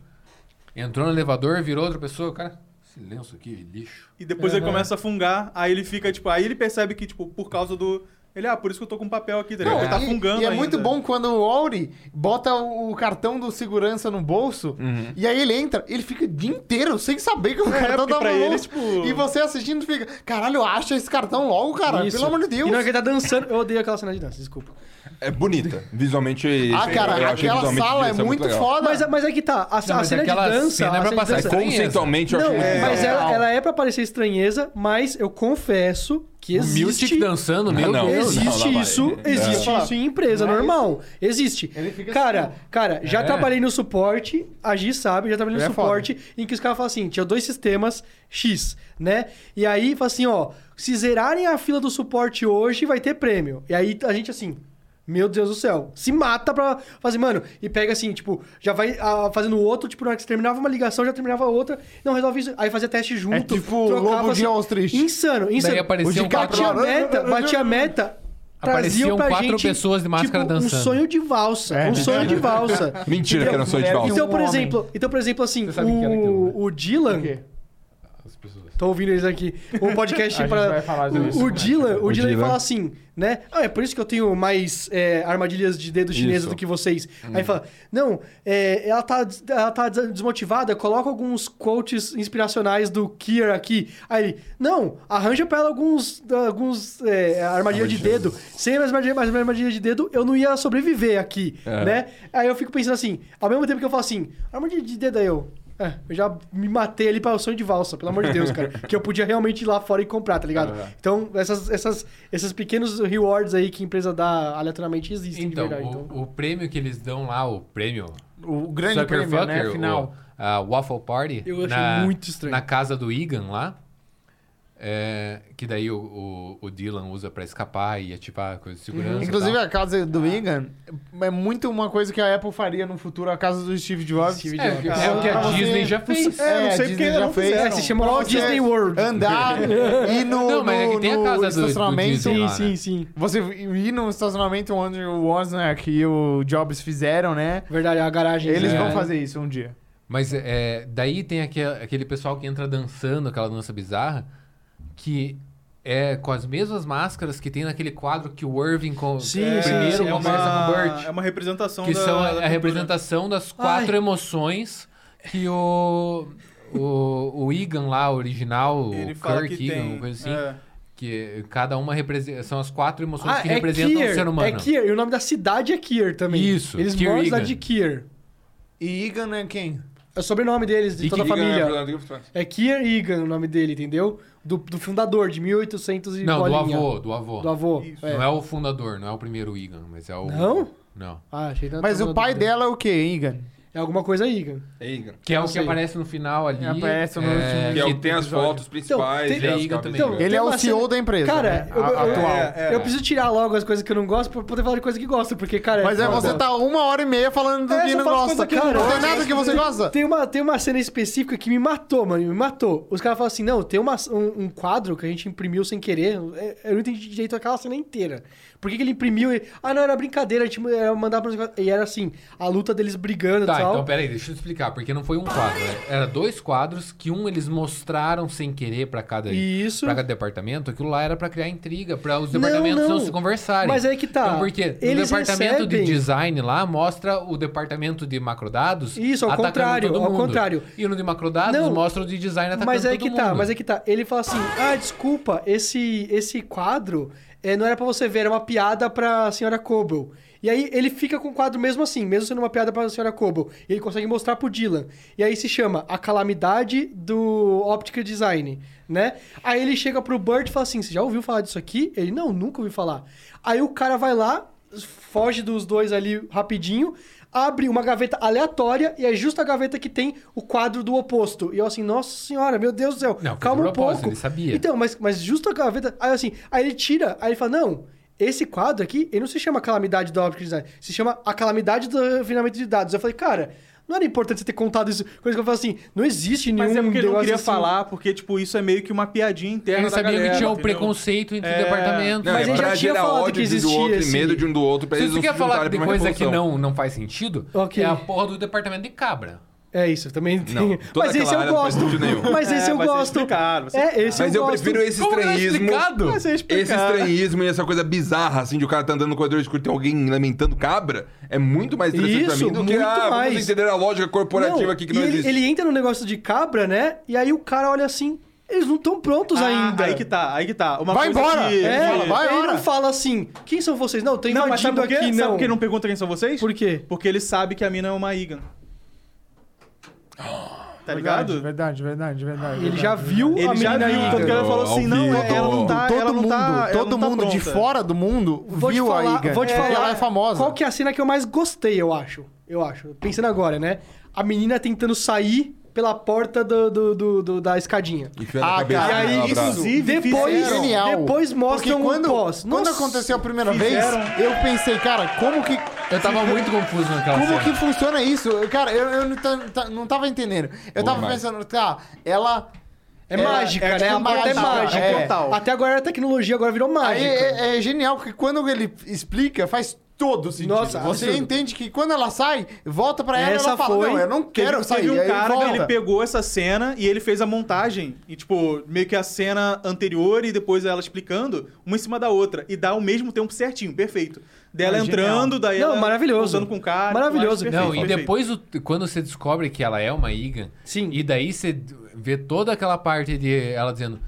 Speaker 4: entrou no elevador, virou outra pessoa, cara, esse lenço aqui, lixo.
Speaker 2: E depois ele começa a fungar, aí ele fica, tipo, aí ele percebe que, tipo, por causa do. Ele, ah, por isso que eu tô com papel aqui, tá ligado?
Speaker 4: Não,
Speaker 2: Ele tá
Speaker 1: e,
Speaker 2: fungando.
Speaker 1: e é
Speaker 2: ainda.
Speaker 1: muito bom quando o Auri bota o cartão do segurança no bolso e aí ele entra, ele fica o dia inteiro sem saber que o cartão
Speaker 2: Uhum. É, porque
Speaker 1: tá
Speaker 2: pra
Speaker 1: no
Speaker 2: ele,
Speaker 1: bolso.
Speaker 2: tipo-
Speaker 1: E você assistindo fica, caralho, acha esse cartão logo, cara,
Speaker 3: Isso.
Speaker 1: pelo amor de Deus.
Speaker 3: E não é que ele tá dançando. Eu odeio aquela cena de dança, desculpa.
Speaker 5: É bonita. Visualmente.
Speaker 1: Ah,
Speaker 5: eu achei
Speaker 1: cara, aquela
Speaker 5: visualmente
Speaker 1: sala é
Speaker 5: direção
Speaker 1: muito
Speaker 5: legal.
Speaker 1: foda.
Speaker 3: Mas, mas é que tá. A, a
Speaker 4: mas
Speaker 3: cena de
Speaker 4: aquela
Speaker 3: dança...
Speaker 4: cena
Speaker 3: a
Speaker 4: é pra
Speaker 3: cena de
Speaker 4: passar
Speaker 3: dança-
Speaker 5: É conceitualmente, eu acho
Speaker 3: Não,
Speaker 5: muito legal.
Speaker 3: mas ela,
Speaker 1: legal.
Speaker 3: ela é pra parecer estranheza, mas eu confesso que
Speaker 4: O
Speaker 3: existe...
Speaker 4: Miltic dançando, meu
Speaker 5: não.
Speaker 4: Deus.
Speaker 5: Não,
Speaker 3: Existe
Speaker 5: lá vai.
Speaker 3: isso,
Speaker 5: É.
Speaker 3: existe
Speaker 1: É.
Speaker 3: isso em empresa,
Speaker 1: Não é
Speaker 3: normal. Existe.
Speaker 1: Ele fica
Speaker 3: cara,
Speaker 1: assim.
Speaker 3: cara, já
Speaker 4: É.
Speaker 3: trabalhei no suporte, a Gi sabe, já trabalhei no
Speaker 1: É foda.
Speaker 3: suporte em que os caras falam assim, tinha dois sistemas X, né? E aí fala assim, ó, se zerarem a fila do suporte hoje, vai ter prêmio. E aí a gente assim, meu Deus do céu, se mata pra fazer, mano, e pega assim, tipo, já vai ah, fazendo outro, tipo, na hora que você terminava uma ligação, já terminava outra, não resolve isso, aí fazia teste junto.
Speaker 1: tipo Lobo de
Speaker 3: assim,
Speaker 1: Wall Street.
Speaker 3: Insano, insano.
Speaker 4: apareceu
Speaker 1: um cara
Speaker 3: batia a
Speaker 1: lá.
Speaker 3: meta, batia a meta, traziam
Speaker 4: Apareciam
Speaker 3: pra
Speaker 4: quatro
Speaker 3: gente,
Speaker 4: pessoas de máscara
Speaker 3: tipo,
Speaker 4: dançando.
Speaker 3: Um sonho de valsa.
Speaker 1: É.
Speaker 3: Um sonho de valsa.
Speaker 5: Mentira que era um sonho de
Speaker 1: Então,
Speaker 5: valsa.
Speaker 3: Então, por
Speaker 1: homem.
Speaker 3: exemplo, então, por exemplo, assim,
Speaker 4: Você sabe o que era aquilo, né?
Speaker 3: o, o Dylan.
Speaker 1: O quê?
Speaker 4: As pessoas.
Speaker 3: Tô ouvindo eles aqui. O podcast
Speaker 1: A gente
Speaker 3: pra.
Speaker 1: vai falar sobre isso.
Speaker 3: O, o Dylan, o
Speaker 5: O
Speaker 3: Dylan ele
Speaker 5: Dylan.
Speaker 3: fala assim, né? Ah, é por isso que eu tenho mais é, armadilhas de dedo chinesa
Speaker 5: Isso.
Speaker 3: do que vocês. Aí ele fala: Não, é, ela, tá, des- ela tá des- desmotivada, coloca alguns quotes inspiracionais do Kier aqui. Aí ele, não, arranja pra ela alguns, alguns é, armadilha de dedo. Sem as armadilhas mais armadilha de dedo, eu não ia sobreviver aqui,
Speaker 5: É.
Speaker 3: né? Aí eu fico pensando assim, ao mesmo tempo que eu falo assim, armadilha de dedo aí eu. É, eu já me matei ali para o sonho de valsa, pelo amor de Deus, cara. que eu podia realmente ir lá fora e comprar, tá ligado? Então, essas, essas, esses pequenos rewards aí que a empresa dá aleatoriamente existem,
Speaker 4: Então,
Speaker 3: de verdade. Então.
Speaker 4: o, o prêmio que eles dão lá, o prêmio
Speaker 1: O grande
Speaker 4: Sucker
Speaker 1: prêmio,
Speaker 4: Fucker,
Speaker 1: né, final.
Speaker 4: o- a Waffle Party.
Speaker 3: Eu achei muito estranho.
Speaker 4: Na casa do Egan lá. é, que daí o, o- o Dylan usa pra escapar e ativar a coisa de segurança. e
Speaker 1: Inclusive,
Speaker 4: tal.
Speaker 1: a casa do Egan é muito uma coisa que a Apple faria no futuro, a casa do Steve Jobs.
Speaker 4: é, é o que
Speaker 1: Ah,
Speaker 4: a
Speaker 1: você-
Speaker 4: Disney já fez.
Speaker 2: É, não
Speaker 1: a
Speaker 2: sei
Speaker 1: Disney
Speaker 2: porque não fizeram.
Speaker 3: É, se chama Walt
Speaker 1: Pra você
Speaker 3: Disney World.
Speaker 1: Andar e no,
Speaker 4: Não, mas é
Speaker 1: no,
Speaker 4: que tem a
Speaker 1: no
Speaker 4: casa do- do
Speaker 1: estacionamento.
Speaker 4: Disney.
Speaker 3: Sim,
Speaker 4: lá,
Speaker 3: sim,
Speaker 4: né?
Speaker 3: sim.
Speaker 1: Você ir no estacionamento onde o Wozniak e o Jobs fizeram, né?
Speaker 3: Verdade, é a garagem.
Speaker 1: Eles
Speaker 3: né?
Speaker 1: vão fazer isso um dia.
Speaker 4: Mas é, daí tem aque- aquele, pessoal que entra dançando, aquela dança bizarra, que é com as mesmas máscaras que tem naquele quadro que o Irving com...
Speaker 3: Sim,
Speaker 2: É,
Speaker 4: primeiro
Speaker 3: sim,
Speaker 2: é
Speaker 4: conversa
Speaker 2: uma,
Speaker 4: com o Bert.
Speaker 2: É uma representação
Speaker 4: que
Speaker 2: da,
Speaker 4: são
Speaker 2: da
Speaker 4: a, a
Speaker 2: cultura.
Speaker 4: representação das quatro emoções que o, o, o Egan lá, o original,
Speaker 2: Ele
Speaker 4: o
Speaker 2: fala
Speaker 4: Kirk
Speaker 2: que
Speaker 4: Egan,
Speaker 2: tem...
Speaker 4: alguma coisa assim,
Speaker 2: é.
Speaker 4: que cada uma representa, são as quatro emoções que
Speaker 3: é
Speaker 4: representam
Speaker 3: Kier,
Speaker 4: o ser humano.
Speaker 3: É Kier, e o nome da cidade é Kier também.
Speaker 4: Isso,
Speaker 3: Eles
Speaker 4: Kier
Speaker 3: moram na
Speaker 4: Egan.
Speaker 3: cidade de Kier.
Speaker 1: E Igan é quem?
Speaker 3: É o sobrenome deles, de
Speaker 4: E
Speaker 3: toda a
Speaker 4: Kier né?
Speaker 5: Egan é
Speaker 3: família.
Speaker 5: protagonista do Game of Thrones.
Speaker 3: É Kier Egan o nome dele, entendeu? Do, do fundador, de 1800 e
Speaker 4: Não, do
Speaker 3: bolinha.
Speaker 4: avô, do avô.
Speaker 3: Do avô.
Speaker 2: Isso.
Speaker 3: é.
Speaker 4: Não é o fundador, não é o primeiro Egan, mas é o...
Speaker 3: Não?
Speaker 4: Não.
Speaker 3: Ah, achei tanto
Speaker 1: Mas o
Speaker 3: nome
Speaker 1: pai
Speaker 3: do-
Speaker 1: dela é o quê, Igan?
Speaker 3: É alguma coisa Egan.
Speaker 5: É Egan.
Speaker 4: Que é o
Speaker 3: Não
Speaker 4: que
Speaker 3: sei.
Speaker 4: aparece no final ali.
Speaker 1: Aparece no último-
Speaker 5: Que é o que tem as
Speaker 1: episódio.
Speaker 5: fotos principais.
Speaker 3: Então,
Speaker 5: e
Speaker 3: tem-
Speaker 5: as
Speaker 4: Egan
Speaker 5: capas
Speaker 4: também.
Speaker 5: de-
Speaker 3: Então,
Speaker 1: Ele é
Speaker 3: uma
Speaker 1: o CEO
Speaker 3: cena-
Speaker 1: da empresa.
Speaker 3: Cara,
Speaker 1: né?
Speaker 3: eu,
Speaker 1: A-
Speaker 3: eu-
Speaker 1: atual.
Speaker 3: é, é. eu preciso tirar logo as coisas que eu não gosto pra poder falar de coisa que gosto, porque, cara...
Speaker 1: Mas aí
Speaker 3: É, foda.
Speaker 1: você tá uma hora e meia falando do
Speaker 3: É,
Speaker 1: que
Speaker 3: só
Speaker 1: não
Speaker 3: fala
Speaker 1: gosta.
Speaker 3: coisa que eu não
Speaker 1: não tem
Speaker 3: gosto.
Speaker 1: nada que você
Speaker 3: Tem-
Speaker 1: gosta?
Speaker 3: Tem uma, tem uma cena específica que me matou, mano. Me matou. Os caras falam assim: não, tem uma, um, um quadro que a gente imprimiu sem querer. Eu- Eu não entendi direito aquela cena inteira. Por que, que ele imprimiu? e- Ah, não, era brincadeira. A gente eh, mandava pra. E era assim: a luta deles brigando e
Speaker 4: Tá,
Speaker 3: tal.
Speaker 4: então peraí, deixa eu explicar, porque não foi um quadro, né? Era dois quadros que um eles mostraram sem querer pra cada,
Speaker 3: Isso.
Speaker 4: pra cada departamento, aquilo lá era pra criar intriga, pra os
Speaker 3: Não,
Speaker 4: departamentos não,
Speaker 3: não.
Speaker 4: se conversarem.
Speaker 3: Mas aí que tá.
Speaker 4: Então, porque no
Speaker 3: Eles
Speaker 4: departamento de
Speaker 3: recebem-
Speaker 4: design lá mostra o departamento de macrodados
Speaker 3: Isso, ao
Speaker 4: atacando
Speaker 3: contrário,
Speaker 4: todo
Speaker 3: ao
Speaker 4: mundo.
Speaker 3: contrário.
Speaker 4: E no de macrodados
Speaker 3: Não.
Speaker 4: mostra o de design atacando
Speaker 3: mas aí
Speaker 4: todo
Speaker 3: que tá,
Speaker 4: mundo.
Speaker 3: mas aí que tá. Ele fala assim: ah, desculpa, esse, esse quadro eh, não era pra você ver, era uma piada pra senhora Coble. E aí ele fica com o quadro mesmo assim, mesmo sendo uma piada pra senhora Coble. E ele consegue mostrar pro Dylan. E aí se chama A Calamidade do Optical Design, né? Aí ele chega pro Bert e fala assim: você já ouviu falar disso aqui? Ele, não, nunca ouvi falar. Aí o cara vai lá, foge dos dois ali rapidinho, abre uma gaveta aleatória e é justo a gaveta que tem o quadro do oposto. E eu assim, nossa senhora, meu Deus do céu,
Speaker 4: Não, foi de
Speaker 3: calma um
Speaker 4: propósito,
Speaker 3: pouco.
Speaker 4: ele sabia.
Speaker 3: Então, mas, mas justo a gaveta. Aí assim, aí ele tira, aí ele fala, não. Esse quadro aqui, ele não se chama calamidade do Optic Design, se chama a calamidade do refinamento de dados. Eu falei, cara, não era importante você ter contado isso. Coisa que eu falo assim, não existe nenhum.
Speaker 2: Mas é porque ele não
Speaker 3: negócio
Speaker 2: queria
Speaker 3: assim.
Speaker 2: falar, porque, tipo, isso é meio que uma piadinha interna
Speaker 4: Eles
Speaker 2: da
Speaker 4: sabiam
Speaker 2: galera,
Speaker 4: que tinha o
Speaker 2: entendeu?
Speaker 4: preconceito entre
Speaker 2: É.
Speaker 4: o departamento.
Speaker 5: Não,
Speaker 3: Mas
Speaker 5: é
Speaker 3: ele já
Speaker 5: pra
Speaker 3: tinha
Speaker 5: gerar
Speaker 3: falado
Speaker 5: ódio
Speaker 3: que
Speaker 5: de- do
Speaker 3: existia
Speaker 5: outro
Speaker 3: esse-
Speaker 5: e medo de um do outro pra
Speaker 4: Se
Speaker 5: eles
Speaker 4: você
Speaker 5: não
Speaker 4: quer
Speaker 5: se
Speaker 4: falar
Speaker 5: juntarem
Speaker 4: de
Speaker 5: pra uma
Speaker 4: coisa que
Speaker 5: revolução.
Speaker 4: não, não faz sentido,
Speaker 3: Ok.
Speaker 4: é a porra do departamento de cabra.
Speaker 3: É isso, também tem.
Speaker 5: Não, toda
Speaker 3: mas esse
Speaker 5: aquela
Speaker 3: eu
Speaker 5: área não faz
Speaker 3: gosto.
Speaker 5: sentido nenhum.
Speaker 3: Mas esse
Speaker 2: É,
Speaker 3: eu
Speaker 2: vai ser
Speaker 3: gosto.
Speaker 2: explicado, vai ser
Speaker 3: É, esse
Speaker 5: Mas
Speaker 3: eu
Speaker 5: eu
Speaker 3: gosto.
Speaker 5: prefiro esse
Speaker 4: Como não é
Speaker 5: estranhismo.
Speaker 4: explicado?
Speaker 2: Mas é explicado.
Speaker 5: Esse estranhismo e essa coisa bizarra, assim, de o cara tá andando no corredor escuro e tem alguém lamentando cabra, é muito mais interessante
Speaker 3: Isso,
Speaker 5: pra mim do que
Speaker 3: muito
Speaker 5: ah,
Speaker 3: mais.
Speaker 5: vamos entender a lógica corporativa
Speaker 3: Não,
Speaker 5: aqui que não
Speaker 3: e ele,
Speaker 5: existe.
Speaker 3: ele entra no negócio de cabra, né? E aí o cara olha assim, eles não estão prontos
Speaker 2: Ah,
Speaker 3: ainda.
Speaker 2: Aí que tá, aí que tá. Uma
Speaker 1: Vai
Speaker 2: coisa
Speaker 1: embora!
Speaker 2: Que...
Speaker 3: É,
Speaker 1: Fala, vai,
Speaker 3: ele
Speaker 1: ora.
Speaker 3: não fala assim, quem são vocês? Não, tô
Speaker 2: Não,
Speaker 3: invadindo
Speaker 2: mas sabe por quê?
Speaker 3: aqui, não.
Speaker 2: Sabe por que ele não pergunta quem são vocês?
Speaker 3: Por quê?
Speaker 2: Porque ele sabe que a mina é uma Igan. Tá ligado?
Speaker 1: Verdade, verdade, verdade.
Speaker 3: Ele já viu a
Speaker 2: Ele já
Speaker 3: menina
Speaker 2: viu,
Speaker 3: aí.
Speaker 2: tanto que ela
Speaker 5: Ao
Speaker 2: falou assim, não,
Speaker 5: vivo.
Speaker 2: ela não tá,
Speaker 1: Todo
Speaker 2: ela não
Speaker 1: mundo,
Speaker 2: tá, ela
Speaker 1: todo
Speaker 2: não tá
Speaker 1: mundo de
Speaker 2: pronta.
Speaker 1: fora do mundo
Speaker 3: Vou
Speaker 1: viu
Speaker 3: te falar,
Speaker 1: a Igan.
Speaker 3: Vou te falar.
Speaker 1: Ela é famosa.
Speaker 3: Qual que é a cena que eu mais gostei, eu acho? Eu acho. Pensando agora, né? A menina tentando sair pela porta do- do- do- do- da escadinha.
Speaker 5: Enfiando
Speaker 1: Ah,
Speaker 5: a cabeça
Speaker 1: cara,
Speaker 5: no
Speaker 2: e aí,
Speaker 5: abraço.
Speaker 2: isso-
Speaker 3: Inclusive, depois,
Speaker 2: fizeram.
Speaker 1: é Genial.
Speaker 3: depois
Speaker 1: Porque
Speaker 3: mostram um
Speaker 1: quando,
Speaker 3: pós.
Speaker 1: quando
Speaker 3: Nossa,
Speaker 1: aconteceu a primeira vez,
Speaker 2: fizeram.
Speaker 1: eu pensei, cara, como que...
Speaker 4: Eu tava muito confuso naquela
Speaker 1: Como
Speaker 4: cena.
Speaker 1: que funciona isso? Eu, Cara, eu, eu não, ta- ta- não tava entendendo. Eu tava
Speaker 5: demais.
Speaker 1: pensando, tá, ela...
Speaker 3: É,
Speaker 1: ela-
Speaker 3: mágica,
Speaker 1: é
Speaker 3: né?
Speaker 1: tipo
Speaker 3: A parte é
Speaker 1: mágica,
Speaker 3: mágica.
Speaker 1: é.
Speaker 2: Total.
Speaker 3: Até agora era tecnologia, agora virou
Speaker 1: Aí
Speaker 3: mágica.
Speaker 1: é, é genial, porque quando ele explica, faz todo sentido.
Speaker 3: Nossa,
Speaker 1: Você
Speaker 3: absurdo.
Speaker 1: entende que quando ela sai, volta pra ela e
Speaker 3: Essa
Speaker 1: ela fala,
Speaker 3: foi-
Speaker 1: não, eu não
Speaker 2: Teve-
Speaker 1: quero sair.
Speaker 2: Teve um
Speaker 1: Aí
Speaker 2: cara que
Speaker 1: volta.
Speaker 2: ele pegou essa cena e ele fez a montagem. E, tipo, meio que a cena anterior e depois ela explicando, uma em cima da outra. E dá ao mesmo tempo certinho, perfeito. Dela
Speaker 1: Ah, genial.
Speaker 2: entrando, daí
Speaker 3: Não,
Speaker 2: ela
Speaker 3: maravilhoso.
Speaker 2: conversando com o cara.
Speaker 3: Maravilhoso.
Speaker 2: eu acho
Speaker 4: Não,
Speaker 2: perfeito,
Speaker 4: e
Speaker 2: perfeito.
Speaker 4: depois, o- quando você descobre que ela é uma Igan,
Speaker 3: Sim.
Speaker 4: e daí você vê toda aquela parte de ela dizendo: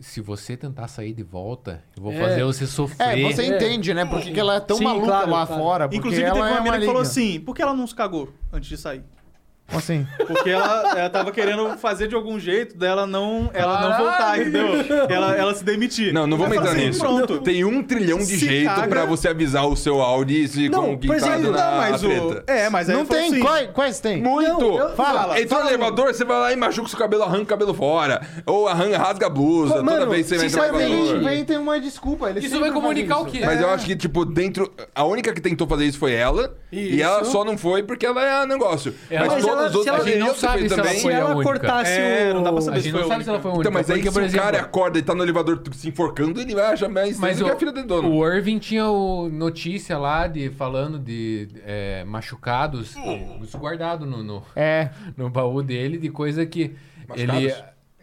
Speaker 4: se você tentar sair de volta, eu vou
Speaker 3: É.
Speaker 4: fazer você
Speaker 1: É,
Speaker 4: sofrer.
Speaker 1: você entende, né? Por que que ela é tão
Speaker 3: Sim,
Speaker 1: maluca
Speaker 3: claro,
Speaker 1: lá
Speaker 3: claro.
Speaker 1: fora. Porque
Speaker 2: Inclusive,
Speaker 1: ela
Speaker 2: teve uma
Speaker 1: é
Speaker 2: mina que falou
Speaker 1: liga.
Speaker 2: assim: por que ela não se cagou antes de sair?
Speaker 1: Como assim?
Speaker 2: Porque ela, ela tava querendo fazer de algum jeito dela não, ela não
Speaker 4: Caralho!
Speaker 2: voltar, entendeu? Ela, ela se demitir.
Speaker 5: Não, não vamos
Speaker 2: Aí eu
Speaker 5: entrar
Speaker 2: falei
Speaker 5: nisso.
Speaker 2: assim, Pronto.
Speaker 5: Tem um trilhão de
Speaker 2: Se
Speaker 5: jeito
Speaker 2: caga.
Speaker 5: pra você avisar o seu Audi se
Speaker 3: Não,
Speaker 5: com quem
Speaker 3: pois
Speaker 5: tá
Speaker 3: é,
Speaker 5: dando
Speaker 3: não,
Speaker 5: a
Speaker 2: mas
Speaker 5: treta.
Speaker 2: o. É, mas aí
Speaker 1: não
Speaker 2: eu falo
Speaker 1: tem?
Speaker 2: assim,
Speaker 1: Quais, quais tem?
Speaker 5: Muito!
Speaker 3: Não, eu-
Speaker 1: Fala.
Speaker 5: Entrou no elevador, você vai lá e machuca o seu cabelo, arranca o cabelo fora. Ou arranca, rasga a blusa,
Speaker 3: Pô, mano,
Speaker 5: toda vez que você vai entrar né?" no
Speaker 1: Mas
Speaker 5: elevador.
Speaker 1: ele vem tem uma desculpa. Ele
Speaker 4: Isso
Speaker 1: sempre
Speaker 4: vai
Speaker 1: faz
Speaker 4: comunicar
Speaker 1: isso.
Speaker 4: o quê?
Speaker 5: Mas eu acho que, tipo, dentro. A única que tentou fazer isso foi ela.
Speaker 3: Isso.
Speaker 5: E ela só não foi porque ela é a negócio.
Speaker 4: Ela-
Speaker 5: Mas,
Speaker 3: Mas
Speaker 5: todos
Speaker 3: ela-
Speaker 5: os
Speaker 3: se
Speaker 5: outros
Speaker 3: ela-
Speaker 5: deveriam
Speaker 4: não
Speaker 5: ter
Speaker 4: sabe
Speaker 5: feito
Speaker 4: se ela
Speaker 5: também.
Speaker 3: Se
Speaker 4: foi a
Speaker 3: é, ela
Speaker 4: única.
Speaker 3: cortasse
Speaker 2: É,
Speaker 3: o...
Speaker 2: não dá pra
Speaker 4: a
Speaker 2: saber.
Speaker 4: gente não sabe se ela foi a única.
Speaker 5: Então, mas aí
Speaker 4: porque,
Speaker 5: se o cara acorda e tá no elevador se enforcando, ele vai achar mais
Speaker 4: Mas
Speaker 5: estranho do
Speaker 4: o,
Speaker 5: que a filha do dono.
Speaker 4: o Irving tinha o notícia lá de falando de é, machucados,
Speaker 5: Hum.
Speaker 4: isso guardado no, no-
Speaker 1: É.
Speaker 4: no baú dele, de coisa que
Speaker 5: Machucados?
Speaker 4: ele.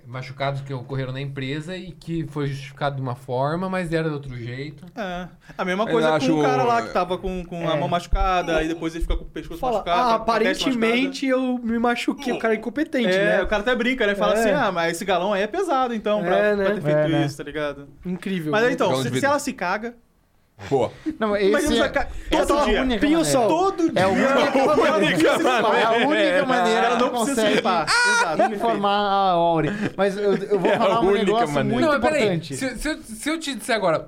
Speaker 4: machucados que ocorreram na empresa e que foi justificado de uma forma, mas era de outro jeito.
Speaker 2: É. A mesma
Speaker 5: Eu
Speaker 2: coisa
Speaker 5: acho- é,
Speaker 2: com o cara lá que tava com, com a mão machucada, aí depois ele fica com o pescoço
Speaker 3: Fala,
Speaker 2: machucado.
Speaker 3: ah,
Speaker 2: com a testa
Speaker 3: aparentemente eu me machuquei. O cara é incompetente,
Speaker 2: machucada. É,
Speaker 3: né?
Speaker 2: o cara até brinca, né? Fala
Speaker 3: É.
Speaker 2: assim, ah, mas esse galão aí é pesado, então, pra, pra
Speaker 3: É, né?
Speaker 2: ter feito
Speaker 1: É, né?
Speaker 2: isso, tá ligado?
Speaker 3: Incrível.
Speaker 2: Mas
Speaker 3: né?
Speaker 2: então,
Speaker 5: Galão
Speaker 2: se,
Speaker 5: de vidro.
Speaker 2: se ela se caga,
Speaker 5: Pô,
Speaker 1: Não, esse
Speaker 2: imagina
Speaker 1: é-
Speaker 2: se ela
Speaker 1: essa
Speaker 2: todo
Speaker 1: é a
Speaker 2: dia.
Speaker 1: única
Speaker 3: Pinho
Speaker 1: maneira.
Speaker 3: sol.
Speaker 2: Todo
Speaker 1: É
Speaker 2: dia.
Speaker 1: a única maneira.
Speaker 5: Ah,
Speaker 1: É a única maneira.
Speaker 2: Ela não
Speaker 1: que
Speaker 2: precisa se
Speaker 1: consegue
Speaker 2: pá. Exato, perfeito.
Speaker 1: informar a Aure. Mas eu, eu vou
Speaker 5: É a
Speaker 1: falar um
Speaker 5: única
Speaker 1: negócio
Speaker 5: maneira.
Speaker 1: muito
Speaker 4: não, mas peraí.
Speaker 1: importante.
Speaker 4: Se, se eu- se eu te disser agora,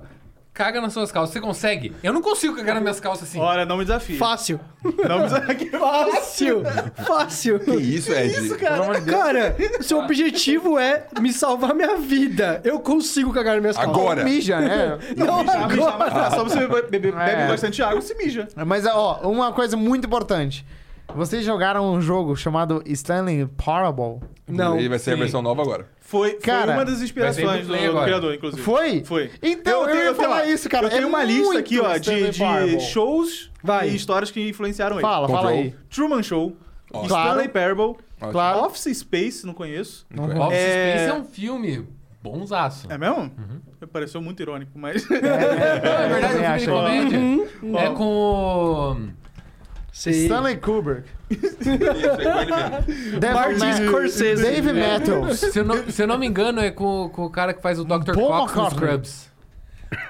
Speaker 4: caga nas suas calças, você consegue? Eu não consigo cagar nas minhas calças assim.
Speaker 2: Olha, não me desafie.
Speaker 3: Fácil.
Speaker 2: Não me desafie.
Speaker 3: Fácil. Fácil.
Speaker 5: que isso, Ed?
Speaker 3: Cara, seu objetivo é me salvar minha vida. Eu consigo cagar nas minhas calças.
Speaker 5: Agora.
Speaker 1: Mija, né?
Speaker 3: Não, agora.
Speaker 2: É só você beber, beber-
Speaker 1: É.
Speaker 2: bebe bastante água e se mija.
Speaker 1: Mas, ó, uma coisa muito importante. Vocês jogaram um jogo chamado Stanley Parable?
Speaker 3: Não.
Speaker 5: Ele vai ser a
Speaker 4: sim.
Speaker 5: versão nova agora.
Speaker 2: Foi, foi
Speaker 1: Cara,
Speaker 2: uma das
Speaker 4: vai
Speaker 2: inspirações
Speaker 4: ser
Speaker 2: do,
Speaker 4: muito bem
Speaker 2: do
Speaker 4: agora.
Speaker 2: criador, inclusive.
Speaker 1: Foi?
Speaker 2: Foi.
Speaker 1: Então, eu,
Speaker 2: tenho-
Speaker 1: ia
Speaker 2: tenho-
Speaker 1: falar isso, cara.
Speaker 2: Eu tenho
Speaker 1: é
Speaker 2: uma lista
Speaker 1: muito
Speaker 2: aqui, ó, de,
Speaker 1: Stanley
Speaker 2: de
Speaker 1: Parable.
Speaker 2: shows
Speaker 3: Vai.
Speaker 2: e histórias que influenciaram ele.
Speaker 1: Fala, fala aí.
Speaker 5: Control.
Speaker 2: Truman Show,
Speaker 5: Ó,
Speaker 1: Claro.
Speaker 2: Stanley Parable,
Speaker 5: ó,
Speaker 1: Claro.
Speaker 2: Office Space, não conheço.
Speaker 5: não
Speaker 4: Ó,
Speaker 5: conhece.
Speaker 4: Office
Speaker 2: É-
Speaker 4: Space é um filme bonzaço.
Speaker 2: É mesmo?
Speaker 5: Uhum.
Speaker 2: Pareceu muito irônico, mas...
Speaker 4: É verdade,
Speaker 1: também
Speaker 4: é um
Speaker 1: acho. Uhum.
Speaker 4: filme de comédia. É com o...
Speaker 3: Sei.
Speaker 1: Stanley Kubrick.
Speaker 5: Isso, é com ele mesmo.
Speaker 1: Devil
Speaker 3: Martin
Speaker 1: Ma-
Speaker 3: Scorsese.
Speaker 1: Dave
Speaker 3: É.
Speaker 1: Matthews.
Speaker 4: Se eu, não, se eu não me engano, é com, com o cara que faz o Dr.
Speaker 1: Paul
Speaker 4: Fox nos
Speaker 1: McCartney.
Speaker 4: Scrubs.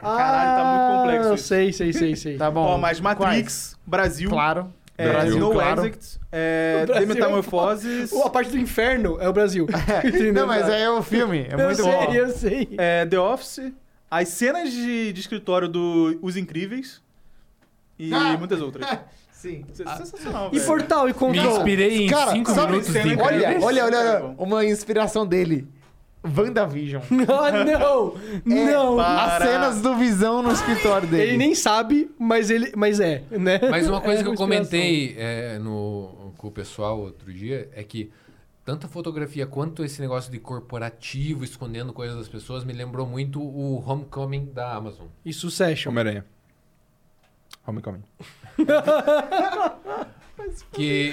Speaker 2: Caralho, tá muito complexo
Speaker 3: Ah,
Speaker 2: isso.
Speaker 3: Sei, sei, sei, sei.
Speaker 1: Tá bom.
Speaker 2: Ó, mas Matrix, Brasil,
Speaker 1: Quais? Claro.
Speaker 2: é,
Speaker 5: Brasil,
Speaker 2: No
Speaker 1: claro.
Speaker 2: Exit, é,
Speaker 3: Brasil
Speaker 2: The
Speaker 3: é
Speaker 2: Metamorphoses,
Speaker 3: Oh, a parte do inferno é o Brasil. Entendeu?
Speaker 1: Não, mas é o filme. É
Speaker 3: eu
Speaker 1: muito
Speaker 3: sei,
Speaker 1: bom.
Speaker 3: eu sei.
Speaker 2: é, The Office, as cenas de, de escritório do Os Incríveis e
Speaker 1: Ah.
Speaker 2: muitas outras.
Speaker 1: Sim.
Speaker 2: Isso é Sensacional,
Speaker 3: E
Speaker 2: velho.
Speaker 3: Portal e
Speaker 4: Me
Speaker 3: Control.
Speaker 4: inspirei em
Speaker 1: Então, Cara,
Speaker 4: 5
Speaker 1: sabe
Speaker 4: minutos de
Speaker 2: cena que-
Speaker 1: Olha,
Speaker 4: incríveis.
Speaker 1: olha, olha,
Speaker 2: Tá
Speaker 1: olha. Uma inspiração dele. WandaVision.
Speaker 3: Ah, não!
Speaker 1: É
Speaker 3: não!
Speaker 2: pá. É Para.
Speaker 1: As cenas do Visão no escritório dele.
Speaker 3: Ele nem sabe, mas ele. Mas é, né?
Speaker 4: Mas uma coisa
Speaker 3: É
Speaker 4: que eu
Speaker 3: inspiração.
Speaker 4: comentei é, no, com o pessoal outro dia é que tanto a fotografia quanto esse negócio de corporativo escondendo coisas das pessoas me lembrou muito o Homecoming da Amazon.
Speaker 3: E Succession.
Speaker 5: Homem-Aranha. Homecoming.
Speaker 4: Que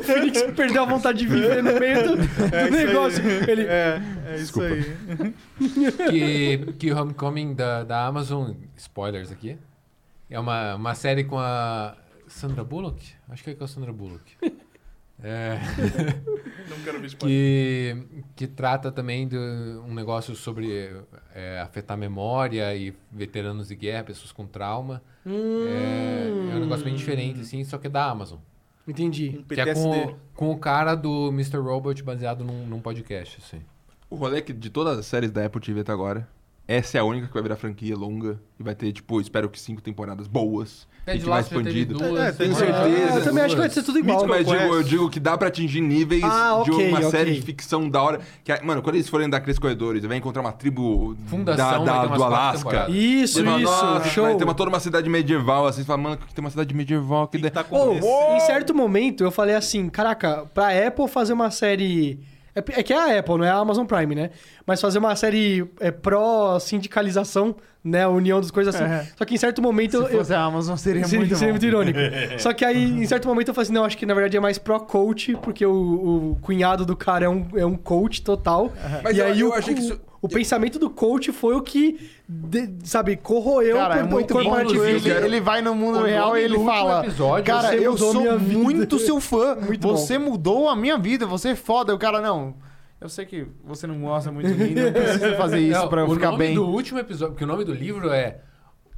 Speaker 3: O Phoenix perdeu a vontade de viver no meio do, do
Speaker 2: É isso aí.
Speaker 3: negócio. Ele.
Speaker 2: É, é isso
Speaker 5: Desculpa.
Speaker 2: aí.
Speaker 4: que, que o Homecoming da, da Amazon, spoilers aqui, é uma, uma série com a Sandra Bullock? Acho que é com a Sandra Bullock. É,
Speaker 2: Não quero ver spoiler.
Speaker 4: que, que trata também de um negócio sobre é, afetar memória e veteranos de guerra, pessoas com trauma. É, é um negócio bem diferente,
Speaker 5: Hum.
Speaker 4: assim, só que é da Amazon.
Speaker 3: Entendi.
Speaker 2: Um
Speaker 4: Que é com,
Speaker 2: PTSD.
Speaker 4: o- com o cara do Mr. Robot baseado num, num podcast, assim.
Speaker 5: O rolê é que de todas as séries da Apple TV até agora, essa é a única que vai virar franquia longa e vai ter, tipo, espero que cinco temporadas boas.
Speaker 4: É,
Speaker 5: e que vai expandido.
Speaker 2: É, tem
Speaker 5: Com certeza.
Speaker 3: Ah, eu também acho que vai ser tudo igual.
Speaker 5: Mas
Speaker 2: Qual
Speaker 5: digo,
Speaker 2: é?
Speaker 5: eu digo que dá pra atingir níveis
Speaker 3: Ah, ok,
Speaker 5: de uma
Speaker 3: ok.
Speaker 5: série de ficção da hora. Que, é, mano, quando eles forem andar aqueles corredores, vai encontrar uma tribo
Speaker 4: Fundação,
Speaker 5: da-
Speaker 4: vai
Speaker 5: da-
Speaker 4: ter umas
Speaker 5: do
Speaker 4: quatro
Speaker 5: Alasca.
Speaker 4: temporadas.
Speaker 3: Isso,
Speaker 5: Você fala,
Speaker 3: isso.
Speaker 5: "Nossa,
Speaker 3: Show.
Speaker 5: Vai ter uma, toda uma cidade medieval, assim, você fala, mano, que tem uma cidade medieval aqui
Speaker 2: que
Speaker 5: dentro.
Speaker 2: tá
Speaker 3: Ô,
Speaker 2: acontecendo?
Speaker 3: em certo momento eu falei assim, caraca, pra Apple fazer uma série. É p- é que é a Apple, não é a Amazon Prime, né? Mas fazer uma série é, pró-sindicalização, né? União das coisas assim.
Speaker 1: É.
Speaker 3: Só que em certo momento eu-
Speaker 1: Se
Speaker 3: eu.
Speaker 1: fosse a Amazon, seria,
Speaker 3: Seria
Speaker 1: muito bom.
Speaker 3: seria muito irônico. Só que aí, em certo momento, eu falei assim: não, acho que na verdade é mais pró-coach, porque o, o cunhado do cara é um, é um coach total.
Speaker 5: Mas
Speaker 3: e
Speaker 5: eu-
Speaker 3: aí,
Speaker 5: eu
Speaker 3: o,
Speaker 5: achei que
Speaker 3: o-
Speaker 5: isso-
Speaker 3: O pensamento do coach foi o que, de- sabe, corroeu
Speaker 1: Cara, é
Speaker 3: pro-
Speaker 1: muito
Speaker 3: pro
Speaker 1: bom.
Speaker 4: corporativismo.
Speaker 1: quando Ele,
Speaker 5: Quero-
Speaker 1: ele vai no mundo
Speaker 4: O
Speaker 1: real
Speaker 4: nome
Speaker 1: e ele
Speaker 4: do último
Speaker 1: fala...
Speaker 4: episódio,
Speaker 1: cara,
Speaker 3: você
Speaker 1: eu
Speaker 3: mudou
Speaker 1: sou
Speaker 3: minha vida."
Speaker 1: muito seu fã.
Speaker 3: Muito
Speaker 1: você mudou a minha vida. Você é foda. E o cara, não... Eu sei que você não gosta muito de mim. Não precisa fazer isso
Speaker 4: Não,
Speaker 1: pra eu
Speaker 4: o
Speaker 1: ficar
Speaker 4: nome
Speaker 1: bem.
Speaker 4: do último episódio, porque o nome do livro é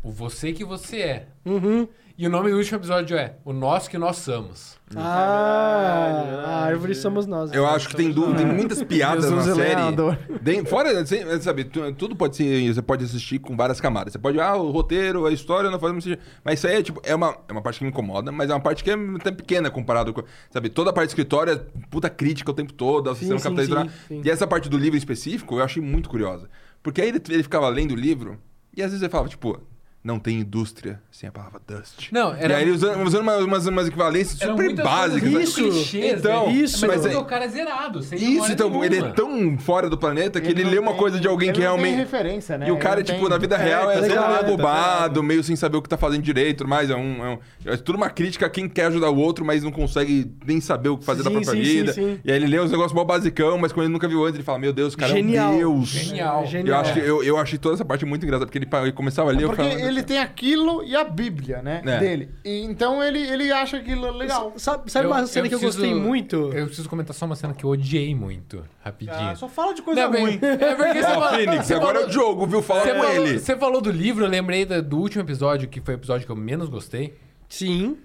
Speaker 4: O Você que Você É.
Speaker 3: Uhum.
Speaker 4: E o nome do último episódio é O Nós que Nós Somos.
Speaker 3: Ah,
Speaker 2: verdade.
Speaker 3: a árvore somos nós.
Speaker 5: Eu acho que tem, du- tem muitas piadas
Speaker 1: Jesus,
Speaker 4: um
Speaker 5: na
Speaker 1: ele é
Speaker 5: série.
Speaker 1: nadador.
Speaker 5: Den- fora, assim, sabe, tu- tudo pode ser. Você pode assistir com várias camadas. Você pode, ah, o roteiro, a história, não fazemos isso. Mas isso aí é, tipo, é uma, é uma parte que me incomoda, mas é uma parte que é até pequena comparado com. Sabe, toda a parte escritória, puta crítica o tempo todo, ao sistema
Speaker 3: sim,
Speaker 5: capitalista.
Speaker 3: sim, sim.
Speaker 5: E essa parte do livro em específico eu achei muito curiosa. Porque aí ele, ele ficava lendo o livro e às vezes ele falava, tipo. não tem indústria sem a palavra dust.
Speaker 4: Não,
Speaker 5: E
Speaker 4: era-
Speaker 5: aí ele usando, usando umas, umas, umas equivalências
Speaker 4: Eram
Speaker 5: super
Speaker 4: muitas
Speaker 5: básicas.
Speaker 4: coisas,
Speaker 3: Isso,
Speaker 4: muitos né? clichês,
Speaker 5: então,
Speaker 4: velho.
Speaker 3: isso,
Speaker 4: Mas
Speaker 5: mas
Speaker 4: é
Speaker 5: é-
Speaker 4: o cara é zerado, sem
Speaker 5: Isso,
Speaker 4: memória
Speaker 5: então, ele é
Speaker 4: nenhuma.
Speaker 5: tão fora do planeta que ele,
Speaker 1: não
Speaker 5: lê uma
Speaker 1: tem-
Speaker 5: coisa de alguém
Speaker 1: ele
Speaker 5: que
Speaker 1: não
Speaker 5: realmente.
Speaker 1: Tem referência, né?
Speaker 5: E o
Speaker 1: Ele
Speaker 5: cara,
Speaker 1: não
Speaker 5: tipo,
Speaker 1: tem-
Speaker 5: na vida
Speaker 1: É,
Speaker 5: real, é,
Speaker 1: tá
Speaker 5: às vezes
Speaker 1: ligado,
Speaker 5: meio
Speaker 1: tá
Speaker 5: abobado,
Speaker 1: ligado.
Speaker 5: meio sem saber o que tá fazendo direito, tudo mais é um, é um- é tudo uma crítica a quem quer ajudar o outro, mas não consegue nem saber o que fazer da
Speaker 3: Sim,
Speaker 5: própria
Speaker 3: sim,
Speaker 5: vida.
Speaker 3: sim, sim.
Speaker 5: E aí ele lê uns negócios mó basicão, mas quando ele nunca viu antes, ele fala, meu Deus, o cara
Speaker 3: Genial.
Speaker 5: é um deus.
Speaker 4: Genial.
Speaker 3: É,
Speaker 5: Eu,
Speaker 3: genial.
Speaker 5: acho que, eu, eu achei toda essa parte muito engraçada, porque ele, pa- ele começava a ler, eu
Speaker 1: Porque ele
Speaker 5: falava...
Speaker 1: tem aquilo e a Bíblia, né?
Speaker 5: É.
Speaker 1: Dele. E, então ele, ele acha aquilo legal.
Speaker 3: Sabe, sabe
Speaker 4: Eu-
Speaker 3: uma cena que eu
Speaker 4: preciso-
Speaker 3: gostei muito?
Speaker 4: Eu preciso comentar só uma cena que eu odiei muito, rapidinho.
Speaker 2: Ah, só fala de coisa
Speaker 4: Não, bem,
Speaker 2: ruim.
Speaker 4: É porque você
Speaker 5: Ó,
Speaker 4: fala-
Speaker 5: Phoenix,
Speaker 4: você
Speaker 5: agora é
Speaker 4: falou-
Speaker 5: o Diogo, viu? Fala
Speaker 4: Você
Speaker 5: com
Speaker 4: falou,
Speaker 5: ele.
Speaker 4: você falou do livro, eu lembrei da- do último episódio, que foi o episódio que eu menos gostei.
Speaker 3: Sim.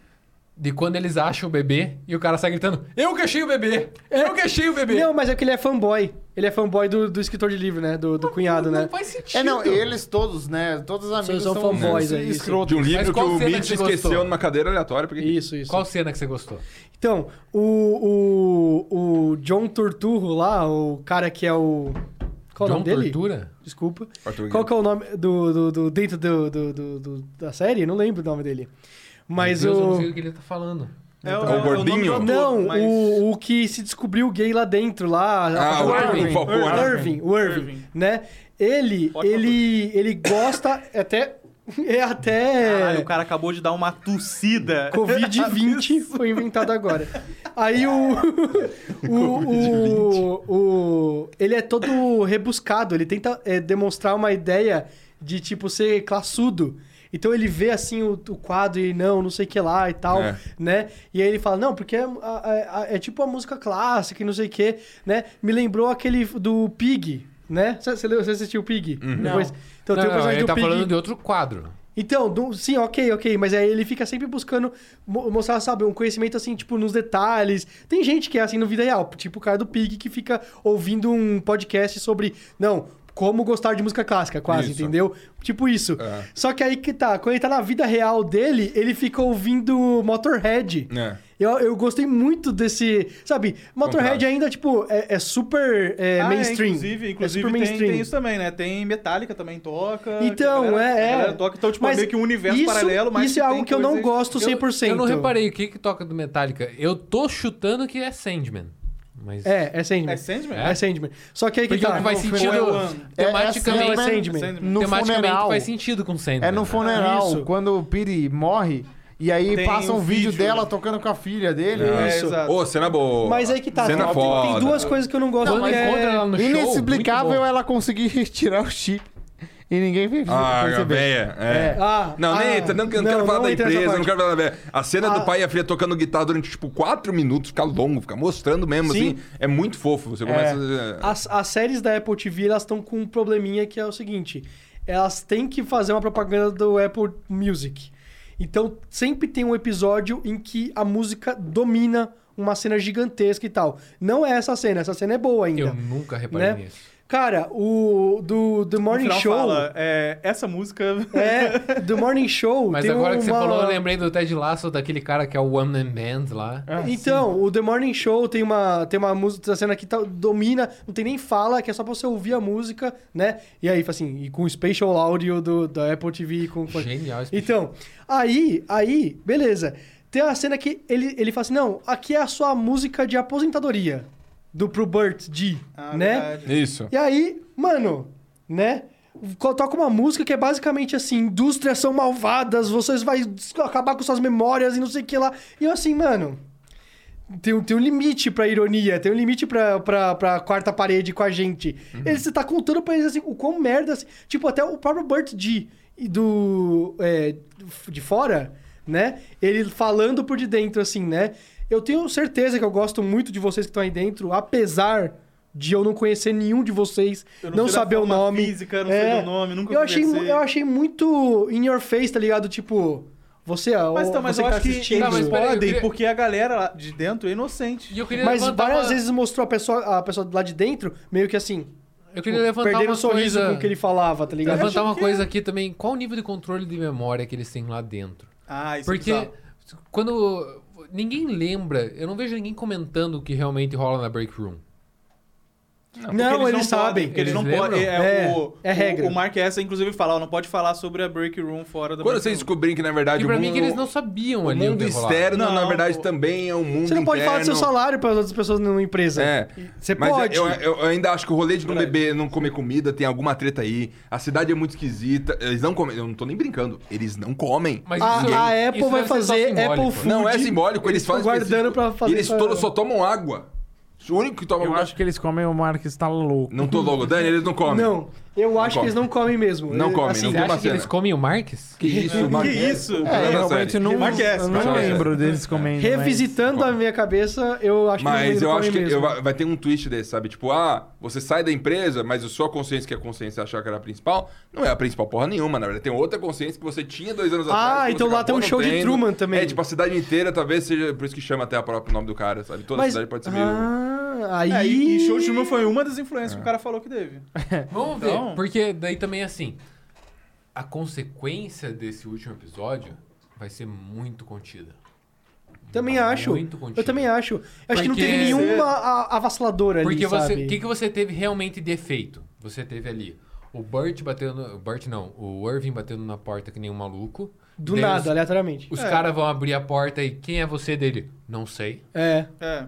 Speaker 4: De quando eles acham o bebê e o cara sai gritando: Eu que achei o bebê! Eu que achei o bebê!
Speaker 3: É. Não, mas é que ele é fanboy. Ele é fanboy do, do escritor de livro, né? Do, do cunhado,
Speaker 4: não
Speaker 3: né?
Speaker 4: faz sentido.
Speaker 1: É, não, eles todos, né? Todos os amigos
Speaker 3: são fanboys, é isso.
Speaker 1: escrotos.
Speaker 5: De um livro que
Speaker 4: qual
Speaker 5: o
Speaker 4: cena
Speaker 5: Mitch
Speaker 4: que você
Speaker 5: esqueceu
Speaker 4: gostou?
Speaker 5: numa cadeira aleatória, porque...
Speaker 3: Isso, isso.
Speaker 4: Qual cena que você gostou?
Speaker 3: Então, o, o, o John Turturro lá, o cara que é o. Qual é o
Speaker 4: John
Speaker 3: nome dele?
Speaker 4: Tortura?
Speaker 3: Desculpa.
Speaker 5: Arthur
Speaker 3: Qual que é o nome do, do, do- dentro do, do- do- do- da série? Não lembro o nome dele. Mas
Speaker 4: Meu Deus, eu não
Speaker 3: o.
Speaker 4: sei o que ele tá falando.
Speaker 2: É o,
Speaker 5: o
Speaker 2: é o nome
Speaker 5: gordinho?
Speaker 2: do ator,
Speaker 3: Não,
Speaker 2: mas-
Speaker 3: o, o que se descobriu gay lá dentro, lá.
Speaker 5: Ah, o
Speaker 3: Irving.
Speaker 5: Irving Falcone.
Speaker 3: Irving, o Irving,
Speaker 2: Irving.
Speaker 3: né? Ele,
Speaker 2: Ótimo
Speaker 3: ele, ele gosta até... É até...
Speaker 2: Caralho, o cara acabou de dar uma tossida.
Speaker 3: Covid-20 foi inventado agora. Aí o. o, o, o- ele é todo rebuscado, ele tenta é, demonstrar uma ideia de tipo ser classudo. Então ele vê assim o, o quadro e não, não sei o que lá e tal,
Speaker 5: É.
Speaker 3: né? E aí ele fala, não, porque é, a- a- é tipo a música clássica e não sei o que, né? Me lembrou aquele do Pig, né? Você, você leu- você assistiu o Pig? Depois, então
Speaker 4: não,
Speaker 3: tem um
Speaker 4: não,
Speaker 3: personagem
Speaker 4: ele
Speaker 3: do
Speaker 4: tá
Speaker 3: Pig
Speaker 4: falando de outro quadro.
Speaker 3: então, do- sim, ok, ok, mas aí ele fica sempre buscando mo- mostrar, sabe, um conhecimento assim, tipo, nos detalhes. Tem gente que é assim no vida real, tipo o cara do Pig que fica ouvindo um podcast sobre, não, como gostar de música clássica, quase,
Speaker 5: Isso.
Speaker 3: entendeu? Tipo isso.
Speaker 5: É.
Speaker 3: Só que aí que tá, quando ele tá na vida real dele, ele fica ouvindo Motorhead.
Speaker 5: É.
Speaker 3: Eu, eu gostei muito desse. Sabe, Motorhead
Speaker 5: Contrário.
Speaker 3: ainda, tipo, é, é super é,
Speaker 2: Ah, é,
Speaker 3: mainstream.
Speaker 2: inclusive,
Speaker 3: é
Speaker 2: inclusive
Speaker 3: super
Speaker 2: tem- tem,
Speaker 3: mainstream.
Speaker 2: isso também, né? Tem Metallica também toca.
Speaker 3: Então,
Speaker 2: que a galera-
Speaker 3: é, é.
Speaker 2: a galera toca, então, tipo,
Speaker 3: Mas
Speaker 2: meio que um universo
Speaker 3: isso-
Speaker 2: paralelo, mas.
Speaker 3: Isso é
Speaker 2: tem
Speaker 3: algo que eu não
Speaker 2: coisas-
Speaker 3: gosto 100%.
Speaker 4: Eu, eu não reparei o que que toca do Metallica. Eu tô chutando que é Sandman. Mas...
Speaker 3: É, é Sandman.
Speaker 2: É Sandman?
Speaker 3: É, Sandman. Só que aí que
Speaker 4: Porque
Speaker 3: tá.
Speaker 4: não faz
Speaker 1: não,
Speaker 4: sentido.
Speaker 2: foi o One.
Speaker 1: É- é
Speaker 4: tematicamente,
Speaker 3: Sandman.
Speaker 1: No
Speaker 4: tematicamente
Speaker 1: funeral.
Speaker 4: faz sentido com Sandman. né?
Speaker 1: É no funeral,
Speaker 3: Isso.
Speaker 1: quando o Piri morre, e aí
Speaker 2: Tem
Speaker 1: passa um,
Speaker 2: um
Speaker 1: vídeo,
Speaker 2: vídeo.
Speaker 1: dela tocando com a filha dele.
Speaker 2: É,
Speaker 3: Isso.
Speaker 2: exato.
Speaker 5: Ô, cena boa.
Speaker 3: Mas aí que tá.
Speaker 5: Cena
Speaker 3: tem,
Speaker 5: foda.
Speaker 3: tem duas coisas que eu não gosto.
Speaker 4: Quando
Speaker 3: que é-
Speaker 4: encontra ela no show.
Speaker 1: Inexplicável
Speaker 4: muito bom.
Speaker 1: ela conseguir tirar o chip. E ninguém fez
Speaker 5: Ah, a
Speaker 1: perceber.
Speaker 5: véia. É.
Speaker 3: Ah,
Speaker 5: Não, nem
Speaker 3: ah,
Speaker 5: entra, não, que eu não, quero falar da
Speaker 3: entra nessa
Speaker 5: empresa, não
Speaker 3: parte.
Speaker 5: quero falar da véia. A cena
Speaker 3: Ah.
Speaker 5: do pai e a filha tocando guitarra durante, tipo, quatro minutos, fica longo, fica mostrando mesmo,
Speaker 3: Sim. Ah,
Speaker 5: assim. É muito fofo. Você começa.
Speaker 3: As, as séries da Apple TV, elas estão com um probleminha que é o seguinte. Elas têm que fazer uma propaganda do Apple Music. Então, sempre tem um episódio em que a música domina uma cena gigantesca e tal. Não é essa cena. Essa cena é boa ainda.
Speaker 4: Eu nunca reparei
Speaker 3: Né?
Speaker 4: nisso.
Speaker 3: Cara, o do The
Speaker 2: No
Speaker 3: Morning
Speaker 2: final
Speaker 3: Show...
Speaker 2: fala, é, essa música.
Speaker 3: É, do Morning Show.
Speaker 4: Mas
Speaker 3: tem
Speaker 4: agora
Speaker 3: uma...
Speaker 4: que você falou, eu lembrei do Ted Lasso, daquele cara que é o One Man Band lá.
Speaker 2: Ah,
Speaker 3: Então, o The Morning Show tem uma, tem uma música, tem uma cena que tá- domina, não tem nem fala, que é só pra você ouvir a música, né? E aí, assim, e com o Spatial Audio do, da Apple TV. Com, com-
Speaker 4: Genial esse
Speaker 3: Então, aí, aí, beleza. Tem uma cena que ele, ele fala assim, não, aqui é a sua música de aposentadoria, do pro Burt G,
Speaker 2: Ah,
Speaker 3: né?
Speaker 2: verdade.
Speaker 5: Isso.
Speaker 3: E aí, mano, né? Co- Toca uma música que é basicamente assim: indústrias são malvadas, vocês vão acabar com suas memórias e não sei o que lá. E eu assim, mano. Tem, um- tem um limite pra ironia, tem um limite pra, pra, pra quarta parede com a gente.
Speaker 2: Uhum.
Speaker 3: Eles, você tá contando pra eles assim, o quão merda. assim, tipo, até o próprio Burt G e do. é, de fora, né? Ele falando por de dentro, assim, né? Eu tenho certeza que eu gosto muito de vocês que estão aí dentro, apesar de eu não conhecer nenhum de vocês,
Speaker 2: Eu
Speaker 3: não,
Speaker 2: sei da
Speaker 3: saber o
Speaker 2: forma
Speaker 3: nome.
Speaker 2: Física, não
Speaker 3: É.
Speaker 2: sei do nome, nunca
Speaker 3: eu, achei, mu-
Speaker 2: conversei.
Speaker 3: eu achei muito in your face, tá ligado? Tipo, você é
Speaker 2: Mas, então, mas
Speaker 3: você
Speaker 2: eu
Speaker 3: tá
Speaker 2: acho que
Speaker 3: assistindo.
Speaker 4: Tá, mas
Speaker 2: eles
Speaker 4: peraí, eu
Speaker 2: podem,
Speaker 4: queria-
Speaker 2: porque a galera lá de dentro é inocente.
Speaker 4: E eu queria
Speaker 3: Mas
Speaker 4: levantar
Speaker 3: várias
Speaker 4: uma-
Speaker 3: vezes mostrou a pessoa, a pessoa lá de dentro, meio que assim.
Speaker 4: Eu queria
Speaker 3: tipo,
Speaker 4: levantar
Speaker 3: perderam
Speaker 4: uma
Speaker 3: o sorriso
Speaker 4: coisa...
Speaker 3: com o que ele falava, tá ligado?
Speaker 4: Levantar uma
Speaker 2: que-
Speaker 4: coisa aqui também. Qual o nível de controle de memória que eles têm lá dentro?
Speaker 2: Ah, isso é
Speaker 4: Porque
Speaker 2: bizarro.
Speaker 4: quando.
Speaker 5: É,
Speaker 4: Ninguém lembra, eu não vejo ninguém comentando o que realmente rola na break room.
Speaker 3: Não,
Speaker 2: Porque
Speaker 3: eles sabem.
Speaker 2: Podem, porque eles,
Speaker 4: Eles
Speaker 2: não podem.
Speaker 4: lembram?
Speaker 2: É,
Speaker 3: É,
Speaker 2: o,
Speaker 3: é regra.
Speaker 2: O, o Mark Essa, inclusive, fala, ó, não pode falar sobre a break room fora da
Speaker 5: ah, Quando
Speaker 2: break
Speaker 5: vocês
Speaker 2: room.
Speaker 5: descobrirem que, na verdade,
Speaker 4: E
Speaker 5: o
Speaker 4: pra
Speaker 5: mundo,
Speaker 4: mim que eles não sabiam
Speaker 5: o
Speaker 4: ali o
Speaker 5: mundo
Speaker 4: que rolava.
Speaker 5: externo, na
Speaker 2: Não,
Speaker 5: verdade,
Speaker 2: pô.
Speaker 5: também é um mundo
Speaker 3: Você não pode falar do seu
Speaker 5: interno.
Speaker 3: salário para outras pessoas numa empresa.
Speaker 5: É.
Speaker 3: Você
Speaker 5: Mas
Speaker 3: pode.
Speaker 5: Eu, eu ainda acho que o rolê de não
Speaker 2: Verdade.
Speaker 5: beber, não comer comida, tem alguma treta aí. A cidade é muito esquisita. Eles não comem. Eu não tô nem brincando. Eles não comem.
Speaker 4: Mas
Speaker 3: A-
Speaker 4: isso-
Speaker 3: a
Speaker 4: isso é
Speaker 3: Apple
Speaker 4: deve
Speaker 3: vai
Speaker 4: ser só
Speaker 3: fazer
Speaker 4: simbólico.
Speaker 3: Apple Food.
Speaker 5: Não é simbólico, eles,
Speaker 3: Eles
Speaker 5: fazem.
Speaker 3: estão
Speaker 5: específico.
Speaker 3: guardando pra fazer
Speaker 5: Eles
Speaker 3: pra-
Speaker 5: todos só tomam água. O único que toma
Speaker 1: Eu
Speaker 5: água.
Speaker 1: acho que eles comem o Mark está louco.
Speaker 5: Não tô logo, Dani, eles não comem.
Speaker 3: Não, eu acho
Speaker 5: come.
Speaker 3: que eles não comem mesmo.
Speaker 5: Não
Speaker 3: É,
Speaker 5: comem,
Speaker 3: assim,
Speaker 4: Você
Speaker 5: não tem
Speaker 4: acha
Speaker 5: uma
Speaker 4: que
Speaker 5: cena.
Speaker 4: eles comem o Marques?
Speaker 5: Que isso,
Speaker 2: Que
Speaker 5: Mark?
Speaker 2: isso?
Speaker 5: É,
Speaker 1: É,
Speaker 5: Não,
Speaker 1: realmente
Speaker 5: sério.
Speaker 1: não,
Speaker 2: Marquez,
Speaker 1: eu não
Speaker 5: Marquez.
Speaker 1: lembro deles comendo. mas-
Speaker 3: Revisitando a minha cabeça, eu acho que
Speaker 5: Mas
Speaker 3: eles
Speaker 5: eu
Speaker 3: não
Speaker 5: acho que
Speaker 3: comem
Speaker 5: eu-
Speaker 3: mesmo.
Speaker 5: vai vai ter um twist desse, sabe? Tipo, ah, você sai da empresa, mas a sua consciência, que é a consciência achar que era a principal, não é a principal porra nenhuma, na verdade. Tem outra consciência que você tinha dois anos
Speaker 3: Ah,
Speaker 5: atrás. que
Speaker 3: então
Speaker 5: você
Speaker 3: lá tem um
Speaker 5: acabou
Speaker 3: show
Speaker 5: não
Speaker 3: de
Speaker 5: tendo.
Speaker 3: Truman também.
Speaker 5: É, tipo, a cidade inteira talvez seja. Por isso que chama até a própria nome do cara, sabe? Toda
Speaker 3: Mas-
Speaker 5: cidade pode ser meio.
Speaker 3: Ah, aí...
Speaker 2: É, e, e Show Truman foi uma das influências que o cara falou que teve.
Speaker 4: Vamos
Speaker 2: Então-
Speaker 4: ver, porque daí também assim, a consequência desse último episódio vai ser muito contida.
Speaker 3: Também
Speaker 4: Tá
Speaker 3: acho.
Speaker 4: muito contido.
Speaker 3: Eu também acho. Eu acho que não
Speaker 4: Porque- é-
Speaker 3: teve nenhuma a- avassaladora ali,
Speaker 4: Porque você,
Speaker 3: sabe?
Speaker 4: o que, que você teve realmente de efeito? Você teve ali o Burt batendo, o Burt não, o Irving batendo na porta que nem um maluco.
Speaker 3: Do
Speaker 4: Daí
Speaker 3: nada, né? É.
Speaker 4: os,
Speaker 3: aleatoriamente.
Speaker 4: os caras vão abrir a porta e quem é você dele? Não sei.
Speaker 3: É.
Speaker 2: É.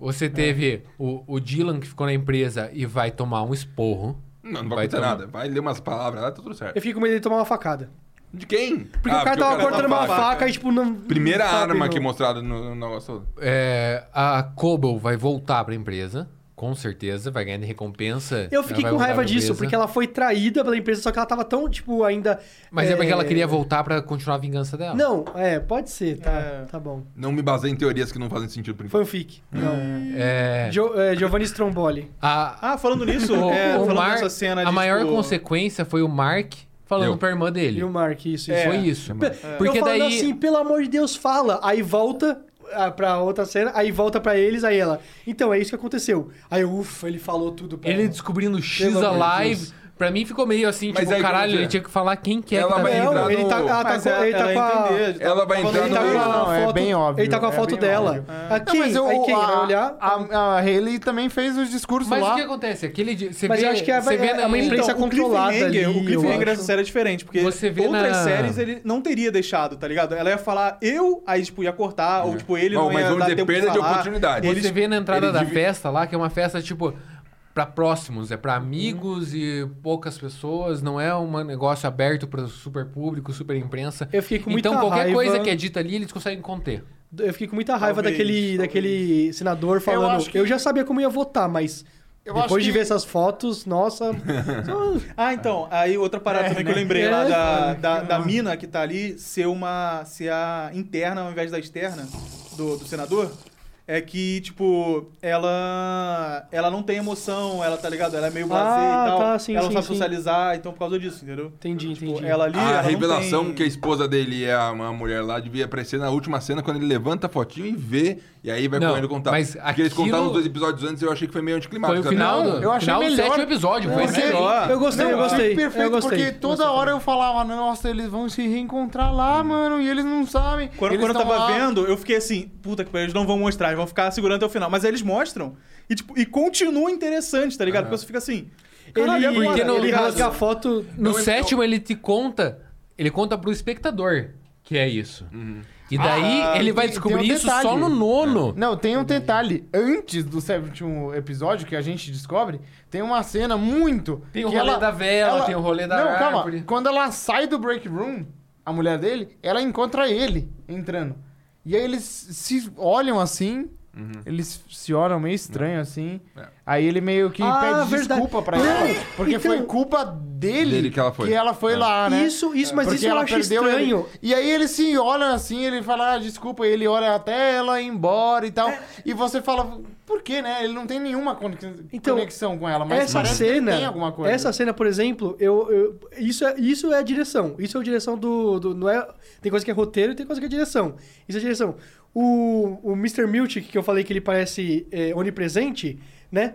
Speaker 4: Você teve o, o Dylan que ficou na empresa e vai tomar um esporro.
Speaker 5: Não, não
Speaker 4: Vai
Speaker 5: vai, acontecer
Speaker 4: tomar.
Speaker 5: nada. Vai ler umas palavras lá, tá tudo certo.
Speaker 3: Eu fiquei com medo de tomar uma facada.
Speaker 5: De quem?
Speaker 3: Porque
Speaker 5: Ah,
Speaker 3: o cara tava cortando
Speaker 5: tá
Speaker 3: uma
Speaker 5: fraco.
Speaker 3: faca, e, tipo, não.
Speaker 5: Primeira
Speaker 3: sabe,
Speaker 5: arma
Speaker 3: não.
Speaker 5: aqui mostrada no, no negócio todo.
Speaker 4: É, a Cobble vai voltar pra empresa, com certeza, vai ganhar de recompensa. ela
Speaker 3: Eu fiquei
Speaker 4: vai
Speaker 3: com
Speaker 4: voltar
Speaker 3: raiva
Speaker 4: pra
Speaker 3: disso,
Speaker 4: empresa.
Speaker 3: porque ela foi traída pela empresa, só que ela tava tão, tipo, ainda.
Speaker 4: Mas é... porque ela queria voltar pra continuar a vingança dela.
Speaker 3: Não, é, pode ser, tá.
Speaker 2: É.
Speaker 3: Tá bom.
Speaker 5: Não me baseei em teorias que não fazem sentido por enquanto.
Speaker 3: Fanfic. Não.
Speaker 4: É,
Speaker 3: Jo- é, Giovanni Stromboli.
Speaker 4: a,
Speaker 2: Ah, falando nisso, é,
Speaker 4: o
Speaker 2: falando
Speaker 4: Mark-
Speaker 2: dessa cena ali,
Speaker 4: a maior
Speaker 2: tipo,
Speaker 4: consequência foi o Mark falando
Speaker 5: Eu.
Speaker 4: pra irmã dele.
Speaker 3: E o Mark, isso, isso.
Speaker 2: É.
Speaker 4: Foi isso.
Speaker 5: Pe-
Speaker 4: Porque
Speaker 3: eu falando
Speaker 4: daí.
Speaker 3: assim, pelo amor de Deus, fala. Aí volta ah, pra outra cena, aí volta pra eles, aí ela. Então, é isso que aconteceu. Aí, ufa, ele falou tudo pra
Speaker 4: Ele
Speaker 3: ela.
Speaker 4: descobrindo o X
Speaker 3: é. Pelo amor de
Speaker 4: Alive.
Speaker 3: Deus.
Speaker 4: Pra mim ficou meio assim,
Speaker 5: Mas
Speaker 4: tipo,
Speaker 5: aí como
Speaker 4: caralho,
Speaker 5: que é?
Speaker 4: ele tinha que falar quem que é
Speaker 5: Ela
Speaker 4: que tá
Speaker 5: vai
Speaker 4: vindo.
Speaker 5: entrar
Speaker 3: Não, ele
Speaker 5: no-
Speaker 3: tá, ela tá
Speaker 2: mas
Speaker 3: com,
Speaker 2: ela-
Speaker 3: ele tá
Speaker 2: ela
Speaker 3: com a.
Speaker 2: entender, tá
Speaker 5: Ela vai
Speaker 2: falando
Speaker 5: entrar
Speaker 3: Ele tá
Speaker 5: no-
Speaker 3: com a
Speaker 1: Não, é
Speaker 3: foto,
Speaker 1: bem óbvio,
Speaker 3: Ele tá com a
Speaker 1: é
Speaker 3: foto
Speaker 1: bem
Speaker 3: dela.
Speaker 1: óbvio.
Speaker 3: A
Speaker 1: Não,
Speaker 3: quem,
Speaker 1: mas eu,
Speaker 3: a quem
Speaker 1: a,
Speaker 3: vai olhar?
Speaker 1: A, a Hayley também fez os discursos
Speaker 4: Mas
Speaker 1: lá.
Speaker 4: o que acontece? Aquele dia. Você
Speaker 3: Mas
Speaker 4: vê,
Speaker 3: eu acho que é-
Speaker 4: você vê
Speaker 3: é
Speaker 4: na- então,
Speaker 3: uma imprensa
Speaker 2: Então, o
Speaker 3: controlada
Speaker 2: cliffhanger,
Speaker 3: ali,
Speaker 2: o
Speaker 3: eu
Speaker 2: cliffhanger
Speaker 3: acho.
Speaker 2: dessa série é diferente, porque
Speaker 4: Você vê
Speaker 2: outras
Speaker 4: na-
Speaker 2: séries ele não teria deixado, tá ligado? Ela ia falar eu, aí tipo, ia cortar, ou tipo, ele
Speaker 5: Bom,
Speaker 2: não ia
Speaker 5: mas vamos
Speaker 2: dar
Speaker 5: dizer,
Speaker 2: tempo
Speaker 5: perda de
Speaker 2: falar.
Speaker 3: então,
Speaker 5: oportunidade.
Speaker 4: Você vê na entrada
Speaker 5: ele
Speaker 4: da
Speaker 5: divi-
Speaker 4: festa lá, que é uma festa, tipo, pra próximos, é
Speaker 3: Uhum.
Speaker 4: pra amigos e poucas pessoas, não é um negócio aberto pra super público, super imprensa.
Speaker 3: Eu fiquei com muita
Speaker 4: Então qualquer
Speaker 3: raiva.
Speaker 4: coisa que é dita ali, eles conseguem conter.
Speaker 3: Eu fiquei com muita raiva
Speaker 2: Talvez,
Speaker 3: daquele,
Speaker 2: talvez.
Speaker 3: daquele senador falando. Eu,
Speaker 1: acho que-
Speaker 3: já sabia como ia votar, mas.
Speaker 1: Eu acho
Speaker 3: depois de
Speaker 1: que-
Speaker 3: ver essas fotos, nossa. só-
Speaker 2: Ah, então, aí outra parada também que eu lembrei
Speaker 3: É,
Speaker 2: lá da,
Speaker 3: cara,
Speaker 2: da, da mina que tá ali ser uma. ser a interna ao invés da externa do, do senador. É que, tipo, ela. Ela não tem emoção, ela tá ligado? Ela é meio blasé
Speaker 3: Ah,
Speaker 2: e tal.
Speaker 3: tá, sim,
Speaker 2: ela não
Speaker 3: sim,
Speaker 2: sabe
Speaker 3: sim.
Speaker 2: socializar, então por causa disso, entendeu?
Speaker 3: Entendi, entendi.
Speaker 2: Tipo, ela ali.
Speaker 5: A
Speaker 2: ela não
Speaker 5: revelação
Speaker 2: tem-
Speaker 5: que a esposa dele é uma mulher lá devia aparecer na última cena quando ele levanta a fotinho e vê. E aí vai
Speaker 4: Não,
Speaker 5: correndo contar.
Speaker 4: mas
Speaker 5: Porque eles
Speaker 4: aquilo-
Speaker 5: contaram os dois episódios antes e eu achei que foi meio
Speaker 4: Foi
Speaker 5: anticlimático. né?
Speaker 4: o
Speaker 5: sabe?
Speaker 4: final
Speaker 1: Não,
Speaker 4: do,
Speaker 1: eu achei
Speaker 4: final do
Speaker 1: melhor.
Speaker 4: sétimo episódio.
Speaker 1: Não,
Speaker 4: foi
Speaker 1: você-
Speaker 4: melhor.
Speaker 3: Eu gostei, eu
Speaker 1: Não, achei
Speaker 3: gostei.
Speaker 1: Perfeito,
Speaker 3: eu gostei.
Speaker 1: porque toda hora eu falava, nossa, eles vão se reencontrar lá, mano, e eles não sabem.
Speaker 2: Quando,
Speaker 1: eles
Speaker 2: quando eu
Speaker 1: tão
Speaker 2: tava
Speaker 1: lá.
Speaker 2: vendo, eu fiquei assim, puta que pariu, eles não vão mostrar, eles vão ficar segurando até o final. Mas aí eles mostram e, tipo, e continua interessante, tá ligado? Porque você fica assim. Caralho,
Speaker 3: Ele,
Speaker 2: e agora,
Speaker 4: porque no-
Speaker 2: tá
Speaker 3: ele
Speaker 2: ligado?
Speaker 3: rasga a foto.
Speaker 4: No
Speaker 5: Não, eu-
Speaker 4: sétimo, ele te conta, ele conta pro espectador que é isso.
Speaker 5: Uhum.
Speaker 4: E daí
Speaker 1: Ah,
Speaker 4: ele vai
Speaker 1: tem-
Speaker 4: descobrir
Speaker 1: tem um
Speaker 4: isso
Speaker 1: detalhe.
Speaker 4: só no
Speaker 3: É.
Speaker 4: nono.
Speaker 1: Não, tem um detalhe. Antes do sétimo episódio que a gente descobre, tem uma cena muito.
Speaker 4: Tem o
Speaker 1: que
Speaker 4: rolê da vela, tem o rolê da
Speaker 1: Não,
Speaker 4: árvore.
Speaker 1: calma. Quando ela sai do break room, a mulher dele, ela encontra ele entrando. E aí eles se olham assim. Eles se olham meio estranho assim.
Speaker 5: Uhum. É.
Speaker 1: Aí ele meio que
Speaker 3: Ah,
Speaker 1: pede
Speaker 3: verdade.
Speaker 1: desculpa pra
Speaker 3: Não,
Speaker 1: ela. Porque
Speaker 3: então-
Speaker 1: foi culpa dele,
Speaker 5: Dele que ela foi. É.
Speaker 1: lá, né?
Speaker 3: Isso, isso, mas
Speaker 1: Porque
Speaker 3: isso eu
Speaker 1: ela
Speaker 3: acho
Speaker 1: perdeu
Speaker 3: estranho.
Speaker 1: ele. E aí ele se olha assim, ele fala, ah, desculpa, e ele olha até ela ir embora e tal.
Speaker 3: É.
Speaker 1: E você fala, por quê, né? Ele não tem nenhuma con-
Speaker 3: Então,
Speaker 1: conexão com ela, mas
Speaker 3: essa
Speaker 1: parece
Speaker 3: cena,
Speaker 1: que tem alguma coisa.
Speaker 3: essa cena, por exemplo, eu, eu- isso é isso é a direção. Isso é a direção do, do- não é tem coisa que é roteiro e tem coisa que é direção. Isso é direção. O, o Mr. Milchick, que eu falei que ele parece é, onipresente, né?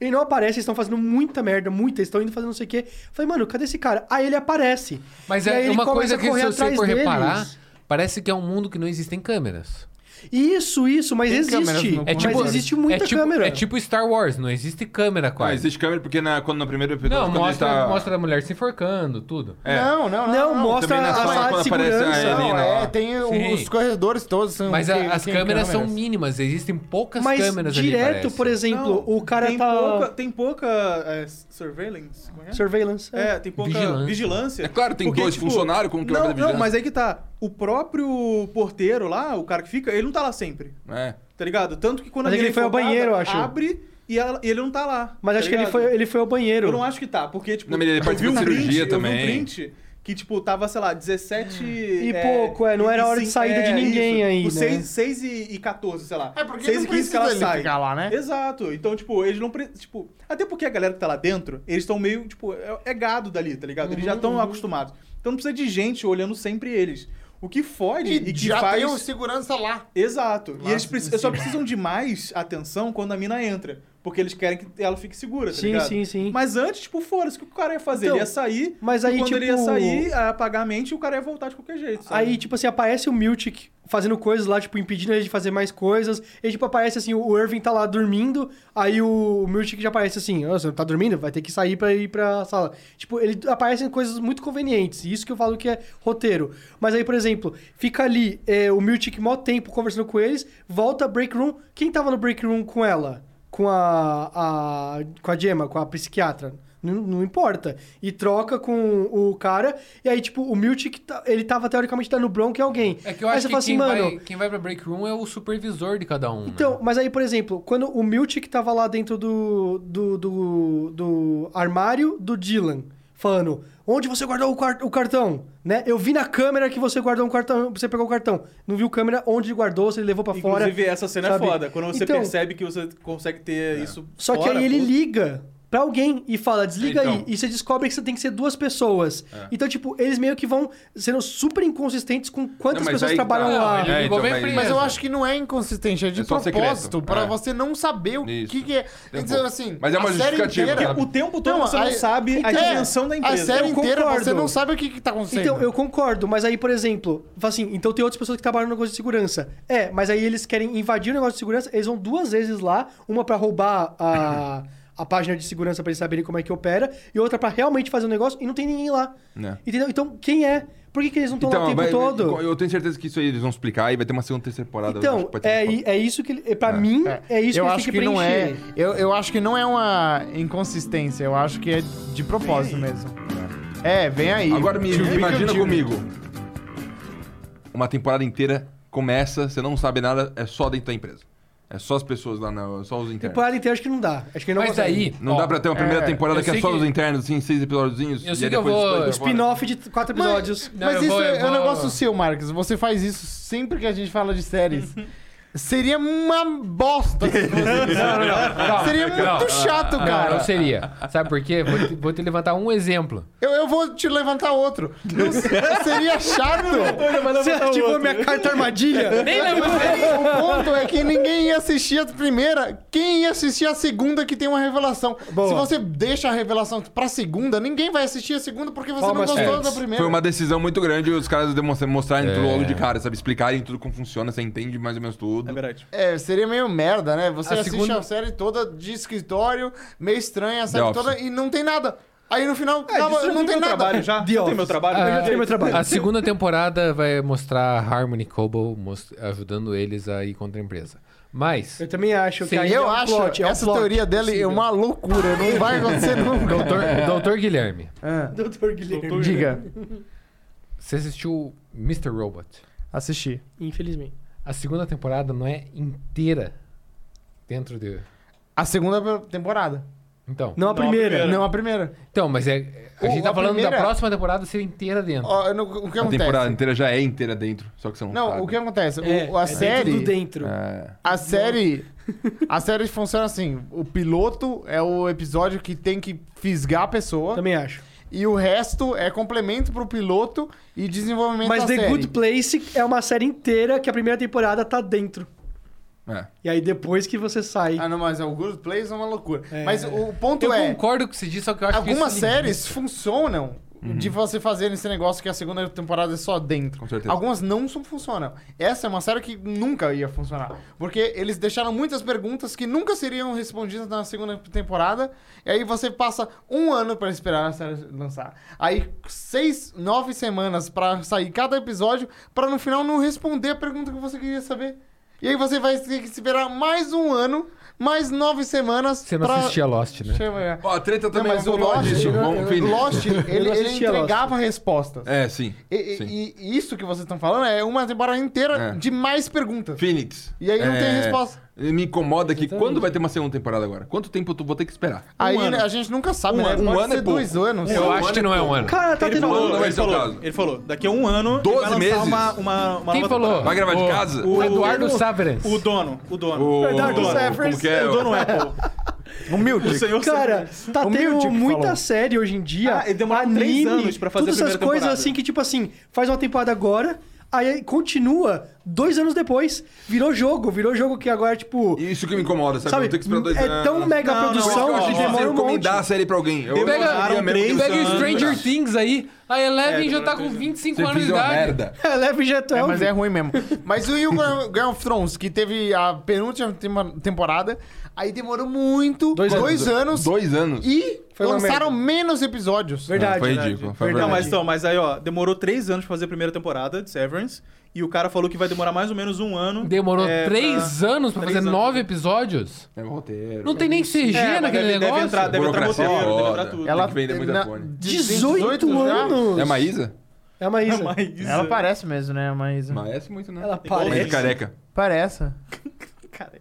Speaker 3: Ele não aparece, eles estão fazendo muita merda, muita, eles estão indo fazendo não sei o quê. Eu Falei, mano, cadê esse cara? Aí ele aparece.
Speaker 4: Mas
Speaker 3: E aí
Speaker 4: é
Speaker 3: ele
Speaker 4: uma coisa
Speaker 3: começa a
Speaker 4: que
Speaker 3: correr
Speaker 4: se você
Speaker 3: atrás
Speaker 4: for
Speaker 3: deles.
Speaker 4: reparar, parece que é um mundo que não existem câmeras.
Speaker 3: Isso, isso, mas
Speaker 1: Tem câmeras
Speaker 3: existe.
Speaker 1: no
Speaker 4: É
Speaker 3: mas
Speaker 4: tipo,
Speaker 3: existe muita
Speaker 4: é tipo,
Speaker 3: câmera.
Speaker 4: É tipo Star Wars, não existe câmera
Speaker 5: Ah,
Speaker 4: quase.
Speaker 5: existe câmera porque na, quando no primeiro episódio.
Speaker 4: Não,
Speaker 5: quando ele
Speaker 4: mostra,
Speaker 5: tá-
Speaker 4: mostra a mulher se enforcando, tudo.
Speaker 5: É.
Speaker 1: Não, não, não.
Speaker 3: Não,
Speaker 1: não.
Speaker 3: mostra
Speaker 5: também
Speaker 3: a
Speaker 5: na sala
Speaker 3: sala de
Speaker 5: quando aparece a
Speaker 3: segurança.
Speaker 5: Helena.
Speaker 1: Não,
Speaker 5: Menina,
Speaker 1: é,
Speaker 5: ó.
Speaker 1: tem o-
Speaker 4: Sim.
Speaker 1: os corredores todos. São
Speaker 4: Mas
Speaker 1: tem-
Speaker 4: a- as
Speaker 1: tem
Speaker 4: câmeras são mínimas, existem poucas
Speaker 3: Mas
Speaker 4: câmeras ali.
Speaker 3: direto,
Speaker 4: parece.
Speaker 3: por exemplo,
Speaker 2: Não,
Speaker 3: o cara
Speaker 2: tem
Speaker 3: tá.
Speaker 2: Pouca, tem pouca é, surveillance, como é?
Speaker 3: Surveillance.
Speaker 2: É, tem pouca
Speaker 4: Vigilância.
Speaker 2: vigilância. tipo,
Speaker 5: É claro, tem dois funcionários, como que vai
Speaker 2: não,
Speaker 5: fazer
Speaker 2: Não,
Speaker 5: vigilância?
Speaker 2: mas aí que tá. O próprio porteiro lá, o cara que fica, ele não tá lá sempre,
Speaker 5: É.
Speaker 2: tá ligado? Tanto que quando
Speaker 3: Mas
Speaker 2: a
Speaker 3: é que
Speaker 2: mina
Speaker 3: ele foi ao
Speaker 2: é focada,
Speaker 3: banheiro, eu acho.
Speaker 2: abre e, ela- e ele não tá lá.
Speaker 3: Mas
Speaker 2: tá
Speaker 3: acho que ele
Speaker 2: ligado?
Speaker 3: foi, ele foi ao banheiro.
Speaker 2: Eu não acho que tá, porque, tipo,
Speaker 5: Não, mas ele
Speaker 2: eu
Speaker 5: participou
Speaker 2: vi
Speaker 5: de cirurgia
Speaker 2: print, Eu vi
Speaker 5: também.
Speaker 2: um print que, tipo, tava, sei lá, 17...
Speaker 3: E pouco, é, não era hora de saída de ninguém aí, né?
Speaker 2: 6, tipo, e, e 14, sei lá.
Speaker 1: É, porque
Speaker 2: seis
Speaker 1: não
Speaker 2: e 15
Speaker 1: precisa
Speaker 2: que ela
Speaker 1: ele
Speaker 2: sai.
Speaker 1: ficar lá, né?
Speaker 2: Exato. Então, tipo, eles não... pre- Tipo, até porque a galera que tá lá dentro, eles estão meio, tipo, é, é gado dali, tá ligado? Eles
Speaker 1: Uhum,
Speaker 2: já estão acostumados. Então não precisa de gente olhando sempre eles. O que fode e,
Speaker 1: E,
Speaker 2: que
Speaker 1: já
Speaker 2: faz...
Speaker 1: tem um o segurança lá.
Speaker 2: Exato.
Speaker 1: Lá
Speaker 2: e eles
Speaker 1: em
Speaker 2: precis-
Speaker 1: cima.
Speaker 2: só precisam de mais atenção quando a mina entra. Porque eles querem que ela fique segura, tá
Speaker 3: Sim,
Speaker 2: ligado?
Speaker 3: sim, sim.
Speaker 2: Mas antes, tipo, foda-se, o que o cara ia fazer?
Speaker 3: Então,
Speaker 2: ele ia sair,
Speaker 3: mas aí,
Speaker 2: e quando ele ia
Speaker 3: tipo-
Speaker 2: sair, ia apagar a mente e o cara ia voltar de qualquer jeito, sabe?
Speaker 3: Aí, tipo assim, aparece o Miltic fazendo coisas lá, tipo, impedindo ele de fazer mais coisas. E, tipo, aparece assim, o Irving tá lá dormindo, aí o Miltic já aparece assim, "Ah, você tá dormindo? Vai ter que sair pra ir pra sala. Tipo, ele aparecem coisas muito convenientes, e isso que eu falo que é roteiro. Mas aí, por exemplo, fica ali é, o Miltic mó tempo conversando com eles, volta break room, quem tava no break room com ela? Com a, a com a Gemma, com a psiquiatra? Não, não importa. E troca com o cara. E aí, tipo, o Miltic, tá- ele tava teoricamente dando bronca em alguém.
Speaker 4: É que eu
Speaker 3: aí
Speaker 4: acho
Speaker 3: você
Speaker 4: que
Speaker 3: fala assim,
Speaker 4: quem,
Speaker 3: mano.
Speaker 4: vai, quem vai pra break room é o supervisor de cada um. né?
Speaker 3: Então, mas aí, por exemplo, quando o Miltic tava lá dentro do, do, do, do armário do Dylan, falando: Onde você guardou o, car- o cartão? Né? Eu vi na câmera que você guardou um cartão, você pegou o cartão. Não viu câmera onde ele guardou, se ele levou pra tipo, fora.
Speaker 2: Inclusive, essa cena
Speaker 3: sabe?
Speaker 2: é foda. Quando você
Speaker 3: Então, É.
Speaker 2: percebe que você consegue ter isso
Speaker 3: Só que
Speaker 2: fora,
Speaker 3: aí ele
Speaker 2: pô.
Speaker 3: liga pra alguém e fala, desliga aí.
Speaker 5: Então. É.
Speaker 3: E você descobre que você tem que ser duas pessoas. Então, tipo, eles meio que vão sendo super inconsistentes com quantas
Speaker 5: Não, mas
Speaker 3: pessoas
Speaker 5: aí que
Speaker 3: trabalham
Speaker 5: tá.
Speaker 3: lá.
Speaker 4: Ele
Speaker 5: É,
Speaker 4: ligou
Speaker 5: então,
Speaker 4: bem
Speaker 5: mas-
Speaker 4: pra ele
Speaker 1: Mas eu
Speaker 4: mesmo.
Speaker 1: acho que não é inconsistente, é de
Speaker 5: É só
Speaker 1: propósito,
Speaker 5: secreto.
Speaker 1: pra
Speaker 5: É.
Speaker 1: você não saber o
Speaker 5: Isso.
Speaker 1: que, que é.
Speaker 5: Tem um
Speaker 1: Então,
Speaker 5: pouco.
Speaker 1: assim,
Speaker 5: Mas é uma
Speaker 1: a série
Speaker 5: justificativa,
Speaker 1: inteira-
Speaker 5: sabe?
Speaker 2: O tempo todo
Speaker 1: Então,
Speaker 2: você não
Speaker 1: aí-
Speaker 2: sabe a
Speaker 1: É,
Speaker 2: dimensão da empresa. Então,
Speaker 1: A série
Speaker 3: Eu
Speaker 1: inteira
Speaker 3: concordo.
Speaker 1: você não sabe o que, que tá acontecendo.
Speaker 3: Então, eu concordo, mas aí, por exemplo, fala assim, então tem outras pessoas que trabalham no negócio de segurança. É, mas aí eles querem invadir o negócio de segurança, eles vão duas vezes lá, uma pra roubar a, a página de segurança pra eles saberem como é que opera, e outra pra realmente fazer o negócio, e não tem ninguém lá.
Speaker 5: Né.
Speaker 3: Entendeu? Então, quem é? Por que, que eles não estão lá o tempo
Speaker 5: vai-
Speaker 3: todo?
Speaker 5: Então, eu tenho certeza que isso aí eles vão explicar e vai ter uma segunda, terceira temporada. eu acho
Speaker 3: Então,
Speaker 5: que pode ser
Speaker 3: é,
Speaker 5: muito
Speaker 3: i- é isso que. ele- Pra mim, é
Speaker 1: eu
Speaker 3: isso que eles têm
Speaker 1: acho
Speaker 3: que
Speaker 1: que, não é.
Speaker 3: preencher.
Speaker 1: Eu, eu acho que não é uma inconsistência, eu acho que é de propósito mesmo. É, vem aí.
Speaker 5: bom. Agora me
Speaker 1: Tio Pica,
Speaker 5: imagina
Speaker 1: tio-
Speaker 5: comigo. Uma temporada inteira começa, você não sabe nada, é só dentro da empresa. É só as pessoas lá, na, só os internos.
Speaker 3: Temporada inteira Tipo, acho que não dá. Acho que ele não
Speaker 4: Mas
Speaker 3: consegue.
Speaker 4: aí.
Speaker 5: Não
Speaker 4: ó,
Speaker 5: dá pra ter uma primeira
Speaker 1: é,
Speaker 5: temporada
Speaker 4: eu
Speaker 5: que é
Speaker 4: sei
Speaker 5: só
Speaker 4: que-
Speaker 5: os internos, assim, seis episódiozinhos.
Speaker 4: Eu
Speaker 5: e
Speaker 4: sei
Speaker 5: aí
Speaker 4: que eu
Speaker 5: depois
Speaker 4: vou- O
Speaker 5: explode pra fora.
Speaker 3: Spin-off de quatro
Speaker 1: Mas-
Speaker 3: episódios.
Speaker 1: Mas,
Speaker 4: Não, eu
Speaker 1: isso
Speaker 4: vou- eu
Speaker 1: é, é um
Speaker 4: vou- Ah,
Speaker 1: negócio seu, Marcos. Você faz isso sempre que a gente fala de séries. Seria uma bosta. se fosse isso.
Speaker 4: Não, não, não. Calma,
Speaker 1: Seria
Speaker 4: calma.
Speaker 1: muito chato,
Speaker 4: Não,
Speaker 1: cara.
Speaker 4: não seria. Sabe por quê? Vou te, vou te levantar um exemplo.
Speaker 1: eu, eu vou te levantar outro. Não se- seria chato.
Speaker 3: Você ativou minha carta armadilha?
Speaker 4: Nem lembro.
Speaker 1: O ponto é que ninguém ia assistir a primeira, quem ia assistir a segunda que tem uma revelação.
Speaker 3: Boa.
Speaker 1: Se você deixa a revelação pra segunda, ninguém vai assistir a segunda porque você
Speaker 3: Palmas
Speaker 1: não gostou
Speaker 3: Félix.
Speaker 1: da primeira.
Speaker 5: Foi uma decisão muito grande os caras demonstra- mostrarem tudo
Speaker 4: É.
Speaker 5: logo de cara, sabe? Explicarem tudo como funciona, você entende mais ou menos tudo.
Speaker 2: É verdade.
Speaker 1: É, seria meio merda, né? Você
Speaker 4: A
Speaker 1: assiste
Speaker 4: segunda-
Speaker 1: a série toda de escritório, meio estranha a série
Speaker 5: Office.
Speaker 1: toda e não tem nada. Aí no final,
Speaker 2: É,
Speaker 1: tava-
Speaker 2: disso já
Speaker 1: não
Speaker 2: tem
Speaker 1: tem
Speaker 2: meu
Speaker 1: nada.
Speaker 2: trabalho já?
Speaker 3: The
Speaker 2: Já tem meu
Speaker 3: Office.
Speaker 2: trabalho?
Speaker 3: Eu já
Speaker 4: É.
Speaker 3: tirei meu trabalho.
Speaker 4: Ah, A segunda temporada vai mostrar a Harmony Coble most- ajudando eles a ir contra a empresa. Mas.
Speaker 3: Eu também acho que
Speaker 1: Sim,
Speaker 3: aí
Speaker 1: eu
Speaker 3: é um
Speaker 1: acho
Speaker 3: plot, é um
Speaker 1: essa
Speaker 3: plot
Speaker 1: teoria dele é
Speaker 3: possível.
Speaker 1: uma loucura. Não vai acontecer nunca.
Speaker 4: Doutor, Doutor Guilherme,
Speaker 1: Ah,
Speaker 3: Doutor Guilherme.
Speaker 1: diga.
Speaker 4: você assistiu Mr. Robot?
Speaker 1: Assisti.
Speaker 3: Infelizmente.
Speaker 4: A segunda temporada não é inteira dentro de.
Speaker 1: A segunda temporada.
Speaker 4: Então.
Speaker 3: Não a primeira.
Speaker 2: primeira.
Speaker 1: Não a primeira.
Speaker 4: Então, mas é. A
Speaker 1: O-
Speaker 4: gente tá
Speaker 1: a
Speaker 4: falando da
Speaker 1: primeira-
Speaker 4: próxima temporada ser inteira dentro.
Speaker 1: Ó, eu não- o que
Speaker 5: A
Speaker 1: acontece?
Speaker 5: temporada inteira já é inteira dentro, só que são.
Speaker 1: Não, o que é- acontece? O- a
Speaker 3: É, dentro do
Speaker 1: série. É.
Speaker 3: dentro.
Speaker 5: É,
Speaker 3: né?
Speaker 1: A série. A série funciona assim: o piloto é o episódio que tem que fisgar a pessoa.
Speaker 3: Também acho.
Speaker 1: E o resto é complemento pro piloto e desenvolvimento
Speaker 3: Mas
Speaker 1: da
Speaker 3: The
Speaker 1: tá série.
Speaker 3: Good Place é uma série inteira que a primeira temporada tá dentro.
Speaker 5: É.
Speaker 3: E aí depois que você sai.
Speaker 1: Ah, não, mas é, o Good Place é uma loucura.
Speaker 3: É.
Speaker 1: Mas o ponto
Speaker 4: Eu
Speaker 1: é,
Speaker 4: concordo com o que você disse, só que eu acho que.
Speaker 1: algumas
Speaker 4: isso-
Speaker 1: séries funcionam de você fazer esse negócio que a segunda temporada é só dentro.
Speaker 5: Com certeza.
Speaker 1: Algumas não su- funcionam. Essa é uma série que nunca ia funcionar. Porque eles deixaram muitas perguntas que nunca seriam respondidas na segunda temporada. E aí você passa um ano pra esperar a série lançar. Aí seis, nove semanas pra sair cada episódio pra no final não responder a pergunta que você queria saber. E aí você vai ter que esperar mais um ano, mais nove semanas
Speaker 6: Você não
Speaker 1: pra...
Speaker 6: assistia Lost, né?
Speaker 1: Chama- é.
Speaker 5: Ó, a treta
Speaker 1: Não,
Speaker 5: também
Speaker 1: mas
Speaker 5: é
Speaker 1: o
Speaker 5: um pouco
Speaker 1: Lost,
Speaker 5: disso, vamos
Speaker 1: o
Speaker 5: conferir.
Speaker 1: Lost ele, ele
Speaker 3: assistia Lost.
Speaker 1: entregava respostas.
Speaker 5: É, sim.
Speaker 1: E, e-
Speaker 5: sim.
Speaker 1: e isso que vocês estão falando é uma temporada inteira
Speaker 5: É.
Speaker 1: de mais perguntas.
Speaker 5: Phoenix.
Speaker 1: E aí não
Speaker 5: é,
Speaker 1: tem resposta.
Speaker 5: Me incomoda que quando vai ter uma segunda temporada agora? Quanto tempo eu vou ter que esperar?
Speaker 1: aí
Speaker 2: ano.
Speaker 1: a gente nunca sabe,
Speaker 5: Um
Speaker 1: né?
Speaker 5: ano. Um
Speaker 1: Pode
Speaker 5: ano
Speaker 1: ser
Speaker 5: é pouco.
Speaker 1: dois anos.
Speaker 4: Eu
Speaker 5: um
Speaker 4: acho
Speaker 5: ano
Speaker 4: que
Speaker 5: é
Speaker 4: não é um
Speaker 5: pouco.
Speaker 4: ano.
Speaker 3: Cara, tá
Speaker 2: Ele
Speaker 3: tendo...
Speaker 2: falou,
Speaker 5: Não, não é
Speaker 2: ele
Speaker 5: esse o
Speaker 2: falou,
Speaker 5: caso.
Speaker 2: ele falou, daqui a um ano ele
Speaker 5: 12
Speaker 2: vai lançar
Speaker 5: meses.
Speaker 2: uma, uma, uma
Speaker 4: Quem
Speaker 2: nova
Speaker 4: falou?
Speaker 5: Vai gravar de
Speaker 4: O-
Speaker 5: casa?
Speaker 4: O
Speaker 2: O-
Speaker 4: Eduardo
Speaker 2: o-
Speaker 4: Saverens.
Speaker 2: O dono, o dono.
Speaker 5: O-
Speaker 2: o dono.
Speaker 5: como que é?
Speaker 2: O dono Apple.
Speaker 1: Humilde.
Speaker 2: O senhor
Speaker 3: Cara, tá
Speaker 1: O
Speaker 3: tendo
Speaker 1: Miltic que
Speaker 3: muita
Speaker 1: falou.
Speaker 3: série hoje em dia.
Speaker 2: Ah, ele demorou três anos pra fazer
Speaker 3: Todas
Speaker 2: a primeira
Speaker 3: essas coisas
Speaker 2: temporada.
Speaker 3: assim que, tipo assim, faz uma temporada agora, aí continua dois anos depois, virou jogo, virou jogo que agora, tipo.
Speaker 5: Isso que me incomoda, sabe?
Speaker 3: sabe?
Speaker 5: Eu tenho que esperar dois
Speaker 3: é
Speaker 5: anos.
Speaker 3: tão mega
Speaker 2: Não, não,
Speaker 3: produção
Speaker 5: Eu
Speaker 2: não,
Speaker 5: acho
Speaker 3: que
Speaker 2: não,
Speaker 3: demora
Speaker 5: difícil
Speaker 3: um
Speaker 5: recomendar a
Speaker 3: monte.
Speaker 5: série pra alguém. Eu
Speaker 2: Pega-
Speaker 5: gostaria mesmo que
Speaker 2: três
Speaker 4: Pega o
Speaker 5: isso-
Speaker 4: Stranger Things aí. A Eleven
Speaker 2: É,
Speaker 4: já tá
Speaker 2: Stranger
Speaker 4: com
Speaker 2: Things.
Speaker 4: 25
Speaker 5: Você
Speaker 4: anos de
Speaker 5: fez uma
Speaker 4: idade.
Speaker 5: merda.
Speaker 3: É, leve já é,
Speaker 1: É, mas é ruim mesmo. Mas o e o Game- Game of Thrones, que teve a penúltima tema- temporada, aí demorou muito, dois,
Speaker 3: Dois
Speaker 1: anos,
Speaker 5: Dois anos.
Speaker 1: e
Speaker 3: Foi uma
Speaker 1: lançaram
Speaker 3: merda.
Speaker 1: menos episódios.
Speaker 3: Verdade.
Speaker 5: Foi
Speaker 3: verdade.
Speaker 5: ridículo, foi
Speaker 2: Não,
Speaker 5: verdade.
Speaker 2: mas então, mas aí, ó, demorou três anos pra fazer a primeira temporada de Severance. E o cara falou que vai demorar mais ou menos um ano.
Speaker 4: Demorou
Speaker 2: é,
Speaker 4: três anos pra
Speaker 2: três
Speaker 4: fazer
Speaker 2: anos.
Speaker 4: nove episódios?
Speaker 5: É um roteiro.
Speaker 4: Não tem nem CG
Speaker 2: É, mas
Speaker 4: naquele
Speaker 2: deve,
Speaker 4: negócio.
Speaker 2: Deve entrar, deve entrar
Speaker 5: Burocracia
Speaker 2: roteiro, deve
Speaker 5: foda.
Speaker 2: entrar tudo.
Speaker 5: Ela- Tem que vender muita fone.
Speaker 3: 18
Speaker 1: já?
Speaker 3: anos!
Speaker 5: É a Maísa?
Speaker 3: É a Maísa.
Speaker 2: Mas isso-
Speaker 1: Ela parece mesmo, né? Mas.
Speaker 5: Maísa muito, né?
Speaker 3: Ela
Speaker 5: Maísa
Speaker 3: parece.
Speaker 5: careca.
Speaker 1: Parece.
Speaker 2: Cara,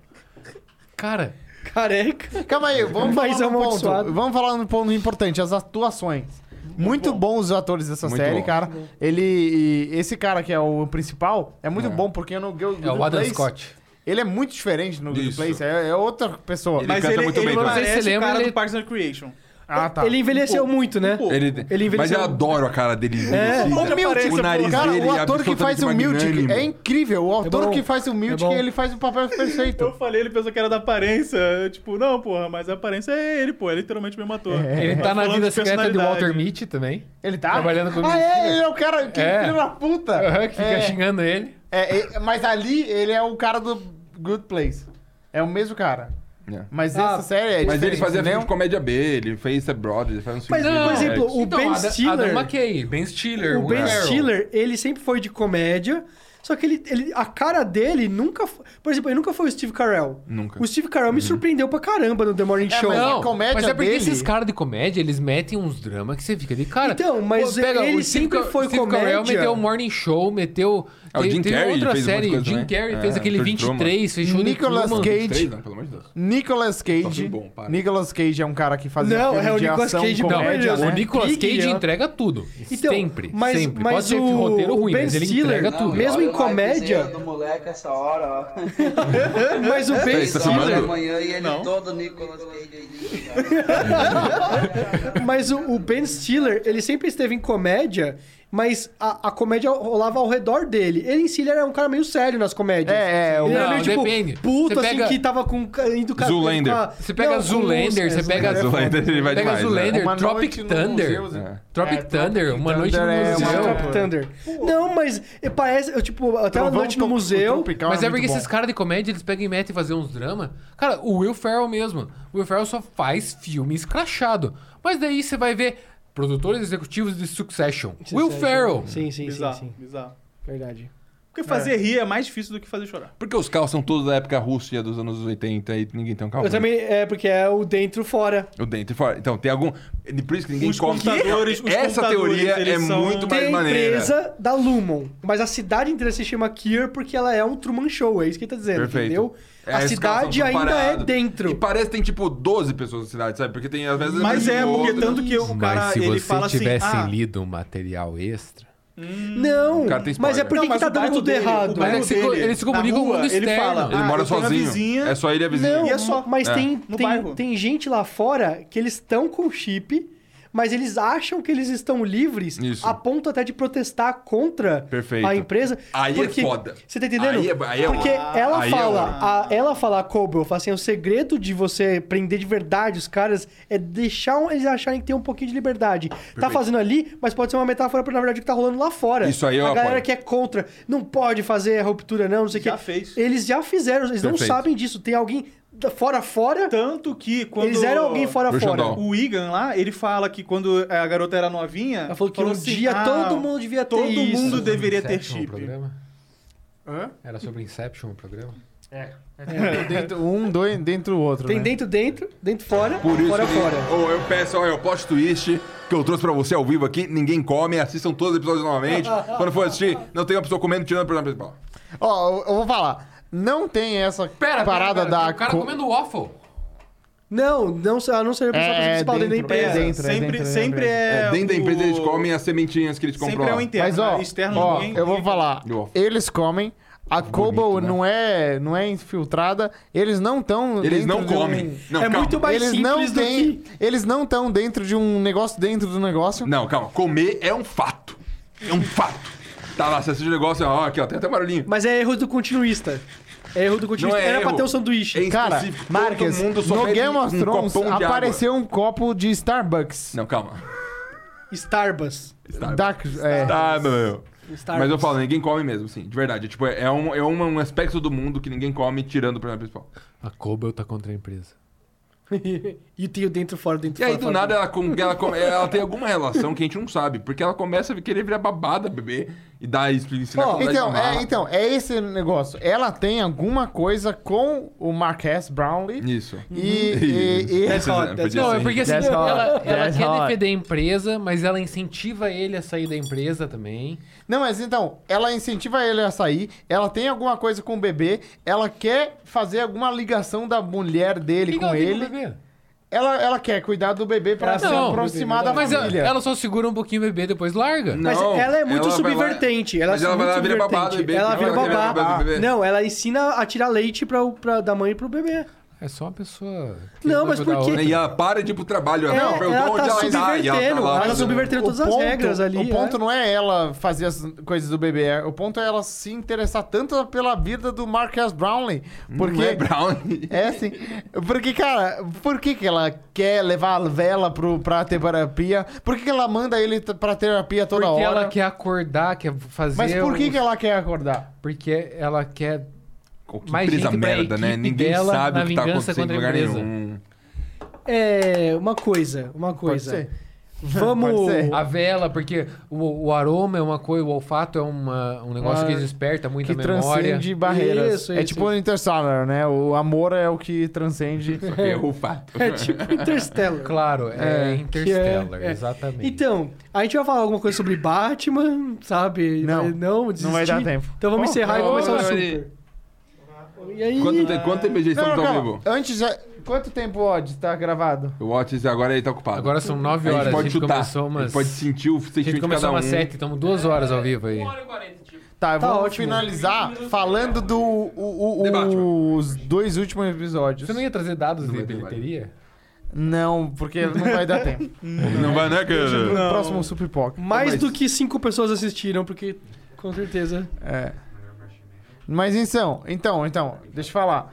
Speaker 4: Cara,
Speaker 3: Careca.
Speaker 1: Calma aí, vamos
Speaker 3: Mais
Speaker 1: falar no
Speaker 3: amaldiçoado.
Speaker 1: ponto. Vamos falar no ponto importante, as atuações. Muito bons os atores dessa
Speaker 5: Muito
Speaker 1: série,
Speaker 5: bom.
Speaker 1: cara. Ele. e Esse cara que é o principal é muito
Speaker 5: É.
Speaker 1: bom, porque no Good
Speaker 4: é o Adam
Speaker 1: Place,
Speaker 4: Scott.
Speaker 1: Ele é muito diferente no Good
Speaker 5: Isso.
Speaker 1: Place, é, é outra pessoa.
Speaker 5: Ele
Speaker 2: mas
Speaker 5: canta
Speaker 2: ele,
Speaker 5: muito
Speaker 2: ele
Speaker 5: bem, cara.
Speaker 2: parece
Speaker 4: Não sei se
Speaker 2: o cara
Speaker 4: lembra, ele-
Speaker 2: do Parks and Recreation.
Speaker 1: Ah, tá.
Speaker 3: Ele envelheceu
Speaker 2: Um pouco,
Speaker 3: muito, né?
Speaker 2: um pouco.
Speaker 5: Ele...
Speaker 3: Ele
Speaker 5: Mas eu
Speaker 3: envelheceu-
Speaker 5: adoro a cara dele.
Speaker 3: É.
Speaker 5: envelhecida.
Speaker 3: Outra
Speaker 5: o
Speaker 3: aparência,
Speaker 5: nariz
Speaker 1: Cara,
Speaker 5: dele
Speaker 1: o
Speaker 5: é
Speaker 1: ator que faz o
Speaker 5: absolutamente
Speaker 1: Miltic
Speaker 5: magnânimo.
Speaker 1: é incrível. O ator
Speaker 3: bom, É
Speaker 1: que faz o Miltic,
Speaker 3: bom.
Speaker 1: ele faz o papel perfeito.
Speaker 2: Eu falei, ele pensou que era da aparência. Eu, Tipo, não, porra, mas a aparência é ele, pô. É literalmente o mesmo ator.
Speaker 4: Ele
Speaker 5: É.
Speaker 3: É.
Speaker 2: Mas
Speaker 4: tá na
Speaker 2: falando
Speaker 4: vida secreta de
Speaker 2: personalidade.
Speaker 4: Walter Mitty também.
Speaker 1: Ele tá?
Speaker 4: Trabalhando com o
Speaker 1: Ah, é,
Speaker 4: Miltic.
Speaker 1: ele é o cara que
Speaker 4: É.
Speaker 1: filho da
Speaker 2: Tá.
Speaker 1: puta.
Speaker 4: Aham, que fica
Speaker 1: É.
Speaker 4: xingando ele.
Speaker 1: É, é, mas ali ele é o cara do Good Place. É o mesmo cara.
Speaker 5: É.
Speaker 1: Mas
Speaker 3: Ah,
Speaker 1: essa série é
Speaker 5: Mas ele
Speaker 1: diferente,
Speaker 5: fazia filme
Speaker 1: entendeu?
Speaker 5: de comédia B, ele fez The Brothers, ele faz um uns
Speaker 3: Mas,
Speaker 5: filmes
Speaker 3: por
Speaker 5: bem
Speaker 3: exemplo,
Speaker 5: legais.
Speaker 3: o Ben
Speaker 4: Então, Adam-
Speaker 3: Stiller-
Speaker 4: Adam McKay, Ben Stiller.
Speaker 3: O Ben
Speaker 4: Will Ferrell.
Speaker 3: Stiller, ele sempre foi de comédia, só que ele, ele, a cara dele nunca foi... Por exemplo, ele nunca foi o Steve Carell.
Speaker 5: Nunca.
Speaker 3: O Steve Carell me surpreendeu pra caramba no The Morning
Speaker 1: É,
Speaker 3: Show.
Speaker 1: mas
Speaker 4: Não,
Speaker 1: a comédia
Speaker 4: mas é porque
Speaker 1: dele-
Speaker 4: esses caras de comédia, eles metem uns dramas que você fica de cara.
Speaker 3: Então, mas ele
Speaker 4: o Steve
Speaker 3: sempre
Speaker 4: Car-
Speaker 3: foi
Speaker 4: Steve Carell
Speaker 3: comédia.
Speaker 4: meteu o Morning Show, meteu...
Speaker 5: É, o
Speaker 4: tem-
Speaker 5: Jim
Speaker 4: tem
Speaker 5: Carrey
Speaker 4: outra
Speaker 5: fez um monte de
Speaker 4: série,
Speaker 5: coisa
Speaker 4: Jim
Speaker 5: também.
Speaker 4: Carrey
Speaker 5: É,
Speaker 4: fez aquele
Speaker 5: George
Speaker 4: 23, fez show de
Speaker 1: Nicolas
Speaker 4: Truman.
Speaker 1: Cage.
Speaker 5: Três, não, pelo amor de Deus.
Speaker 1: Nicolas Cage.
Speaker 5: Tá bom, para.
Speaker 1: Nicolas Cage é um cara que fazia
Speaker 3: Não,
Speaker 1: filme
Speaker 3: é o
Speaker 1: de
Speaker 3: Nicolas
Speaker 1: ação,
Speaker 3: Cage, não,
Speaker 4: Não,
Speaker 1: comédia,
Speaker 3: Deus,
Speaker 4: o
Speaker 1: né?
Speaker 4: Nicolas
Speaker 3: Pique,
Speaker 4: Cage
Speaker 3: ó.
Speaker 4: entrega tudo.
Speaker 3: Então,
Speaker 4: sempre,
Speaker 3: mas-
Speaker 4: sempre.
Speaker 3: mas
Speaker 4: Pode ser
Speaker 3: o-
Speaker 4: roteiro
Speaker 3: o
Speaker 4: ruim,
Speaker 3: Ben
Speaker 4: mas ele
Speaker 3: Stiller-
Speaker 4: entrega tudo.
Speaker 3: mesmo em
Speaker 7: Olha o
Speaker 3: comédia-
Speaker 7: likezinho do moleque essa hora, ó.
Speaker 3: Mas o
Speaker 4: É,
Speaker 3: Ben
Speaker 5: Peraí, tá
Speaker 7: Seis horas
Speaker 5: filmando?
Speaker 7: da
Speaker 3: Stiller...
Speaker 7: manhã e ele
Speaker 2: Não.
Speaker 7: todo Nicolas Cage.
Speaker 3: Mas o, o Ben Stiller, ele sempre esteve em comédia, mas a, a comédia rolava ao redor dele. Ele em si ele era um cara meio sério nas comédias.
Speaker 1: É, é, o-
Speaker 3: Ele era
Speaker 4: Não,
Speaker 3: meio, tipo,
Speaker 4: depende.
Speaker 3: puto,
Speaker 4: Você pega-
Speaker 3: assim, que tava com... Indo ca-
Speaker 5: Zoolander.
Speaker 3: com a-
Speaker 4: Você pega
Speaker 3: Não, com
Speaker 4: Zoolander,
Speaker 3: os-
Speaker 4: você
Speaker 3: é,
Speaker 4: pega...
Speaker 3: Zoolander é foda.
Speaker 5: Zoolander, ele vai
Speaker 4: pega
Speaker 5: demais, né?
Speaker 4: Zoolander,
Speaker 1: Uma
Speaker 4: Tropic
Speaker 1: noite no
Speaker 4: Thunder.
Speaker 1: museu,
Speaker 5: É.
Speaker 4: Tropic
Speaker 1: É,
Speaker 4: Thunder,
Speaker 1: Tropic
Speaker 4: uma noite no
Speaker 1: Thunder é uma
Speaker 4: museu.
Speaker 1: outra
Speaker 3: Tropic Thunder. Não, mas é, parece, eu, tipo, até
Speaker 2: Então
Speaker 3: uma
Speaker 1: Trovão
Speaker 3: noite no
Speaker 1: Tro-
Speaker 3: museu.
Speaker 1: Tropical
Speaker 4: Mas é
Speaker 1: muito
Speaker 4: porque
Speaker 1: bom.
Speaker 4: esses caras de comédia, eles pegam e metem fazer uns drama. Cara, o Will Ferrell mesmo. O Will Ferrell só faz filme escrachado. Mas daí você vai ver produtores executivos de Succession. Will Ferrell.
Speaker 3: Sim, sim, sim,
Speaker 2: Bizarro,
Speaker 3: sim.
Speaker 2: bizarro.
Speaker 3: Verdade.
Speaker 2: Porque fazer rir é mais difícil do que fazer chorar.
Speaker 5: Porque os carros são todos da época Rússia dos anos 80 e ninguém tem um carro.
Speaker 3: Eu também, é porque é o dentro fora.
Speaker 5: O dentro e fora. Então, tem algum. e Por isso que ninguém
Speaker 2: Os
Speaker 5: come.
Speaker 2: computadores- os
Speaker 5: Essa
Speaker 2: computadores,
Speaker 5: teoria é
Speaker 2: eles são-
Speaker 5: muito mais
Speaker 3: Tem a
Speaker 5: maneira.
Speaker 3: empresa da Lumon, mas a cidade inteira se chama Kier porque ela é um Truman Show, é isso que ele tá dizendo,
Speaker 5: Perfeito.
Speaker 3: entendeu?
Speaker 5: É,
Speaker 3: a
Speaker 5: esses
Speaker 3: cidade
Speaker 5: carros são
Speaker 3: ainda é
Speaker 5: parados.
Speaker 3: dentro.
Speaker 5: E parece que tem tipo 12 pessoas na cidade, sabe? Porque tem às vezes. um
Speaker 2: Mas é, porque
Speaker 5: outro.
Speaker 2: tanto que o cara, ele fala assim... ah,
Speaker 4: lido um material extra...
Speaker 3: Não,
Speaker 5: O cara tem spoiler.
Speaker 3: mas é porque
Speaker 2: Não, mas
Speaker 3: tá
Speaker 2: o
Speaker 3: dando
Speaker 2: bairro
Speaker 3: tudo
Speaker 2: dele, o
Speaker 3: errado.
Speaker 4: Mas é
Speaker 2: bairro
Speaker 4: que se co-
Speaker 2: dele,
Speaker 4: eles se
Speaker 2: na
Speaker 4: comunicam com o
Speaker 2: rua,
Speaker 4: mundo
Speaker 2: ele
Speaker 4: externo.
Speaker 2: fala,
Speaker 5: Ele
Speaker 2: Ah,
Speaker 5: mora
Speaker 2: eu tenho uma
Speaker 5: sozinho.
Speaker 2: vizinha-
Speaker 5: É só ele e a vizinha.
Speaker 3: Não,
Speaker 2: E é só.
Speaker 3: mas
Speaker 5: É.
Speaker 3: tem,
Speaker 2: No
Speaker 3: tem,
Speaker 2: bairro.
Speaker 3: tem gente lá fora que eles estão com chip, mas eles acham que eles estão livres
Speaker 5: Isso.
Speaker 3: a ponto até de protestar contra
Speaker 5: Perfeito.
Speaker 3: a empresa.
Speaker 5: Aí é
Speaker 3: porque-
Speaker 5: foda.
Speaker 3: Você tá entendendo?
Speaker 5: Aí é- aí é
Speaker 3: porque
Speaker 5: ouro.
Speaker 3: ela
Speaker 5: Aí é
Speaker 3: fala,
Speaker 5: ouro.
Speaker 3: a, ela fala, a Cobra, fala assim, o segredo de você prender de verdade os caras é deixar um- eles acharem que tem um pouquinho de liberdade. Tá
Speaker 5: Perfeito.
Speaker 3: fazendo ali, mas pode ser uma metáfora pra, na verdade, o que tá rolando lá fora.
Speaker 5: Isso aí eu
Speaker 3: A galera
Speaker 5: apoio.
Speaker 3: que é contra, não pode fazer a ruptura não, não sei o quê.
Speaker 2: Já fez.
Speaker 3: Eles já fizeram, eles
Speaker 5: Perfeito.
Speaker 3: não sabem disso. Tem alguém da- fora fora,
Speaker 2: Tanto que quando...
Speaker 3: eles eram alguém fora
Speaker 5: Deixa eu
Speaker 3: fora.
Speaker 5: dar um-
Speaker 2: O Wigan lá, ele fala que quando a garota era novinha...
Speaker 3: Ela falou que um
Speaker 2: assim,
Speaker 3: dia
Speaker 2: "Ah,
Speaker 3: todo mundo devia ter
Speaker 2: todo
Speaker 3: isso.
Speaker 2: mundo deveria ter
Speaker 4: Inception o
Speaker 2: chip.
Speaker 4: é programa?
Speaker 1: Hã?
Speaker 4: Era sobre Inception o programa?
Speaker 1: Dentro- um dois, dentro do outro.
Speaker 3: Tem
Speaker 1: né?
Speaker 3: dentro, dentro, dentro, fora,
Speaker 5: Por isso,
Speaker 3: fora,
Speaker 5: que-
Speaker 3: fora.
Speaker 5: Ou eu peço, olha, o plot twist que eu trouxe pra você ao vivo aqui. Ninguém come, assistam todos os episódios novamente. Quando for assistir, não tem uma pessoa comendo, tirando a pessoa principal.
Speaker 1: Ó, eu- eu vou falar. Não tem essa parada da.
Speaker 4: O um cara
Speaker 1: co-
Speaker 4: comendo waffle.
Speaker 3: Não, não, ela não seria a pessoa
Speaker 1: É,
Speaker 3: principal dentro da
Speaker 1: dentro,
Speaker 3: empresa.
Speaker 1: é dentro.
Speaker 2: sempre,
Speaker 1: dentro da
Speaker 2: sempre
Speaker 1: empresa.
Speaker 2: é...
Speaker 5: É, dentro da
Speaker 2: o-
Speaker 5: empresa eles comem as sementinhas que eles compram
Speaker 2: Sempre é
Speaker 5: lá.
Speaker 2: o interno,
Speaker 1: Mas, ó,
Speaker 2: né? externo
Speaker 1: ó
Speaker 2: ninguém-
Speaker 1: eu vou
Speaker 2: ninguém-
Speaker 1: falar.
Speaker 5: Eu-
Speaker 1: Eles comem. A Kobo
Speaker 5: né?
Speaker 1: não, é, não é infiltrada. Eles não estão.
Speaker 5: Eles não
Speaker 1: um-
Speaker 5: comem. Não,
Speaker 3: é
Speaker 5: calma.
Speaker 3: muito mais
Speaker 1: eles
Speaker 3: simples
Speaker 1: não
Speaker 3: do
Speaker 1: têm.
Speaker 3: que...
Speaker 1: Eles não estão dentro de um negócio dentro do negócio.
Speaker 5: Não, calma. Comer é um fato. É um fato. Tá lá, você assiste o negócio, ó, aqui, ó, tem até um barulhinho.
Speaker 3: Mas é erro do continuista. É erro do continuista. Era pra ter um sanduíche.
Speaker 5: É
Speaker 1: Cara,
Speaker 5: específico.
Speaker 1: Marques,
Speaker 5: Todo mundo só
Speaker 1: no
Speaker 5: bebe
Speaker 1: Game of
Speaker 5: um
Speaker 1: Thrones
Speaker 5: copão de água.
Speaker 1: apareceu um copo de Starbucks.
Speaker 5: Não, calma.
Speaker 3: Starbucks.
Speaker 5: Starbucks.
Speaker 1: Dark- é.
Speaker 5: Tá, meu.
Speaker 3: Starbucks.
Speaker 5: Mas eu falo, ninguém come mesmo, sim, de verdade. Tipo, é, um, é um, um aspecto do mundo que ninguém come, tirando o problema principal.
Speaker 4: A Cobel tá contra a empresa.
Speaker 3: e tem o dentro, fora, dentro,
Speaker 5: E aí,
Speaker 3: fora,
Speaker 5: do
Speaker 3: fora,
Speaker 5: nada, ela, com- ela, com- ela tem alguma relação que a gente não sabe, porque ela começa a querer virar babada, bebê, e dar ensinar
Speaker 3: Ó,
Speaker 5: como dar de
Speaker 1: Então,
Speaker 5: mamar.
Speaker 1: é, então, é esse negócio. Ela tem alguma coisa com o Marques Brownlee.
Speaker 5: Isso.
Speaker 1: E, e- e-
Speaker 5: Uhum. Isso,
Speaker 3: hot,
Speaker 5: né?
Speaker 3: that's
Speaker 5: Podia
Speaker 4: Não,
Speaker 5: ser.
Speaker 4: é porque assim,
Speaker 1: That's hot.
Speaker 4: ela, ela
Speaker 1: That's
Speaker 4: quer
Speaker 1: hot.
Speaker 4: defender a empresa, mas ela incentiva ele a sair da empresa também.
Speaker 1: Não, mas então, ela incentiva ele a sair, ela tem alguma coisa com o bebê, ela quer fazer alguma ligação da mulher dele
Speaker 4: Que que
Speaker 1: com
Speaker 4: ela tem
Speaker 1: ele.
Speaker 4: bebê?
Speaker 1: ela, ela quer cuidar do bebê pra
Speaker 3: Ela
Speaker 1: se
Speaker 4: não,
Speaker 1: aproximar da
Speaker 4: Mas ela,
Speaker 1: família.
Speaker 4: ela só segura um pouquinho o bebê e depois larga.
Speaker 5: Não,
Speaker 3: Mas ela é muito
Speaker 5: ela vai lá-
Speaker 3: subvertente. Ela
Speaker 5: Mas
Speaker 3: é
Speaker 5: ela vai
Speaker 3: muito
Speaker 5: lá virar
Speaker 3: subvertente.
Speaker 5: babá do bebê.
Speaker 3: Ela vira
Speaker 5: vai lá virar
Speaker 3: babá.
Speaker 5: babá do bebê.
Speaker 3: Não, ela ensina a tirar leite pra, pra- da mãe pro bebê.
Speaker 4: É só uma pessoa.
Speaker 3: Não, mas por quê?
Speaker 5: E ela para de ir pro trabalho. Ela,
Speaker 3: É,
Speaker 5: perguntou
Speaker 3: ela
Speaker 5: onde
Speaker 3: tá
Speaker 5: ela tá. E ela tá
Speaker 3: subvertendo,
Speaker 5: lá.
Speaker 3: ela
Speaker 5: fazendo-
Speaker 3: subvertendo todas as regras ali,
Speaker 1: O
Speaker 3: é.
Speaker 1: ponto não é ela fazer as coisas do bebê, é- o ponto é ela se interessar tanto pela vida do Marques Brownlee. Porque
Speaker 5: Não é brownie.
Speaker 1: É sim. Porque, cara, por que, que ela quer levar a vela pro, pra terapia? Por que, que ela manda ele t- pra terapia toda
Speaker 4: Porque
Speaker 1: hora?
Speaker 4: ela quer acordar, quer fazer.
Speaker 1: Mas por que,
Speaker 4: os-
Speaker 1: que ela quer acordar?
Speaker 4: Porque ela quer.
Speaker 5: Oh, que
Speaker 4: Mais
Speaker 5: empresa
Speaker 4: gente da
Speaker 5: merda, né?
Speaker 4: equipe
Speaker 5: Ninguém
Speaker 4: dela
Speaker 5: sabe
Speaker 4: na
Speaker 5: o que tá
Speaker 4: vingança
Speaker 5: acontecendo em
Speaker 4: contra a
Speaker 5: lugar
Speaker 4: empresa.
Speaker 5: nenhum.
Speaker 3: É, uma coisa, uma coisa.
Speaker 1: ser?
Speaker 3: Vamos...
Speaker 1: Pode ser?
Speaker 4: A vela, porque o, o aroma é uma coisa, o olfato é uma, um negócio
Speaker 1: Ah,
Speaker 4: que desperta muita
Speaker 1: Que
Speaker 4: memória.
Speaker 1: transcende barreiras.
Speaker 3: Isso,
Speaker 1: é
Speaker 3: isso,
Speaker 1: tipo o Interstellar, né? O amor é o que transcende.
Speaker 5: Errou o fato.
Speaker 3: É tipo Interstellar.
Speaker 4: Claro, é,
Speaker 1: É,
Speaker 4: Interstellar,
Speaker 3: que é- é.
Speaker 4: exatamente.
Speaker 3: Então, a gente vai falar alguma coisa sobre Batman, sabe?
Speaker 1: Não,
Speaker 3: não, desistir.
Speaker 1: vai dar tempo.
Speaker 3: Então vamos
Speaker 1: Oh,
Speaker 3: encerrar
Speaker 5: oh,
Speaker 3: e começar o
Speaker 5: olha
Speaker 3: super. E aí?
Speaker 5: Quanto, te- quanto tempo já
Speaker 1: Não,
Speaker 5: estamos
Speaker 1: não,
Speaker 5: ao
Speaker 1: calma.
Speaker 5: vivo?
Speaker 1: Antes, já- quanto tempo pode tá gravado?
Speaker 5: O Otis agora ele tá ocupado.
Speaker 4: Agora são nove
Speaker 5: a
Speaker 4: horas,
Speaker 5: gente pode chutar.
Speaker 4: começou
Speaker 5: A
Speaker 4: umas...
Speaker 5: gente pode sentir o
Speaker 4: a gente
Speaker 5: sentimento de
Speaker 4: começou
Speaker 5: cada um.
Speaker 4: umas sete, estamos duas horas ao vivo aí.
Speaker 1: Tá, eu
Speaker 3: Tá
Speaker 1: vou
Speaker 3: ótimo.
Speaker 1: finalizar falando do o- o-
Speaker 5: The Batman.
Speaker 1: os dois últimos episódios.
Speaker 4: Você não ia trazer dados de
Speaker 5: vai ter,
Speaker 4: bilheteria?
Speaker 1: Não, porque não vai dar tempo.
Speaker 5: Não vai, né, cara?
Speaker 1: No próximo Supipoca.
Speaker 3: Mais
Speaker 5: Mas-
Speaker 3: do que cinco pessoas assistiram, porque com certeza.
Speaker 1: É. Mas então, então, então, deixa eu falar.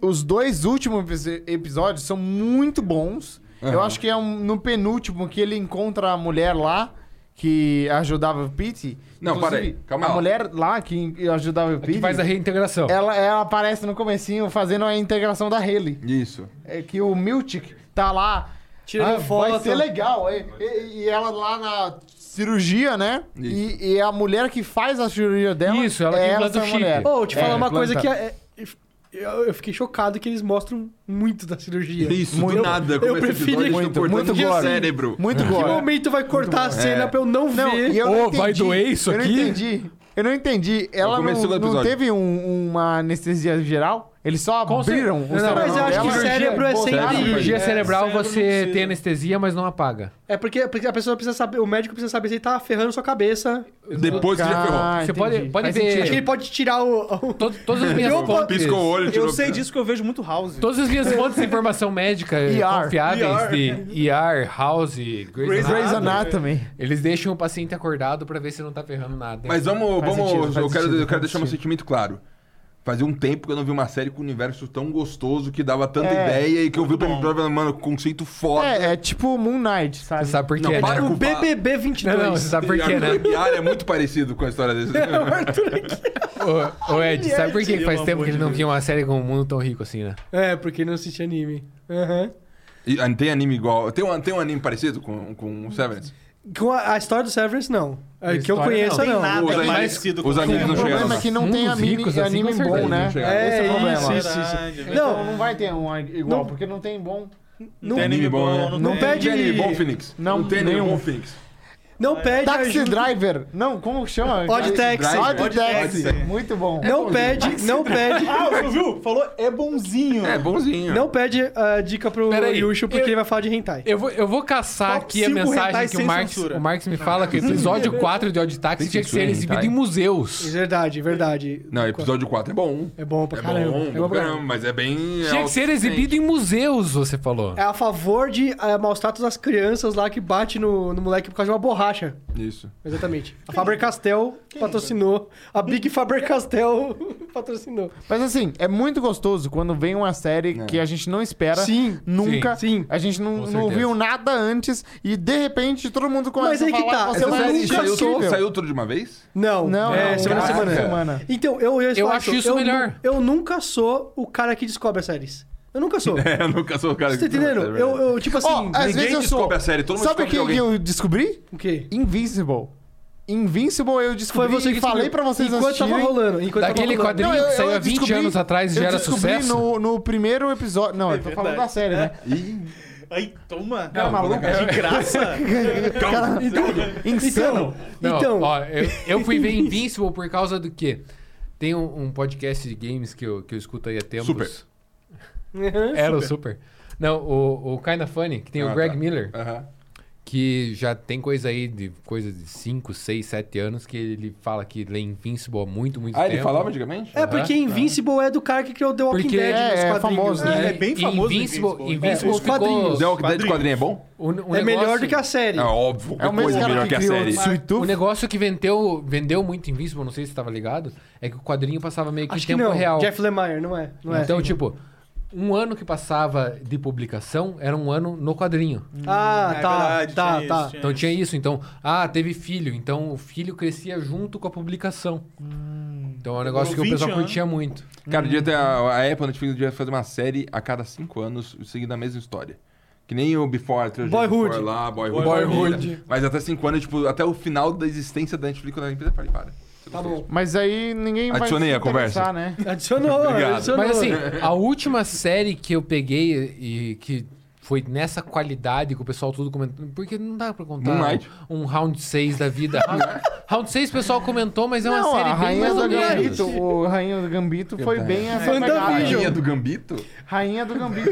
Speaker 1: Os dois últimos epi- episódios são muito bons. Eu
Speaker 5: Aham.
Speaker 1: acho que é um- no penúltimo que ele encontra a mulher lá que ajudava o Pete.
Speaker 5: Não,
Speaker 1: Inclusive,
Speaker 5: para aí, calma
Speaker 1: A
Speaker 5: lá. É
Speaker 1: mulher lá que ajudava o
Speaker 4: É Que
Speaker 1: Pete,
Speaker 4: faz a reintegração.
Speaker 1: ela, ela aparece no comecinho fazendo a integração da Haley.
Speaker 5: Isso.
Speaker 1: É que o Miltic tá lá.
Speaker 3: Tirando
Speaker 1: ah,
Speaker 3: foto.
Speaker 1: Vai ser legal. E, e- e ela lá na cirurgia, né?
Speaker 5: Isso.
Speaker 1: E, e a mulher que faz a cirurgia dela.
Speaker 4: Isso, ela
Speaker 1: é
Speaker 4: que
Speaker 1: ela
Speaker 4: implanta o
Speaker 1: essa
Speaker 4: chip.
Speaker 1: mulher.
Speaker 3: Ô, eu te falar
Speaker 1: É,
Speaker 3: uma coisa que
Speaker 1: planta.
Speaker 3: é- é- eu, eu fiquei chocado que eles mostram muito da cirurgia.
Speaker 5: Isso,
Speaker 1: Muito-
Speaker 5: do nada.
Speaker 3: eu
Speaker 5: começa o
Speaker 3: prefiro-
Speaker 5: episódio,
Speaker 1: Muito,
Speaker 5: cortando
Speaker 1: muito
Speaker 5: é o
Speaker 1: gore.
Speaker 5: cérebro.
Speaker 1: Muito
Speaker 3: Que
Speaker 1: gore. É.
Speaker 3: momento vai cortar a cena pra eu não,
Speaker 1: Não,
Speaker 3: ver?
Speaker 1: e eu não
Speaker 4: Ô, Oh, vai
Speaker 1: entendi,
Speaker 4: doer isso
Speaker 1: eu
Speaker 4: aqui?
Speaker 1: Não entendi. Eu não entendi. Ela
Speaker 5: começo do
Speaker 1: não, não
Speaker 5: episódio.
Speaker 1: teve um- uma anestesia geral? Eles só
Speaker 4: Com cer-
Speaker 1: abriram
Speaker 4: Não,
Speaker 1: o cérebro
Speaker 3: mas eu acho que
Speaker 1: dela.
Speaker 3: o cérebro é
Speaker 1: Pô,
Speaker 3: sempre-
Speaker 1: cara,
Speaker 4: Cirurgia
Speaker 3: É,
Speaker 4: cerebral
Speaker 2: cérebro não
Speaker 4: você
Speaker 2: precisa.
Speaker 4: tem anestesia, mas não apaga.
Speaker 3: É porque, porque a pessoa precisa saber, o médico precisa saber se ele tá ferrando sua cabeça.
Speaker 5: Depois que já ferrou.
Speaker 1: Ah,
Speaker 4: você
Speaker 1: entendi.
Speaker 4: pode, pode
Speaker 1: Faz
Speaker 4: ver
Speaker 3: Acho que ele pode tirar o. o-
Speaker 4: to- todas as minhas
Speaker 3: Eu posso-
Speaker 4: fontes.
Speaker 5: Piscou o olho, né?
Speaker 2: Eu
Speaker 5: tirou-
Speaker 2: sei disso que eu vejo muito House.
Speaker 4: Todas as minhas fontes de informação médica
Speaker 1: ER.
Speaker 4: confiáveis de ER, House, Grey's
Speaker 2: Grey's
Speaker 4: Anatomy,
Speaker 1: Grey's Anatomy.
Speaker 4: eles deixam o paciente acordado pra ver se não tá ferrando nada.
Speaker 5: Mas vamos,
Speaker 1: Faz
Speaker 5: vamos
Speaker 1: sentido,
Speaker 5: eu
Speaker 1: faz
Speaker 5: quero,
Speaker 1: sentido,
Speaker 5: eu quero
Speaker 1: faz
Speaker 5: deixar meu
Speaker 1: sentido.
Speaker 5: sentimento claro. Fazia um tempo que eu não vi uma série com um universo tão gostoso, que dava tanta
Speaker 1: É,
Speaker 5: ideia e que eu vi o Prêmio Prova, mano, um conceito foda.
Speaker 1: É, é tipo Moon Knight, sabe?
Speaker 4: Você sabe por quê,
Speaker 5: Não,
Speaker 4: né?
Speaker 5: para
Speaker 3: O
Speaker 5: com-
Speaker 3: BBB 22.
Speaker 4: Não, não, você sabe por
Speaker 5: E
Speaker 4: quê,
Speaker 5: Arthur
Speaker 4: né?
Speaker 5: Aguiar é muito parecido com a história desse.
Speaker 4: Ô, ô, Ed, sabe por quê
Speaker 2: Pelo
Speaker 4: que faz
Speaker 2: amor
Speaker 4: tempo
Speaker 2: de
Speaker 4: que ele não
Speaker 2: Deus.
Speaker 4: via uma série com um mundo tão rico assim, né?
Speaker 3: É, porque não assiste anime. Aham.
Speaker 5: E ah, tem anime igual. Tem um, tem um anime parecido com, com o Severance?
Speaker 3: Com a, a história do Severance, não. A
Speaker 4: A
Speaker 3: que eu
Speaker 4: história,
Speaker 3: conheço,
Speaker 2: Tem
Speaker 4: não.
Speaker 3: não.
Speaker 2: nada
Speaker 5: Os
Speaker 2: mais
Speaker 5: animes-
Speaker 2: parecido com
Speaker 5: os animes
Speaker 1: O
Speaker 5: não chegam
Speaker 1: problema
Speaker 5: lá.
Speaker 1: é que não tem
Speaker 4: Mundos
Speaker 1: anime,
Speaker 4: ricos, assim,
Speaker 1: anime
Speaker 4: com
Speaker 1: bom,
Speaker 4: certeza.
Speaker 1: né?
Speaker 5: Não chega.
Speaker 1: É, esse é o
Speaker 3: É,
Speaker 1: problema.
Speaker 3: isso, isso,
Speaker 2: Verdade,
Speaker 3: isso.
Speaker 2: verdade.
Speaker 1: Não,
Speaker 3: Não,
Speaker 1: não vai ter um igual,
Speaker 3: Não.
Speaker 1: porque não tem bom.
Speaker 3: não,
Speaker 2: Tem anime bom,
Speaker 5: né?
Speaker 2: não,
Speaker 1: Não
Speaker 2: tem.
Speaker 5: Não
Speaker 3: pede-
Speaker 5: tem anime bom, Phoenix.
Speaker 1: Não,
Speaker 5: tem anime
Speaker 1: nenhum.
Speaker 5: bom, Phoenix.
Speaker 3: não pede
Speaker 1: Taxi
Speaker 3: ajuda.
Speaker 1: Driver. Não, como chama?
Speaker 3: Odd Taxi.
Speaker 5: Driver.
Speaker 1: Odd Taxi.
Speaker 2: Odd Taxi.
Speaker 1: Muito bom.
Speaker 3: Não pede, não pede,
Speaker 2: Ah, você viu? Falou, é bonzinho.
Speaker 5: É bonzinho.
Speaker 3: não pede a dica pro
Speaker 4: Pera aí,
Speaker 3: Yushu, porque
Speaker 4: eu-
Speaker 3: ele vai falar de hentai.
Speaker 4: Eu vou, eu vou caçar
Speaker 2: Top
Speaker 4: aqui a
Speaker 2: cinco
Speaker 4: mensagem
Speaker 2: hentais
Speaker 4: que o
Speaker 2: sem
Speaker 4: Marx,
Speaker 2: censura.
Speaker 4: o Marx me fala que o episódio 4 de Odd Taxi
Speaker 5: Tem
Speaker 4: tinha que
Speaker 5: censura
Speaker 4: ser
Speaker 5: em
Speaker 4: exibido
Speaker 5: hentai?
Speaker 4: em museus.
Speaker 3: Verdade, verdade.
Speaker 5: Não, episódio 4 é bom.
Speaker 3: É bom pra
Speaker 5: É
Speaker 3: caramba.
Speaker 5: bom,
Speaker 3: é bom pra caramba.
Speaker 5: mas é bem.
Speaker 4: Tinha que ser exibido em maus você falou.
Speaker 3: É a favor de é, maus tratos das crianças lá que bate no, no moleque por causa de uma borracha.
Speaker 5: Isso.
Speaker 3: Exatamente. A Faber-Castell patrocinou. A Big Faber-Castell patrocinou.
Speaker 1: Mas assim, é muito gostoso quando vem uma série que a gente não espera.
Speaker 3: Sim,
Speaker 1: Nunca.
Speaker 3: sim, sim.
Speaker 1: A gente não,
Speaker 4: Com
Speaker 1: não
Speaker 4: certeza.
Speaker 1: viu nada antes e de repente todo mundo começa
Speaker 3: aí
Speaker 1: a
Speaker 3: que
Speaker 1: falar.
Speaker 3: tá,
Speaker 1: Você
Speaker 3: essa
Speaker 1: vai
Speaker 3: série
Speaker 1: nunca
Speaker 5: saiu,
Speaker 1: assistir,
Speaker 5: tudo,
Speaker 1: meu.
Speaker 5: saiu tudo de uma vez?
Speaker 3: Não.
Speaker 1: Não,
Speaker 3: é,
Speaker 1: não, Ah.
Speaker 3: semana a
Speaker 1: cada
Speaker 3: semana.
Speaker 1: semana.
Speaker 3: Então, eu, eu, ia
Speaker 4: Eu
Speaker 3: falar
Speaker 4: acho isso
Speaker 3: eu
Speaker 4: melhor.
Speaker 3: nu- Eu nunca sou o cara que descobre as séries. Eu nunca sou.
Speaker 1: É,
Speaker 3: Você
Speaker 5: É, eu nunca sou o cara
Speaker 3: tá entendendo? Eu, eu, tipo assim.
Speaker 1: Ó, às
Speaker 5: ninguém
Speaker 1: vezes eu sou.
Speaker 5: descobre a série, todo mundo
Speaker 1: Sabe
Speaker 5: descobre
Speaker 1: quem
Speaker 5: de
Speaker 1: que eu descobri?
Speaker 3: O quê?
Speaker 1: Invincible. Invincible eu
Speaker 3: Foi
Speaker 1: descobri
Speaker 3: você que
Speaker 1: e falei pra
Speaker 3: descobriu.
Speaker 1: vocês
Speaker 3: Enquanto
Speaker 1: assistirem.
Speaker 3: tava rolando. Enquanto
Speaker 4: Daquele
Speaker 3: tava rolando.
Speaker 4: quadrinho que saiu há 20
Speaker 1: descobri-
Speaker 4: anos atrás e
Speaker 1: eu
Speaker 4: já era
Speaker 1: descobri
Speaker 4: sucesso.
Speaker 1: No, no primeiro episódio. Não, eu tô
Speaker 2: verdade.
Speaker 1: falando da série, né?
Speaker 2: Ai, toma.
Speaker 3: É
Speaker 2: É
Speaker 1: Cara, maluco.
Speaker 5: é
Speaker 2: De graça.
Speaker 1: Cara, Então, insano.
Speaker 4: Não,
Speaker 3: Então-
Speaker 4: ó, eu, eu fui ver Invincible por causa do quê? Tem um, um podcast de games que eu, que eu escuto aí há tempos.
Speaker 5: Super.
Speaker 3: Uhum.
Speaker 4: Era o Super. Não, o, o Kinda Funny, que tem
Speaker 5: Ah,
Speaker 4: o Greg
Speaker 5: tá.
Speaker 4: Miller,
Speaker 5: Aham.
Speaker 4: que já tem coisa aí de coisa de 5, 6, 7 anos, que ele fala que lê Invincible há muito, muito
Speaker 5: Ah,
Speaker 4: tempo.
Speaker 5: ele falava antigamente?
Speaker 3: É, porque Invincible é do cara que criou The Walking
Speaker 4: Porque-
Speaker 3: Dead
Speaker 1: é,
Speaker 3: nos
Speaker 1: é
Speaker 3: quadrinhos.
Speaker 1: famoso, né?
Speaker 2: Ele é bem famoso
Speaker 4: Invincible,
Speaker 2: Invincible.
Speaker 4: Invincible
Speaker 3: É, os
Speaker 4: ficou...
Speaker 3: quadrinhos.
Speaker 5: The Walking Dead
Speaker 2: quadrinhos.
Speaker 5: quadrinho é bom?
Speaker 4: O, o
Speaker 3: É melhor
Speaker 4: negócio-
Speaker 3: do que a série.
Speaker 5: É óbvio.
Speaker 1: É o mesmo
Speaker 5: coisa
Speaker 1: cara
Speaker 5: melhor
Speaker 1: que
Speaker 5: a
Speaker 1: criou
Speaker 5: série.
Speaker 1: o Sweet
Speaker 4: O
Speaker 1: Tooth.
Speaker 4: negócio que vendeu, vendeu muito Invincible, não sei se você tava ligado, é que o quadrinho passava meio que
Speaker 3: Acho
Speaker 4: em
Speaker 3: que
Speaker 4: tempo
Speaker 3: não.
Speaker 4: real.
Speaker 3: Jeff Lemire, não é. Não é.
Speaker 4: então, tipo, um ano que passava de publicação era um ano no quadrinho.
Speaker 3: Ah,
Speaker 2: É
Speaker 3: tá,
Speaker 2: verdade, tinha
Speaker 3: tá, tá.
Speaker 2: isso, tinha.
Speaker 4: Então tinha isso. Então, ah, teve filho. Então o filho crescia junto com a publicação. Então é um negócio que o
Speaker 2: 20
Speaker 4: pessoal
Speaker 2: Hum. anos.
Speaker 4: curtia muito.
Speaker 5: Cara, devia ter a, a Apple, a Netflix devia fazer uma série a cada cinco anos seguindo a mesma história. Que nem o Before, a trilogia
Speaker 3: Boyhood.
Speaker 5: Before lá, Boyhood.
Speaker 2: Boyhood.
Speaker 5: Mas até cinco anos, tipo, até o final da existência da Netflix quando a empresa fala, para.
Speaker 3: Tá bom.
Speaker 1: Mas aí ninguém vai
Speaker 5: Adicionei
Speaker 1: se
Speaker 5: a conversa.
Speaker 1: interessar, né?
Speaker 3: Adicionou,
Speaker 5: Obrigado.
Speaker 3: adicionou.
Speaker 4: Mas assim, a última série que eu peguei e que foi nessa qualidade que o pessoal tudo comentando, porque não dá pra contar
Speaker 5: Moonlight.
Speaker 4: um round 6 da vida. round 6 o pessoal comentou, mas é uma
Speaker 1: Não,
Speaker 4: série
Speaker 1: a
Speaker 4: bem
Speaker 1: Rainha
Speaker 4: mais
Speaker 1: do
Speaker 4: ou menos.
Speaker 1: Gambito. O Rainha do Gambito foi bem essa
Speaker 5: A
Speaker 1: pegada.
Speaker 3: Fandavision.
Speaker 5: linha do Gambito?
Speaker 1: Rainha do Gambito.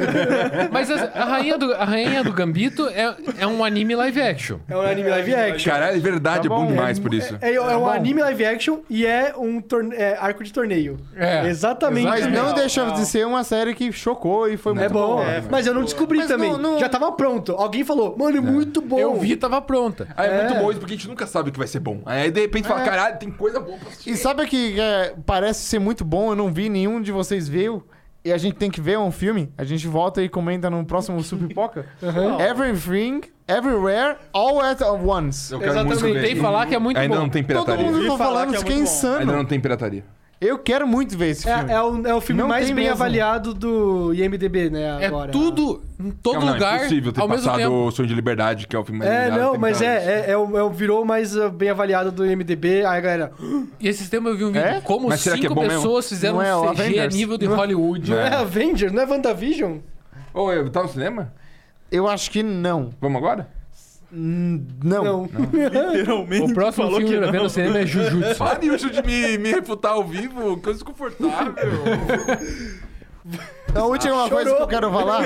Speaker 4: Mas assim, a, a rainha, do, a rainha do Gambito é, é um anime live action.
Speaker 3: É um anime live action.
Speaker 5: Caralho, é verdade,
Speaker 1: Tá
Speaker 5: é
Speaker 1: bom,
Speaker 5: bom demais
Speaker 1: é
Speaker 5: por isso.
Speaker 3: É, é um
Speaker 1: Bom.
Speaker 3: anime live action e é um torne- é, arco de torneio.
Speaker 4: É.
Speaker 3: Exatamente.
Speaker 1: Mas não
Speaker 2: Não,
Speaker 1: deixa
Speaker 2: não.
Speaker 1: de ser uma série que chocou e foi
Speaker 3: É
Speaker 1: muito
Speaker 3: bom.
Speaker 1: boa.
Speaker 2: É,
Speaker 3: mas eu não descobri
Speaker 1: Mas
Speaker 3: também.
Speaker 1: não- não-
Speaker 3: Já tava pronto. Alguém falou, mano, é muito bom.
Speaker 4: Eu vi, tava pronta.
Speaker 5: Ah, é, muito bom isso, porque a gente nunca sabe o que vai ser bom. Aí de repente fala, caralho, tem coisa boa pra assistir.
Speaker 1: E sabe que é, parece ser muito bom, eu não vi, nenhum de vocês viu. E a gente tem que ver um filme. A gente volta e comenta no próximo Supipoca. Everything, Everywhere, All at Once.
Speaker 5: Eu quero muito
Speaker 3: Exatamente.
Speaker 5: ver.
Speaker 4: Tem que falar que é muito
Speaker 5: Ainda
Speaker 4: bom.
Speaker 5: não tem
Speaker 1: Todo
Speaker 5: pirataria.
Speaker 1: mundo
Speaker 2: Ouvi
Speaker 1: tá
Speaker 2: falar
Speaker 1: falando
Speaker 2: que é
Speaker 1: isso que é
Speaker 2: muito bom.
Speaker 5: Ainda
Speaker 1: insano.
Speaker 5: não tem pirataria.
Speaker 1: Eu quero muito ver esse filme.
Speaker 3: É, é o, é o filme
Speaker 1: Não
Speaker 3: mais
Speaker 1: tem
Speaker 3: bem
Speaker 1: mesmo.
Speaker 3: avaliado do IMDB, né?
Speaker 4: É
Speaker 3: agora.
Speaker 4: tudo, em todo
Speaker 5: Não, não,
Speaker 4: lugar,
Speaker 5: é impossível ter
Speaker 4: ao mesmo
Speaker 5: passado
Speaker 4: tempo.
Speaker 5: o Sonho de Liberdade, que é o filme mais então.
Speaker 3: É,
Speaker 5: lembrado,
Speaker 3: não,
Speaker 5: tem
Speaker 3: mas
Speaker 5: pirataria.
Speaker 3: é, é, é, o, é o virou mais uh, bem avaliado do IMDB. Aí a galera.
Speaker 4: E esses tempos eu vi um vídeo
Speaker 1: É?
Speaker 4: como
Speaker 5: Mas será que é
Speaker 4: cinco
Speaker 5: bom mesmo?
Speaker 4: pessoas fizeram
Speaker 1: Não é o
Speaker 4: um CG a
Speaker 1: Avengers?
Speaker 4: nível de Hollywood.
Speaker 3: Não é Avenger? Não é WandaVision?
Speaker 5: Ô, eu tá no cinema?
Speaker 1: Eu acho que não.
Speaker 5: Vamos agora?
Speaker 1: Hum, Não.
Speaker 3: Não. Então,
Speaker 2: Literalmente
Speaker 4: O próximo
Speaker 2: falou
Speaker 4: filme que
Speaker 2: que
Speaker 4: eu
Speaker 2: não.
Speaker 4: vou ver no cinema é Jujutsu.
Speaker 5: Para de me, me refutar ao vivo, coisa desconfortável.
Speaker 1: A última coisa que eu quero falar.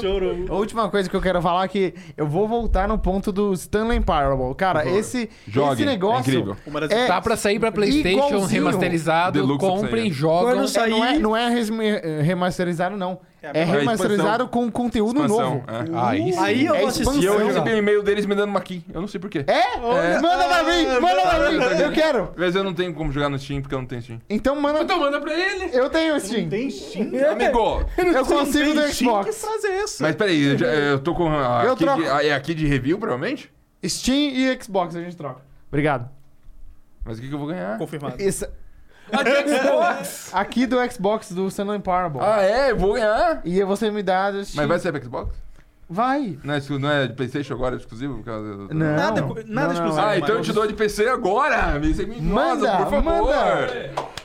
Speaker 3: Chorou.
Speaker 1: A última coisa que eu quero falar é que eu vou voltar no ponto do Stanley Parable. Cara, esse,
Speaker 5: Joguem,
Speaker 1: esse negócio.
Speaker 5: é incrível.
Speaker 2: Uma das-
Speaker 1: É,
Speaker 4: Tá pra sair pra PlayStation
Speaker 1: Igualzinho.
Speaker 4: remasterizado.
Speaker 5: Deluxe pra
Speaker 4: comprem,
Speaker 5: sair. né?
Speaker 4: jogam.
Speaker 3: Quando sa-
Speaker 1: é, não, é,
Speaker 3: sair-
Speaker 1: não é resme- remasterizado, não.
Speaker 2: É a
Speaker 1: É
Speaker 2: mesma-
Speaker 1: remasterizado com conteúdo
Speaker 5: Expansão,
Speaker 1: novo.
Speaker 5: é.
Speaker 4: Aí sim.
Speaker 3: Aí eu
Speaker 1: É
Speaker 3: vou assistir.
Speaker 5: E eu
Speaker 1: expansão.
Speaker 5: recebi um e-mail deles me dando uma key. Eu não sei porquê.
Speaker 1: É? Manda
Speaker 5: ah,
Speaker 1: pra mim!
Speaker 5: é
Speaker 1: Manda pra mim! Eu quero!
Speaker 5: Mas eu não tenho como jogar no Steam porque eu não tenho Steam.
Speaker 1: Então manda.
Speaker 4: Então manda pra ele.
Speaker 1: Eu tenho Steam.
Speaker 2: Tem Steam?
Speaker 5: Amigo!
Speaker 1: Eu consigo do
Speaker 2: Steam? Que
Speaker 1: Xbox.
Speaker 2: frase é essa?
Speaker 5: Mas peraí, eu, já- eu tô com. A,
Speaker 1: Eu
Speaker 5: aqui
Speaker 1: troco.
Speaker 5: de, a- é aqui de review, provavelmente?
Speaker 1: Steam e Xbox a gente troca. Obrigado.
Speaker 5: Mas o que, que eu vou ganhar?
Speaker 2: Confirmado.
Speaker 1: Esse-
Speaker 5: Xbox!
Speaker 1: aqui do Xbox do Stanley Parable.
Speaker 5: ah, é? Eu vou ganhar?
Speaker 1: E você me dá. do Steam.
Speaker 5: Mas vai ser pra Xbox?
Speaker 1: Vai.
Speaker 5: Não é, exclu- não é de PlayStation agora, é exclusivo? Por causa do-
Speaker 1: Não.
Speaker 2: Nada,
Speaker 1: Não,
Speaker 3: é
Speaker 2: nada
Speaker 1: não,
Speaker 2: exclusivo.
Speaker 5: Ah,
Speaker 1: Mas-
Speaker 5: então eu te dou de PC agora! Me- me-
Speaker 1: Manda,
Speaker 5: nossa, por favor!
Speaker 1: manda.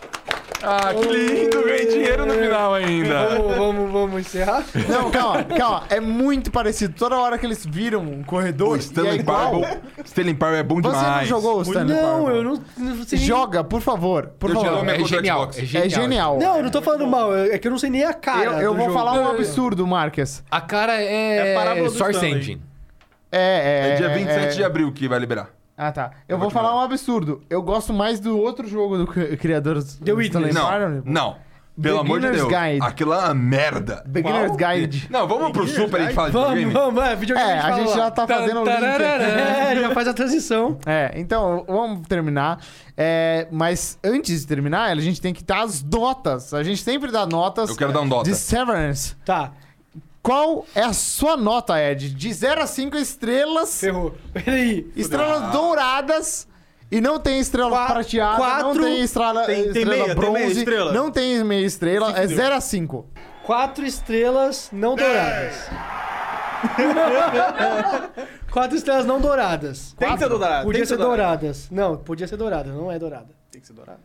Speaker 5: Ah, que lindo! Ganhei dinheiro no final ainda!
Speaker 3: Vamos, vamos, vamos encerrar.
Speaker 1: Não, calma, calma. É muito parecido. Toda hora que eles viram um
Speaker 5: O
Speaker 1: corredor. e é
Speaker 5: Stanley
Speaker 1: igual.
Speaker 5: Parable. Stanley Parable é bom
Speaker 1: Você não
Speaker 5: demais.
Speaker 1: jogou o Stanley
Speaker 3: Não,
Speaker 1: Parable?
Speaker 3: eu não, não sei nem-
Speaker 1: Joga, por favor. Por
Speaker 5: Eu te dou
Speaker 1: favor.
Speaker 5: minha
Speaker 4: É
Speaker 5: conta do
Speaker 4: genial,
Speaker 5: Xbox.
Speaker 4: é genial.
Speaker 1: É genial.
Speaker 3: Não, eu não tô falando mal, é que eu não sei nem a cara.
Speaker 1: eu eu
Speaker 3: do
Speaker 1: vou
Speaker 3: jogo.
Speaker 1: falar um absurdo, Marques.
Speaker 4: A cara é,
Speaker 2: É a parábola do
Speaker 4: Source
Speaker 2: Stanley.
Speaker 4: Engine.
Speaker 1: É, é.
Speaker 5: É dia
Speaker 1: é,
Speaker 5: 27
Speaker 1: é...
Speaker 5: de abril que vai liberar.
Speaker 1: Ah, tá. Eu vou falar um absurdo. Eu gosto mais do outro jogo do cri- criador do
Speaker 3: The Witness.
Speaker 1: Stanley
Speaker 5: Não,
Speaker 1: Parable.
Speaker 5: não. Pelo amor de
Speaker 1: Beginner's
Speaker 5: Deus.
Speaker 1: Guide.
Speaker 5: Aquilo é uma merda.
Speaker 1: Beginner's Guide.
Speaker 5: Não, vamos pro Super aí que fala de
Speaker 3: Vamos,
Speaker 5: videogame.
Speaker 3: vamos, é, videogame
Speaker 1: É, a
Speaker 3: fala
Speaker 1: gente
Speaker 3: lá.
Speaker 1: já tá fazendo o link aqui.
Speaker 3: É, já faz a transição.
Speaker 1: É, então, vamos terminar. É, mas antes de terminar, a gente tem que dar as notas. A gente sempre dá notas.
Speaker 5: Eu quero dar um nota.
Speaker 1: De Severance.
Speaker 3: Tá,
Speaker 1: Qual é a sua nota, Ed? De 0 a 5 estrelas.
Speaker 3: ferrou. Peraí.
Speaker 1: Estrelas douradas. E não tem estrela
Speaker 3: Qua-
Speaker 1: prateada, não
Speaker 3: quatro-
Speaker 1: tem estrela,
Speaker 2: tem- tem
Speaker 1: estrela
Speaker 2: meia- tem
Speaker 1: bronze,
Speaker 2: meia estrela?
Speaker 1: não tem meia estrela, é 0 a 5.
Speaker 3: Quatro estrelas não douradas. Quatro estrelas não douradas.
Speaker 2: Tem que ser dourado. tem
Speaker 3: Podia
Speaker 2: que
Speaker 3: ser douradas. Não, podia ser dourada, não é dourada.
Speaker 2: Tem que ser dourado.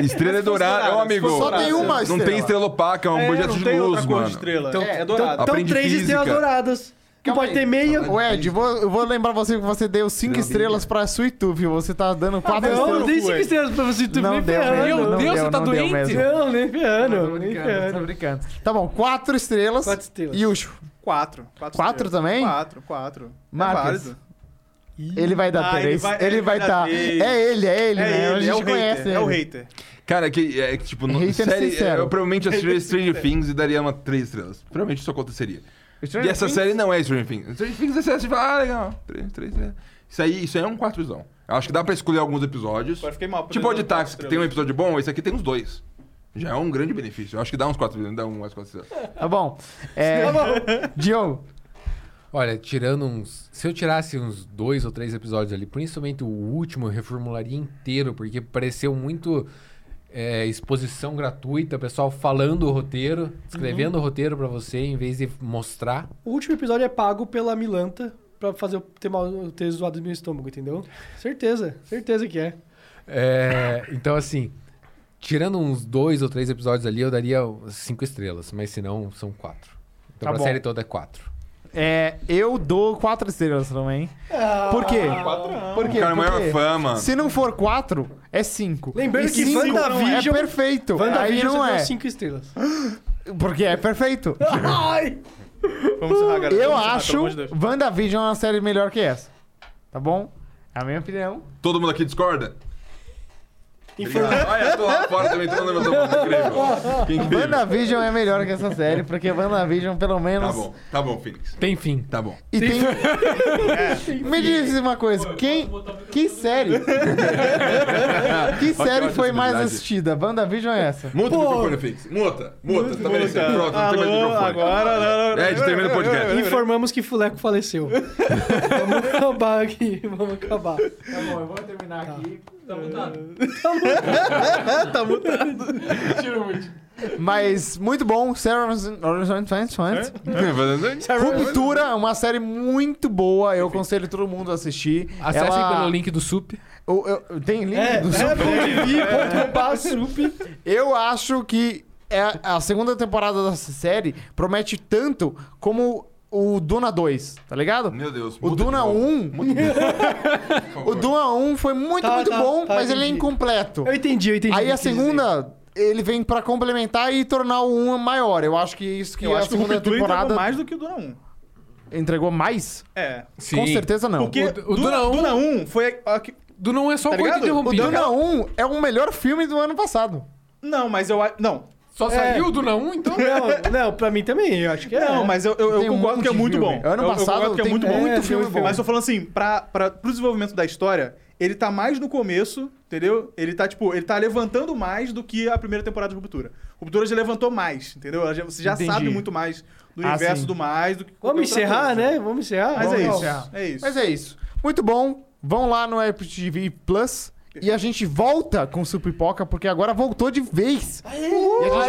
Speaker 5: Estrela é dourada, é um
Speaker 2: dourada,
Speaker 5: amigo.
Speaker 2: se
Speaker 1: Só
Speaker 2: Dourada,
Speaker 1: tem uma
Speaker 5: Não
Speaker 1: estrela.
Speaker 5: tem estrela opaca, é um
Speaker 2: É,
Speaker 5: projeto
Speaker 2: não
Speaker 5: de
Speaker 2: tem
Speaker 5: luz,
Speaker 2: outra cor
Speaker 5: mano.
Speaker 2: de estrela.
Speaker 3: Então-
Speaker 2: é, é
Speaker 3: Então,
Speaker 2: dourado.
Speaker 3: então
Speaker 5: Aprende
Speaker 3: três
Speaker 5: física.
Speaker 3: estrelas douradas. Não
Speaker 1: Calma
Speaker 3: pode
Speaker 1: aí. é
Speaker 3: ter meia.
Speaker 1: Ô Ed, vou- eu vou lembrar você que você deu 5 estrelas pra sua YouTube, você tá dando 4
Speaker 3: Não,
Speaker 1: estrelas.
Speaker 3: não dei cinco estrelas pra você, tu nem ferrando.
Speaker 1: mesmo,
Speaker 4: Meu
Speaker 1: não
Speaker 4: Deus,
Speaker 1: deu,
Speaker 4: você tá
Speaker 1: não deu
Speaker 4: doente?
Speaker 1: mesmo.
Speaker 3: Não, nem
Speaker 1: Tô
Speaker 3: ferrando, nem
Speaker 1: brincando, tô
Speaker 3: ferrando.
Speaker 1: brincando. Tá bom, 4 estrelas.
Speaker 3: Quatro estrelas.
Speaker 1: Yushu,
Speaker 2: Quatro.
Speaker 1: Quatro
Speaker 2: estrelas.
Speaker 1: também?
Speaker 2: Quatro, quatro.
Speaker 1: Marcos.
Speaker 2: É válido.
Speaker 1: ele vai dar
Speaker 2: Ah, ele
Speaker 1: 3.
Speaker 2: vai-
Speaker 1: ele,
Speaker 2: ele
Speaker 1: vai
Speaker 2: vai
Speaker 1: estar.
Speaker 2: dar três.
Speaker 1: É ele, é ele, né? a gente
Speaker 2: o
Speaker 1: conhece
Speaker 2: hater.
Speaker 1: ele.
Speaker 2: É o hater.
Speaker 5: Cara, que, é que, tipo, no,
Speaker 1: Hater
Speaker 5: série,
Speaker 1: sincero.
Speaker 5: eu provavelmente assistiria Stranger Things e daria uma 3 estrelas. Provavelmente isso aconteceria.
Speaker 1: Stranger
Speaker 5: e essa
Speaker 1: Things?
Speaker 5: série não é Stranger Things. Stranger Things você assiste e fala, ah, legal, 3, 3 estrelas. Isso aí, isso aí é um 4 Acho que dá pra escolher alguns episódios.
Speaker 2: Agora fiquei mal. por
Speaker 5: Tipo o de
Speaker 2: exemplo,
Speaker 5: táxi, que
Speaker 2: quatro
Speaker 5: tem um
Speaker 2: estrelas.
Speaker 5: episódio bom, esse aqui tem uns dois. Já é um grande benefício. Eu acho que dá uns 4 dá um umas 4 estrelas.
Speaker 1: Tá bom. É, Diogo,
Speaker 4: Olha, tirando uns. Se eu tirasse uns dois ou três episódios ali, principalmente o último, eu reformularia inteiro, porque pareceu muito é, exposição gratuita, o pessoal falando o roteiro, escrevendo o roteiro pra você, em vez de mostrar.
Speaker 3: O último episódio é pago pela Milanta pra fazer eu ter, mal, eu ter zoado do meu estômago, entendeu? Certeza, certeza que é.
Speaker 4: É, então, assim, tirando uns dois ou três episódios ali, eu daria cinco estrelas, mas se não, são quatro. Então,
Speaker 1: Tá
Speaker 4: pra
Speaker 1: bom.
Speaker 4: série toda é quatro.
Speaker 1: é, eu dou 4 estrelas também.
Speaker 3: Ah,
Speaker 1: Por quê? Por quê?
Speaker 5: O cara é
Speaker 1: Porque
Speaker 5: maior fã, mano.
Speaker 1: Se não for 4, é 5.
Speaker 3: Lembrando
Speaker 1: e
Speaker 3: que
Speaker 1: cinco
Speaker 3: WandaVision-
Speaker 1: é perfeito. Aí
Speaker 3: WandaVision
Speaker 1: não
Speaker 3: você
Speaker 1: é.
Speaker 3: deu cinco estrelas.
Speaker 1: Porque é perfeito.
Speaker 3: Ai!
Speaker 5: um
Speaker 2: Vamos encerrar, galera.
Speaker 1: Eu
Speaker 2: Vamos encerrar, pelo
Speaker 1: acho
Speaker 2: amor de Deus.
Speaker 1: WandaVision uma série melhor que essa. Tá bom? É a minha opinião.
Speaker 5: Todo mundo aqui discorda? Obrigado. Olha, eu tô lá fora também, todo mundo levantou a mão. tá Incrível. Que incrível.
Speaker 1: WandaVision é melhor que essa série, porque WandaVision, pelo
Speaker 5: Tá
Speaker 1: menos.
Speaker 5: bom, tá bom, Phoenix.
Speaker 4: Tem fim.
Speaker 5: Tá bom.
Speaker 1: E tem.
Speaker 5: É.
Speaker 1: Me diz uma coisa, quem. Que série? que série
Speaker 5: ótima
Speaker 1: foi mais
Speaker 5: possibilidade.
Speaker 1: assistida? WandaVision é essa?
Speaker 5: Muta o microfone, Phoenix. Muta, muta. Tá merecendo. Pronto, não tem mais
Speaker 1: Ah,
Speaker 2: Alô,
Speaker 5: microfone. É,
Speaker 2: agora... não, não, não.
Speaker 5: Ed, termina o podcast.
Speaker 3: Informamos que Fuleco faleceu. vamos acabar aqui, vamos acabar.
Speaker 1: Tá bom, eu vou terminar aqui.
Speaker 2: Tá mutado.
Speaker 1: Mas muito bom, Sarah
Speaker 3: É?
Speaker 1: Ruptura, uma série muito boa. Eu aconselho todo mundo a assistir.
Speaker 4: Acessem
Speaker 1: Ela-
Speaker 4: pelo link do SUP.
Speaker 1: Eu- eu- tem link
Speaker 3: É, é
Speaker 1: do seu-
Speaker 3: pontevi.com.br.
Speaker 1: Eu acho que é- a segunda temporada dessa série promete tanto como o Duna 2, tá ligado?
Speaker 5: Meu Deus.
Speaker 1: O Duna 1. O Duna 1 foi muito,
Speaker 3: Tá,
Speaker 1: muito
Speaker 3: tá,
Speaker 1: bom,
Speaker 3: tá,
Speaker 1: mas ele é
Speaker 3: entendi.
Speaker 1: incompleto.
Speaker 3: Eu entendi, eu entendi. o
Speaker 1: Aí
Speaker 3: que
Speaker 1: a
Speaker 3: quis dizer.
Speaker 1: segunda ele vem pra complementar e tornar o 1 maior. Eu acho que isso que
Speaker 2: eu
Speaker 1: a
Speaker 2: acho que o
Speaker 1: segunda
Speaker 2: Ruptura
Speaker 1: temporada
Speaker 2: entregou mais do que o Duna 1.
Speaker 1: entregou mais?
Speaker 2: É.
Speaker 1: Com certeza não.
Speaker 2: Porque
Speaker 4: O- o
Speaker 2: o, Duna,
Speaker 4: Duna
Speaker 2: 1...
Speaker 4: 1
Speaker 2: Duna 1 foi... a- a que-
Speaker 4: Do não é só
Speaker 2: Tá
Speaker 4: coisa
Speaker 2: ligado?
Speaker 1: O
Speaker 4: interrompida.
Speaker 1: Duna 1 é o melhor filme do ano passado.
Speaker 2: Não, mas eu... a- Não.
Speaker 4: Só saiu o Duna 1, então?
Speaker 3: Não, não, pra mim também, eu acho que é.
Speaker 2: Não, mas eu, eu, eu
Speaker 1: Tem um
Speaker 2: concordo
Speaker 1: monte
Speaker 2: que é
Speaker 1: de
Speaker 2: muito
Speaker 1: filme.
Speaker 2: bom.
Speaker 1: Ano
Speaker 2: Eu- eu
Speaker 1: passado
Speaker 2: concordo que é
Speaker 1: tem
Speaker 2: muito bom.
Speaker 1: muito
Speaker 3: É,
Speaker 1: filme
Speaker 3: tem
Speaker 1: bom.
Speaker 2: Mas eu tô falando assim, pra, pra, pro desenvolvimento da história, ele tá mais no começo, entendeu? Ele tá, tipo, ele tá levantando mais do que a primeira temporada de Ruptura. Ruptura já levantou mais, entendeu? Ela já- Você já
Speaker 1: Entendi.
Speaker 2: sabe muito mais do
Speaker 1: Ah,
Speaker 2: universo
Speaker 1: sim.
Speaker 2: do mais do que qualquer
Speaker 3: Vamos
Speaker 2: outra
Speaker 3: encerrar,
Speaker 2: coisa.
Speaker 3: né? Vamos encerrar.
Speaker 2: Mas
Speaker 3: Vamos
Speaker 2: é isso.
Speaker 1: encerrar.
Speaker 2: É isso.
Speaker 1: Mas é isso. Muito bom. Vão lá no Apple TV Plus. E a gente volta com Super Pipoca, porque agora voltou de vez. E a, gente vai,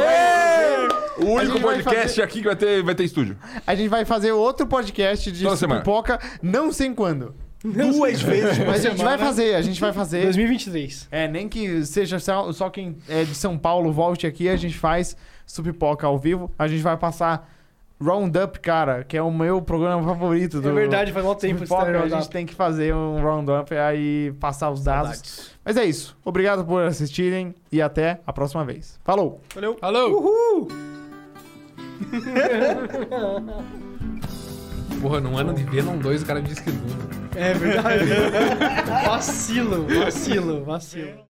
Speaker 5: O
Speaker 1: A
Speaker 5: único
Speaker 1: gente vai
Speaker 5: podcast
Speaker 1: fazer-
Speaker 5: aqui que vai ter, vai ter estúdio.
Speaker 1: a gente vai fazer outro podcast de
Speaker 5: Toda
Speaker 1: Super
Speaker 5: semana.
Speaker 1: Pipoca, não sei quando.
Speaker 2: Duas vezes por
Speaker 1: Mas a gente vai
Speaker 2: semana.
Speaker 1: fazer, a gente vai fazer.
Speaker 3: 2023.
Speaker 1: É, nem que seja só, só quem é de São Paulo volte aqui, a gente faz Supipoca ao vivo. A gente vai passar Roundup, cara, que é o meu programa favorito do
Speaker 3: É verdade, faz mal tempo
Speaker 1: Supipoca.
Speaker 3: esse
Speaker 1: A gente tem que fazer um Roundup aí passar os dados. Mas é isso. Obrigado por assistirem e até a próxima vez. Falou!
Speaker 2: Valeu.
Speaker 4: Alô?
Speaker 3: Uhul!
Speaker 4: Porra, num ano de Venom 2 o cara me disse que Duna.
Speaker 3: É verdade. vacilo, vacilo, vacilo.